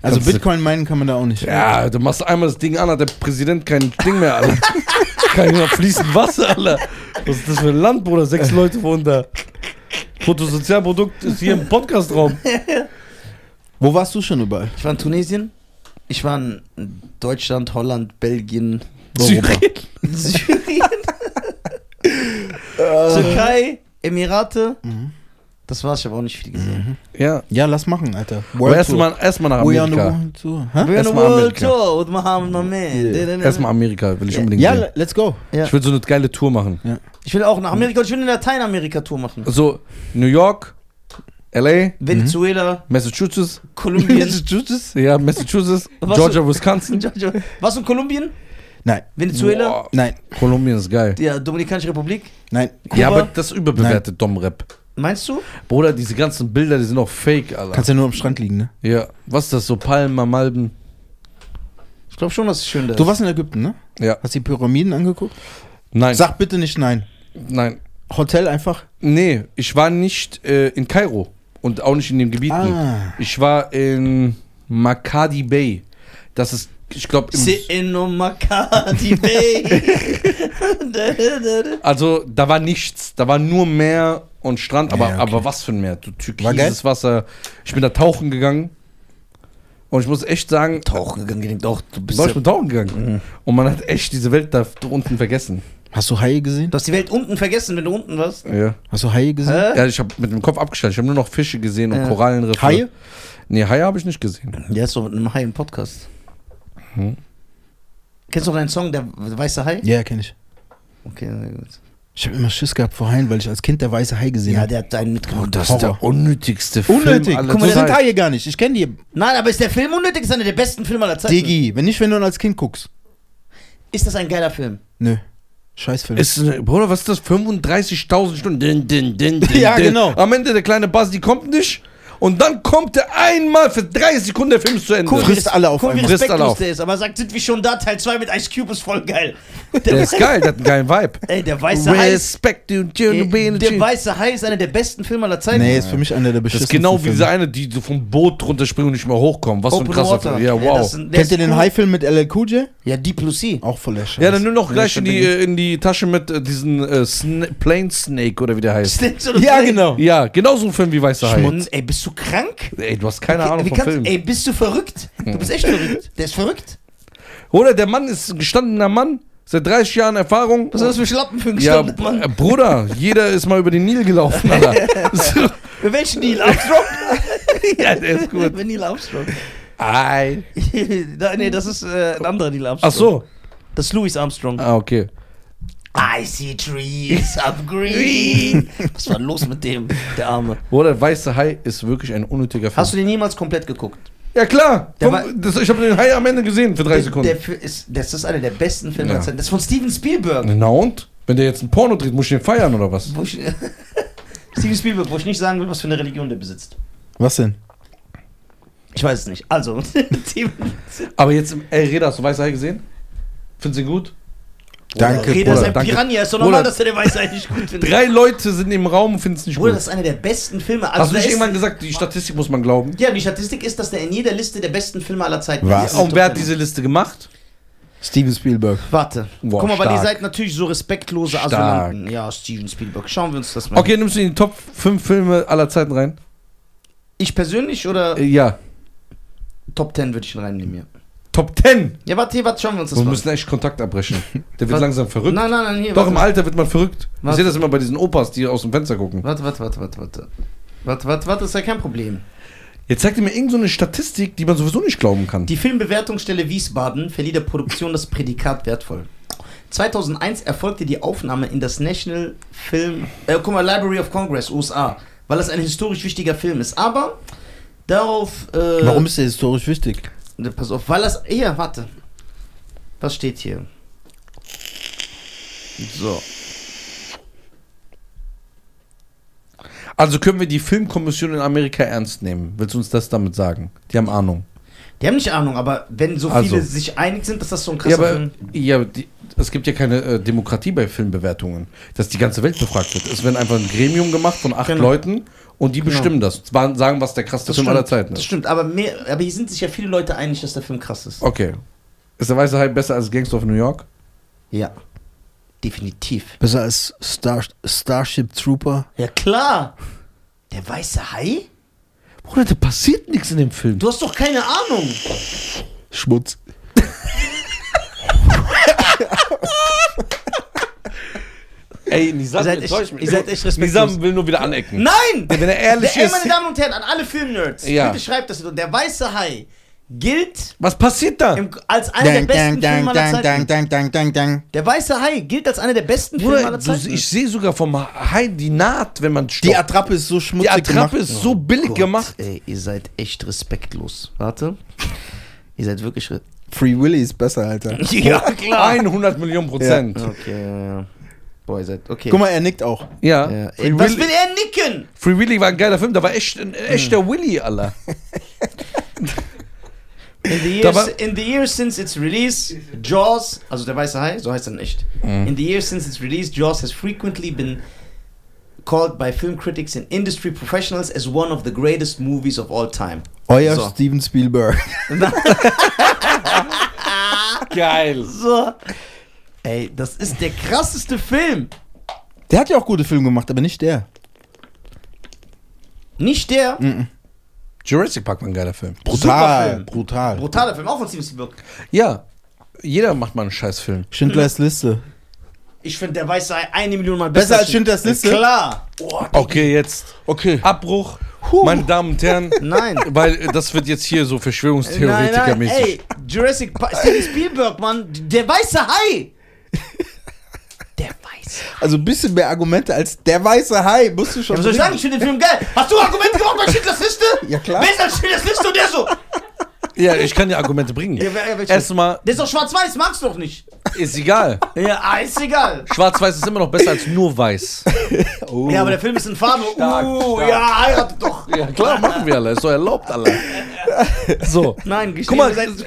Speaker 4: Also
Speaker 1: Kannst du-
Speaker 4: Bitcoin meinen kann man da auch nicht.
Speaker 1: ja, du machst einmal das Ding an, hat der Präsident kein Ding mehr, Alter. Kein mehr fließend Wasser, Alter. Was ist das für ein Land, Bruder? Sechs Leute wohnen da. Fotosozialprodukt ist hier im Podcastraum.
Speaker 4: Wo warst du schon überall?
Speaker 3: Ich war in Tunesien, ich war in Deutschland, Holland, Belgien,
Speaker 1: Syrien.
Speaker 3: Syrien, Türkei, Emirate. Das war's, ich habe auch nicht viel gesehen.
Speaker 1: Ja.
Speaker 4: Ja, lass machen, Alter.
Speaker 1: Aber erstmal erst mal nach
Speaker 4: Tour. We are on the
Speaker 1: Amerika.
Speaker 4: World Tour. Hä?
Speaker 3: We're on a
Speaker 1: Erstmal
Speaker 3: world
Speaker 1: Amerika.
Speaker 3: tour with Mohammed, my man.
Speaker 1: Erstmal Amerika, will ich unbedingt
Speaker 4: Ja,
Speaker 1: sehen.
Speaker 4: le- let's go.
Speaker 3: ja.
Speaker 1: Ich will so eine geile Tour machen.
Speaker 3: Ich will auch nach Amerika und ich will eine Lateinamerika-Tour machen.
Speaker 1: So, New York, L.A.,
Speaker 3: Venezuela,
Speaker 1: Massachusetts,
Speaker 3: Kolumbien.
Speaker 1: ja, Massachusetts,
Speaker 3: Was-
Speaker 1: Georgia, Wisconsin.
Speaker 3: Was in Kolumbien?
Speaker 4: Nein,
Speaker 3: Venezuela?
Speaker 1: Boah,
Speaker 4: nein,
Speaker 1: Kolumbien ist geil.
Speaker 3: Ja, Dominikanische Republik.
Speaker 4: nein.
Speaker 1: Ja,
Speaker 3: Kuba?
Speaker 1: aber das ist überbewertet, Dom-Rap.
Speaker 3: Meinst du?
Speaker 1: Bruder, diese ganzen Bilder, die sind auch fake, Alter.
Speaker 4: Kannst ja nur am Strand liegen, ne?
Speaker 1: ja, was ist das, so Palma, Malben?
Speaker 3: Ich glaube schon, dass es schön da ist.
Speaker 4: Du warst in Ägypten, ne?
Speaker 1: Ja.
Speaker 4: Hast die Pyramiden angeguckt?
Speaker 1: Nein,
Speaker 4: Sag bitte nicht nein.
Speaker 1: nein.
Speaker 4: Hotel einfach.
Speaker 1: Nee, ich war nicht äh, in Kairo und auch nicht in den Gebieten.
Speaker 4: Ah.
Speaker 1: Ich war in Makadi Bay. Das ist, ich glaube,
Speaker 3: Sitting on Makati Bay.
Speaker 1: also da war nichts. Da war nur Meer und Strand. Aber,
Speaker 4: Ja, okay.
Speaker 1: aber was für ein Meer? Du,
Speaker 4: War geil?
Speaker 1: türkises Wasser. Ich bin da tauchen gegangen. Und ich muss echt sagen,
Speaker 3: Tauchen gegangen, gedacht, du bist
Speaker 1: Bist ich
Speaker 3: ja
Speaker 1: bin tauchen gegangen. Und man hat echt diese Welt da unten vergessen.
Speaker 4: Hast du Haie gesehen?
Speaker 3: Du hast die Welt unten vergessen, wenn du unten warst.
Speaker 1: Ja.
Speaker 4: Hast du Haie gesehen?
Speaker 3: Hä?
Speaker 1: Ja, ich habe mit dem Kopf abgestellt. Ich habe nur noch Fische gesehen und
Speaker 3: Ja.
Speaker 1: Korallenriffe.
Speaker 4: Haie?
Speaker 1: Nee, Haie habe ich nicht gesehen.
Speaker 3: Der ist so mit einem Hai im Podcast. Kennst du noch deinen Song, der weiße Hai?
Speaker 4: Ja, kenne ich.
Speaker 3: Okay, sehr gut.
Speaker 4: Ich habe immer Schiss gehabt vor Haien, weil ich als Kind der weiße Hai gesehen
Speaker 3: Ja, Oh,
Speaker 4: habe.
Speaker 3: der hat einen mitgenommen.
Speaker 1: Das
Speaker 4: ist
Speaker 1: ist
Speaker 4: der
Speaker 1: der unnötigste Film
Speaker 4: Unnötig.
Speaker 1: aller
Speaker 4: Guck mal, das sind
Speaker 1: Zeiten.
Speaker 4: Haie gar nicht. Ich kenne die.
Speaker 3: Nein, aber ist der Film unnötig? Ist einer der besten Filme aller Zeiten.
Speaker 4: Digi. Wenn nicht, wenn du ihn als Kind guckst.
Speaker 3: Ist das ein geiler Film?
Speaker 4: Nö. Scheißfilm.
Speaker 1: Ist, Bruder, was ist das? 35.000 Stunden. Din, din, din, din,
Speaker 4: Ja,
Speaker 1: din.
Speaker 4: genau.
Speaker 1: Am Ende der kleine Buzz, die kommt nicht. Und dann kommt der einmal für drei Sekunden der Film ist zu Ende.
Speaker 3: Guck,
Speaker 4: Frisst alle auf
Speaker 3: Guck, wie
Speaker 4: einmal.
Speaker 1: Frisst alle
Speaker 3: respektlos
Speaker 1: auf.
Speaker 3: der ist. Aber sagt, sind wir schon da? Teil 2 mit Ice Cube ist voll geil.
Speaker 1: Der ist geil, der hat einen geilen Vibe.
Speaker 3: Ey, der weiße Hai. ist-
Speaker 1: Respect you,
Speaker 3: Ey,
Speaker 1: Jim, Bene,
Speaker 3: Der
Speaker 1: Jim.
Speaker 3: weiße Hai ist einer der besten Filme aller Zeiten.
Speaker 4: nee, ist für mich einer der
Speaker 1: Das ist
Speaker 4: beschissensten
Speaker 1: genau wie
Speaker 4: Filme.
Speaker 1: diese eine, die so vom Boot runterspringen und nicht mehr hochkommen. Was für ein
Speaker 3: Open
Speaker 1: krasser
Speaker 3: Water.
Speaker 1: Film. Ja,
Speaker 3: das
Speaker 1: wow.
Speaker 3: ist ein- der
Speaker 4: Kennt ihr
Speaker 3: ist
Speaker 4: den Oh.
Speaker 3: cool.
Speaker 4: Hai-Film mit LL Cool J?
Speaker 3: Ja, Deep Blue Sea.
Speaker 4: Auch voller Scheiß.
Speaker 1: Ja, dann nur noch gleich in die,
Speaker 3: stimmt,
Speaker 1: äh, in die Tasche mit äh, diesen äh, Sna Plain Snake oder wie der heißt.
Speaker 3: Stimmt, so das
Speaker 4: Ja,
Speaker 3: Ding.
Speaker 4: genau.
Speaker 1: Ja, genau so ein Film wie Weißer Hai.
Speaker 3: Schmutz. Ey, bist du krank?
Speaker 1: Ey, du hast keine Ahnung
Speaker 3: Wie
Speaker 1: vom
Speaker 3: kannst-
Speaker 1: Film.
Speaker 3: Ey, bist du verrückt? Du bist echt verrückt. Der ist verrückt.
Speaker 1: Oder der Mann ist ein gestandener Mann, seit 30 Jahren Erfahrung.
Speaker 3: Was ist das für Schlappen für ein
Speaker 1: Ja,
Speaker 3: gestandener Mann?
Speaker 1: äh, Bruder, jeder ist mal über den Nil gelaufen, Alter. So,
Speaker 3: Für welchen Neil Armstrong?
Speaker 1: ja, der ist gut.
Speaker 3: Wenn Neil Armstrong.
Speaker 1: Ei.
Speaker 3: da, nee, das ist äh, ein anderer Neil Armstrong.
Speaker 1: Ach so.
Speaker 3: Das ist Louis Armstrong.
Speaker 1: Ah, okay.
Speaker 3: I see trees of green. Was war los mit dem, der Arme?
Speaker 1: Bruder, Weißer Hai ist wirklich ein unnötiger Film.
Speaker 3: Hast du den niemals komplett geguckt?
Speaker 1: ja, klar.
Speaker 3: Der
Speaker 1: Vom,
Speaker 3: war-
Speaker 1: das, ich habe den Hai am Ende gesehen für drei Sekunden.
Speaker 3: Der, der ist, das ist einer der besten Filme.
Speaker 1: Ja.
Speaker 3: aller Zeiten. Das ist von Steven Spielberg.
Speaker 1: Na und? Wenn der jetzt ein Porno dreht, muss ich den feiern oder was?
Speaker 3: Wo ich, Steven Spielberg, wo ich nicht sagen will, was für eine Religion der besitzt.
Speaker 4: Was denn?
Speaker 3: Ich weiß es nicht. Also, Steven.
Speaker 1: Aber jetzt, im- ey, Reda, hast du Weißer Hai gesehen? Findest du ihn gut?
Speaker 4: Danke,
Speaker 3: Reda ist
Speaker 1: Bruder,
Speaker 3: ein
Speaker 1: danke.
Speaker 3: Piranha. Ist doch normal,
Speaker 1: Bruder.
Speaker 3: dass er den Weisheit nicht gut findet.
Speaker 1: Drei Leute sind im Raum und finden es nicht
Speaker 3: Bruder,
Speaker 1: gut.
Speaker 3: das ist einer der besten Filme. Also
Speaker 1: hast du
Speaker 3: da
Speaker 1: nicht
Speaker 3: ist-
Speaker 1: irgendwann gesagt, die Statistik muss man glauben?
Speaker 3: Ja, die Statistik ist, dass der in jeder Liste der besten Filme aller Zeiten
Speaker 4: Was?
Speaker 3: ist.
Speaker 1: Und Oh, wer hat diese Liste gemacht?
Speaker 4: Steven Spielberg.
Speaker 3: Warte.
Speaker 1: Boah,
Speaker 3: Guck mal, weil ihr
Speaker 1: stark.
Speaker 3: seid natürlich so respektlose
Speaker 1: Stark.
Speaker 3: Asylanten. Ja, Steven Spielberg. Schauen wir uns das mal an.
Speaker 1: Okay, nimmst du in die Top 5 Filme aller Zeiten rein?
Speaker 3: Ich persönlich oder
Speaker 1: Äh, ja.
Speaker 3: Top 10 würde ich ihn reinnehmen, ja.
Speaker 1: Top 10!
Speaker 3: Ja, warte, hier, warte, schauen wir uns das
Speaker 1: Wir
Speaker 3: mal an.
Speaker 1: müssen echt Kontakt abbrechen. Der wird
Speaker 3: Was?
Speaker 1: langsam verrückt.
Speaker 3: Nein, nein, nein, hier.
Speaker 1: Doch, im
Speaker 3: warte,
Speaker 1: Alter wird man verrückt. Ich
Speaker 3: Was?
Speaker 1: sehe das immer bei diesen Opas, die aus dem Fenster gucken.
Speaker 3: warte, warte, warte, warte, warte. Warte, warte, warte, ist ja kein Problem.
Speaker 1: Jetzt zeigt ihr mir irgendeine so eine Statistik, die man sowieso nicht glauben kann.
Speaker 3: Die Filmbewertungsstelle Wiesbaden verlieh der Produktion das Prädikat wertvoll. 2001 erfolgte die Aufnahme in das National Film äh, guck mal, Library of Congress, USA, weil das ein historisch wichtiger Film ist. Aber darauf. Äh,
Speaker 4: Warum ist der historisch wichtig?
Speaker 3: Ne, Pass auf, weil das. Hier, warte. Was steht hier? So.
Speaker 1: Also können wir die Filmkommission in Amerika ernst nehmen. Willst du uns das damit sagen? Die haben Ahnung.
Speaker 3: Die haben nicht Ahnung, aber wenn so
Speaker 1: Also.
Speaker 3: viele sich einig sind, dass das so ein
Speaker 1: Ja,
Speaker 3: krasser
Speaker 1: aber
Speaker 3: Film
Speaker 1: ja, aber die, es gibt ja keine äh, Demokratie bei Filmbewertungen, dass die ganze Welt befragt wird. Es werden einfach ein Gremium gemacht von acht
Speaker 3: Genau.
Speaker 1: Leuten und die bestimmen das. Zwar Sagen, was der krasseste Film aller ne? Zeiten
Speaker 3: Das
Speaker 1: ist.
Speaker 3: stimmt, aber, mehr, aber hier sind sich ja viele Leute einig, dass der Film krass ist.
Speaker 1: Okay. Ist der Weiße Hai besser als Gangster of New York?
Speaker 3: Ja. Definitiv.
Speaker 4: Besser als Star Starship Trooper?
Speaker 3: Ja, klar. Der weiße Hai?
Speaker 1: Bruder, da passiert nichts in dem Film.
Speaker 3: Du hast doch keine Ahnung.
Speaker 4: Schmutz.
Speaker 1: Ey, Nizam
Speaker 3: Ihr seid
Speaker 1: enttäuscht
Speaker 3: echt-
Speaker 1: mich.
Speaker 3: ihr seid echt respektlos.
Speaker 1: Nizam will nur wieder anecken.
Speaker 3: Nein!
Speaker 1: Wenn er ehrlich
Speaker 3: der, ey,
Speaker 1: ist-
Speaker 3: meine Damen und Herren, an alle Filmnerds,
Speaker 1: Ja.
Speaker 3: bitte schreibt das. Der weiße Hai gilt
Speaker 1: Was passiert da?
Speaker 3: im, als einer
Speaker 4: Dang,
Speaker 3: der besten
Speaker 4: dang,
Speaker 3: Filme
Speaker 4: dang,
Speaker 3: aller
Speaker 4: dang,
Speaker 3: Zeiten.
Speaker 4: dang, dang, dang, dang, dang.
Speaker 3: Der weiße Hai gilt als einer der besten Filme
Speaker 1: Bruder,
Speaker 3: aller
Speaker 1: du,
Speaker 3: Zeiten.
Speaker 1: ich sehe sogar vom Hai die Naht, wenn man stoppt.
Speaker 4: Die Attrappe ist so
Speaker 1: Die
Speaker 4: schmutzig
Speaker 1: Attrappe
Speaker 4: gemacht.
Speaker 1: ist so billig
Speaker 3: Oh Gott,
Speaker 1: gemacht.
Speaker 3: Ey, ihr seid echt respektlos. Warte. ihr seid wirklich. Re
Speaker 4: Free Willy ist besser, Alter.
Speaker 3: ja,
Speaker 1: 100 Millionen Prozent.
Speaker 3: Okay, ja, ja. Boah, ihr seid. Okay.
Speaker 4: Guck mal, er nickt auch.
Speaker 1: Ja.
Speaker 3: Ja.
Speaker 1: Free,
Speaker 3: Ey, was
Speaker 1: Willy,
Speaker 3: will Mhm. er nicken?
Speaker 1: Free Willy war ein geiler Film, da war echt ein echter Willy, Alter.
Speaker 3: In the,
Speaker 1: Da
Speaker 3: years,
Speaker 1: war-
Speaker 3: in the years since its release, Jaws, also der weiße Hai, so heißt er nicht.
Speaker 4: Mhm.
Speaker 3: In the years since its release, Jaws has frequently been called by film critics and industry professionals as one of the greatest movies of all time.
Speaker 4: Euer
Speaker 3: So.
Speaker 4: Steven Spielberg.
Speaker 1: Geil.
Speaker 3: So. Ey, das ist der krasseste Film.
Speaker 4: Der hat ja auch gute Filme gemacht, aber nicht der.
Speaker 3: Nicht der.
Speaker 4: Mhm.
Speaker 1: Jurassic Park war ein geiler Film.
Speaker 4: Brutal. Brutal.
Speaker 3: Brutaler Film, auch von Steven Spielberg.
Speaker 1: Ja. Jeder macht mal einen Scheißfilm.
Speaker 4: Schindlers Liste.
Speaker 3: Ich finde, der weiß eine Million Mal
Speaker 4: Besser als Schindlers Liste?
Speaker 3: Klar.
Speaker 1: Okay, jetzt.
Speaker 4: Okay.
Speaker 1: Abbruch, meine Damen und Herren.
Speaker 3: Nein.
Speaker 1: Weil äh, das wird jetzt hier so Verschwörungstheoretiker-mäßig.
Speaker 3: Ey, Jurassic Park, Steven Spielberg, Mann, der weiße Hai. Der weiße Hai.
Speaker 4: Also ein bisschen mehr Argumente als der weiße Hai, musst du schon.
Speaker 3: Was soll ich sagen? Ich finde den Film geil. Hast du Argumente gemacht bei Schindlers Liste?
Speaker 4: Ja, klar.
Speaker 3: Wer ist als Schindlers Liste und der so?
Speaker 1: Ja, ich kann dir Argumente bringen.
Speaker 3: Ja, wer- wer-
Speaker 1: Erstmal
Speaker 3: Der ist doch schwarz-weiß, magst du doch nicht.
Speaker 1: ist egal.
Speaker 3: Ja, ah, ist egal.
Speaker 1: Schwarz-Weiß ist immer noch besser als nur weiß.
Speaker 3: Ja, aber der Film ist in Farbe.
Speaker 1: Uh. Stark,
Speaker 3: uh,
Speaker 1: stark.
Speaker 3: ja, heiratet doch.
Speaker 1: Ja, klar, machen wir alle. Ist doch erlaubt, alle. So.
Speaker 3: Nein, Guck
Speaker 1: mal, ähm,
Speaker 3: mal, seid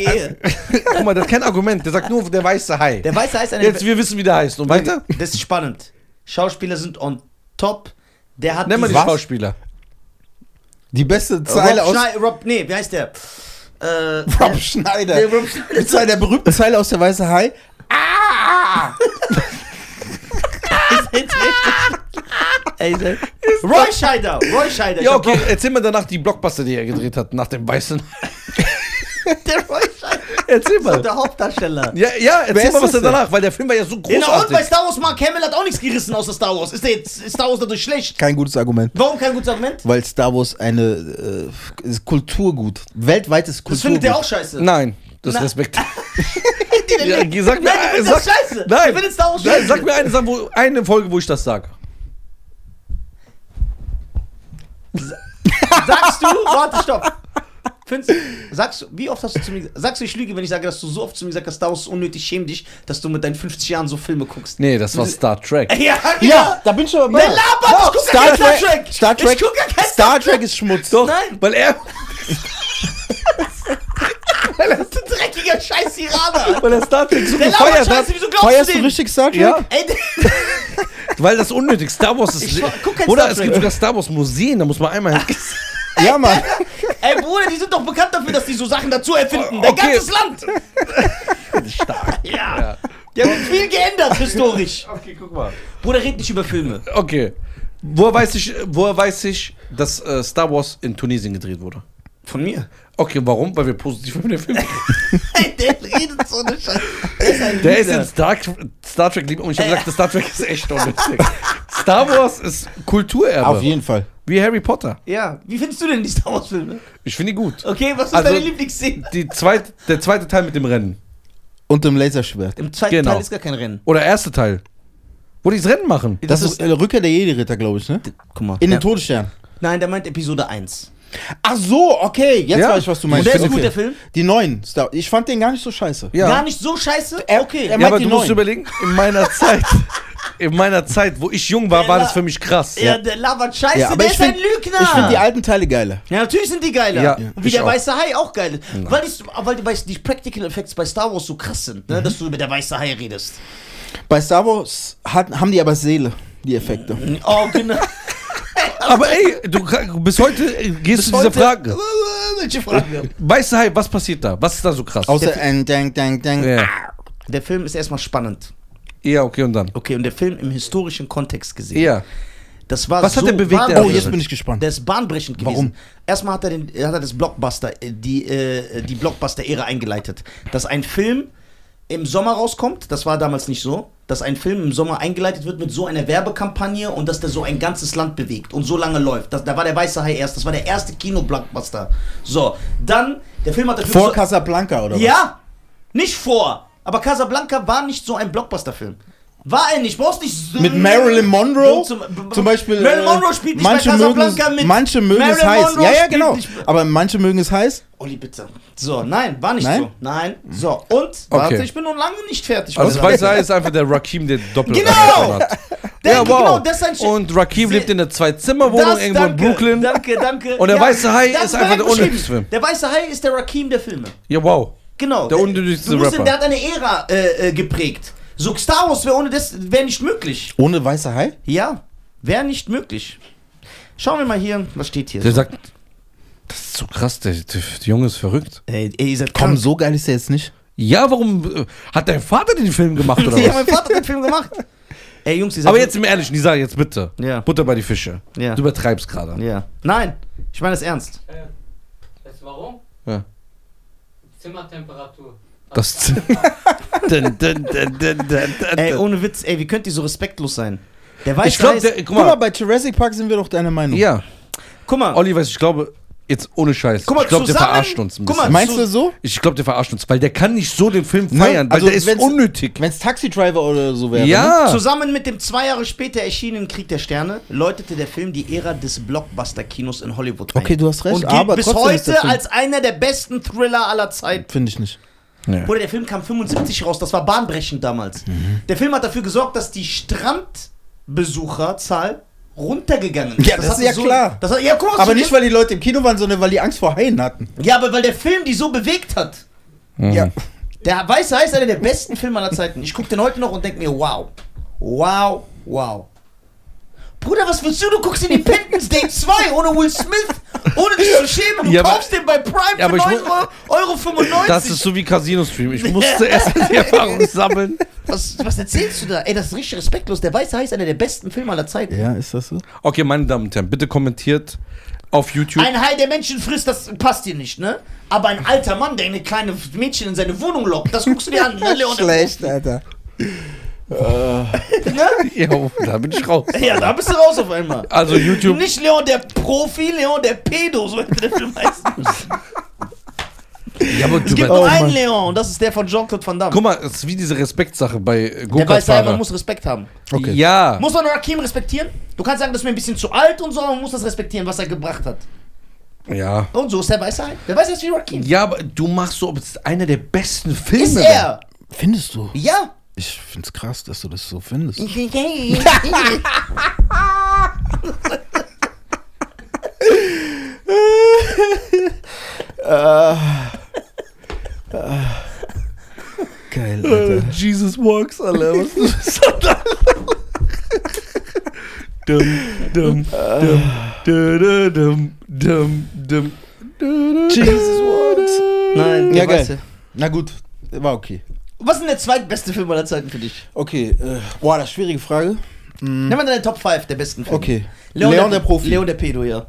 Speaker 3: Ehe.
Speaker 1: Guck mal, das ist kein Argument. Der sagt nur der weiße Hai.
Speaker 3: Der weiße Hai ist eine
Speaker 1: Jetzt, wir wissen, wie der heißt. Und weiter?
Speaker 3: Das ist spannend. Schauspieler sind on top. Der hat
Speaker 1: Nenn mal die
Speaker 3: dieses-
Speaker 1: Schauspieler.
Speaker 4: Die beste Zeile
Speaker 3: Rob
Speaker 4: aus.
Speaker 3: Schneider, Rob, nee, wie heißt der? Äh,
Speaker 4: Rob
Speaker 3: der,
Speaker 4: Schneider.
Speaker 3: der Rob Schneider.
Speaker 4: Mit seiner berühmten Zeile aus der Weiße Hai.
Speaker 3: Ey, der- Roy Scheider, Roy Scheider. Ich
Speaker 1: Ja,
Speaker 3: hab
Speaker 1: okay, erzähl mir danach die Blockbuster, die er gedreht hat, nach dem weißen.
Speaker 3: Bock, Der Roy Scheider
Speaker 1: Erzähl
Speaker 3: ist doch
Speaker 1: mal.
Speaker 3: der Hauptdarsteller.
Speaker 1: Ja, ja erzähl
Speaker 4: Wer
Speaker 1: mal, was
Speaker 4: ist
Speaker 1: er
Speaker 4: das denn?
Speaker 1: danach, weil der Film war ja so
Speaker 3: Genau, und bei
Speaker 1: großartig.
Speaker 3: Star Wars, Mark Hamill hat auch nichts gerissen außer Star Wars. Ist, der jetzt, ist Star Wars dadurch schlecht?
Speaker 4: Kein gutes Argument.
Speaker 3: Warum kein gutes Argument?
Speaker 4: Weil Star Wars eine äh, ist Kulturgut, weltweites Kulturgut.
Speaker 3: Das findet der auch scheiße.
Speaker 1: Nein, das
Speaker 3: Na-
Speaker 1: Respekt.
Speaker 3: Die- die-
Speaker 1: Ja,
Speaker 3: die-
Speaker 1: sag mir,
Speaker 3: Nein, du findest
Speaker 1: sag,
Speaker 3: das scheiße.
Speaker 1: Nein,
Speaker 3: Du findest Star Wars
Speaker 1: nein
Speaker 3: scheiße.
Speaker 1: sag mir eine, Sache, wo, eine Folge, wo ich das sage.
Speaker 3: Sagst du, warte, stopp. Findest, sagst, du- wie oft hast du zu mir gesagt, sagst du, ich lüge, wenn ich sage, dass du so oft zu mir gesagt hast, Star Wars ist unnötig, schäm dich, dass du mit deinen 50 Jahren so Filme guckst?
Speaker 1: Nee, das war Star Trek.
Speaker 3: Ja,
Speaker 4: Ja, Ne, da bin ich aber
Speaker 3: Nein, laber, ich guck gar
Speaker 4: Star
Speaker 3: kein Star
Speaker 4: Trek,
Speaker 3: Trek.
Speaker 4: Star Trek,
Speaker 3: Ich guck gar kein
Speaker 4: Star Trek ist Schmutz. Ne,
Speaker 1: Doch,
Speaker 3: nein.
Speaker 1: weil er,
Speaker 3: Du dreckiger scheiß Iraner.
Speaker 1: weil er Star Trek so
Speaker 3: Der labert
Speaker 1: gefeiert hat.
Speaker 3: scheiße, wieso glaubst
Speaker 4: Feierst
Speaker 3: du
Speaker 4: du
Speaker 3: den?
Speaker 4: richtig Star Trek?
Speaker 1: Ja,
Speaker 3: Ey, der-
Speaker 1: weil das unnötig. Star Wars ist.
Speaker 3: Ich schau- guck kein
Speaker 1: Oder
Speaker 3: Star
Speaker 1: es
Speaker 3: Trek.
Speaker 1: gibt sogar Star Wars Museen, da muss man einmal.
Speaker 4: ja Mann.
Speaker 3: Ey, Bruder, die sind doch bekannt dafür, dass die so Sachen dazu erfinden. Dein
Speaker 1: Okay.
Speaker 3: ganzes Land. Stark. Ja. Die haben viel geändert historisch.
Speaker 1: Okay, guck mal.
Speaker 3: Bruder, red nicht über Filme.
Speaker 1: Okay. Woher weiß ich, woher weiß ich dass äh, Star Wars in Tunesien gedreht wurde?
Speaker 3: Von mir?
Speaker 1: Okay, warum? Weil wir positiv über den Film
Speaker 3: Ey, der redet so eine Scheiße. Der ist ein
Speaker 1: Der ist
Speaker 3: Lügner.
Speaker 1: in Star, Star Trek lieb und
Speaker 3: Äh.
Speaker 1: ich habe gesagt, Star Trek ist echt unnötig. Star Wars ist Kulturerbe.
Speaker 4: Auf jeden Fall.
Speaker 1: Wie Harry Potter.
Speaker 3: Ja, wie findest du denn die Star Wars Filme?
Speaker 1: Ich finde die gut.
Speaker 3: Okay, was ist
Speaker 1: Also-
Speaker 3: deine Lieblingsszene?
Speaker 1: Die zweite, der zweite Teil mit dem Rennen.
Speaker 4: Und im Laserschwert.
Speaker 3: Im zweiten
Speaker 1: Genau.
Speaker 3: Teil ist gar kein Rennen.
Speaker 1: Oder erste Teil. Wo die das Rennen machen.
Speaker 4: Das, ist äh, Rückkehr der Jedi-Ritter, glaube ich, ne?
Speaker 3: Guck mal.
Speaker 4: In den
Speaker 3: Der,
Speaker 4: Todesstern.
Speaker 3: nein, der meint Episode 1.
Speaker 4: Ach so, okay, jetzt
Speaker 1: Ja.
Speaker 4: weiß ich, was du meinst.
Speaker 3: Der ist
Speaker 4: Okay.
Speaker 3: gut, der Film.
Speaker 4: Die neuen Star. Ich fand den gar nicht so scheiße.
Speaker 1: Ja.
Speaker 3: Gar nicht so scheiße? Okay.
Speaker 1: ja,
Speaker 4: er meint
Speaker 1: aber
Speaker 4: die
Speaker 1: du musst
Speaker 4: neuen.
Speaker 1: überlegen, in meiner Zeit, in meiner Zeit, wo ich jung war, war das für mich krass.
Speaker 3: Ja, der labert Scheiße,
Speaker 4: Ja, aber
Speaker 3: der
Speaker 4: ich
Speaker 3: ist
Speaker 4: find-
Speaker 3: ein Lügner.
Speaker 4: Ich finde die alten Teile geiler.
Speaker 3: ja, natürlich sind die geiler.
Speaker 1: Ja,
Speaker 3: Und Wie
Speaker 1: ich
Speaker 3: der
Speaker 1: auch.
Speaker 3: weiße Hai auch geil ist. Weil, ich, weil du weißt, die Practical Effects bei Star Wars so krass sind,
Speaker 1: Mhm.
Speaker 3: ne? dass du über der weiße Hai redest.
Speaker 4: Bei Star Wars hat, haben die aber Seele, die Effekte.
Speaker 3: Oh, genau.
Speaker 1: Aber ey, du ka- bis heute äh, gehst du dieser
Speaker 3: Heute-
Speaker 1: Frage.
Speaker 3: Welche Frage?
Speaker 1: Weißt du, hey, was passiert da? Was ist da so krass?
Speaker 4: Außer ein Dang, Dang, Dang. Ah,
Speaker 1: ja.
Speaker 3: Der Film ist erstmal spannend.
Speaker 1: ja, okay, und dann.
Speaker 3: Okay, und der Film im historischen Kontext gesehen.
Speaker 1: Ja.
Speaker 3: Das war
Speaker 1: Was
Speaker 3: so
Speaker 1: hat der bewegt, der
Speaker 4: Oh,
Speaker 3: wahnsinnig-
Speaker 4: jetzt bin ich gespannt.
Speaker 3: Der ist bahnbrechend gewesen.
Speaker 4: Warum?
Speaker 3: Erstmal hat er, den, hat er das Blockbuster, äh, die, äh, die Blockbuster-Ära eingeleitet. Dass ein Film im Sommer rauskommt, das war damals nicht so, dass ein Film im Sommer eingeleitet wird mit so einer Werbekampagne und dass der so ein ganzes Land bewegt und so lange läuft. Das, da war der Weiße Hai erst, das war der erste Kino-Blockbuster. So, dann, der Film hat dafür
Speaker 4: Vor
Speaker 3: so,
Speaker 4: Casablanca, oder was?
Speaker 3: ja, nicht vor. Aber Casablanca war nicht so ein Blockbuster-Film. War er nicht, brauchst nicht so
Speaker 4: Mit Marilyn Monroe
Speaker 3: So zum-
Speaker 4: zum Beispiel.
Speaker 3: Marilyn
Speaker 4: äh,
Speaker 3: Monroe spielt nicht
Speaker 4: manche
Speaker 3: bei
Speaker 4: mögen
Speaker 3: Casablanca
Speaker 4: es,
Speaker 3: mit.
Speaker 4: Manche mögen es
Speaker 3: Marilyn
Speaker 4: heiß.
Speaker 3: Monroe
Speaker 4: Ja, ja,
Speaker 3: spielt
Speaker 4: genau.
Speaker 3: nicht-
Speaker 4: Aber manche mögen es heiß.
Speaker 3: Olli, bitte. So, nein, war nicht
Speaker 4: Nein?
Speaker 3: so. Nein. So, und, warte, ich bin noch lange nicht fertig.
Speaker 1: Also
Speaker 3: Wollte
Speaker 1: Weißer ist einfach der Rakim, der doppelt
Speaker 3: Genau!
Speaker 1: hat.
Speaker 3: Der-
Speaker 1: ja, wow.
Speaker 3: genau, das ist ein Sch-
Speaker 1: Und Rakim
Speaker 3: Sie-
Speaker 1: lebt in einer
Speaker 3: sagen.
Speaker 1: Zwei-Zimmer-Wohnung
Speaker 3: Das,
Speaker 1: irgendwo
Speaker 3: danke,
Speaker 1: in Brooklyn.
Speaker 3: Danke, danke.
Speaker 1: Und der Weiße Hai
Speaker 3: das
Speaker 1: ist
Speaker 3: war
Speaker 1: einfach der
Speaker 3: beschrieben.
Speaker 1: unnötigste Film.
Speaker 3: Der Weiße Hai ist der Rakim der Filme.
Speaker 1: Ja, wow.
Speaker 3: Genau.
Speaker 1: Der unnötigste
Speaker 3: du musst-
Speaker 1: Rapper.
Speaker 3: Der hat eine Ära äh, äh, geprägt. So Star Wars wäre ohne das wäre nicht möglich.
Speaker 4: Ohne weiße Hai?
Speaker 3: Ja, wäre nicht möglich. Schauen wir mal hier, was steht hier.
Speaker 1: Der sagt, das ist so krass, der, der Junge ist verrückt.
Speaker 3: Ey, ey, ihr seid
Speaker 4: Komm,
Speaker 3: krank.
Speaker 4: so geil ist der jetzt nicht.
Speaker 1: Ja, warum äh, hat dein Vater den Film gemacht oder
Speaker 3: Ja,
Speaker 1: was?
Speaker 3: mein Vater hat den Film gemacht. Ey, Jungs, ihr seid
Speaker 1: Aber
Speaker 3: so-
Speaker 1: jetzt im Ehrlichen, Nisa, jetzt bitte.
Speaker 3: Ja.
Speaker 1: Butter bei die Fische.
Speaker 3: Ja.
Speaker 1: Du übertreibst gerade.
Speaker 3: Ja. Nein, ich meine das ernst.
Speaker 5: Äh, weißt du warum?
Speaker 1: Ja.
Speaker 5: Zimmertemperatur.
Speaker 1: Das dun, dun, dun, dun, dun, dun,
Speaker 3: Ey,
Speaker 1: dun.
Speaker 3: ohne Witz, ey, wie könnt ihr so respektlos sein? Der weiß,
Speaker 1: Ich glaube,
Speaker 3: weiß-
Speaker 1: guck
Speaker 4: Guck mal,
Speaker 1: mal,
Speaker 4: bei Jurassic Park sind wir doch deiner Meinung.
Speaker 1: ja,
Speaker 3: guck mal,
Speaker 1: Olli weiß, ich glaube, jetzt ohne Scheiß,
Speaker 3: Guck mal,
Speaker 1: ich glaube, der
Speaker 3: zusammen-
Speaker 1: verarscht uns ein
Speaker 3: guck
Speaker 1: bisschen.
Speaker 3: mal,
Speaker 4: Meinst
Speaker 3: zu-
Speaker 4: du so?
Speaker 1: Ich glaube, der verarscht uns, weil der kann nicht so den Film
Speaker 4: Ne?
Speaker 1: feiern, weil
Speaker 4: Also,
Speaker 1: der ist
Speaker 4: wenn's-
Speaker 1: unnötig.
Speaker 4: Wenn es Taxi Driver oder so wäre. Ne?
Speaker 1: ja,
Speaker 3: zusammen mit dem zwei Jahre später erschienenen Krieg der Sterne läutete der Film die Ära des Blockbuster-Kinos in Hollywood ein.
Speaker 4: Okay, du hast recht,
Speaker 3: Und gilt
Speaker 4: aber
Speaker 3: bis
Speaker 4: trotzdem ist der
Speaker 3: heute
Speaker 4: Film-
Speaker 3: als einer der besten Thriller aller Zeiten.
Speaker 4: Finde ich nicht.
Speaker 3: Bruder, der Film kam 75 raus, das war bahnbrechend damals. Der Film hat dafür gesorgt, dass die Strandbesucherzahl runtergegangen ist.
Speaker 4: Ja, das ist
Speaker 3: hatte
Speaker 4: ja klar.
Speaker 3: Das hat, ja, guck mal, was
Speaker 4: Aber
Speaker 3: du-
Speaker 4: nicht, weil die Leute im Kino waren, sondern weil die Angst vor Haien hatten.
Speaker 3: ja, aber weil der Film die so bewegt hat.
Speaker 4: Ja.
Speaker 3: Der Weiße Hai ist einer der besten Filme aller Zeiten. Ich gucke den heute noch und denke mir, wow. Wow, wow. Bruder, was willst du? Du guckst Independence Day 2 ohne Will Smith, ohne dich zu schämen. Du
Speaker 1: Ja, aber-
Speaker 3: kaufst den bei Prime
Speaker 1: Ja, aber
Speaker 3: für
Speaker 1: ich mu-
Speaker 3: 9,95 Euro. 95.
Speaker 1: das ist so wie Casino-Stream. Ich musste erst die Erfahrung sammeln.
Speaker 3: was, was erzählst du da? Ey, das ist richtig respektlos. Der Weiße Hai ist einer der besten Filme aller Zeiten.
Speaker 4: Ja, ist das so?
Speaker 1: Okay, meine Damen und Herren, bitte kommentiert auf YouTube.
Speaker 3: Ein Hai, der Menschen frisst, das passt dir nicht, ne? Aber ein alter Mann, der eine kleine Mädchen in seine Wohnung lockt, das guckst du dir an, ne, Leon?
Speaker 4: Schlecht, Alter.
Speaker 1: ja, da bin ich raus.
Speaker 3: Ja, da bist du raus auf einmal.
Speaker 1: Also YouTube,
Speaker 3: Nicht Leon der Profi, Leon der Pedo, so hätte der Film heißen.
Speaker 1: ja, aber
Speaker 3: Es
Speaker 1: du
Speaker 3: gibt
Speaker 1: mein-
Speaker 3: nur
Speaker 4: Oh,
Speaker 3: einen
Speaker 4: Mann.
Speaker 3: Leon und das ist der von Jean-Claude Van Damme.
Speaker 1: Guck mal, es ist wie diese Respektsache bei äh,
Speaker 3: der weiß einfach, man
Speaker 1: Go-Kart-Fahrer.
Speaker 3: muss Respekt haben.
Speaker 4: Okay.
Speaker 1: Ja,
Speaker 3: Muss man Rakim respektieren? Du kannst sagen, das ist mir ein bisschen zu alt und so, aber man muss das respektieren, was er gebracht hat.
Speaker 1: ja.
Speaker 3: Und so ist der Weiße Hai. Der Weiße Hai ist wie Rakim.
Speaker 1: Ja, aber du machst so, ob es einer der besten Filme
Speaker 3: Ist er?
Speaker 4: Findest du?
Speaker 3: Ja.
Speaker 4: Ich find's krass, dass du das so findest. Geil, Alter.
Speaker 1: Jesus Walks, Alter. Was ist das? dum,
Speaker 3: Äh.
Speaker 1: dum, dum, dum, dum, dum.
Speaker 4: Jesus Walks.
Speaker 3: Nein,
Speaker 4: Ja, geil. Na gut, war okay.
Speaker 3: Was ist denn der zweitbeste Film aller Zeiten für dich?
Speaker 4: Okay, äh, boah, das ist eine schwierige Frage.
Speaker 3: Nimm mal deine Top 5 der besten Filme.
Speaker 4: Hm. Okay. Leon, der, Profi.
Speaker 3: Leon der Pedo, ja.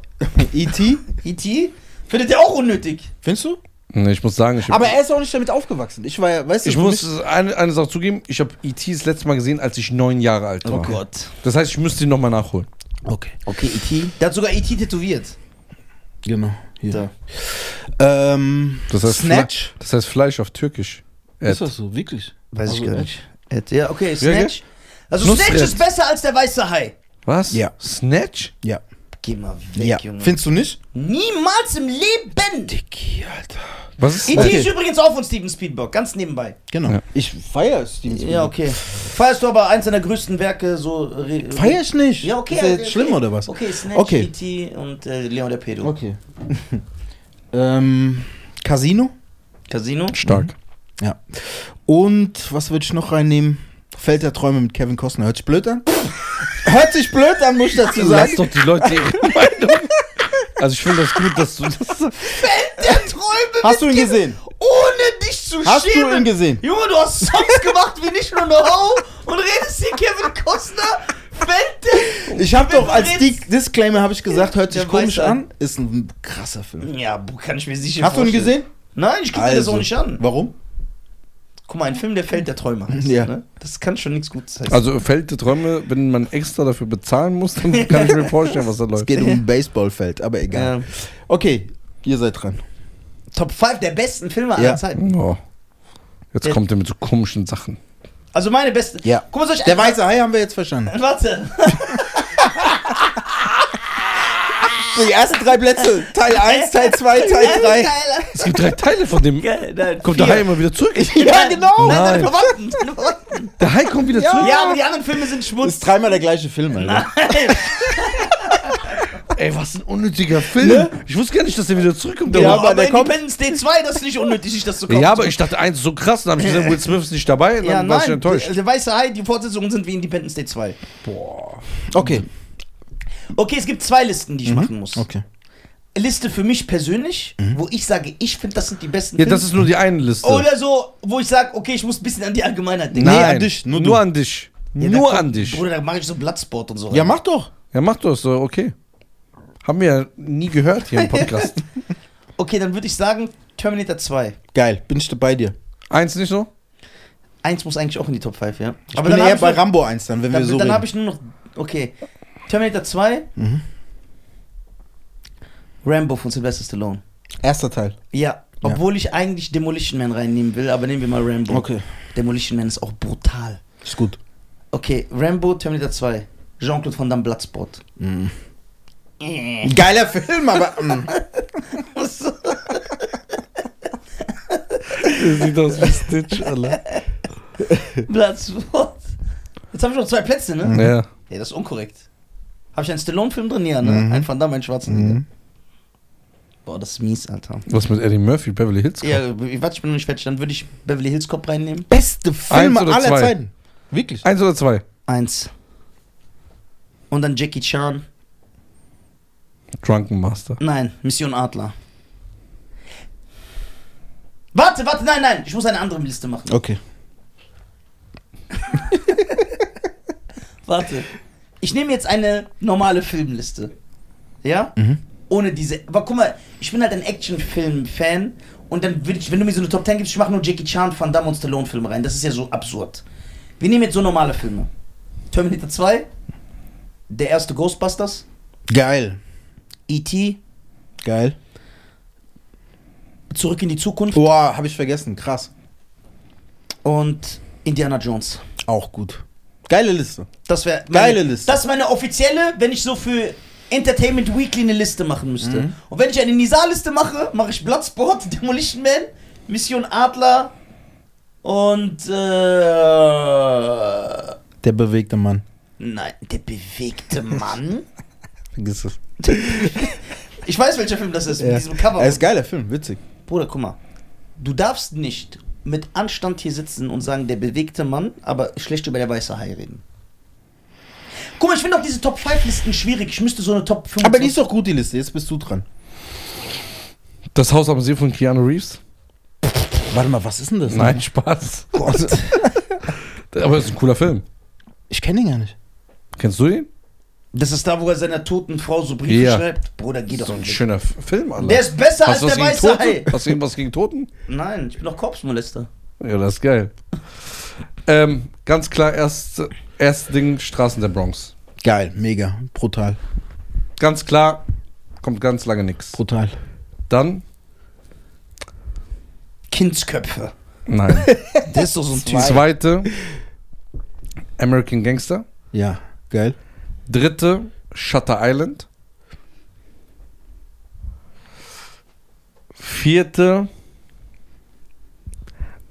Speaker 4: E.T.
Speaker 3: E.T. findet ihr auch unnötig.
Speaker 4: Findest du?
Speaker 1: Nee, ich muss sagen, ich hab,
Speaker 4: Aber er ist auch nicht damit aufgewachsen. Ich war ja, weißt du,
Speaker 1: ich
Speaker 4: für
Speaker 1: muss
Speaker 4: mich-
Speaker 1: es- eine, eine Sache zugeben, ich habe E.T. das letzte Mal gesehen, als ich neun Jahre alt war.
Speaker 3: Oh Gott.
Speaker 1: Das heißt, ich müsste ihn nochmal nachholen.
Speaker 4: Okay. E
Speaker 3: Okay, E.T. Der hat sogar E.T. tätowiert.
Speaker 4: Genau. Hier. Ähm,
Speaker 1: Das heißt,
Speaker 4: Snatch.
Speaker 1: Fle- das heißt Fleisch auf Türkisch.
Speaker 4: Ist das so? Wirklich?
Speaker 3: Weiß
Speaker 4: Also,
Speaker 3: ich gar nicht. Ed, Ja, okay,
Speaker 1: Ja, gell?
Speaker 3: Snatch. Also
Speaker 1: Nutzt
Speaker 3: Snatch
Speaker 1: Ed.
Speaker 3: ist besser als der weiße Hai.
Speaker 1: Was?
Speaker 4: Ja.
Speaker 1: Snatch?
Speaker 4: Ja.
Speaker 3: Geh mal weg,
Speaker 4: ja.
Speaker 3: Junge.
Speaker 4: Findest du nicht?
Speaker 3: Niemals im Leben!
Speaker 4: Dicky, Alter.
Speaker 1: Was ist
Speaker 3: E.T.
Speaker 1: Snatch?
Speaker 3: ist übrigens auch von Steven Spielberg, ganz nebenbei.
Speaker 4: Genau.
Speaker 1: Ja.
Speaker 4: Ich feier Steven Spielberg.
Speaker 3: Ja, okay. Feierst du aber eins seiner größten Werke so. re-
Speaker 4: Feier ich nicht.
Speaker 3: Ja, okay.
Speaker 4: Ist das
Speaker 3: okay,
Speaker 4: jetzt schlimm oder was?
Speaker 3: Okay, Snatch,
Speaker 4: Okay.
Speaker 3: E.T. und äh, Leon der Pedo.
Speaker 4: Okay. ähm, Casino.
Speaker 3: Casino?
Speaker 1: Stark.
Speaker 4: Ja. Und was würde ich noch reinnehmen? Feld der Träume mit Kevin Costner. Hört sich blöd an? Hört sich blöd an, muss ich dazu
Speaker 1: Lass
Speaker 4: sagen.
Speaker 1: doch die Leute ihre Meinung. Also ich finde das gut, dass du das.
Speaker 3: Der Träume
Speaker 4: Hast du ihn gesehen?
Speaker 3: ohne dich zu
Speaker 4: Hast
Speaker 3: schämen.
Speaker 4: du ihn gesehen?
Speaker 3: Junge, du hast Songs gemacht wie nicht nur Know-how und redest hier Kevin Costner, fällt
Speaker 4: Ich habe doch als
Speaker 3: Oh, Fritz.
Speaker 4: Di- Disclaimer habe ich gesagt, hört sich
Speaker 3: Der
Speaker 4: komisch
Speaker 3: weiß
Speaker 4: an. Ist ein krasser Film.
Speaker 3: der. Ja, bu- kann ich mir sicher
Speaker 4: Hast du ihn
Speaker 3: vorstellen.
Speaker 4: gesehen? Also.
Speaker 3: Nein, ich gucke mir das auch nicht an.
Speaker 4: Warum?
Speaker 3: Guck mal, ein Film, der Feld der Träume heißt.
Speaker 4: Ja.
Speaker 3: Ne? Das kann schon nichts Gutes heißen.
Speaker 1: Also Feld der Träume, wenn man extra dafür bezahlen muss, dann kann ich mir vorstellen, was da
Speaker 4: Es
Speaker 1: läuft.
Speaker 4: geht um ein Baseballfeld, aber egal.
Speaker 3: Ja.
Speaker 4: Okay, ihr seid dran.
Speaker 3: Top 5 der besten Filme aller
Speaker 4: Ja.
Speaker 3: Zeiten.
Speaker 1: Oh. Jetzt
Speaker 3: Der-
Speaker 1: kommt er mit so komischen Sachen.
Speaker 3: Also meine besten.
Speaker 4: Ja.
Speaker 3: Guck mal, soll ich.
Speaker 4: Der weiße Hai haben wir jetzt verstanden.
Speaker 3: Warte.
Speaker 4: Die ersten drei Plätze. Teil 1, Teil 2, Teil 3.
Speaker 1: Es gibt drei Teile von dem.
Speaker 3: Geil, nein,
Speaker 1: Kommt
Speaker 3: vier.
Speaker 1: der Hai immer wieder zurück?
Speaker 4: Ja,
Speaker 3: Nein, deine
Speaker 4: genau.
Speaker 1: Nein.
Speaker 3: Verwandten. Deine Verwandten.
Speaker 1: Der Hai kommt wieder zurück.
Speaker 3: Ja, aber die anderen Filme sind
Speaker 4: Ist
Speaker 3: Schmutz.
Speaker 4: dreimal der gleiche Film, Alter.
Speaker 1: Ey, was ein unnötiger Film. Ich wusste gar nicht, dass der wieder zurückkommt.
Speaker 4: Ja,
Speaker 1: Ja,
Speaker 4: aber der kommt-
Speaker 3: Independence Day 2, das ist nicht unnötig, sich das zu kaufen.
Speaker 1: ja, aber ich dachte, eins ist so krass, dann habe ich gesehen, Will Smith ist nicht dabei, dann
Speaker 3: Ja,
Speaker 1: war ich
Speaker 3: nein,
Speaker 1: enttäuscht.
Speaker 3: Der, der weiße Hai, die Fortsetzungen sind wie Independence Day 2.
Speaker 4: Okay.
Speaker 3: Okay, es gibt zwei Listen,
Speaker 1: Mhm.
Speaker 3: die ich machen muss.
Speaker 4: Okay.
Speaker 3: Liste für mich persönlich, wo ich sage, ich finde, das sind die besten
Speaker 1: Mhm. Ja, das ist nur die eine Liste.
Speaker 3: Oder so, wo ich sage, okay, ich muss ein bisschen an die Allgemeinheit denken.
Speaker 1: Nein,
Speaker 4: Nee, an dich, nur
Speaker 1: nur,
Speaker 4: du.
Speaker 1: an dich.
Speaker 3: Ja, da
Speaker 1: nur
Speaker 3: kommt-
Speaker 1: an dich.
Speaker 3: Bruder, da mache ich so Bloodsport und so.
Speaker 4: Ja,
Speaker 3: rein.
Speaker 4: mach doch.
Speaker 1: Ja, mach doch so, okay. Haben wir ja nie gehört hier im Podcast.
Speaker 3: Okay, dann würde ich sagen, Terminator 2.
Speaker 4: Geil, bin ich da bei dir.
Speaker 1: Eins nicht so?
Speaker 3: Eins muss eigentlich auch in die Top 5, ja.
Speaker 4: Ich bin
Speaker 3: hab
Speaker 4: eher
Speaker 3: ich
Speaker 4: bei
Speaker 3: noch-
Speaker 4: Rambo 1 dann, wenn wir
Speaker 3: Dann,
Speaker 4: so
Speaker 3: dann habe
Speaker 4: reden.
Speaker 3: ich nur noch. Okay. Terminator 2.
Speaker 1: Mhm.
Speaker 3: Rambo von Sylvester Stallone.
Speaker 4: Erster Teil.
Speaker 3: Ja. Obwohl ich eigentlich Demolition Man reinnehmen will, aber nehmen wir mal Rambo.
Speaker 4: Okay.
Speaker 3: Demolition Man ist auch brutal.
Speaker 4: Ist gut.
Speaker 3: Okay, Rambo, Terminator 2. Jean-Claude Van Damme Bloodsport.
Speaker 4: Mhm.
Speaker 3: Äh.
Speaker 4: Geiler Film, aber. mm.
Speaker 1: Sieht aus wie Stitch, Alter.
Speaker 3: Bloodsport. Jetzt habe ich noch zwei Plätze, ne?
Speaker 1: Ja.
Speaker 3: Ey, das ist unkorrekt. Habe ich einen Stallone-Film drin? Ja, ne? Ein Van Damme, ein Schwarzenegger.
Speaker 4: Mhm.
Speaker 3: Boah, das ist mies, Alter.
Speaker 1: Was mit Eddie Murphy, Beverly Hills? Cop?
Speaker 3: Ja, ich warte, ich bin noch nicht fertig. Dann würde ich Beverly Hills Cop reinnehmen.
Speaker 4: Beste Filme
Speaker 1: oder
Speaker 4: aller
Speaker 1: zwei?
Speaker 4: Zeiten. Wirklich.
Speaker 1: Eins oder zwei?
Speaker 3: Eins. Und dann Jackie Chan.
Speaker 1: Drunken Master.
Speaker 3: Nein, Mission Adler. Warte, warte, nein, nein. Ich muss eine andere Liste machen.
Speaker 4: Okay.
Speaker 3: Warte. Ich nehme jetzt eine normale Filmliste. Ja?
Speaker 4: Mhm.
Speaker 3: Ohne diese. Aber guck mal, ich bin halt ein Actionfilm-Fan. Und dann würde ich, wenn du mir so eine Top 10 gibst, ich mache nur Jackie Chan, Van Damme und Stallone-Filme rein. Das ist ja so absurd. Wir nehmen jetzt so normale Filme: Terminator 2, der erste Ghostbusters, E
Speaker 4: Geil.
Speaker 3: E.T.,
Speaker 4: Geil.
Speaker 3: Zurück in die Zukunft
Speaker 4: Boah, habe ich vergessen. Krass.
Speaker 3: und Indiana Jones.
Speaker 4: Auch gut. Geile Liste.
Speaker 3: Das wäre
Speaker 4: Geile Liste.
Speaker 3: Das ist meine offizielle, wenn ich so für Entertainment Weekly eine Liste machen müsste.
Speaker 4: Mhm.
Speaker 3: Und wenn ich eine Nisa-Liste mache, mache ich Bloodsport, Demolition Man, Mission Adler und äh,
Speaker 4: Der bewegte Mann.
Speaker 3: nein, der bewegte Mann.
Speaker 4: Vergiss es.
Speaker 3: Ich weiß, welcher Film das ist,
Speaker 4: Ja.
Speaker 3: mit diesem Cover.
Speaker 4: Er ist geiler Film, witzig.
Speaker 3: Bruder, guck mal. Du darfst nicht mit Anstand hier sitzen und sagen, der bewegte Mann, aber schlecht über der weiße Hai reden. Guck mal, ich finde auch diese Top 5 Listen schwierig. Ich müsste so eine Top 5
Speaker 4: Aber die ist doch gut, die Liste. Jetzt bist du dran.
Speaker 1: Das Haus am See von Keanu Reeves?
Speaker 4: Warte mal, was ist denn das?
Speaker 1: Nein, Spaß. Aber das ist ein cooler Film.
Speaker 4: Ich kenne den gar nicht.
Speaker 1: Kennst du ihn?
Speaker 3: Das ist da, wo er seiner toten Frau so Briefe
Speaker 1: Ja.
Speaker 3: schreibt. Bruder, geh
Speaker 1: Das ist
Speaker 3: doch
Speaker 1: doch ein
Speaker 3: nicht.
Speaker 1: schöner F- Film, Alter.
Speaker 3: Der ist besser
Speaker 1: Hast du was
Speaker 3: als der
Speaker 1: gegen
Speaker 3: weiße Hai.
Speaker 1: Toten? Hast du irgendwas gegen Toten?
Speaker 3: Nein, ich bin doch Korpsmolester.
Speaker 1: Ja, das ist geil. Ähm, ganz klar, erst, erst Ding, Straßen der Bronx.
Speaker 4: Geil, mega. Brutal.
Speaker 1: Ganz klar, kommt ganz lange nichts.
Speaker 4: Brutal.
Speaker 1: Dann?
Speaker 3: Kindsköpfe.
Speaker 1: Nein.
Speaker 3: Der ist doch so ein
Speaker 1: Die
Speaker 3: Typ.
Speaker 1: zweite, American Gangster.
Speaker 4: Ja, geil.
Speaker 1: Dritte, Shutter Island. Vierte.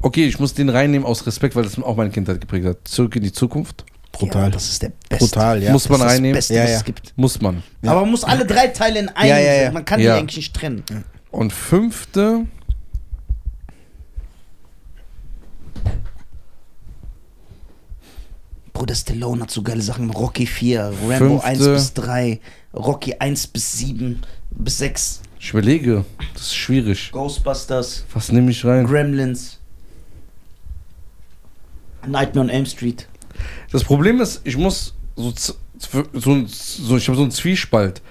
Speaker 1: Okay, ich muss den reinnehmen aus Respekt, weil das auch meine Kindheit geprägt hat. Zurück in die Zukunft.
Speaker 4: Brutal.
Speaker 3: Ja, das ist der beste.
Speaker 4: Brutal, ja.
Speaker 1: muss man
Speaker 3: das ist das
Speaker 1: reinnehmen.
Speaker 3: Beste,
Speaker 4: Ja,
Speaker 3: was
Speaker 4: ja.
Speaker 3: es gibt.
Speaker 1: Muss man.
Speaker 3: Aber man muss alle drei Teile in einen.
Speaker 4: Ja, ja, ja.
Speaker 3: Man kann
Speaker 1: Ja.
Speaker 3: die eigentlich nicht trennen.
Speaker 1: Und fünfte.
Speaker 3: Bruder Stallone hat so geile Sachen. Rocky 4, Rambo
Speaker 1: Fünfte.
Speaker 3: 1 bis 3, Rocky 1 bis 7, bis 6,
Speaker 1: Ich überlege. Das ist schwierig.
Speaker 3: Ghostbusters,
Speaker 1: Was nehme ich rein?
Speaker 3: Gremlins, Nightmare on Elm Street.
Speaker 1: Das Problem ist, ich muss so, z- so, ein- so ich habe so einen Zwiespalt.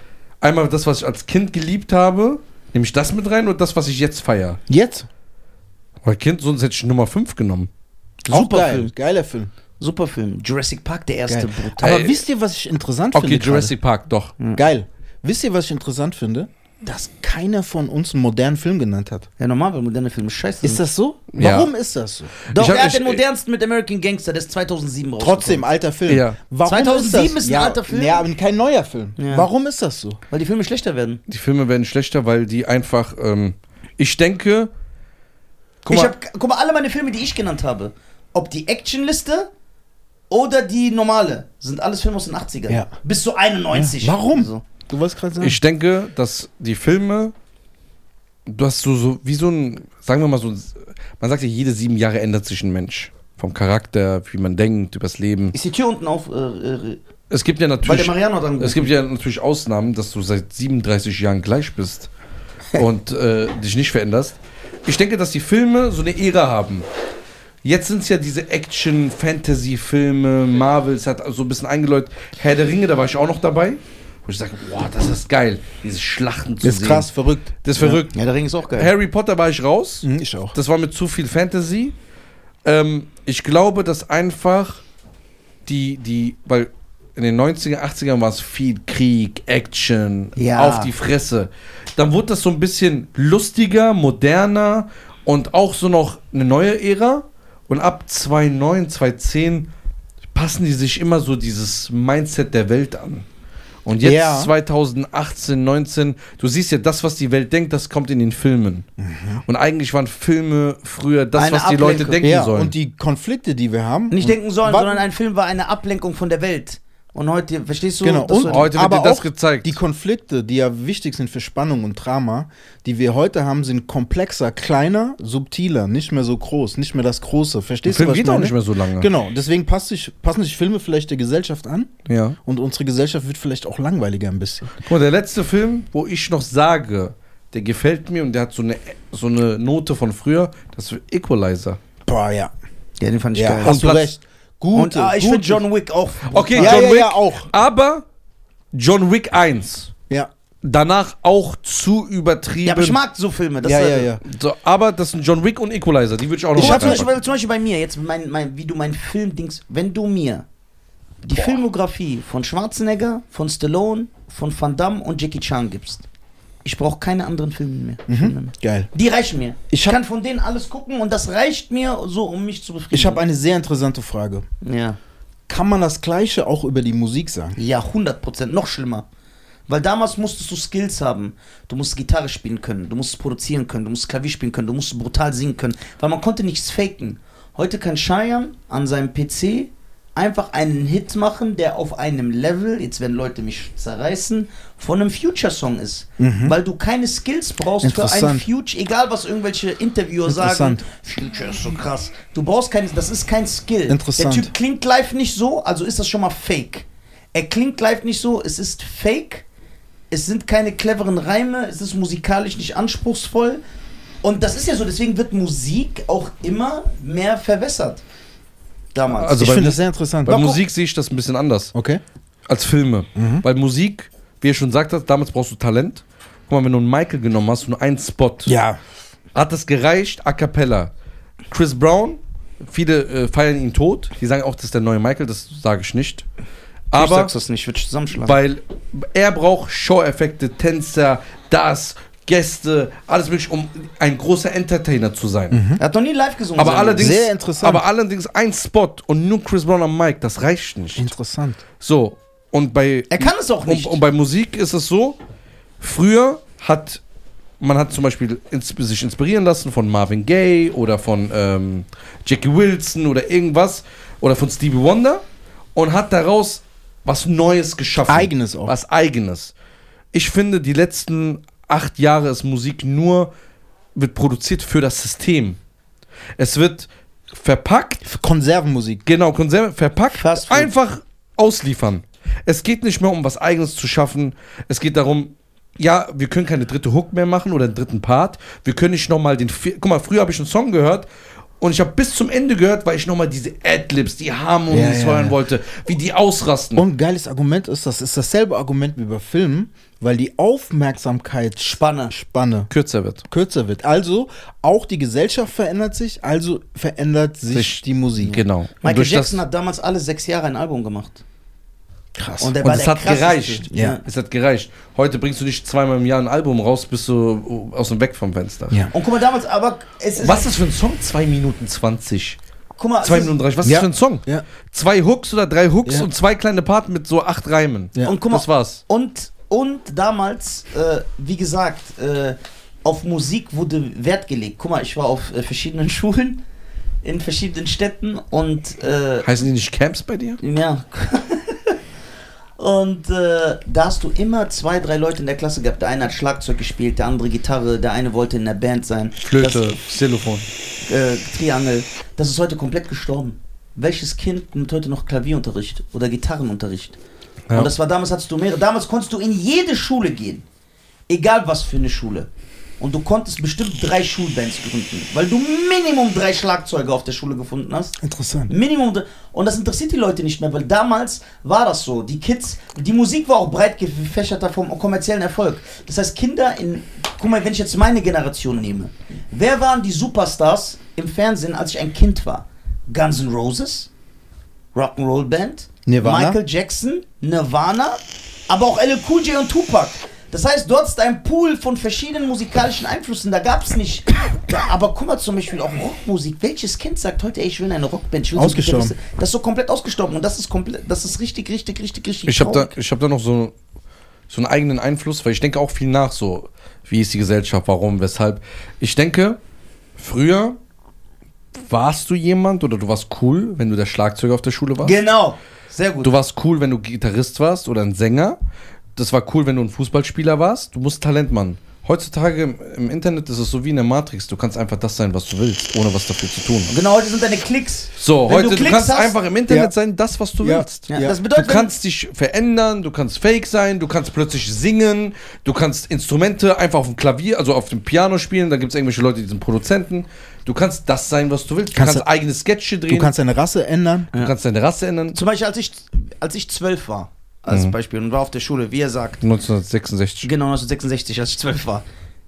Speaker 1: Einmal das, was ich als Kind geliebt habe, nehme ich das mit rein und das, was ich jetzt feiere.
Speaker 4: Jetzt?
Speaker 1: Weil Kind, sonst hätte ich Nummer 5 genommen.
Speaker 4: Auch
Speaker 3: Super
Speaker 4: geil.
Speaker 3: Film.
Speaker 4: Geiler Film.
Speaker 3: Super Film. Jurassic Park, der erste,
Speaker 4: Geil.
Speaker 3: brutal.
Speaker 4: Aber
Speaker 1: Ey.
Speaker 4: wisst ihr, was ich interessant
Speaker 1: Okay,
Speaker 4: finde? Hm.
Speaker 1: Jurassic Park, doch.
Speaker 4: Gerade? Geil. Wisst ihr, was ich interessant finde? Dass keiner von uns einen modernen Film genannt hat.
Speaker 3: Ja, normal, weil moderne Filme scheiße
Speaker 4: Ist
Speaker 3: sind.
Speaker 4: das so?
Speaker 1: Ja.
Speaker 4: Warum ist das so?
Speaker 3: Doch,
Speaker 1: Ich hab-
Speaker 3: er hat
Speaker 1: ich-
Speaker 3: den modernsten mit American Gangster, der ist 2007 raus.
Speaker 4: Trotzdem, alter Film.
Speaker 1: Ja.
Speaker 4: Warum
Speaker 3: 2007
Speaker 4: das-
Speaker 3: ist ein alter Film.
Speaker 4: Ja, aber kein neuer Film.
Speaker 3: Ja.
Speaker 4: Warum ist das so?
Speaker 3: Weil die Filme schlechter werden.
Speaker 1: Die Filme werden schlechter, weil die einfach. Ähm, ich denke. Guck
Speaker 3: ich
Speaker 1: mal,
Speaker 3: hab, guck mal, alle meine Filme, die ich genannt habe, ob die Actionliste oder die normale, sind alles Filme aus den 80ern.
Speaker 4: Ja.
Speaker 3: Bis zu 91.
Speaker 4: Warum?
Speaker 3: So.
Speaker 4: Du wolltest gerade sagen?
Speaker 1: ich denke, dass die Filme. Du hast so, so wie so ein. Sagen wir mal so. ein- Man sagt ja, jede sieben Jahre ändert sich ein Mensch. Vom Charakter, wie man denkt, übers Leben.
Speaker 3: Ist die Tür unten auf? Äh, äh,
Speaker 1: Es gibt ja
Speaker 3: weil der
Speaker 1: natürlich.
Speaker 3: Mariano dann.
Speaker 1: Es gibt ja natürlich Ausnahmen, dass du seit 37 Jahren gleich bist und äh, dich nicht veränderst. Ich denke, dass die Filme so eine Ära haben. Jetzt sind es ja diese Action-Fantasy-Filme, Marvels hat so ein bisschen eingeläutet. Herr der Ringe, da war ich auch noch dabei. Wo ich sage, boah, das ist geil, diese Schlachten zu
Speaker 4: Ist
Speaker 1: sehen.
Speaker 4: krass, verrückt. Mhm,
Speaker 1: Das ist verrückt.
Speaker 3: Ja, der Ring ist auch geil.
Speaker 1: Harry Potter war ich raus.
Speaker 4: Ich auch.
Speaker 1: Das war mir zu viel Fantasy. Ähm, ich glaube, dass einfach die, die, weil in den 90er, 80ern war es viel Krieg, Action,
Speaker 3: Ja.
Speaker 1: auf die Fresse. Dann wurde das so ein bisschen lustiger, moderner und auch so noch eine neue Ära. Und ab 2009, 2010 passen die sich immer so dieses Mindset der Welt an. Und jetzt
Speaker 4: Ja.
Speaker 1: 2018, 19, du siehst ja, das, was die Welt denkt, das kommt in den Filmen. Und eigentlich waren Filme früher das,
Speaker 3: Eine
Speaker 1: was die Leute
Speaker 3: Ablenkung.
Speaker 1: denken
Speaker 4: Ja,
Speaker 1: sollen.
Speaker 4: und die Konflikte, die wir haben.
Speaker 3: Nicht
Speaker 4: und
Speaker 3: denken sollen,
Speaker 4: wa-
Speaker 3: sondern ein Film war eine Ablenkung von der Welt. Und heute, verstehst du?
Speaker 4: Genau,
Speaker 3: dass
Speaker 4: und
Speaker 3: du-
Speaker 1: heute wird
Speaker 4: aber
Speaker 1: dir das
Speaker 4: auch
Speaker 1: gezeigt.
Speaker 4: Die Konflikte, die ja wichtig sind für Spannung und Drama, die wir heute haben, sind komplexer, kleiner, subtiler, nicht mehr so groß, nicht mehr das Große.
Speaker 1: Der
Speaker 4: Verstehst du,
Speaker 1: Film
Speaker 4: was ich
Speaker 1: geht auch
Speaker 4: meine?
Speaker 1: nicht mehr so lange.
Speaker 4: Genau, deswegen passt sich, passen sich Filme vielleicht der Gesellschaft an
Speaker 1: Ja.
Speaker 4: und unsere Gesellschaft wird vielleicht auch langweiliger ein bisschen.
Speaker 1: Guck mal, der letzte Film, wo ich noch sage, der gefällt mir und der hat so eine, so eine Note von früher, das ist Equalizer.
Speaker 4: Boah, ja.
Speaker 3: Ja, den fand ich
Speaker 4: ja
Speaker 3: geil.
Speaker 4: hast du
Speaker 1: Platz.
Speaker 4: recht. Gute,
Speaker 3: und ah, ich
Speaker 4: gute.
Speaker 3: finde John Wick auch.
Speaker 1: Okay,
Speaker 4: Ja,
Speaker 1: John
Speaker 4: ja,
Speaker 1: Wick,
Speaker 4: ja, auch.
Speaker 1: aber John Wick 1.
Speaker 4: Ja,
Speaker 1: Danach auch zu übertrieben.
Speaker 3: Ja, aber ich mag so Filme. Das
Speaker 4: ja,
Speaker 3: ist-
Speaker 4: ja, ja.
Speaker 1: so, aber das sind John Wick und Equalizer, die würde ich auch noch
Speaker 3: Guck mal, zum, Beispiel,
Speaker 1: reinpacken.
Speaker 3: bei- zum Beispiel bei mir, jetzt mein, mein, wie du mein Filmdings, wenn du mir die Filmografie von Schwarzenegger, von Stallone, von Van Damme und Jackie Chan gibst, ich brauche keine anderen Filme mehr. Filme mehr.
Speaker 4: Geil.
Speaker 3: Die reichen mir. Ich
Speaker 4: Ich hab-
Speaker 3: kann von denen alles gucken und das reicht mir so, um mich zu befriedigen.
Speaker 4: Ich habe eine sehr interessante Frage.
Speaker 3: ja.
Speaker 4: Kann man das Gleiche auch über die Musik sagen?
Speaker 3: Ja, 100%. Noch schlimmer. Weil damals musstest du Skills haben. Du musst Gitarre spielen können, du musst produzieren können, du musst Klavier spielen können, du musst brutal singen können. Weil man konnte nichts faken. Heute kann Cheyenne an seinem PC einfach einen Hit machen, der auf einem Level, jetzt werden Leute mich zerreißen, von einem Future-Song ist. Weil du keine Skills brauchst für einen
Speaker 4: Mhm. Interessant.
Speaker 3: Future, egal was irgendwelche Interviewer sagen.
Speaker 4: Interessant.
Speaker 3: Future ist so krass. Du brauchst keine, das ist kein Skill.
Speaker 4: Interessant.
Speaker 3: Der Typ klingt live nicht so, also ist das schon mal fake. Er klingt live nicht so, es ist fake. Es sind keine cleveren Reime, es ist musikalisch nicht anspruchsvoll. Und das ist ja so, deswegen wird Musik auch immer mehr verwässert. Damals.
Speaker 1: Also
Speaker 4: ich
Speaker 1: bei
Speaker 4: finde
Speaker 1: Mu-
Speaker 4: das sehr interessant.
Speaker 1: Bei Musik sehe ich das ein bisschen anders
Speaker 4: Okay.
Speaker 1: als Filme. Weil Musik, wie ihr schon gesagt habt, damals brauchst du Talent. Guck mal, wenn du einen Michael genommen hast, nur einen Spot.
Speaker 4: Ja.
Speaker 1: Hat das gereicht? A cappella. Chris Brown, viele äh, feiern ihn tot. Die sagen auch, das ist der neue Michael, das sage ich nicht.
Speaker 3: ich
Speaker 1: Aber
Speaker 3: sag's das nicht, ich würde zusammenschlagen.
Speaker 1: weil er braucht Show-Effekte, Tänzer, das, Gäste, alles mögliche, um ein großer Entertainer zu sein.
Speaker 3: er hat noch nie live gesungen.
Speaker 1: Aber
Speaker 3: Samuel.
Speaker 1: allerdings,
Speaker 4: Sehr interessant.
Speaker 1: aber allerdings ein Spot und nur Chris Brown am Mic, das reicht nicht.
Speaker 4: Interessant.
Speaker 1: So, und bei
Speaker 3: Er kann es auch nicht.
Speaker 1: und, und Um, bei Musik ist es so, früher hat man hat zum Beispiel ins, sich inspirieren lassen von Marvin Gaye oder von ähm, Jackie Wilson oder irgendwas oder von Stevie Wonder und hat daraus was Neues geschaffen.
Speaker 4: Eigenes auch.
Speaker 1: Was Eigenes. Ich finde, die letzten acht Jahre ist Musik nur, wird produziert für das System. Es wird verpackt
Speaker 4: Konservenmusik.
Speaker 1: Genau, Konserve verpackt,
Speaker 3: Fast Food.
Speaker 1: einfach ausliefern. Es geht nicht mehr um was Eigenes zu schaffen. Es geht darum, ja, wir können keine dritte Hook mehr machen oder einen dritten Part. Wir können nicht nochmal den. vier- Guck mal, früher habe ich einen Song gehört und ich habe bis zum Ende gehört, weil ich nochmal diese Adlibs, die Harmonies
Speaker 4: Ja, ja,
Speaker 1: hören
Speaker 4: ja.
Speaker 1: wollte, wie die ausrasten.
Speaker 4: Und ein geiles Argument ist, das ist dasselbe Argument wie bei Filmen, weil die Aufmerksamkeitsspanne Spanne
Speaker 1: kürzer wird.
Speaker 4: kürzer wird. Also auch die Gesellschaft verändert sich, also verändert sich,
Speaker 1: Sich-
Speaker 4: die Musik.
Speaker 1: Genau. und
Speaker 3: Michael
Speaker 1: durch
Speaker 3: Jackson
Speaker 1: das,
Speaker 3: hat damals alle sechs Jahre ein Album gemacht.
Speaker 4: Krass.
Speaker 3: Und, er
Speaker 1: und es hat
Speaker 3: krasseste.
Speaker 1: gereicht.
Speaker 4: Ja.
Speaker 1: Es hat gereicht. Heute bringst du nicht zweimal im Jahr ein Album raus, bist du äh, aus dem Weg vom Fenster.
Speaker 4: Ja.
Speaker 3: Und guck mal, damals, aber es ist.
Speaker 1: Was ist für ein Song? 2 Minuten 20.
Speaker 3: Guck mal, es
Speaker 1: 2
Speaker 3: ist-
Speaker 1: Minuten 30, was
Speaker 4: Ja.
Speaker 1: ist für ein Song?
Speaker 4: Ja.
Speaker 1: Zwei Hooks oder drei Hooks
Speaker 4: Ja.
Speaker 1: und zwei kleine Parten mit so acht Reimen.
Speaker 4: Ja.
Speaker 3: Und guck mal,
Speaker 1: Das war's.
Speaker 3: Und, und damals, äh, wie gesagt, äh, auf Musik wurde Wert gelegt. Guck mal, ich war auf äh, verschiedenen Schulen in verschiedenen Städten und äh,
Speaker 1: Heißen die nicht Camps bei dir?
Speaker 3: ja. Und äh, da hast du immer zwei, drei Leute in der Klasse gehabt. Der eine hat Schlagzeug gespielt, der andere Gitarre, der eine wollte in der Band sein.
Speaker 1: Flöte, Xylophon.
Speaker 3: Das, äh, Triangel. Das ist heute komplett gestorben. Welches Kind nimmt heute noch Klavierunterricht oder Gitarrenunterricht?
Speaker 1: Ja.
Speaker 3: Und das war damals, hattest du mehrere. Damals konntest du in jede Schule gehen. Egal was für eine Schule. und du konntest bestimmt drei Schulbands gründen, weil du Minimum drei Schlagzeuger auf der Schule gefunden hast.
Speaker 4: Interessant.
Speaker 3: Minimum. Und das interessiert die Leute nicht mehr, weil damals war das so. Die Kids, die Musik war auch breit gefächerter vom kommerziellen Erfolg. Das heißt, Kinder in. Guck mal, wenn ich jetzt meine Generation nehme. Wer waren die Superstars im Fernsehen, als ich ein Kind war? Guns N' Roses, Rock'n'Roll Band,
Speaker 4: Nirvana?
Speaker 3: Michael Jackson, Nirvana, aber auch LL Cool J und Tupac. Das heißt, du hattest einen Pool von verschiedenen musikalischen Einflüssen, da gab es nicht. Da, aber guck mal zum Beispiel auch Rockmusik. Welches Kind sagt heute, ey, ich will eine Rockband? Ich will so
Speaker 4: Ausgestorben.
Speaker 3: eine Gitarriste? das ist so komplett ausgestorben und das ist komplett, das ist richtig, richtig, richtig, richtig
Speaker 1: Ich habe da,
Speaker 3: traurig.
Speaker 1: ich hab da noch so, so einen eigenen Einfluss, weil ich denke auch viel nach, so wie ist die Gesellschaft, warum, weshalb. Ich denke, früher warst du jemand oder du warst cool, wenn du der Schlagzeuger auf der Schule warst.
Speaker 3: Genau, sehr gut.
Speaker 1: Du warst cool, wenn du Gitarrist warst oder ein Sänger. Das war cool, wenn du ein Fußballspieler warst. Du musst Talentmann. Heutzutage im, im Internet ist es so wie in der Matrix. Du kannst einfach das sein, was du willst, ohne was dafür zu tun.
Speaker 3: genau, heute sind deine Klicks.
Speaker 1: So,
Speaker 3: Wenn
Speaker 1: heute du
Speaker 3: Klicks
Speaker 1: kannst
Speaker 3: hast-
Speaker 1: einfach im Internet
Speaker 4: Ja.
Speaker 1: sein, das, was du
Speaker 4: Ja.
Speaker 1: willst.
Speaker 3: Ja,
Speaker 4: Ja.
Speaker 3: Das
Speaker 1: Du
Speaker 3: bedeutet,
Speaker 1: kannst dich verändern, du kannst fake sein, du kannst plötzlich singen, du kannst Instrumente einfach auf dem Klavier, also auf dem Piano spielen, da gibt es irgendwelche Leute, die sind Produzenten. Du kannst das sein, was du willst. Du kannst,
Speaker 4: Kannst
Speaker 1: eigene Sketche drehen,
Speaker 4: Du kannst deine Rasse ändern.
Speaker 1: du kannst deine Rasse ändern.
Speaker 3: zum Beispiel, als ich, als ich zwölf war,
Speaker 1: Mhm.
Speaker 3: als Beispiel, und war auf der Schule, wie er sagt,
Speaker 1: 1966.
Speaker 3: Genau, 1966, als ich 12 war.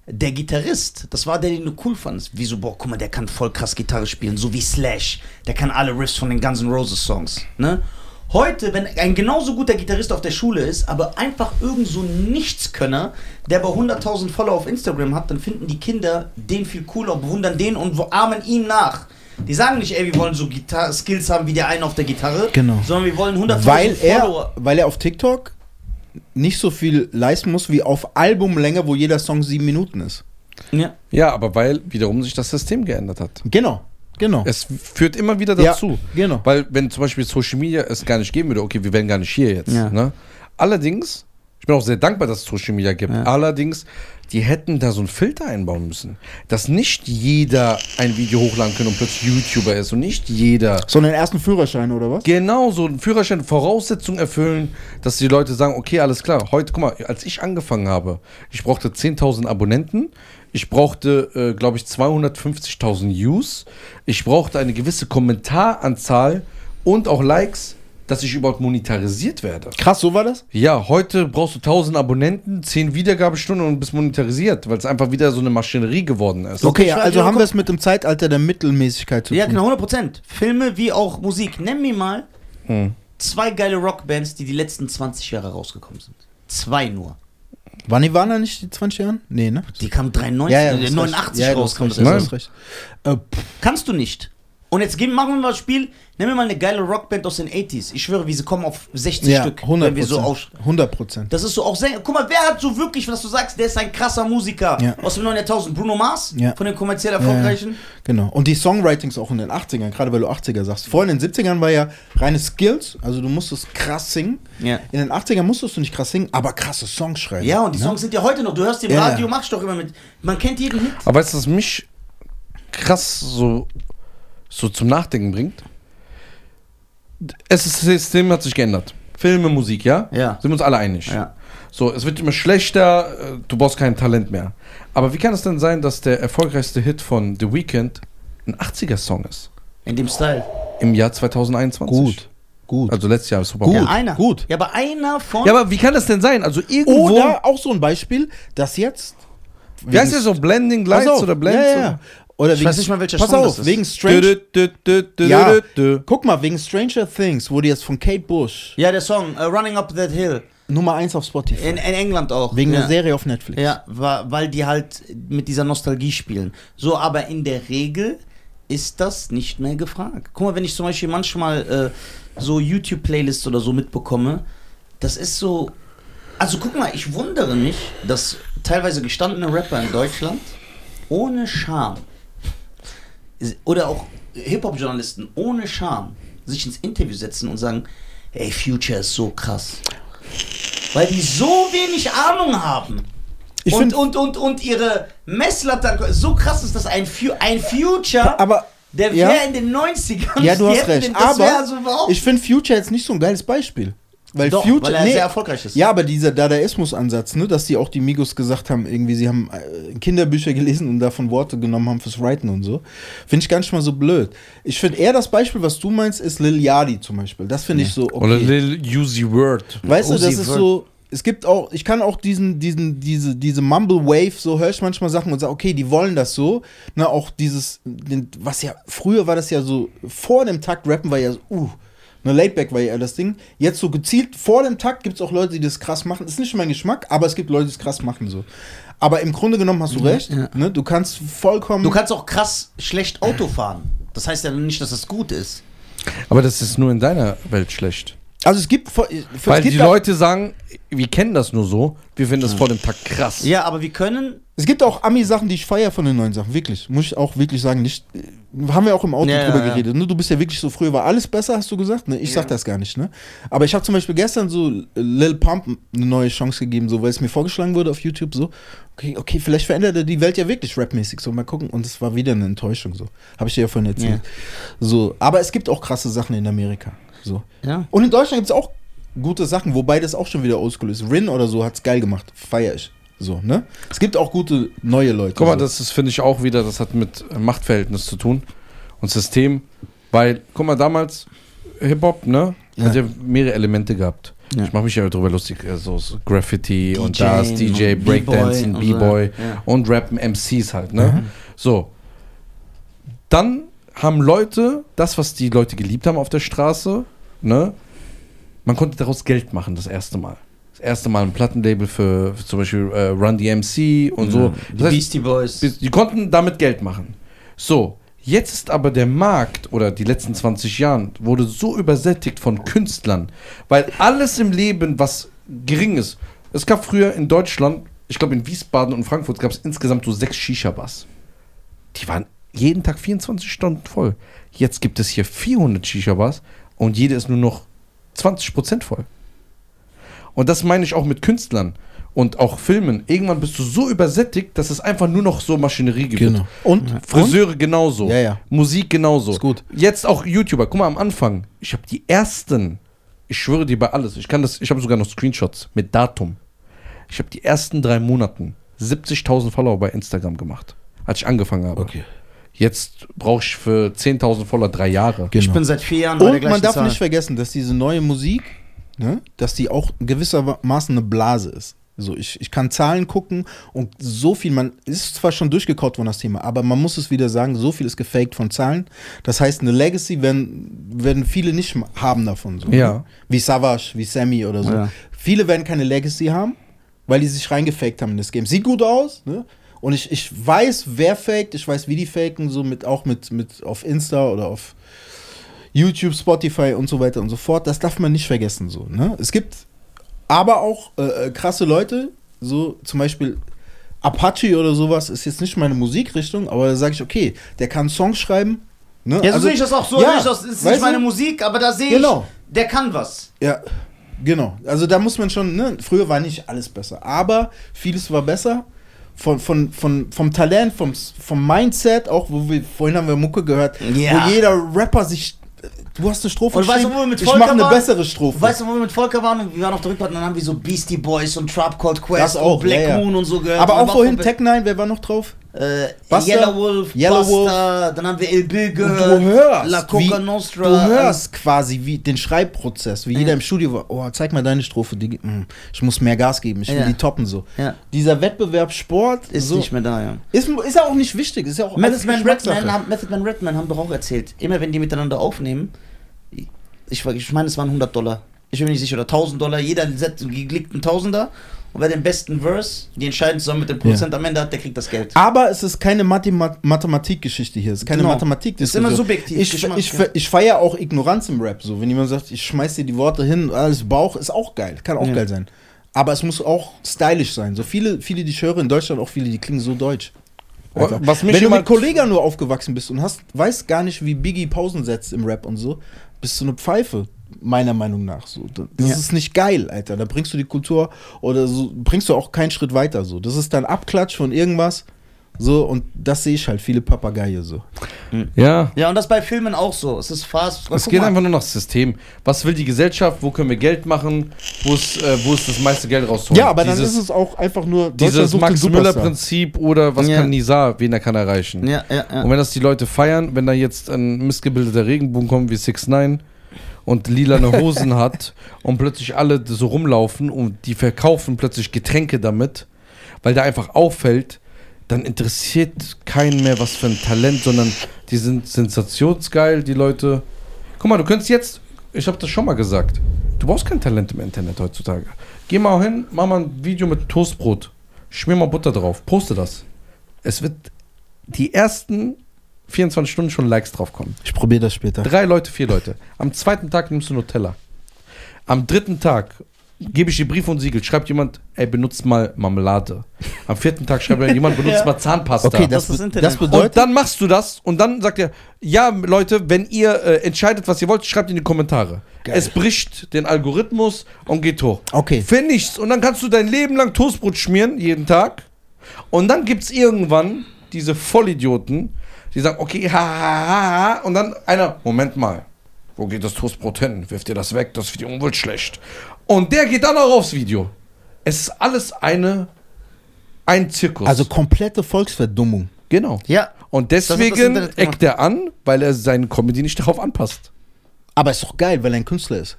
Speaker 3: Der Gitarrist, das war der, den du cool fandest. Wieso, boah, guck mal, der kann voll krass Gitarre spielen, so wie Slash. Der kann alle Riffs von den Guns N' Roses Songs. Ne? Heute, wenn ein genauso guter Gitarrist auf der Schule ist, aber einfach irgend so ein Nichtskönner, der aber 100.000 Follower auf Instagram hat, dann finden die Kinder den viel cooler, bewundern den und wo- ahmen ihm nach. Die sagen nicht, ey, wir wollen so Gitar Skills haben wie der eine auf der Gitarre,
Speaker 4: Genau.
Speaker 3: sondern wir wollen 100.000
Speaker 4: Weil
Speaker 3: Follower.
Speaker 4: er, weil er auf TikTok nicht so viel leisten muss wie auf Albumlänge, wo jeder Song sieben Minuten ist.
Speaker 3: Ja.
Speaker 1: Ja, aber weil wiederum sich das System geändert hat.
Speaker 4: Genau, genau.
Speaker 1: Es führt immer wieder
Speaker 4: Ja,
Speaker 1: dazu.
Speaker 4: genau.
Speaker 1: Weil, wenn zum Beispiel Social Media es gar nicht geben würde, okay, wir wären gar nicht hier jetzt.
Speaker 3: Ja.
Speaker 1: Ne? Allerdings, ich bin auch sehr dankbar, dass es Social Media gibt. Allerdings, die hätten da so einen Filter einbauen müssen, dass nicht jeder ein Video hochladen kann und plötzlich YouTuber ist und nicht jeder.
Speaker 2: So einen ersten Führerschein oder was?
Speaker 1: Genau, so einen Führerschein, Voraussetzungen erfüllen, dass die Leute sagen, okay, alles klar, heute, guck mal, als ich angefangen habe, ich brauchte 10.000 Abonnenten, ich brauchte, äh, glaube ich, 250.000 Views, ich brauchte eine gewisse Kommentaranzahl und auch Likes, dass ich überhaupt monetarisiert werde.
Speaker 4: Krass, so war das?
Speaker 1: Ja, heute brauchst du 1000 Abonnenten, 10 Wiedergabestunden und bist monetarisiert, weil es einfach wieder so eine Maschinerie geworden ist.
Speaker 4: Okay,
Speaker 3: ich war-
Speaker 4: also
Speaker 3: ich
Speaker 4: haben
Speaker 3: war-
Speaker 4: wir es mit dem Zeitalter der Mittelmäßigkeit zu
Speaker 3: Ja,
Speaker 4: tun.
Speaker 3: genau, 100 Prozent. Filme wie auch Musik. Nenn mir mal
Speaker 1: Hm.
Speaker 3: zwei geile Rockbands, die die letzten 20 Jahre rausgekommen sind. Zwei nur.
Speaker 4: Wann die waren da nicht die 20 Jahre? Nee, ne?
Speaker 3: Die kamen 93,
Speaker 4: du hast
Speaker 3: äh,
Speaker 4: recht.
Speaker 3: 89
Speaker 4: Ja, du hast
Speaker 3: raus. Kam das
Speaker 4: recht, du
Speaker 3: erst.
Speaker 4: hast recht. Äh, pff,
Speaker 3: Kannst du nicht. Und jetzt gehen, machen wir mal das Spiel. Nenn mir mal eine geile Rockband aus den 80s. Ich schwöre, wir kommen auf 60
Speaker 4: ja,
Speaker 3: Stück,
Speaker 4: 100
Speaker 3: wenn wir so auf.
Speaker 4: 100 Prozent.
Speaker 3: Das ist so auch sehr. Guck mal, wer hat so wirklich, was du sagst, der ist ein krasser Musiker
Speaker 4: Ja.
Speaker 3: aus dem neuen Jahrtausend? Bruno Mars?
Speaker 4: Ja.
Speaker 3: Von den kommerziell erfolgreichen?
Speaker 4: Genau. Und die Songwritings auch in den 80ern, gerade weil du 80er sagst. Vorhin in den 70ern war ja reine Skills, also du musstest krass singen.
Speaker 3: Ja.
Speaker 4: In den 80ern musstest du nicht krass singen, aber krasse Songs schreiben. ne?
Speaker 3: Ja, und die Songs sind ja heute noch. Du hörst die im
Speaker 4: Ja,
Speaker 3: Radio,
Speaker 4: ja.
Speaker 3: machst doch immer mit. Man kennt jeden Hit.
Speaker 1: Aber weißt du, was mich krass so, so zum Nachdenken bringt? Es ist, das System hat sich geändert. Filme, Musik, ja?
Speaker 3: Ja.
Speaker 1: Sind wir uns alle einig.
Speaker 3: Ja.
Speaker 1: So, es wird immer schlechter, äh, du brauchst kein Talent mehr. Aber wie kann es denn sein, dass der erfolgreichste Hit von The Weeknd ein 80er-Song ist?
Speaker 3: In dem Style.
Speaker 1: Im Jahr 2021.
Speaker 4: Gut, gut.
Speaker 1: Also letztes Jahr ist Super Bowl.
Speaker 4: Gut.
Speaker 3: Ja, einer.
Speaker 4: gut.
Speaker 3: Ja, aber einer von.
Speaker 1: Ja, aber wie kann das denn sein? Also irgendwo.
Speaker 4: Oder auch so ein Beispiel, dass jetzt.
Speaker 1: wie heißt das so? Blending Lights
Speaker 4: Pass auf,
Speaker 1: oder Blends?
Speaker 4: Ja, ja, ja. Oder
Speaker 3: Ich weiß nicht mal, welcher
Speaker 4: Pass
Speaker 3: Song das
Speaker 4: auf,
Speaker 3: ist.
Speaker 4: wegen
Speaker 1: Dö,
Speaker 4: Stranger.
Speaker 1: dö, dö, dö, dö,
Speaker 4: Ja.
Speaker 1: dö, dö.
Speaker 4: Guck mal, wegen Stranger Things wurde jetzt von Kate Bush
Speaker 3: Ja, der Song äh, Running Up That Hill.
Speaker 4: Nummer 1 auf Spotify.
Speaker 3: In, in England auch.
Speaker 4: wegen
Speaker 3: ja.
Speaker 4: der Serie auf Netflix.
Speaker 3: Ja, wa- weil die halt mit dieser Nostalgie spielen. So, aber in der Regel ist das nicht mehr gefragt. Guck mal, wenn ich zum Beispiel manchmal äh, so YouTube-Playlists oder so mitbekomme, das ist so. Also guck mal, ich wundere mich, dass teilweise gestandene Rapper in Deutschland ohne Scham oder auch Hip-Hop-Journalisten ohne Scham sich ins Interview setzen und sagen, ey, Future ist so krass. Weil die so wenig Ahnung haben.
Speaker 4: Ich
Speaker 3: und,
Speaker 4: find-
Speaker 3: und, und, und ihre Messlatte, so krass ist das ein, Fu ein Future,
Speaker 4: Aber.
Speaker 3: der
Speaker 4: ja.
Speaker 3: wäre in den 90ern.
Speaker 4: Ja, du
Speaker 3: die
Speaker 4: hast
Speaker 3: hätten
Speaker 4: recht.
Speaker 3: Den, das wäre
Speaker 4: Aber
Speaker 3: also überhaupt
Speaker 4: ich finde Future jetzt nicht so ein geiles Beispiel.
Speaker 2: Weil
Speaker 3: Doch,
Speaker 2: Future.
Speaker 3: weil er
Speaker 2: nee,
Speaker 3: sehr erfolgreich ist.
Speaker 2: Ja, aber dieser Dadaismus-Ansatz, ne, dass die auch die Migos gesagt haben, irgendwie, sie haben äh, Kinderbücher gelesen und davon Worte genommen haben fürs Writen und so, finde ich gar nicht mal so blöd. Ich finde eher das Beispiel, was du meinst, ist Lil Yadi zum Beispiel. Das finde ich so okay.
Speaker 1: Oder Lil Uzi Word.
Speaker 2: Weißt du,
Speaker 3: Uzi
Speaker 2: das ist
Speaker 3: Vert.
Speaker 2: so. Es gibt auch, ich kann auch diesen, diesen, diese, diese Mumble Wave, so höre ich manchmal Sachen und sage, okay, die wollen das so. Na, auch dieses, den, was ja, früher war das ja so, vor dem Takt rappen war ja so, uh, ne, Laidback war ja das Ding. Jetzt so gezielt, vor dem Takt gibt es auch Leute, die das krass machen. Ist nicht mein Geschmack, aber es gibt Leute, die es krass machen so. Aber im Grunde genommen hast du recht, ne, du kannst vollkommen.
Speaker 3: Du kannst auch krass schlecht Auto fahren. Das heißt ja nicht, dass das gut ist.
Speaker 1: Aber das ist nur in deiner Welt schlecht.
Speaker 2: also es gibt, voll- es
Speaker 1: Weil
Speaker 2: gibt
Speaker 1: die
Speaker 2: da-
Speaker 1: Leute sagen, wir kennen das nur so, wir finden das vor dem Takt krass.
Speaker 3: Ja, aber wir können.
Speaker 2: Es gibt auch Ami-Sachen, die ich feiere von den neuen Sachen, wirklich. Muss ich auch wirklich sagen, nicht. äh, Haben wir auch im Auto
Speaker 3: Ja,
Speaker 2: drüber
Speaker 3: ja, ja.
Speaker 2: geredet. Ne? Du bist ja wirklich so, früher war alles besser, hast du gesagt. Ne? Ich sag das gar nicht, ne? Aber ich habe zum Beispiel gestern so äh, Lil Pump eine neue Chance gegeben, so weil es mir vorgeschlagen wurde auf YouTube. So, okay, okay, vielleicht verändert er die Welt ja wirklich rapmäßig. So, mal gucken. Und es war wieder eine Enttäuschung. So, habe ich dir ja vorhin erzählt. So, aber es gibt auch krasse Sachen in Amerika. So.
Speaker 3: Ja.
Speaker 2: Und in Deutschland gibt es auch gute Sachen, wobei das auch schon wieder oldschool ist. Rin oder so hat's geil gemacht, feier ich. So, ne? Es gibt auch gute neue Leute.
Speaker 1: Guck mal,
Speaker 2: so.
Speaker 1: das ist, finde ich, auch wieder, das hat mit äh, Machtverhältnis zu tun und System. Weil, guck mal, damals Hip-Hop, ne?
Speaker 2: Ja.
Speaker 1: Hat ja mehrere Elemente gehabt.
Speaker 3: Ja.
Speaker 1: Ich mache mich ja drüber lustig. äh, So so Graffiti und
Speaker 3: DJ
Speaker 1: das, DJ,
Speaker 3: und
Speaker 1: Breakdancing,
Speaker 3: B-Boy und so,
Speaker 1: B-Boy
Speaker 3: ja. Mhm.
Speaker 1: und Rappen, MCs halt, ne? So. Dann haben Leute das, was die Leute geliebt haben auf der Straße, ne? Man konnte daraus Geld machen, das erste Mal. Das erste Mal ein Plattenlabel für, für zum Beispiel äh, Run DMC und so.
Speaker 3: Die
Speaker 1: Das heißt,
Speaker 3: Beastie Boys.
Speaker 1: bis- Die konnten damit Geld machen. So, jetzt ist aber der Markt oder die letzten 20 Jahren wurde so übersättigt von Künstlern, weil alles im Leben, was gering ist, es gab früher in Deutschland, ich glaube in Wiesbaden und Frankfurt gab es insgesamt so sechs Shisha-Bars. Die waren jeden Tag 24 Stunden voll. Jetzt gibt es hier 400 Shisha-Bars und jede ist nur noch 20% voll. Und das meine ich auch mit Künstlern und auch Filmen. Irgendwann bist du so übersättigt, dass es einfach nur noch so Maschinerie gibt.
Speaker 2: Genau. Und
Speaker 1: Friseure genauso.
Speaker 2: Ja, ja.
Speaker 1: Musik genauso.
Speaker 2: Ist gut.
Speaker 1: Jetzt auch YouTuber. Guck mal am Anfang. Ich habe die ersten. Ich schwöre dir bei alles. Ich kann das. Ich habe sogar noch Screenshots mit Datum. Ich habe die ersten drei Monaten 70.000 Follower bei Instagram gemacht, als ich angefangen habe.
Speaker 2: Okay.
Speaker 1: Jetzt brauche ich für 10.000 Follower drei Jahre.
Speaker 2: Genau.
Speaker 3: Ich bin seit vier Jahren bei der
Speaker 2: Und
Speaker 3: gleichen
Speaker 2: man darf
Speaker 3: Zahl.
Speaker 2: nicht vergessen, dass diese neue Musik, ne, dass die auch gewissermaßen eine Blase ist. So, ich, ich kann Zahlen gucken und so viel, man ist zwar schon durchgekaut worden, das Thema, aber man muss es wieder sagen, so viel ist gefaked von Zahlen. Das heißt, eine Legacy werden, werden viele nicht ma- haben davon. So,
Speaker 1: Ja.
Speaker 2: ne? Wie Savage, wie Sammy oder so.
Speaker 3: Ja.
Speaker 2: Viele werden keine Legacy haben, weil die sich reingefaked haben in das Game. Sieht gut aus, ne? Und ich, ich weiß, wer faked, ich weiß, wie die faken, so mit, auch mit, mit auf Insta oder auf YouTube, Spotify und so weiter und so fort. Das darf man nicht vergessen. So, ne? Es gibt aber auch äh, äh, krasse Leute, so zum Beispiel Apache oder sowas, ist jetzt nicht meine Musikrichtung, aber da sage ich, okay, der kann Songs schreiben. Ne?
Speaker 3: Ja, so sehe ich das auch. So
Speaker 2: ja,
Speaker 3: sehe ich das. Das ist
Speaker 2: weißt
Speaker 3: nicht
Speaker 2: du?
Speaker 3: meine Musik, aber da sehe
Speaker 2: Genau.
Speaker 3: ich, der kann was.
Speaker 2: Ja, genau. Also da muss man schon, ne? früher war nicht alles besser, aber vieles war besser. Von, von, von, vom Talent, vom, vom Mindset, auch wo wir vorhin haben wir Mucke gehört,
Speaker 3: Ja.
Speaker 2: wo jeder Rapper sich. äh, Du hast eine Strophe
Speaker 3: Und weißt du,
Speaker 2: geschrieben,
Speaker 3: wo wir mit
Speaker 2: ich
Speaker 3: Volker
Speaker 2: mache eine
Speaker 3: waren?
Speaker 2: bessere Strophe.
Speaker 3: Weißt du, wo wir mit Volker waren? und Wir waren auf der Rückfahrt und dann haben wir so Beastie Boys und Trap Called Quest
Speaker 2: Das auch,
Speaker 3: und Black
Speaker 2: ja, ja.
Speaker 3: Moon und so gehört.
Speaker 2: Aber
Speaker 3: Und
Speaker 2: auch
Speaker 3: wir
Speaker 2: vorhin
Speaker 3: waren
Speaker 2: Tech Nine, wer war noch drauf?
Speaker 3: Äh,
Speaker 2: Buster,
Speaker 3: Yellow Wolf,
Speaker 2: Yellow
Speaker 3: Buster, dann haben wir El Bill gehört. La Coca
Speaker 2: wie-
Speaker 3: Nostra.
Speaker 2: Du hörst quasi wie den Schreibprozess, wie jeder im Studio war. Oh, zeig mal deine Strophe. Die, mm, ich muss mehr Gas geben. Ich will
Speaker 3: Ja.
Speaker 2: die toppen so.
Speaker 3: Ja.
Speaker 2: Dieser Wettbewerb Sport
Speaker 3: Ist
Speaker 2: so,
Speaker 3: nicht mehr da, ja.
Speaker 2: Ist, ist ja auch nicht wichtig. Ist ja auch alles
Speaker 3: Method Man,
Speaker 2: Geschmackssache.
Speaker 3: Redman, haben, Method Man Redman haben doch auch erzählt, immer wenn die miteinander aufnehmen, ich, ich meine, es waren 100 Dollar, ich bin mir nicht sicher, oder 1000 Dollar, jeder setzt geklickt einen Tausender und wer den besten Verse, die entscheiden zusammen mit dem Produzent am Ende hat, der kriegt das
Speaker 1: Ah,
Speaker 3: Geld.
Speaker 2: Aber es ist keine Mathema Mathematikgeschichte hier. Es ist keine
Speaker 3: Genau.
Speaker 2: Mathematik.
Speaker 3: Ist immer subjektiv,
Speaker 2: Ich,
Speaker 3: Geschmack,
Speaker 2: ich,
Speaker 3: ja.
Speaker 2: ich feiere auch Ignoranz im Rap. So, wenn jemand sagt, ich schmeiß dir die Worte hin, alles Bauch, ist auch geil. Kann auch
Speaker 3: Ja.
Speaker 2: geil sein. Aber es muss auch stylisch sein. So viele, viele, die ich höre in Deutschland, auch viele, die klingen so deutsch. Einfach.
Speaker 1: Was mich
Speaker 2: wenn du
Speaker 1: immer-
Speaker 2: mit Kollega nur aufgewachsen bist und hast, weißt gar nicht, wie Biggie Pausen setzt im Rap und so, bist du eine Pfeife. Meiner Meinung nach so. Das
Speaker 3: Ja.
Speaker 2: ist nicht geil, Alter. Da bringst du die Kultur oder so, bringst du auch keinen Schritt weiter so. Das ist dann Abklatsch von irgendwas
Speaker 4: So, und das sehe ich halt, viele Papageien so.
Speaker 1: Ja.
Speaker 3: Ja, und das bei Filmen auch so. Es ist fast.
Speaker 1: Es
Speaker 3: Guck
Speaker 1: geht
Speaker 3: mal.
Speaker 1: einfach nur nach System. Was will die Gesellschaft? Wo können wir Geld machen? Wo ist, äh, wo ist das meiste Geld rausholen?
Speaker 2: Ja, aber dann
Speaker 1: dieses,
Speaker 2: ist es auch einfach nur Deutschland
Speaker 1: dieses
Speaker 2: sucht den
Speaker 1: Max
Speaker 2: Superstar.
Speaker 1: Müller-Prinzip oder was
Speaker 3: Ja.
Speaker 1: kann Nizar, wen er kann erreichen.
Speaker 3: Ja, ja,
Speaker 1: Und
Speaker 3: ja.
Speaker 1: wenn das die Leute feiern, wenn da jetzt ein missgebildeter Regenbogen kommt wie 6 9 und lilane Hosen hat und plötzlich alle so rumlaufen und die verkaufen plötzlich Getränke damit, weil da einfach auffällt, dann interessiert keinen mehr was für ein Talent, sondern die sind sensationsgeil, die Leute. Guck mal, du könntest jetzt, ich habe das schon mal gesagt, du brauchst kein Talent im Internet heutzutage. Geh mal hin, mach mal ein Video mit Toastbrot, schmier mal Butter drauf, poste das. Es wird die ersten 24 Stunden schon Likes draufkommen.
Speaker 4: Ich probiere das später.
Speaker 1: Drei Leute, vier Leute. Am zweiten Tag nimmst du Nutella. Am dritten Tag gebe ich dir Brief und Siegel. Schreibt jemand, ey, benutzt mal Marmelade. Am vierten Tag schreibt jemand, benutzt
Speaker 3: Ja.
Speaker 1: mal Zahnpasta.
Speaker 4: Okay,
Speaker 3: Das
Speaker 4: das,
Speaker 3: ist
Speaker 4: be-
Speaker 3: Internet.
Speaker 4: das bedeutet.
Speaker 1: und dann machst du das und dann sagt er, ja, Leute, wenn ihr äh, entscheidet, was ihr wollt, schreibt in die Kommentare.
Speaker 4: Geil.
Speaker 1: Es bricht den Algorithmus und geht hoch.
Speaker 4: okay.
Speaker 1: Für nichts. Und dann kannst du dein Leben lang Toastbrot schmieren, jeden Tag. Und dann gibt es irgendwann diese Vollidioten, die sagen, okay, ha, ha, ha, ha. Und dann einer, Moment mal, wo geht das Toastbrot hin? Wirft ihr das weg? Das ist für die Umwelt schlecht. Und der geht dann auch aufs Video. Es ist alles eine, ein Zirkus.
Speaker 4: Also komplette Volksverdummung.
Speaker 1: genau.
Speaker 3: Ja.
Speaker 1: Und
Speaker 3: das
Speaker 1: deswegen
Speaker 3: Internet gemacht.
Speaker 1: eckt er an, weil er seinen Comedy nicht darauf anpasst.
Speaker 4: Aber ist doch geil, weil er ein Künstler ist.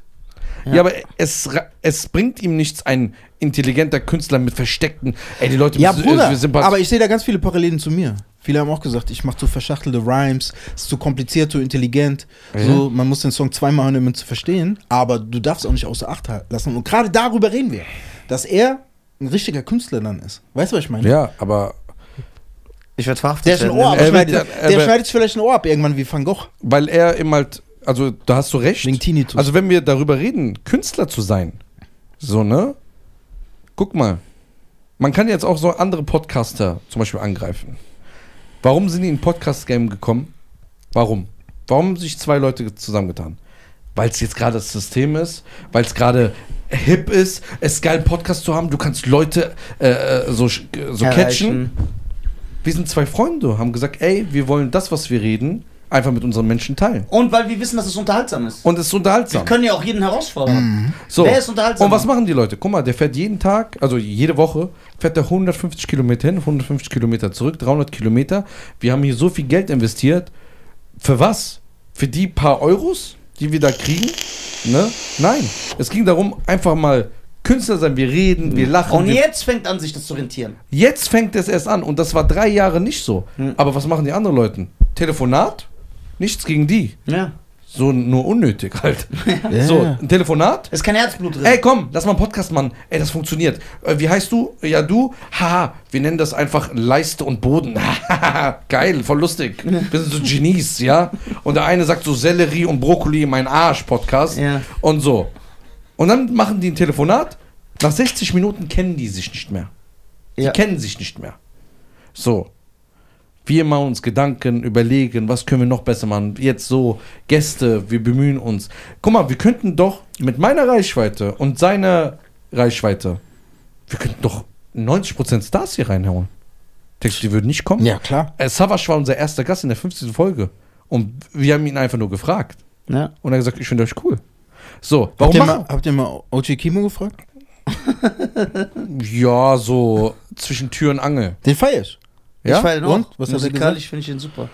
Speaker 1: Ja, aber es, ra- es bringt ihm nichts, ein intelligenter Künstler mit versteckten. Ey, die Leute
Speaker 4: Ja,
Speaker 1: müssen-
Speaker 4: Bruder,
Speaker 1: äh, wir sind bald-
Speaker 4: aber ich sehe da ganz viele Parallelen zu mir. Viele haben auch gesagt, ich mache zu verschachtelte Rhymes, ist zu kompliziert, zu intelligent. So, man muss den Song zweimal hören, um ihn zu verstehen. Aber du darfst auch nicht außer Acht lassen. Und gerade darüber reden wir, dass er ein richtiger Künstler dann ist. Weißt du, was ich meine?
Speaker 1: Ja, aber
Speaker 3: Ich werde verhaftet.
Speaker 4: Der, ist ein
Speaker 3: werden,
Speaker 4: Ohr
Speaker 3: ne?
Speaker 1: Er wird
Speaker 4: abschneidet,
Speaker 1: dann- er
Speaker 4: der
Speaker 1: wird-
Speaker 4: schneidet sich vielleicht ein Ohr ab irgendwann wie Van Gogh.
Speaker 1: weil er eben halt, also da hast du recht.
Speaker 4: Wegen Tinnitus.
Speaker 1: Also wenn wir darüber reden, Künstler zu sein, so ne? Guck mal, man kann jetzt auch so andere Podcaster zum Beispiel angreifen. Warum sind die in Podcast Game gekommen? Warum? Warum haben sich zwei Leute zusammengetan? Weil es jetzt gerade das System ist, weil es gerade hip ist, es ist geil, einen Podcast zu haben, du kannst Leute äh, äh, so, sch- so catchen.
Speaker 3: Erreichen.
Speaker 1: Wir sind zwei Freunde, haben gesagt, ey, wir wollen das, was wir reden, einfach mit unseren Menschen teilen.
Speaker 3: Und weil wir wissen, dass es unterhaltsam ist.
Speaker 1: Und es ist
Speaker 3: Wir
Speaker 1: unterhaltsam.
Speaker 3: können ja auch jeden herausfordern.
Speaker 1: So.
Speaker 3: Wer ist unterhaltsamer?
Speaker 1: Und was machen die Leute? Guck mal, der fährt jeden Tag, also jede Woche, fährt er 150 Kilometer hin, 150 Kilometer zurück, 300 Kilometer. Wir haben hier so viel Geld investiert. Für was? Für die paar Euros, die wir da kriegen? Ne? Nein. Es ging darum, einfach mal Künstler sein. Wir reden, wir lachen.
Speaker 3: Mhm. Und
Speaker 1: wir
Speaker 3: jetzt fängt an, sich das zu rentieren.
Speaker 1: Jetzt fängt es erst an und das war drei Jahre nicht so.
Speaker 3: Mhm.
Speaker 1: Aber was machen die anderen Leute? Telefonat? Nichts gegen die.
Speaker 3: Ja.
Speaker 1: So nur unnötig halt.
Speaker 4: Ja.
Speaker 1: So, ein Telefonat?
Speaker 3: Ist kein Herzblut drin.
Speaker 1: Ey, komm, lass mal einen Podcast machen. Ey, das funktioniert. Äh, wie heißt du? Ja, du? Haha, wir nennen das einfach Leiste und Boden. Hahaha, Geil, voll lustig. Wir sind so Genies, ja? Und der eine sagt so Sellerie und Brokkoli in meinen Arsch-Podcast
Speaker 3: Ja.
Speaker 1: und so. Und dann machen die ein Telefonat. Nach 60 Minuten kennen die sich nicht mehr. Die
Speaker 3: Ja.
Speaker 1: kennen sich nicht mehr. So. Wir machen uns Gedanken, überlegen, was können wir noch besser machen. Jetzt so, Gäste, wir bemühen uns. Guck mal, wir könnten doch mit meiner Reichweite und seiner Reichweite, wir könnten doch 90% Stars hier reinhauen. Denkst du, die würden nicht kommen?
Speaker 4: Ja, klar.
Speaker 1: Äh, Savas war unser erster Gast in der 50. Folge. Und wir haben ihn einfach nur gefragt.
Speaker 3: Ja.
Speaker 1: Und er hat gesagt, ich finde euch cool. So,
Speaker 4: Habt
Speaker 1: warum
Speaker 4: ihr,
Speaker 1: machen
Speaker 4: mal, habt ihr mal OG Kimo gefragt?
Speaker 1: Ja, so zwischen Tür und Angel.
Speaker 4: Den feier ich.
Speaker 1: Ja?
Speaker 3: Ich feier den
Speaker 4: Und?
Speaker 3: auch.
Speaker 4: Was hat er
Speaker 3: Musikalisch finde ich ihn super.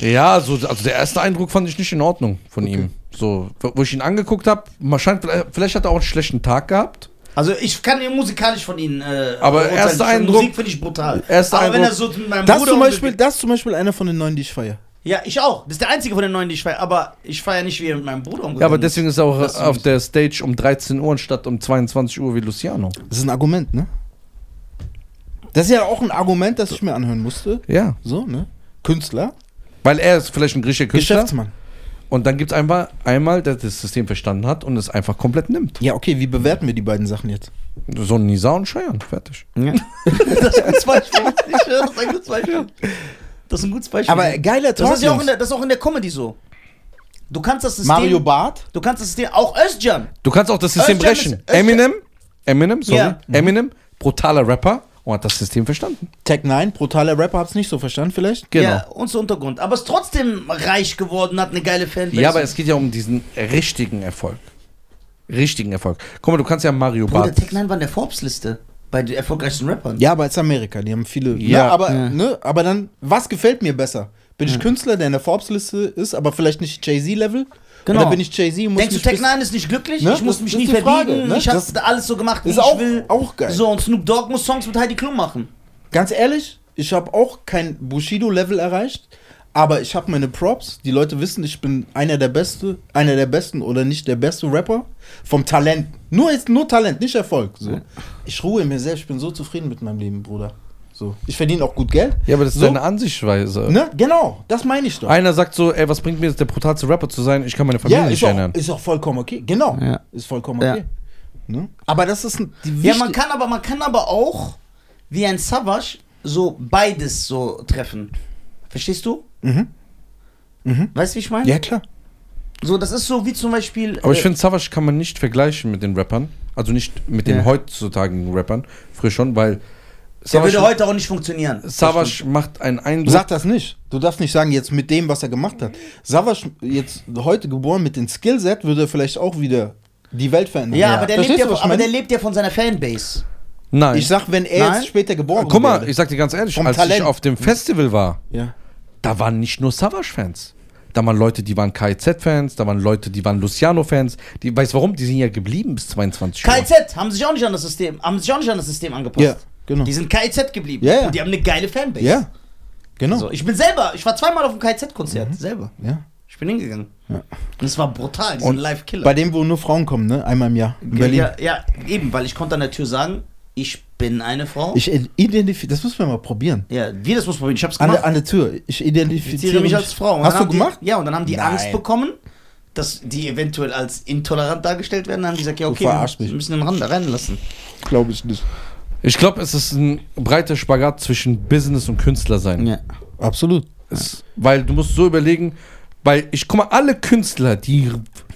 Speaker 1: Ja, so, also der erste Eindruck fand ich nicht in Ordnung von ihm. So, wo wo ich ihn angeguckt habe, wahrscheinlich, vielleicht hat er auch einen schlechten Tag gehabt.
Speaker 3: Also ich kann ihn musikalisch von ihnen. Äh,
Speaker 1: Aber
Speaker 3: beurteilen.
Speaker 1: erster
Speaker 3: Schon
Speaker 1: Eindruck-
Speaker 3: Musik finde ich brutal.
Speaker 1: Erster
Speaker 3: Aber wenn
Speaker 1: Eindruck-
Speaker 3: er so mit meinem
Speaker 4: Das
Speaker 3: Bruder
Speaker 4: zum, Beispiel,
Speaker 3: umgeht-
Speaker 4: das ist zum Beispiel einer von den neuen, die ich feier.
Speaker 3: Ja, ich auch. Das ist der einzige von den neuen, die ich feiere. Aber ich feiere nicht, wie er mit meinem Bruder umgeht.
Speaker 1: Ja, aber deswegen ist er auch
Speaker 3: Das
Speaker 1: auf
Speaker 3: ist-
Speaker 1: der Stage um 13 Uhr anstatt um 22 Uhr wie Luciano.
Speaker 4: Das ist ein Argument, ne? Das ist ja auch ein Argument, das ich mir anhören musste.
Speaker 1: Ja,
Speaker 4: So, ne? Künstler,
Speaker 1: weil er ist vielleicht ein griechischer Künstler.
Speaker 4: Geschäftsmann.
Speaker 1: Und dann gibt es einmal, einmal, der das System verstanden hat und es einfach komplett nimmt.
Speaker 4: Ja, okay, wie bewerten wir die beiden Sachen jetzt?
Speaker 1: So ein Nisa und Scheiern, fertig.
Speaker 3: Das ist ein gutes Beispiel. Ich höre, das ist ein gutes Beispiel. Das ist ein gutes Beispiel.
Speaker 4: Aber geiler Talk,
Speaker 3: das ist ja auch
Speaker 4: Jungs.
Speaker 3: in der, das ist auch in der Comedy so. Du kannst das System.
Speaker 4: Mario Barth?
Speaker 3: du kannst das System. Auch Özcan.
Speaker 1: Du kannst auch das System
Speaker 3: Özcan
Speaker 1: brechen.
Speaker 3: ist- Özcan-
Speaker 1: Eminem, Eminem, sorry,
Speaker 3: Ja.
Speaker 1: Eminem, brutaler Rapper. und hat das System verstanden.
Speaker 2: Tech9, brutaler Rapper, hab's nicht so verstanden vielleicht.
Speaker 1: Genau.
Speaker 3: Ja,
Speaker 1: Ja,
Speaker 3: und so Untergrund. Aber ist trotzdem reich geworden, hat eine geile Fanbase.
Speaker 1: aber es geht ja um diesen richtigen Erfolg. Richtigen Erfolg. Guck mal, du kannst ja Mario
Speaker 3: Bruder,
Speaker 1: Bart.
Speaker 3: Tech9 war in der Forbes-Liste bei den erfolgreichsten Rappern.
Speaker 2: Ja, aber es ist Amerika, die haben viele.
Speaker 1: Ja.
Speaker 2: Ne, aber,
Speaker 3: Ja.
Speaker 2: Ne, aber dann, was gefällt mir besser? Bin ich Künstler, der in der Forbes-Liste ist, aber vielleicht nicht Jay-Z-Level?
Speaker 3: Genau.
Speaker 2: Oder bin ich Jay-Z und muss
Speaker 3: Denkst du,
Speaker 2: mich bis-
Speaker 3: Tech9 ist nicht glücklich?
Speaker 2: Ne?
Speaker 3: Ich muss
Speaker 2: Das-
Speaker 3: mich
Speaker 2: das
Speaker 3: nie
Speaker 2: ist die Frage,
Speaker 3: verbiegen.
Speaker 2: ne?
Speaker 3: Ich hab
Speaker 2: Das-
Speaker 3: alles so gemacht, wie
Speaker 2: ist
Speaker 3: ich
Speaker 2: auch-
Speaker 3: will.
Speaker 2: auch geil.
Speaker 3: So, und Snoop Dogg muss Songs mit Heidi Klum machen.
Speaker 2: Ganz ehrlich, ich habe auch kein Bushido-Level erreicht, aber ich habe meine Props. Die Leute wissen, ich bin einer der Beste, einer der Besten oder nicht der beste Rapper vom Talent. Nur jetzt nur Talent, nicht Erfolg. So. Ich ruhe in mir selbst. Ich bin so zufrieden mit meinem Leben, Bruder. So. Ich verdiene auch gut Geld.
Speaker 1: Ja, aber das ist
Speaker 2: so.
Speaker 1: deine Ansichtsweise.
Speaker 2: Ne? Genau, das meine ich doch.
Speaker 1: Einer sagt so, ey, was bringt mir das, der brutalste Rapper zu sein? Ich kann meine Familie
Speaker 2: ja, ist
Speaker 1: nicht
Speaker 2: auch,
Speaker 1: ändern.
Speaker 2: ist auch vollkommen okay. Genau,
Speaker 3: Ja.
Speaker 2: ist vollkommen
Speaker 3: Ja.
Speaker 2: okay. Ne? Aber das ist ein- die
Speaker 3: Ja, man
Speaker 2: wichtig-
Speaker 3: kann aber, man kann aber auch wie ein Savage so beides so treffen. Verstehst du?
Speaker 2: Mhm. Mhm.
Speaker 3: Weißt du, wie ich meine?
Speaker 2: Ja, klar.
Speaker 3: So, das ist so wie zum Beispiel.
Speaker 1: Aber
Speaker 3: äh,
Speaker 1: ich finde, Savage kann man nicht vergleichen mit den Rappern. Also nicht mit den
Speaker 3: Ja.
Speaker 1: heutzutage Rappern. Früher schon, weil
Speaker 3: der würde
Speaker 1: Savage,
Speaker 3: heute auch nicht funktionieren.
Speaker 1: Savage macht einen Eindruck.
Speaker 2: Sag das nicht. Du darfst nicht sagen, jetzt mit dem, was er gemacht hat. Savas, jetzt heute geboren mit dem Skillset, würde er vielleicht auch wieder die Welt verändern.
Speaker 3: Ja, aber, der lebt
Speaker 2: Verstehst
Speaker 3: ja,
Speaker 2: du, was ich
Speaker 3: aber
Speaker 2: meine?
Speaker 3: der lebt ja von seiner Fanbase.
Speaker 1: Nein.
Speaker 2: Ich sag, wenn er
Speaker 3: Nein.
Speaker 2: jetzt später geboren
Speaker 1: Guck mal,
Speaker 2: wäre.
Speaker 1: ich sag dir ganz ehrlich,
Speaker 2: Vom
Speaker 1: als
Speaker 2: Talent.
Speaker 1: ich auf dem Festival war,
Speaker 2: Ja.
Speaker 1: da waren nicht nur Savage-Fans. Da waren Leute, die waren KZ-Fans, da waren Leute, die waren Luciano-Fans. Die, weißt du warum? Die sind ja geblieben bis 22 Uhr.
Speaker 3: KZ haben sich auch nicht an das System, haben sich auch nicht an das System angepasst.
Speaker 2: ja, genau.
Speaker 3: Die sind KZ geblieben.
Speaker 2: Ja, ja.
Speaker 3: Und die haben eine geile Fanbase.
Speaker 2: Ja, genau.
Speaker 3: So, ich bin selber, ich war zweimal auf einem KZ-Konzert. Selber.
Speaker 2: Mhm. Ja.
Speaker 3: Ich bin hingegangen.
Speaker 2: Ja.
Speaker 3: Und es war brutal, die
Speaker 2: Und
Speaker 3: sind Live-Killer.
Speaker 2: Bei dem, wo nur Frauen kommen, ne? Einmal im Jahr. In Berlin.
Speaker 3: Ja, ja, eben, weil ich konnte an der Tür sagen, ich bin eine Frau.
Speaker 2: Ich identifiziere, das müssen wir mal probieren.
Speaker 3: ja, wie das muss man ich hab's
Speaker 2: An,
Speaker 3: gemacht.
Speaker 2: der- an der Tür. Ich
Speaker 3: ich
Speaker 2: identifiziere
Speaker 3: zitiere mich als Frau. Und dann
Speaker 2: Hast du
Speaker 3: haben die,
Speaker 2: gemacht?
Speaker 3: Ja, und dann haben die
Speaker 2: Nein.
Speaker 3: Angst bekommen, dass die eventuell als intolerant dargestellt werden. Dann haben die gesagt, ja, okay,
Speaker 2: verarschst
Speaker 3: wir
Speaker 2: mich.
Speaker 3: müssen den Rand reinlassen.
Speaker 6: Glaube ich nicht.
Speaker 1: Ich glaube, es ist ein breiter Spagat zwischen Business und Künstler sein.
Speaker 3: Ja.
Speaker 2: Absolut.
Speaker 1: Es, weil du musst so überlegen, weil ich guck mal, alle Künstler, die,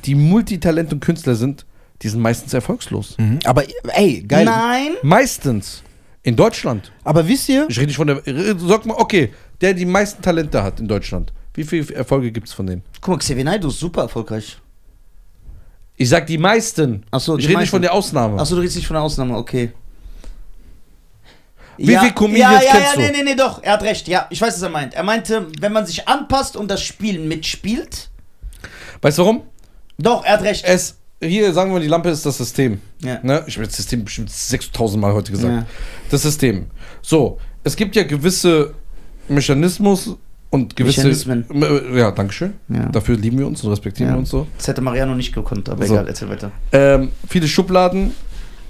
Speaker 1: die Multitalent und Künstler sind, die sind meistens erfolgslos.
Speaker 2: Mhm. Aber ey, geil.
Speaker 3: Nein,
Speaker 1: Meistens. In Deutschland.
Speaker 2: Aber wisst ihr,
Speaker 1: Ich rede nicht von der. Sag mal, okay, der die meisten Talente hat in Deutschland. Wie viele Erfolge gibt es von denen?
Speaker 3: guck mal, Xevenaido ist super erfolgreich.
Speaker 1: Ich sag die meisten.
Speaker 3: Ach so,
Speaker 1: ich
Speaker 3: die
Speaker 1: rede nicht
Speaker 3: meisten.
Speaker 1: von der
Speaker 2: Oh.
Speaker 1: Ausnahme.
Speaker 3: Achso, du redest nicht von der Ausnahme, okay.
Speaker 1: Wie viel Comedians
Speaker 3: ja, ja,
Speaker 1: kennst
Speaker 3: ja,
Speaker 1: du?
Speaker 3: Nee, nee, nee, doch, er hat recht. Ja, ich weiß, was er meint. Er meinte, wenn man sich anpasst und das Spiel mitspielt,
Speaker 1: Weißt du warum?
Speaker 3: doch, er hat
Speaker 2: Äh,
Speaker 3: recht.
Speaker 1: Es, hier sagen wir, die Lampe ist das System.
Speaker 3: Ja.
Speaker 1: Ne? Ich habe das System bestimmt 6000 Mal heute gesagt.
Speaker 3: Ja.
Speaker 1: Das System. So, es gibt ja gewisse Mechanismus und gewisse.
Speaker 3: Mechanismen.
Speaker 1: M- äh, Ja, Dankeschön.
Speaker 3: Ja.
Speaker 1: Dafür lieben wir uns und respektieren
Speaker 3: Ja.
Speaker 1: wir uns so.
Speaker 3: Das hätte Mariano nicht gekonnt, aber
Speaker 1: So.
Speaker 3: egal, erzähl weiter.
Speaker 1: Ähm, viele Schubladen,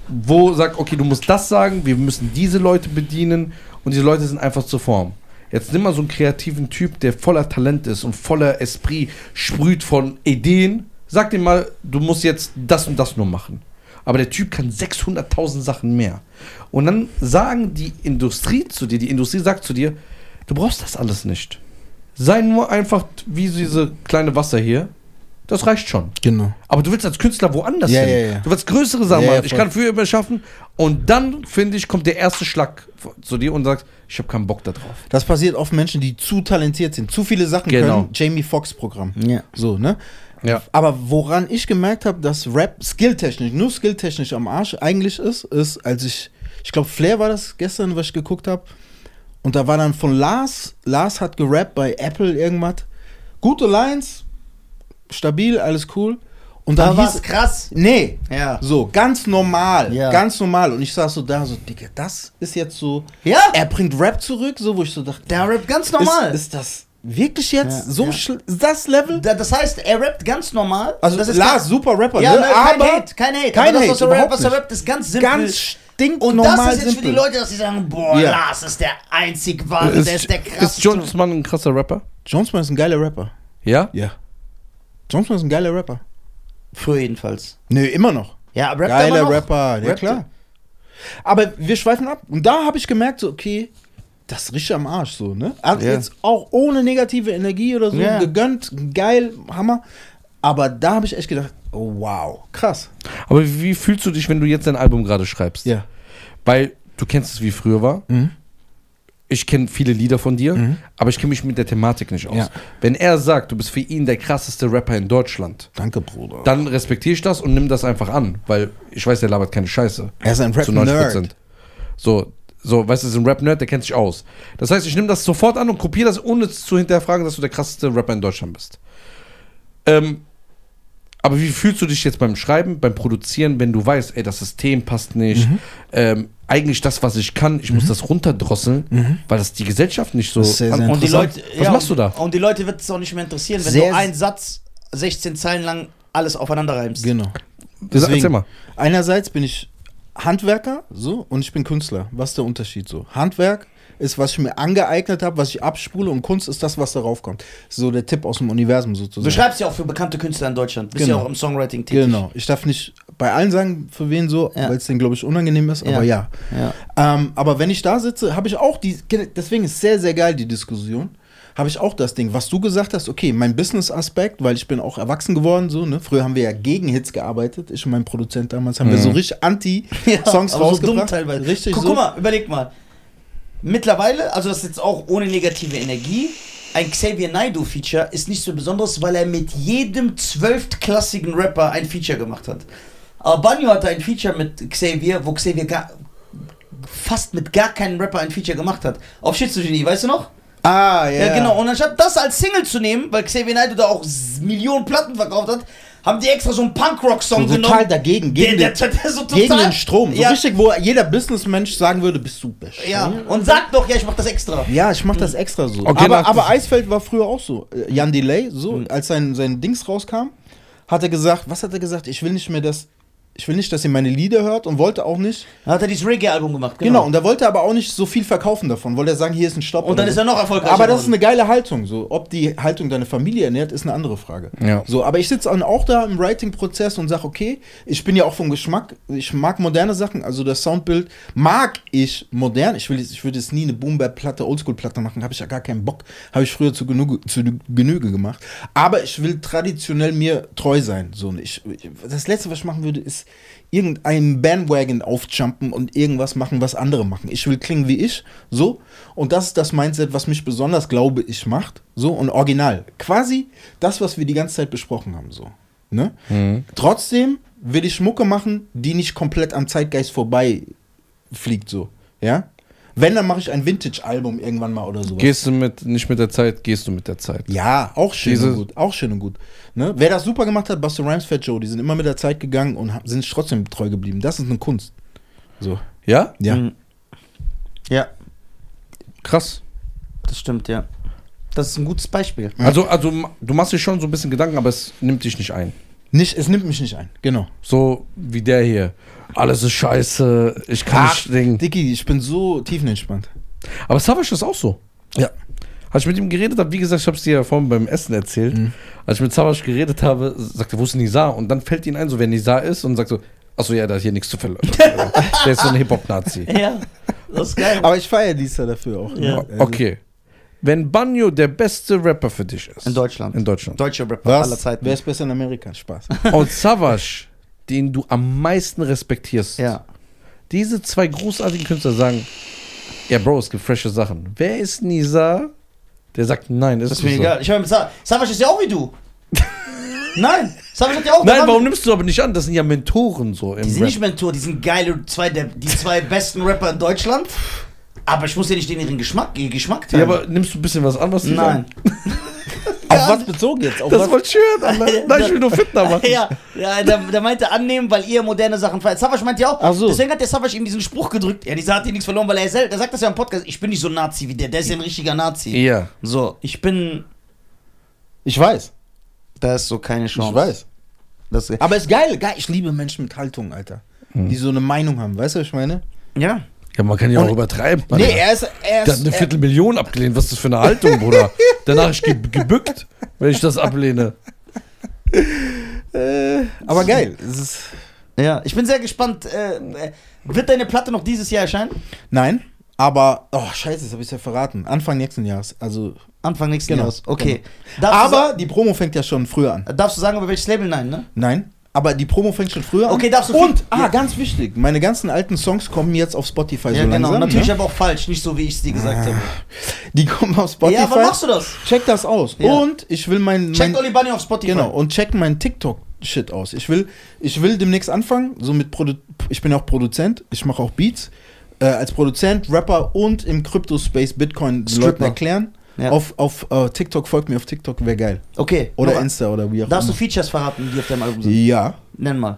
Speaker 1: wo sagt, okay, du musst das sagen, wir müssen diese Leute bedienen und diese Leute sind einfach zur Form. Jetzt nimm mal so einen kreativen Typ, der voller Talent ist und voller Esprit, sprüht von Ideen. Sag dem mal, du musst jetzt das und das nur machen. Aber der Typ kann 600.000 Sachen mehr. Und dann sagen die Industrie zu dir, die Industrie sagt zu dir, du brauchst das alles nicht. Sei nur einfach wie diese kleine Wasser hier. Das reicht schon.
Speaker 2: genau.
Speaker 1: Aber du willst als Künstler woanders
Speaker 2: Ja,
Speaker 1: hin.
Speaker 2: ja, ja.
Speaker 1: Du willst größere Sachen
Speaker 2: Ja, ja,
Speaker 1: machen. ich
Speaker 2: voll.
Speaker 1: kann für immer schaffen. Und dann, finde ich, kommt der erste Schlag zu dir und sagt, ich habe keinen Bock da drauf.
Speaker 2: Das passiert oft Menschen, die zu talentiert sind, zu viele Sachen
Speaker 1: Genau.
Speaker 2: können. Jamie Foxx Programm.
Speaker 3: Ja.
Speaker 2: So, ne?
Speaker 1: Ja.
Speaker 2: Aber woran ich gemerkt habe, dass Rap skilltechnisch, nur skilltechnisch am Arsch eigentlich ist, ist, als ich, ich glaube, Flair war das gestern, was ich geguckt habe. Und da war dann von Lars, Lars hat gerappt bei Apple irgendwas. Gute Lines, stabil, alles cool. Und dann
Speaker 3: Da war's
Speaker 2: hieß,
Speaker 3: krass.
Speaker 2: nee,
Speaker 3: Ja.
Speaker 2: so ganz normal,
Speaker 3: Ja.
Speaker 2: ganz normal. Und ich saß so da, so, Digga, das ist jetzt so,
Speaker 3: Ja.
Speaker 2: er bringt Rap zurück, so, wo ich so dachte,
Speaker 3: Der rappt ganz normal.
Speaker 2: ist, ist das wirklich jetzt
Speaker 3: Ja,
Speaker 2: so
Speaker 3: ja.
Speaker 2: schl- das Level?
Speaker 3: Da- das heißt, er rappt ganz normal.
Speaker 2: Also
Speaker 3: das
Speaker 2: Lars,
Speaker 3: kein-
Speaker 2: super Rapper,
Speaker 3: ja,
Speaker 2: ne?
Speaker 3: ne, kein
Speaker 2: aber
Speaker 3: Hate, kein Hate.
Speaker 2: kein
Speaker 3: aber
Speaker 2: Hate,
Speaker 3: das, was er rappt,
Speaker 2: überhaupt
Speaker 3: was er
Speaker 2: nicht.
Speaker 3: rappt, ist ganz simpel.
Speaker 2: ganz stinknormal
Speaker 3: und das ist jetzt für
Speaker 2: simpel.
Speaker 3: die Leute, dass sie sagen, boah,
Speaker 2: Ja.
Speaker 3: Lars ist der einzig wahre, Also der ist der krasseste.
Speaker 1: ist Jonesman ein krasser Rapper?
Speaker 2: Jonesman ist ein geiler Rapper.
Speaker 1: Ja?
Speaker 2: Ja. Jonesman ist ein geiler Rapper.
Speaker 3: Früher jedenfalls.
Speaker 2: Nö, immer noch.
Speaker 3: Ja, rappt er immer
Speaker 2: geiler
Speaker 3: noch?
Speaker 2: Rapper, ja
Speaker 3: Rappt er?
Speaker 2: klar. Aber wir schweifen ab. Und da habe ich gemerkt, so, okay, das riecht am Arsch so, ne? Also
Speaker 1: Ja.
Speaker 2: Jetzt auch ohne negative Energie oder so,
Speaker 3: Ja.
Speaker 2: gegönnt, geil, Hammer. Aber da habe ich echt gedacht, oh, wow, krass.
Speaker 1: Aber wie fühlst du dich, wenn du jetzt dein Album gerade schreibst? Weil du kennst es, wie früher war.
Speaker 2: Mhm.
Speaker 1: Ich kenne viele Lieder von dir, aber ich kenne mich mit der Thematik nicht aus.
Speaker 2: Ja.
Speaker 1: Wenn er sagt, du bist für ihn der krasseste Rapper in Deutschland,
Speaker 2: Danke, Bruder.
Speaker 1: dann respektiere ich das und nimm das einfach an, weil ich weiß, der labert keine Scheiße.
Speaker 2: er ist ein
Speaker 1: zu 90
Speaker 2: Rap-Nerd.
Speaker 1: Prozent. So, so, weißt du, ist ein Rap-Nerd, der kennt sich aus. Das heißt, ich nehme das sofort an und kopiere das, ohne zu hinterfragen, dass du der krasseste Rapper in Deutschland bist. Ähm, aber wie fühlst du dich jetzt beim Schreiben, beim Produzieren, wenn du weißt, ey, das System passt nicht, ähm, eigentlich das, was ich kann, ich muss das runterdrosseln, weil das die Gesellschaft nicht so.
Speaker 2: Das ist sehr, sehr
Speaker 1: an-
Speaker 3: Und die
Speaker 1: interessant.
Speaker 3: Leute,
Speaker 1: Was
Speaker 3: ja,
Speaker 1: machst du da?
Speaker 3: Und die Leute wird es auch nicht mehr interessieren, wenn
Speaker 2: Sehr-
Speaker 3: du einen Satz 16 Zeilen lang alles aufeinander reibst.
Speaker 2: Genau.
Speaker 1: Deswegen. Erzähl mal.
Speaker 2: Einerseits bin ich Handwerker, so, und ich bin Künstler. Was ist der Unterschied so? Handwerk ist, was ich mir angeeignet habe, was ich abspule, und Kunst ist das, was darauf kommt. So der Tipp aus dem Universum sozusagen.
Speaker 3: Du schreibst ja auch für bekannte Künstler in Deutschland. Bist ja
Speaker 2: Genau.
Speaker 3: auch im Songwriting tätig.
Speaker 2: Genau. Ich darf nicht bei allen sagen, für wen so,
Speaker 3: Ja.
Speaker 2: weil es denen, glaube ich, unangenehm ist, aber ja.
Speaker 3: Ja.
Speaker 2: Ähm, aber wenn ich da sitze, habe ich auch die. Deswegen ist sehr, sehr geil die Diskussion. Habe ich auch das Ding, was du gesagt hast, okay, mein Business-Aspekt, weil ich bin auch erwachsen geworden, so, ne? Früher haben wir ja gegen Hits gearbeitet, ich und mein Produzent damals, haben wir so richtig Anti-Songs
Speaker 3: aber so dumm
Speaker 2: rausgebracht.
Speaker 3: teilweise.
Speaker 2: Richtig
Speaker 3: Mhm. guck,
Speaker 2: so.
Speaker 3: guck mal, überleg mal. Mittlerweile, also das ist jetzt auch ohne negative Energie, ein Xavier Naidoo-Feature ist nicht so besonders, weil er mit jedem zwölftklassigen Rapper ein Feature gemacht hat. Aber Banyo hatte ein Feature mit Xavier, wo Xavier gar, fast mit gar keinem Rapper ein Feature gemacht hat. Auf Schizogenie, weißt du noch?
Speaker 2: Ah, ja.
Speaker 3: Ja, genau. Und anstatt das als Single zu nehmen, weil Xavier Naidoo da auch s- Millionen Platten verkauft hat, haben die extra so einen Punkrock-Song
Speaker 2: So
Speaker 3: genommen.
Speaker 2: total dagegen, gegen,
Speaker 3: der,
Speaker 2: den,
Speaker 3: der, der so total,
Speaker 2: gegen den Strom. So
Speaker 3: Ja,
Speaker 2: richtig, wo jeder Businessmensch sagen würde, bist du bescheuert.
Speaker 3: ja, und sag doch, ja, ich mach das extra.
Speaker 2: Ja, ich mach das extra so.
Speaker 1: Okay,
Speaker 2: aber
Speaker 1: nach-
Speaker 2: aber Eisfeld war früher auch so. Äh, Jan Delay, so, als sein, sein Dings rauskam, hat er gesagt, was hat er gesagt? Ich will nicht mehr das. Ich will nicht, dass ihr meine Lieder hört und wollte auch nicht.
Speaker 3: Da hat er dieses Reggae-Album gemacht,
Speaker 2: Genau.
Speaker 3: genau.
Speaker 2: und da wollte er aber auch nicht so viel verkaufen davon. Wollte er sagen, hier ist ein Stopp.
Speaker 3: Und dann
Speaker 2: oder
Speaker 3: ist
Speaker 2: so.
Speaker 3: er noch erfolgreicher
Speaker 2: Aber das ist
Speaker 3: geworden.
Speaker 2: eine geile Haltung. So, ob die Haltung deine Familie ernährt, ist eine andere Frage.
Speaker 1: Ja.
Speaker 2: So, aber ich sitze auch da im Writing-Prozess und sage, okay, ich bin ja auch vom Geschmack, ich mag moderne Sachen, also das Soundbild mag ich modern. Ich will, jetzt- ich würde jetzt nie eine Boom-Bap-Platte, Oldschool-Platte machen, habe ich ja gar keinen Bock, habe ich früher zu Genüge, zu Genüge gemacht. Aber ich will traditionell mir treu sein. So, Und ich, das Letzte, was ich machen würde, ist irgendeinen Bandwagon aufjumpen und irgendwas machen, was andere machen. Ich will klingen wie ich, so. Und das ist das Mindset, was mich besonders, glaube ich, macht. So und original. Quasi das, was wir die ganze Zeit besprochen haben, so. Ne? Trotzdem will ich Mucke machen, die nicht komplett am Zeitgeist vorbei fliegt, so. Ja? Wenn, dann mache ich ein Vintage-Album irgendwann mal oder sowas.
Speaker 1: Gehst du mit, nicht mit der Zeit, gehst du mit der Zeit.
Speaker 2: Ja, auch schön
Speaker 1: Diese-
Speaker 2: und gut. Auch schön und gut. Ne? Wer das super gemacht hat, Buster Rhymes, Fat Joe, die sind immer mit der Zeit gegangen und ha- sind sich trotzdem treu geblieben. Das ist eine Kunst. So,
Speaker 1: Ja?
Speaker 2: ja.
Speaker 3: Ja,
Speaker 1: Krass.
Speaker 3: das stimmt, ja. Das ist ein gutes Beispiel.
Speaker 1: Also, also, du machst dir schon so ein bisschen Gedanken, aber es nimmt dich nicht ein.
Speaker 2: Nicht, es nimmt mich nicht ein. Genau.
Speaker 1: So wie der hier. Alles ist scheiße, ich kann nicht singen.
Speaker 2: Dicky, ich bin so tiefenentspannt.
Speaker 1: Aber Savage ist auch so.
Speaker 2: Ja.
Speaker 1: Als ich mit ihm geredet habe, wie gesagt, ich habe es dir ja vorhin beim Essen erzählt.
Speaker 3: Mhm.
Speaker 1: Als ich mit Savage geredet habe, sagt er, wo ist Nizar? Und dann fällt ihm ein, so wer Nizar ist und sagt so, achso, ja, der hat hier nichts zu verlieren. Also, der ist so ein Hip-Hop-Nazi.
Speaker 3: Ja, das ist geil.
Speaker 2: Aber ich feiere Lisa dafür auch.
Speaker 3: Ja.
Speaker 2: Also-
Speaker 1: Okay. Wenn Banjo der beste Rapper für dich ist.
Speaker 3: In Deutschland.
Speaker 1: In Deutschland.
Speaker 3: Deutscher Rapper aller
Speaker 2: Was?
Speaker 3: Zeiten.
Speaker 2: Wer ist besser in Amerika? Spaß.
Speaker 1: Und Savage, den du am meisten respektierst.
Speaker 3: Ja.
Speaker 1: diese zwei großartigen Künstler sagen, ja, Bro, es gibt frische Sachen. Wer ist Nisa? Der sagt, nein, ist,
Speaker 3: Das ist mir
Speaker 1: nicht
Speaker 3: egal. Ich meine, mit Sa Savage ist ja auch wie du. Nein, Savage hat ja auch
Speaker 1: so. Nein, warum
Speaker 3: nicht?
Speaker 1: nimmst du aber nicht an? Das sind ja Mentoren so im
Speaker 3: Die sind
Speaker 1: Rap.
Speaker 3: nicht Mentor, die sind geile, zwei der, die zwei besten Rapper in Deutschland. Aber ich muss ja nicht den ihren Geschmack, ihr Geschmack
Speaker 1: ja,
Speaker 3: teilen.
Speaker 1: aber nimmst du ein bisschen was an, was die
Speaker 3: Nein.
Speaker 1: sagen?
Speaker 2: Auf was bezogen jetzt? Auf
Speaker 1: Das
Speaker 2: was?
Speaker 1: wollte ich hören, Alter. Nein, ich will nur Fitner machen.
Speaker 3: Ja, ja der, der meinte annehmen, weil ihr moderne Sachen feiert. Savage meint ja auch.
Speaker 2: Ach so.
Speaker 3: Deswegen hat der Savage ihm diesen Spruch gedrückt. Ja, dieser hat ihm nichts verloren, weil er selbst, der sagt das ja im Podcast. Ich bin nicht so ein Nazi wie der, der ist ja ein richtiger Nazi.
Speaker 1: Ja.
Speaker 3: So, ich bin.
Speaker 2: Ich weiß.
Speaker 3: Da ist so keine Chance.
Speaker 2: Ich weiß.
Speaker 3: Das,
Speaker 2: Aber ist geil. geil. Ich liebe Menschen mit Haltung, Alter.
Speaker 1: Hm.
Speaker 2: Die so eine Meinung haben. Weißt du, was ich meine?
Speaker 3: ja.
Speaker 1: Ja, man kann ja auch
Speaker 2: Und-
Speaker 1: übertreiben.
Speaker 2: Nee, er ist.
Speaker 1: der
Speaker 2: Er ist
Speaker 1: hat eine
Speaker 2: er-
Speaker 1: Viertelmillion abgelehnt. Was ist das für eine Haltung, Bruder? Danach ich ge gebückt, wenn ich das ablehne.
Speaker 2: aber geil. Es ist,
Speaker 3: Ja. Ich bin sehr gespannt. Äh, äh, wird deine Platte noch dieses Jahr erscheinen?
Speaker 2: nein, aber. Oh, scheiße, das habe ich ja verraten. Anfang nächsten Jahres. Also.
Speaker 3: Anfang nächsten
Speaker 2: Genau.
Speaker 3: Jahres. Okay. Darfst du
Speaker 2: Aber die Promo fängt ja schon früher an.
Speaker 3: sa- darfst du sagen, über welches Label? Nein, ne?
Speaker 2: Nein. Aber die Promo fängt schon früher
Speaker 3: Okay,
Speaker 2: an.
Speaker 3: darfst du viel-
Speaker 2: Und, ah,
Speaker 3: Ja.
Speaker 2: ganz wichtig, meine ganzen alten Songs kommen jetzt auf Spotify
Speaker 3: Ja,
Speaker 2: so
Speaker 3: genau.
Speaker 2: langsam.
Speaker 3: Natürlich
Speaker 2: Ne?
Speaker 3: aber auch falsch, nicht so wie ich es dir gesagt habe.
Speaker 2: Die kommen auf Spotify.
Speaker 3: Ja, aber machst du das?
Speaker 2: Check das aus.
Speaker 3: Ja.
Speaker 2: Und ich will mein... mein
Speaker 3: Checkt Oli Bunny auf Spotify.
Speaker 2: Genau, und check meinen TikTok-Shit aus. Ich will, ich will demnächst anfangen, so mit Produ ich bin auch Produzent, ich mache auch Beats. Äh, als Produzent, Rapper und im Crypto-Space Bitcoin den Leuten
Speaker 3: Stripper.
Speaker 2: erklären.
Speaker 3: Ja.
Speaker 2: Auf, auf äh, TikTok, folgt mir auf TikTok, wäre geil.
Speaker 3: Okay.
Speaker 2: Oder
Speaker 3: noch-
Speaker 2: Insta oder wie auch
Speaker 3: Darfst du
Speaker 2: immer.
Speaker 3: Features verraten, die auf deinem Album sind?
Speaker 2: ja.
Speaker 3: Nenn mal.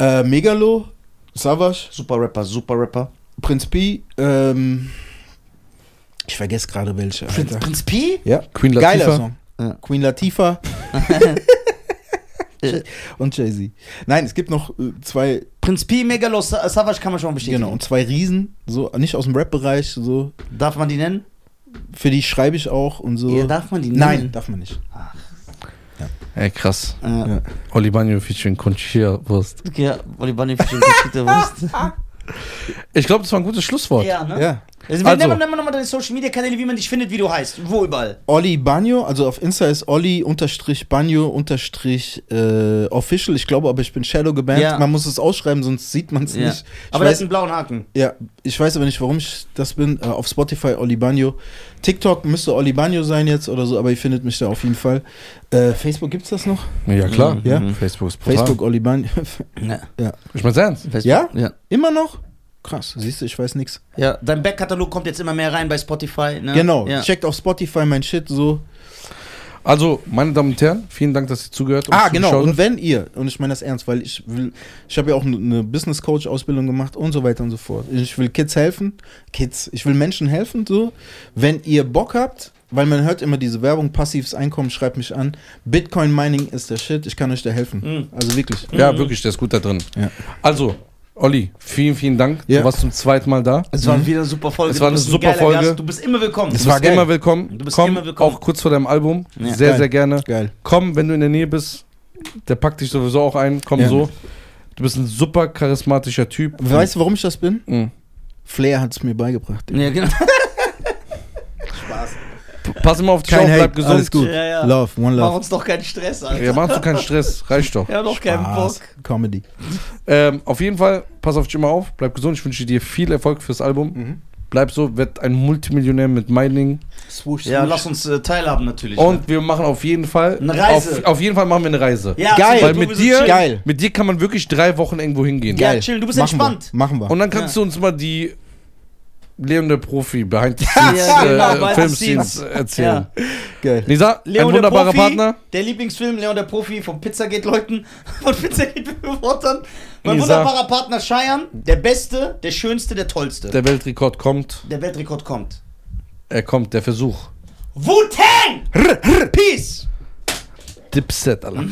Speaker 2: Äh, Megalo, Savage,
Speaker 3: Super Rapper, super Rapper.
Speaker 2: Prinz P, ähm, ich vergesse gerade welche. Alter.
Speaker 3: Prinz Pi?
Speaker 2: Ja,
Speaker 1: Queen Latifah.
Speaker 2: Geiler Song.
Speaker 3: Ja.
Speaker 2: Queen Latifah. und Jay-Z. Nein, es gibt noch äh, zwei,
Speaker 3: Prinz Pi, Megalo, Sa- Savage kann man schon mal bestätigen.
Speaker 2: genau, und zwei Riesen, so, nicht aus dem Rap-Bereich, so,
Speaker 3: Darf man die nennen?
Speaker 2: für die schreibe ich auch und so.
Speaker 3: Ja, darf man die
Speaker 2: Nein,
Speaker 3: nennen?
Speaker 2: darf man nicht.
Speaker 1: Ey, krass.
Speaker 3: Äh,
Speaker 2: Ja.
Speaker 1: Oli Banjo featuring Conchia Wurst.
Speaker 3: Ja, Oli Bunny für den Wurst.
Speaker 1: Ich glaube, das war ein gutes Schlusswort.
Speaker 3: Ja, ne?
Speaker 2: Ja.
Speaker 3: Also,
Speaker 1: Also.
Speaker 3: also. Nenn mal nochmal deine Social Media Kanäle, wie man dich findet, wie du heißt. Wo überall.
Speaker 2: Olli Banjo, also auf Insta ist Olli unterstrich Banjo unterstrich äh, official. Ich glaube, aber ich bin Shadow gebannt.
Speaker 3: Ja.
Speaker 2: Man muss es ausschreiben, sonst sieht man es
Speaker 3: Ja.
Speaker 2: nicht. Ich
Speaker 3: Aber da
Speaker 2: weiß,
Speaker 3: ist ein blauen Haken.
Speaker 2: ja, ich weiß aber nicht, warum ich das bin. Äh, auf Spotify Olli Banjo. TikTok müsste Olli Banjo sein jetzt oder so, aber ihr findet mich da auf jeden Fall. Äh, Facebook gibt's das noch?
Speaker 1: Ja, klar.
Speaker 2: Ja.
Speaker 1: Facebook ist brutal.
Speaker 2: Facebook Olli Banjo.
Speaker 3: Mhm. Ja.
Speaker 1: Ich mein's ernst.
Speaker 2: Ja?
Speaker 3: Ja.
Speaker 2: Immer noch? Krass, siehst du, ich weiß nix.
Speaker 3: Ja, dein Backkatalog kommt jetzt immer mehr rein bei Spotify. Ne?
Speaker 2: Genau,
Speaker 3: Ja.
Speaker 2: checkt auf Spotify mein Shit so.
Speaker 1: Also, meine Damen und Herren, vielen Dank, dass ihr zugehört um und
Speaker 2: Ah, genau.
Speaker 1: zugeschaut
Speaker 2: Und wenn ihr, und ich meine das ernst, weil ich will, ich habe ja auch eine Business Coach Ausbildung gemacht und so weiter und so fort. Ich will Kids helfen, Kids, ich will Menschen helfen, so. Wenn ihr Bock habt, weil man hört immer diese Werbung, passives Einkommen, schreibt mich an. Bitcoin Mining ist der Shit, ich kann euch da helfen.
Speaker 3: Mhm.
Speaker 2: Also wirklich.
Speaker 1: habt. Ja, wirklich, der ist gut da drin.
Speaker 2: Ja.
Speaker 1: Also, Olli, vielen, vielen Dank.
Speaker 2: Ja.
Speaker 1: Du warst zum zweiten Mal da.
Speaker 3: Mhm. Es war wieder eine super Folge.
Speaker 1: Es war eine
Speaker 3: Du bist ein
Speaker 1: super
Speaker 3: geiler
Speaker 1: Folge.
Speaker 3: Gast. Du bist immer willkommen.
Speaker 1: Du
Speaker 2: Es
Speaker 1: bist
Speaker 2: war geil.
Speaker 1: immer willkommen.
Speaker 3: Du bist
Speaker 1: Komm,
Speaker 3: immer willkommen.
Speaker 1: auch kurz vor deinem Album.
Speaker 3: Ja.
Speaker 1: Sehr,
Speaker 2: Geil.
Speaker 1: sehr gerne.
Speaker 2: Geil.
Speaker 1: Komm, wenn du in der Nähe bist, der packt dich sowieso auch ein. Komm
Speaker 2: Ja.
Speaker 1: so. Du bist ein super charismatischer Typ.
Speaker 2: Weißt du, warum ich das bin?
Speaker 1: Mhm.
Speaker 2: Flair hat es mir beigebracht.
Speaker 3: Ja, genau.
Speaker 1: Pass immer auf dich auf,
Speaker 2: Kein
Speaker 1: bleib
Speaker 2: Hate,
Speaker 1: gesund.
Speaker 2: alles gut.
Speaker 3: Ja, ja.
Speaker 2: Love, one
Speaker 3: Mach
Speaker 2: love.
Speaker 3: uns doch keinen Stress, Alter.
Speaker 1: Ja, machst du keinen Stress, reicht doch.
Speaker 3: Wir haben doch keinen
Speaker 2: Spaß,
Speaker 3: Bock.
Speaker 2: Comedy.
Speaker 1: Ähm, auf jeden Fall, pass auf dich immer auf, bleib gesund. Ich wünsche dir viel Erfolg fürs Album.
Speaker 2: Mhm.
Speaker 1: Bleib so, werd ein Multimillionär mit Mining.
Speaker 2: Swoosh,
Speaker 3: Ja, lass uns äh, teilhaben natürlich.
Speaker 1: Und wir machen auf jeden Fall
Speaker 3: Eine Reise.
Speaker 1: Auf, auf jeden Fall machen wir eine Reise.
Speaker 3: ja,
Speaker 2: Geil.
Speaker 3: Silvio,
Speaker 1: Weil
Speaker 3: du
Speaker 1: mit
Speaker 3: bist
Speaker 1: dir,
Speaker 3: chill.
Speaker 2: Geil.
Speaker 1: mit dir kann man wirklich drei Wochen irgendwo hingehen.
Speaker 3: Ja, chill, du bist entspannt.
Speaker 2: Wir, machen wir.
Speaker 1: Und dann kannst du uns mal die Leon der Profi behind the scenes,
Speaker 3: Ja, genau,
Speaker 1: äh,
Speaker 3: behind the
Speaker 1: Filmscenes
Speaker 3: scenes.
Speaker 1: erzählen.
Speaker 2: Geil.
Speaker 1: Nisa, ein wunderbarer
Speaker 3: Profi,
Speaker 1: Partner.
Speaker 3: Der Lieblingsfilm Leon der Profi von Pizzagate-Leuten, von Pizzagate-Befürwortern. Mein
Speaker 1: Lisa.
Speaker 3: wunderbarer Partner Scheiern, der Beste, der Schönste, der Tollste. Der,
Speaker 1: Der Weltrekord kommt.
Speaker 3: Weltrekord kommt.
Speaker 1: Er kommt, der Versuch.
Speaker 3: Wu-Tang! Peace!
Speaker 1: Dipset, Alter.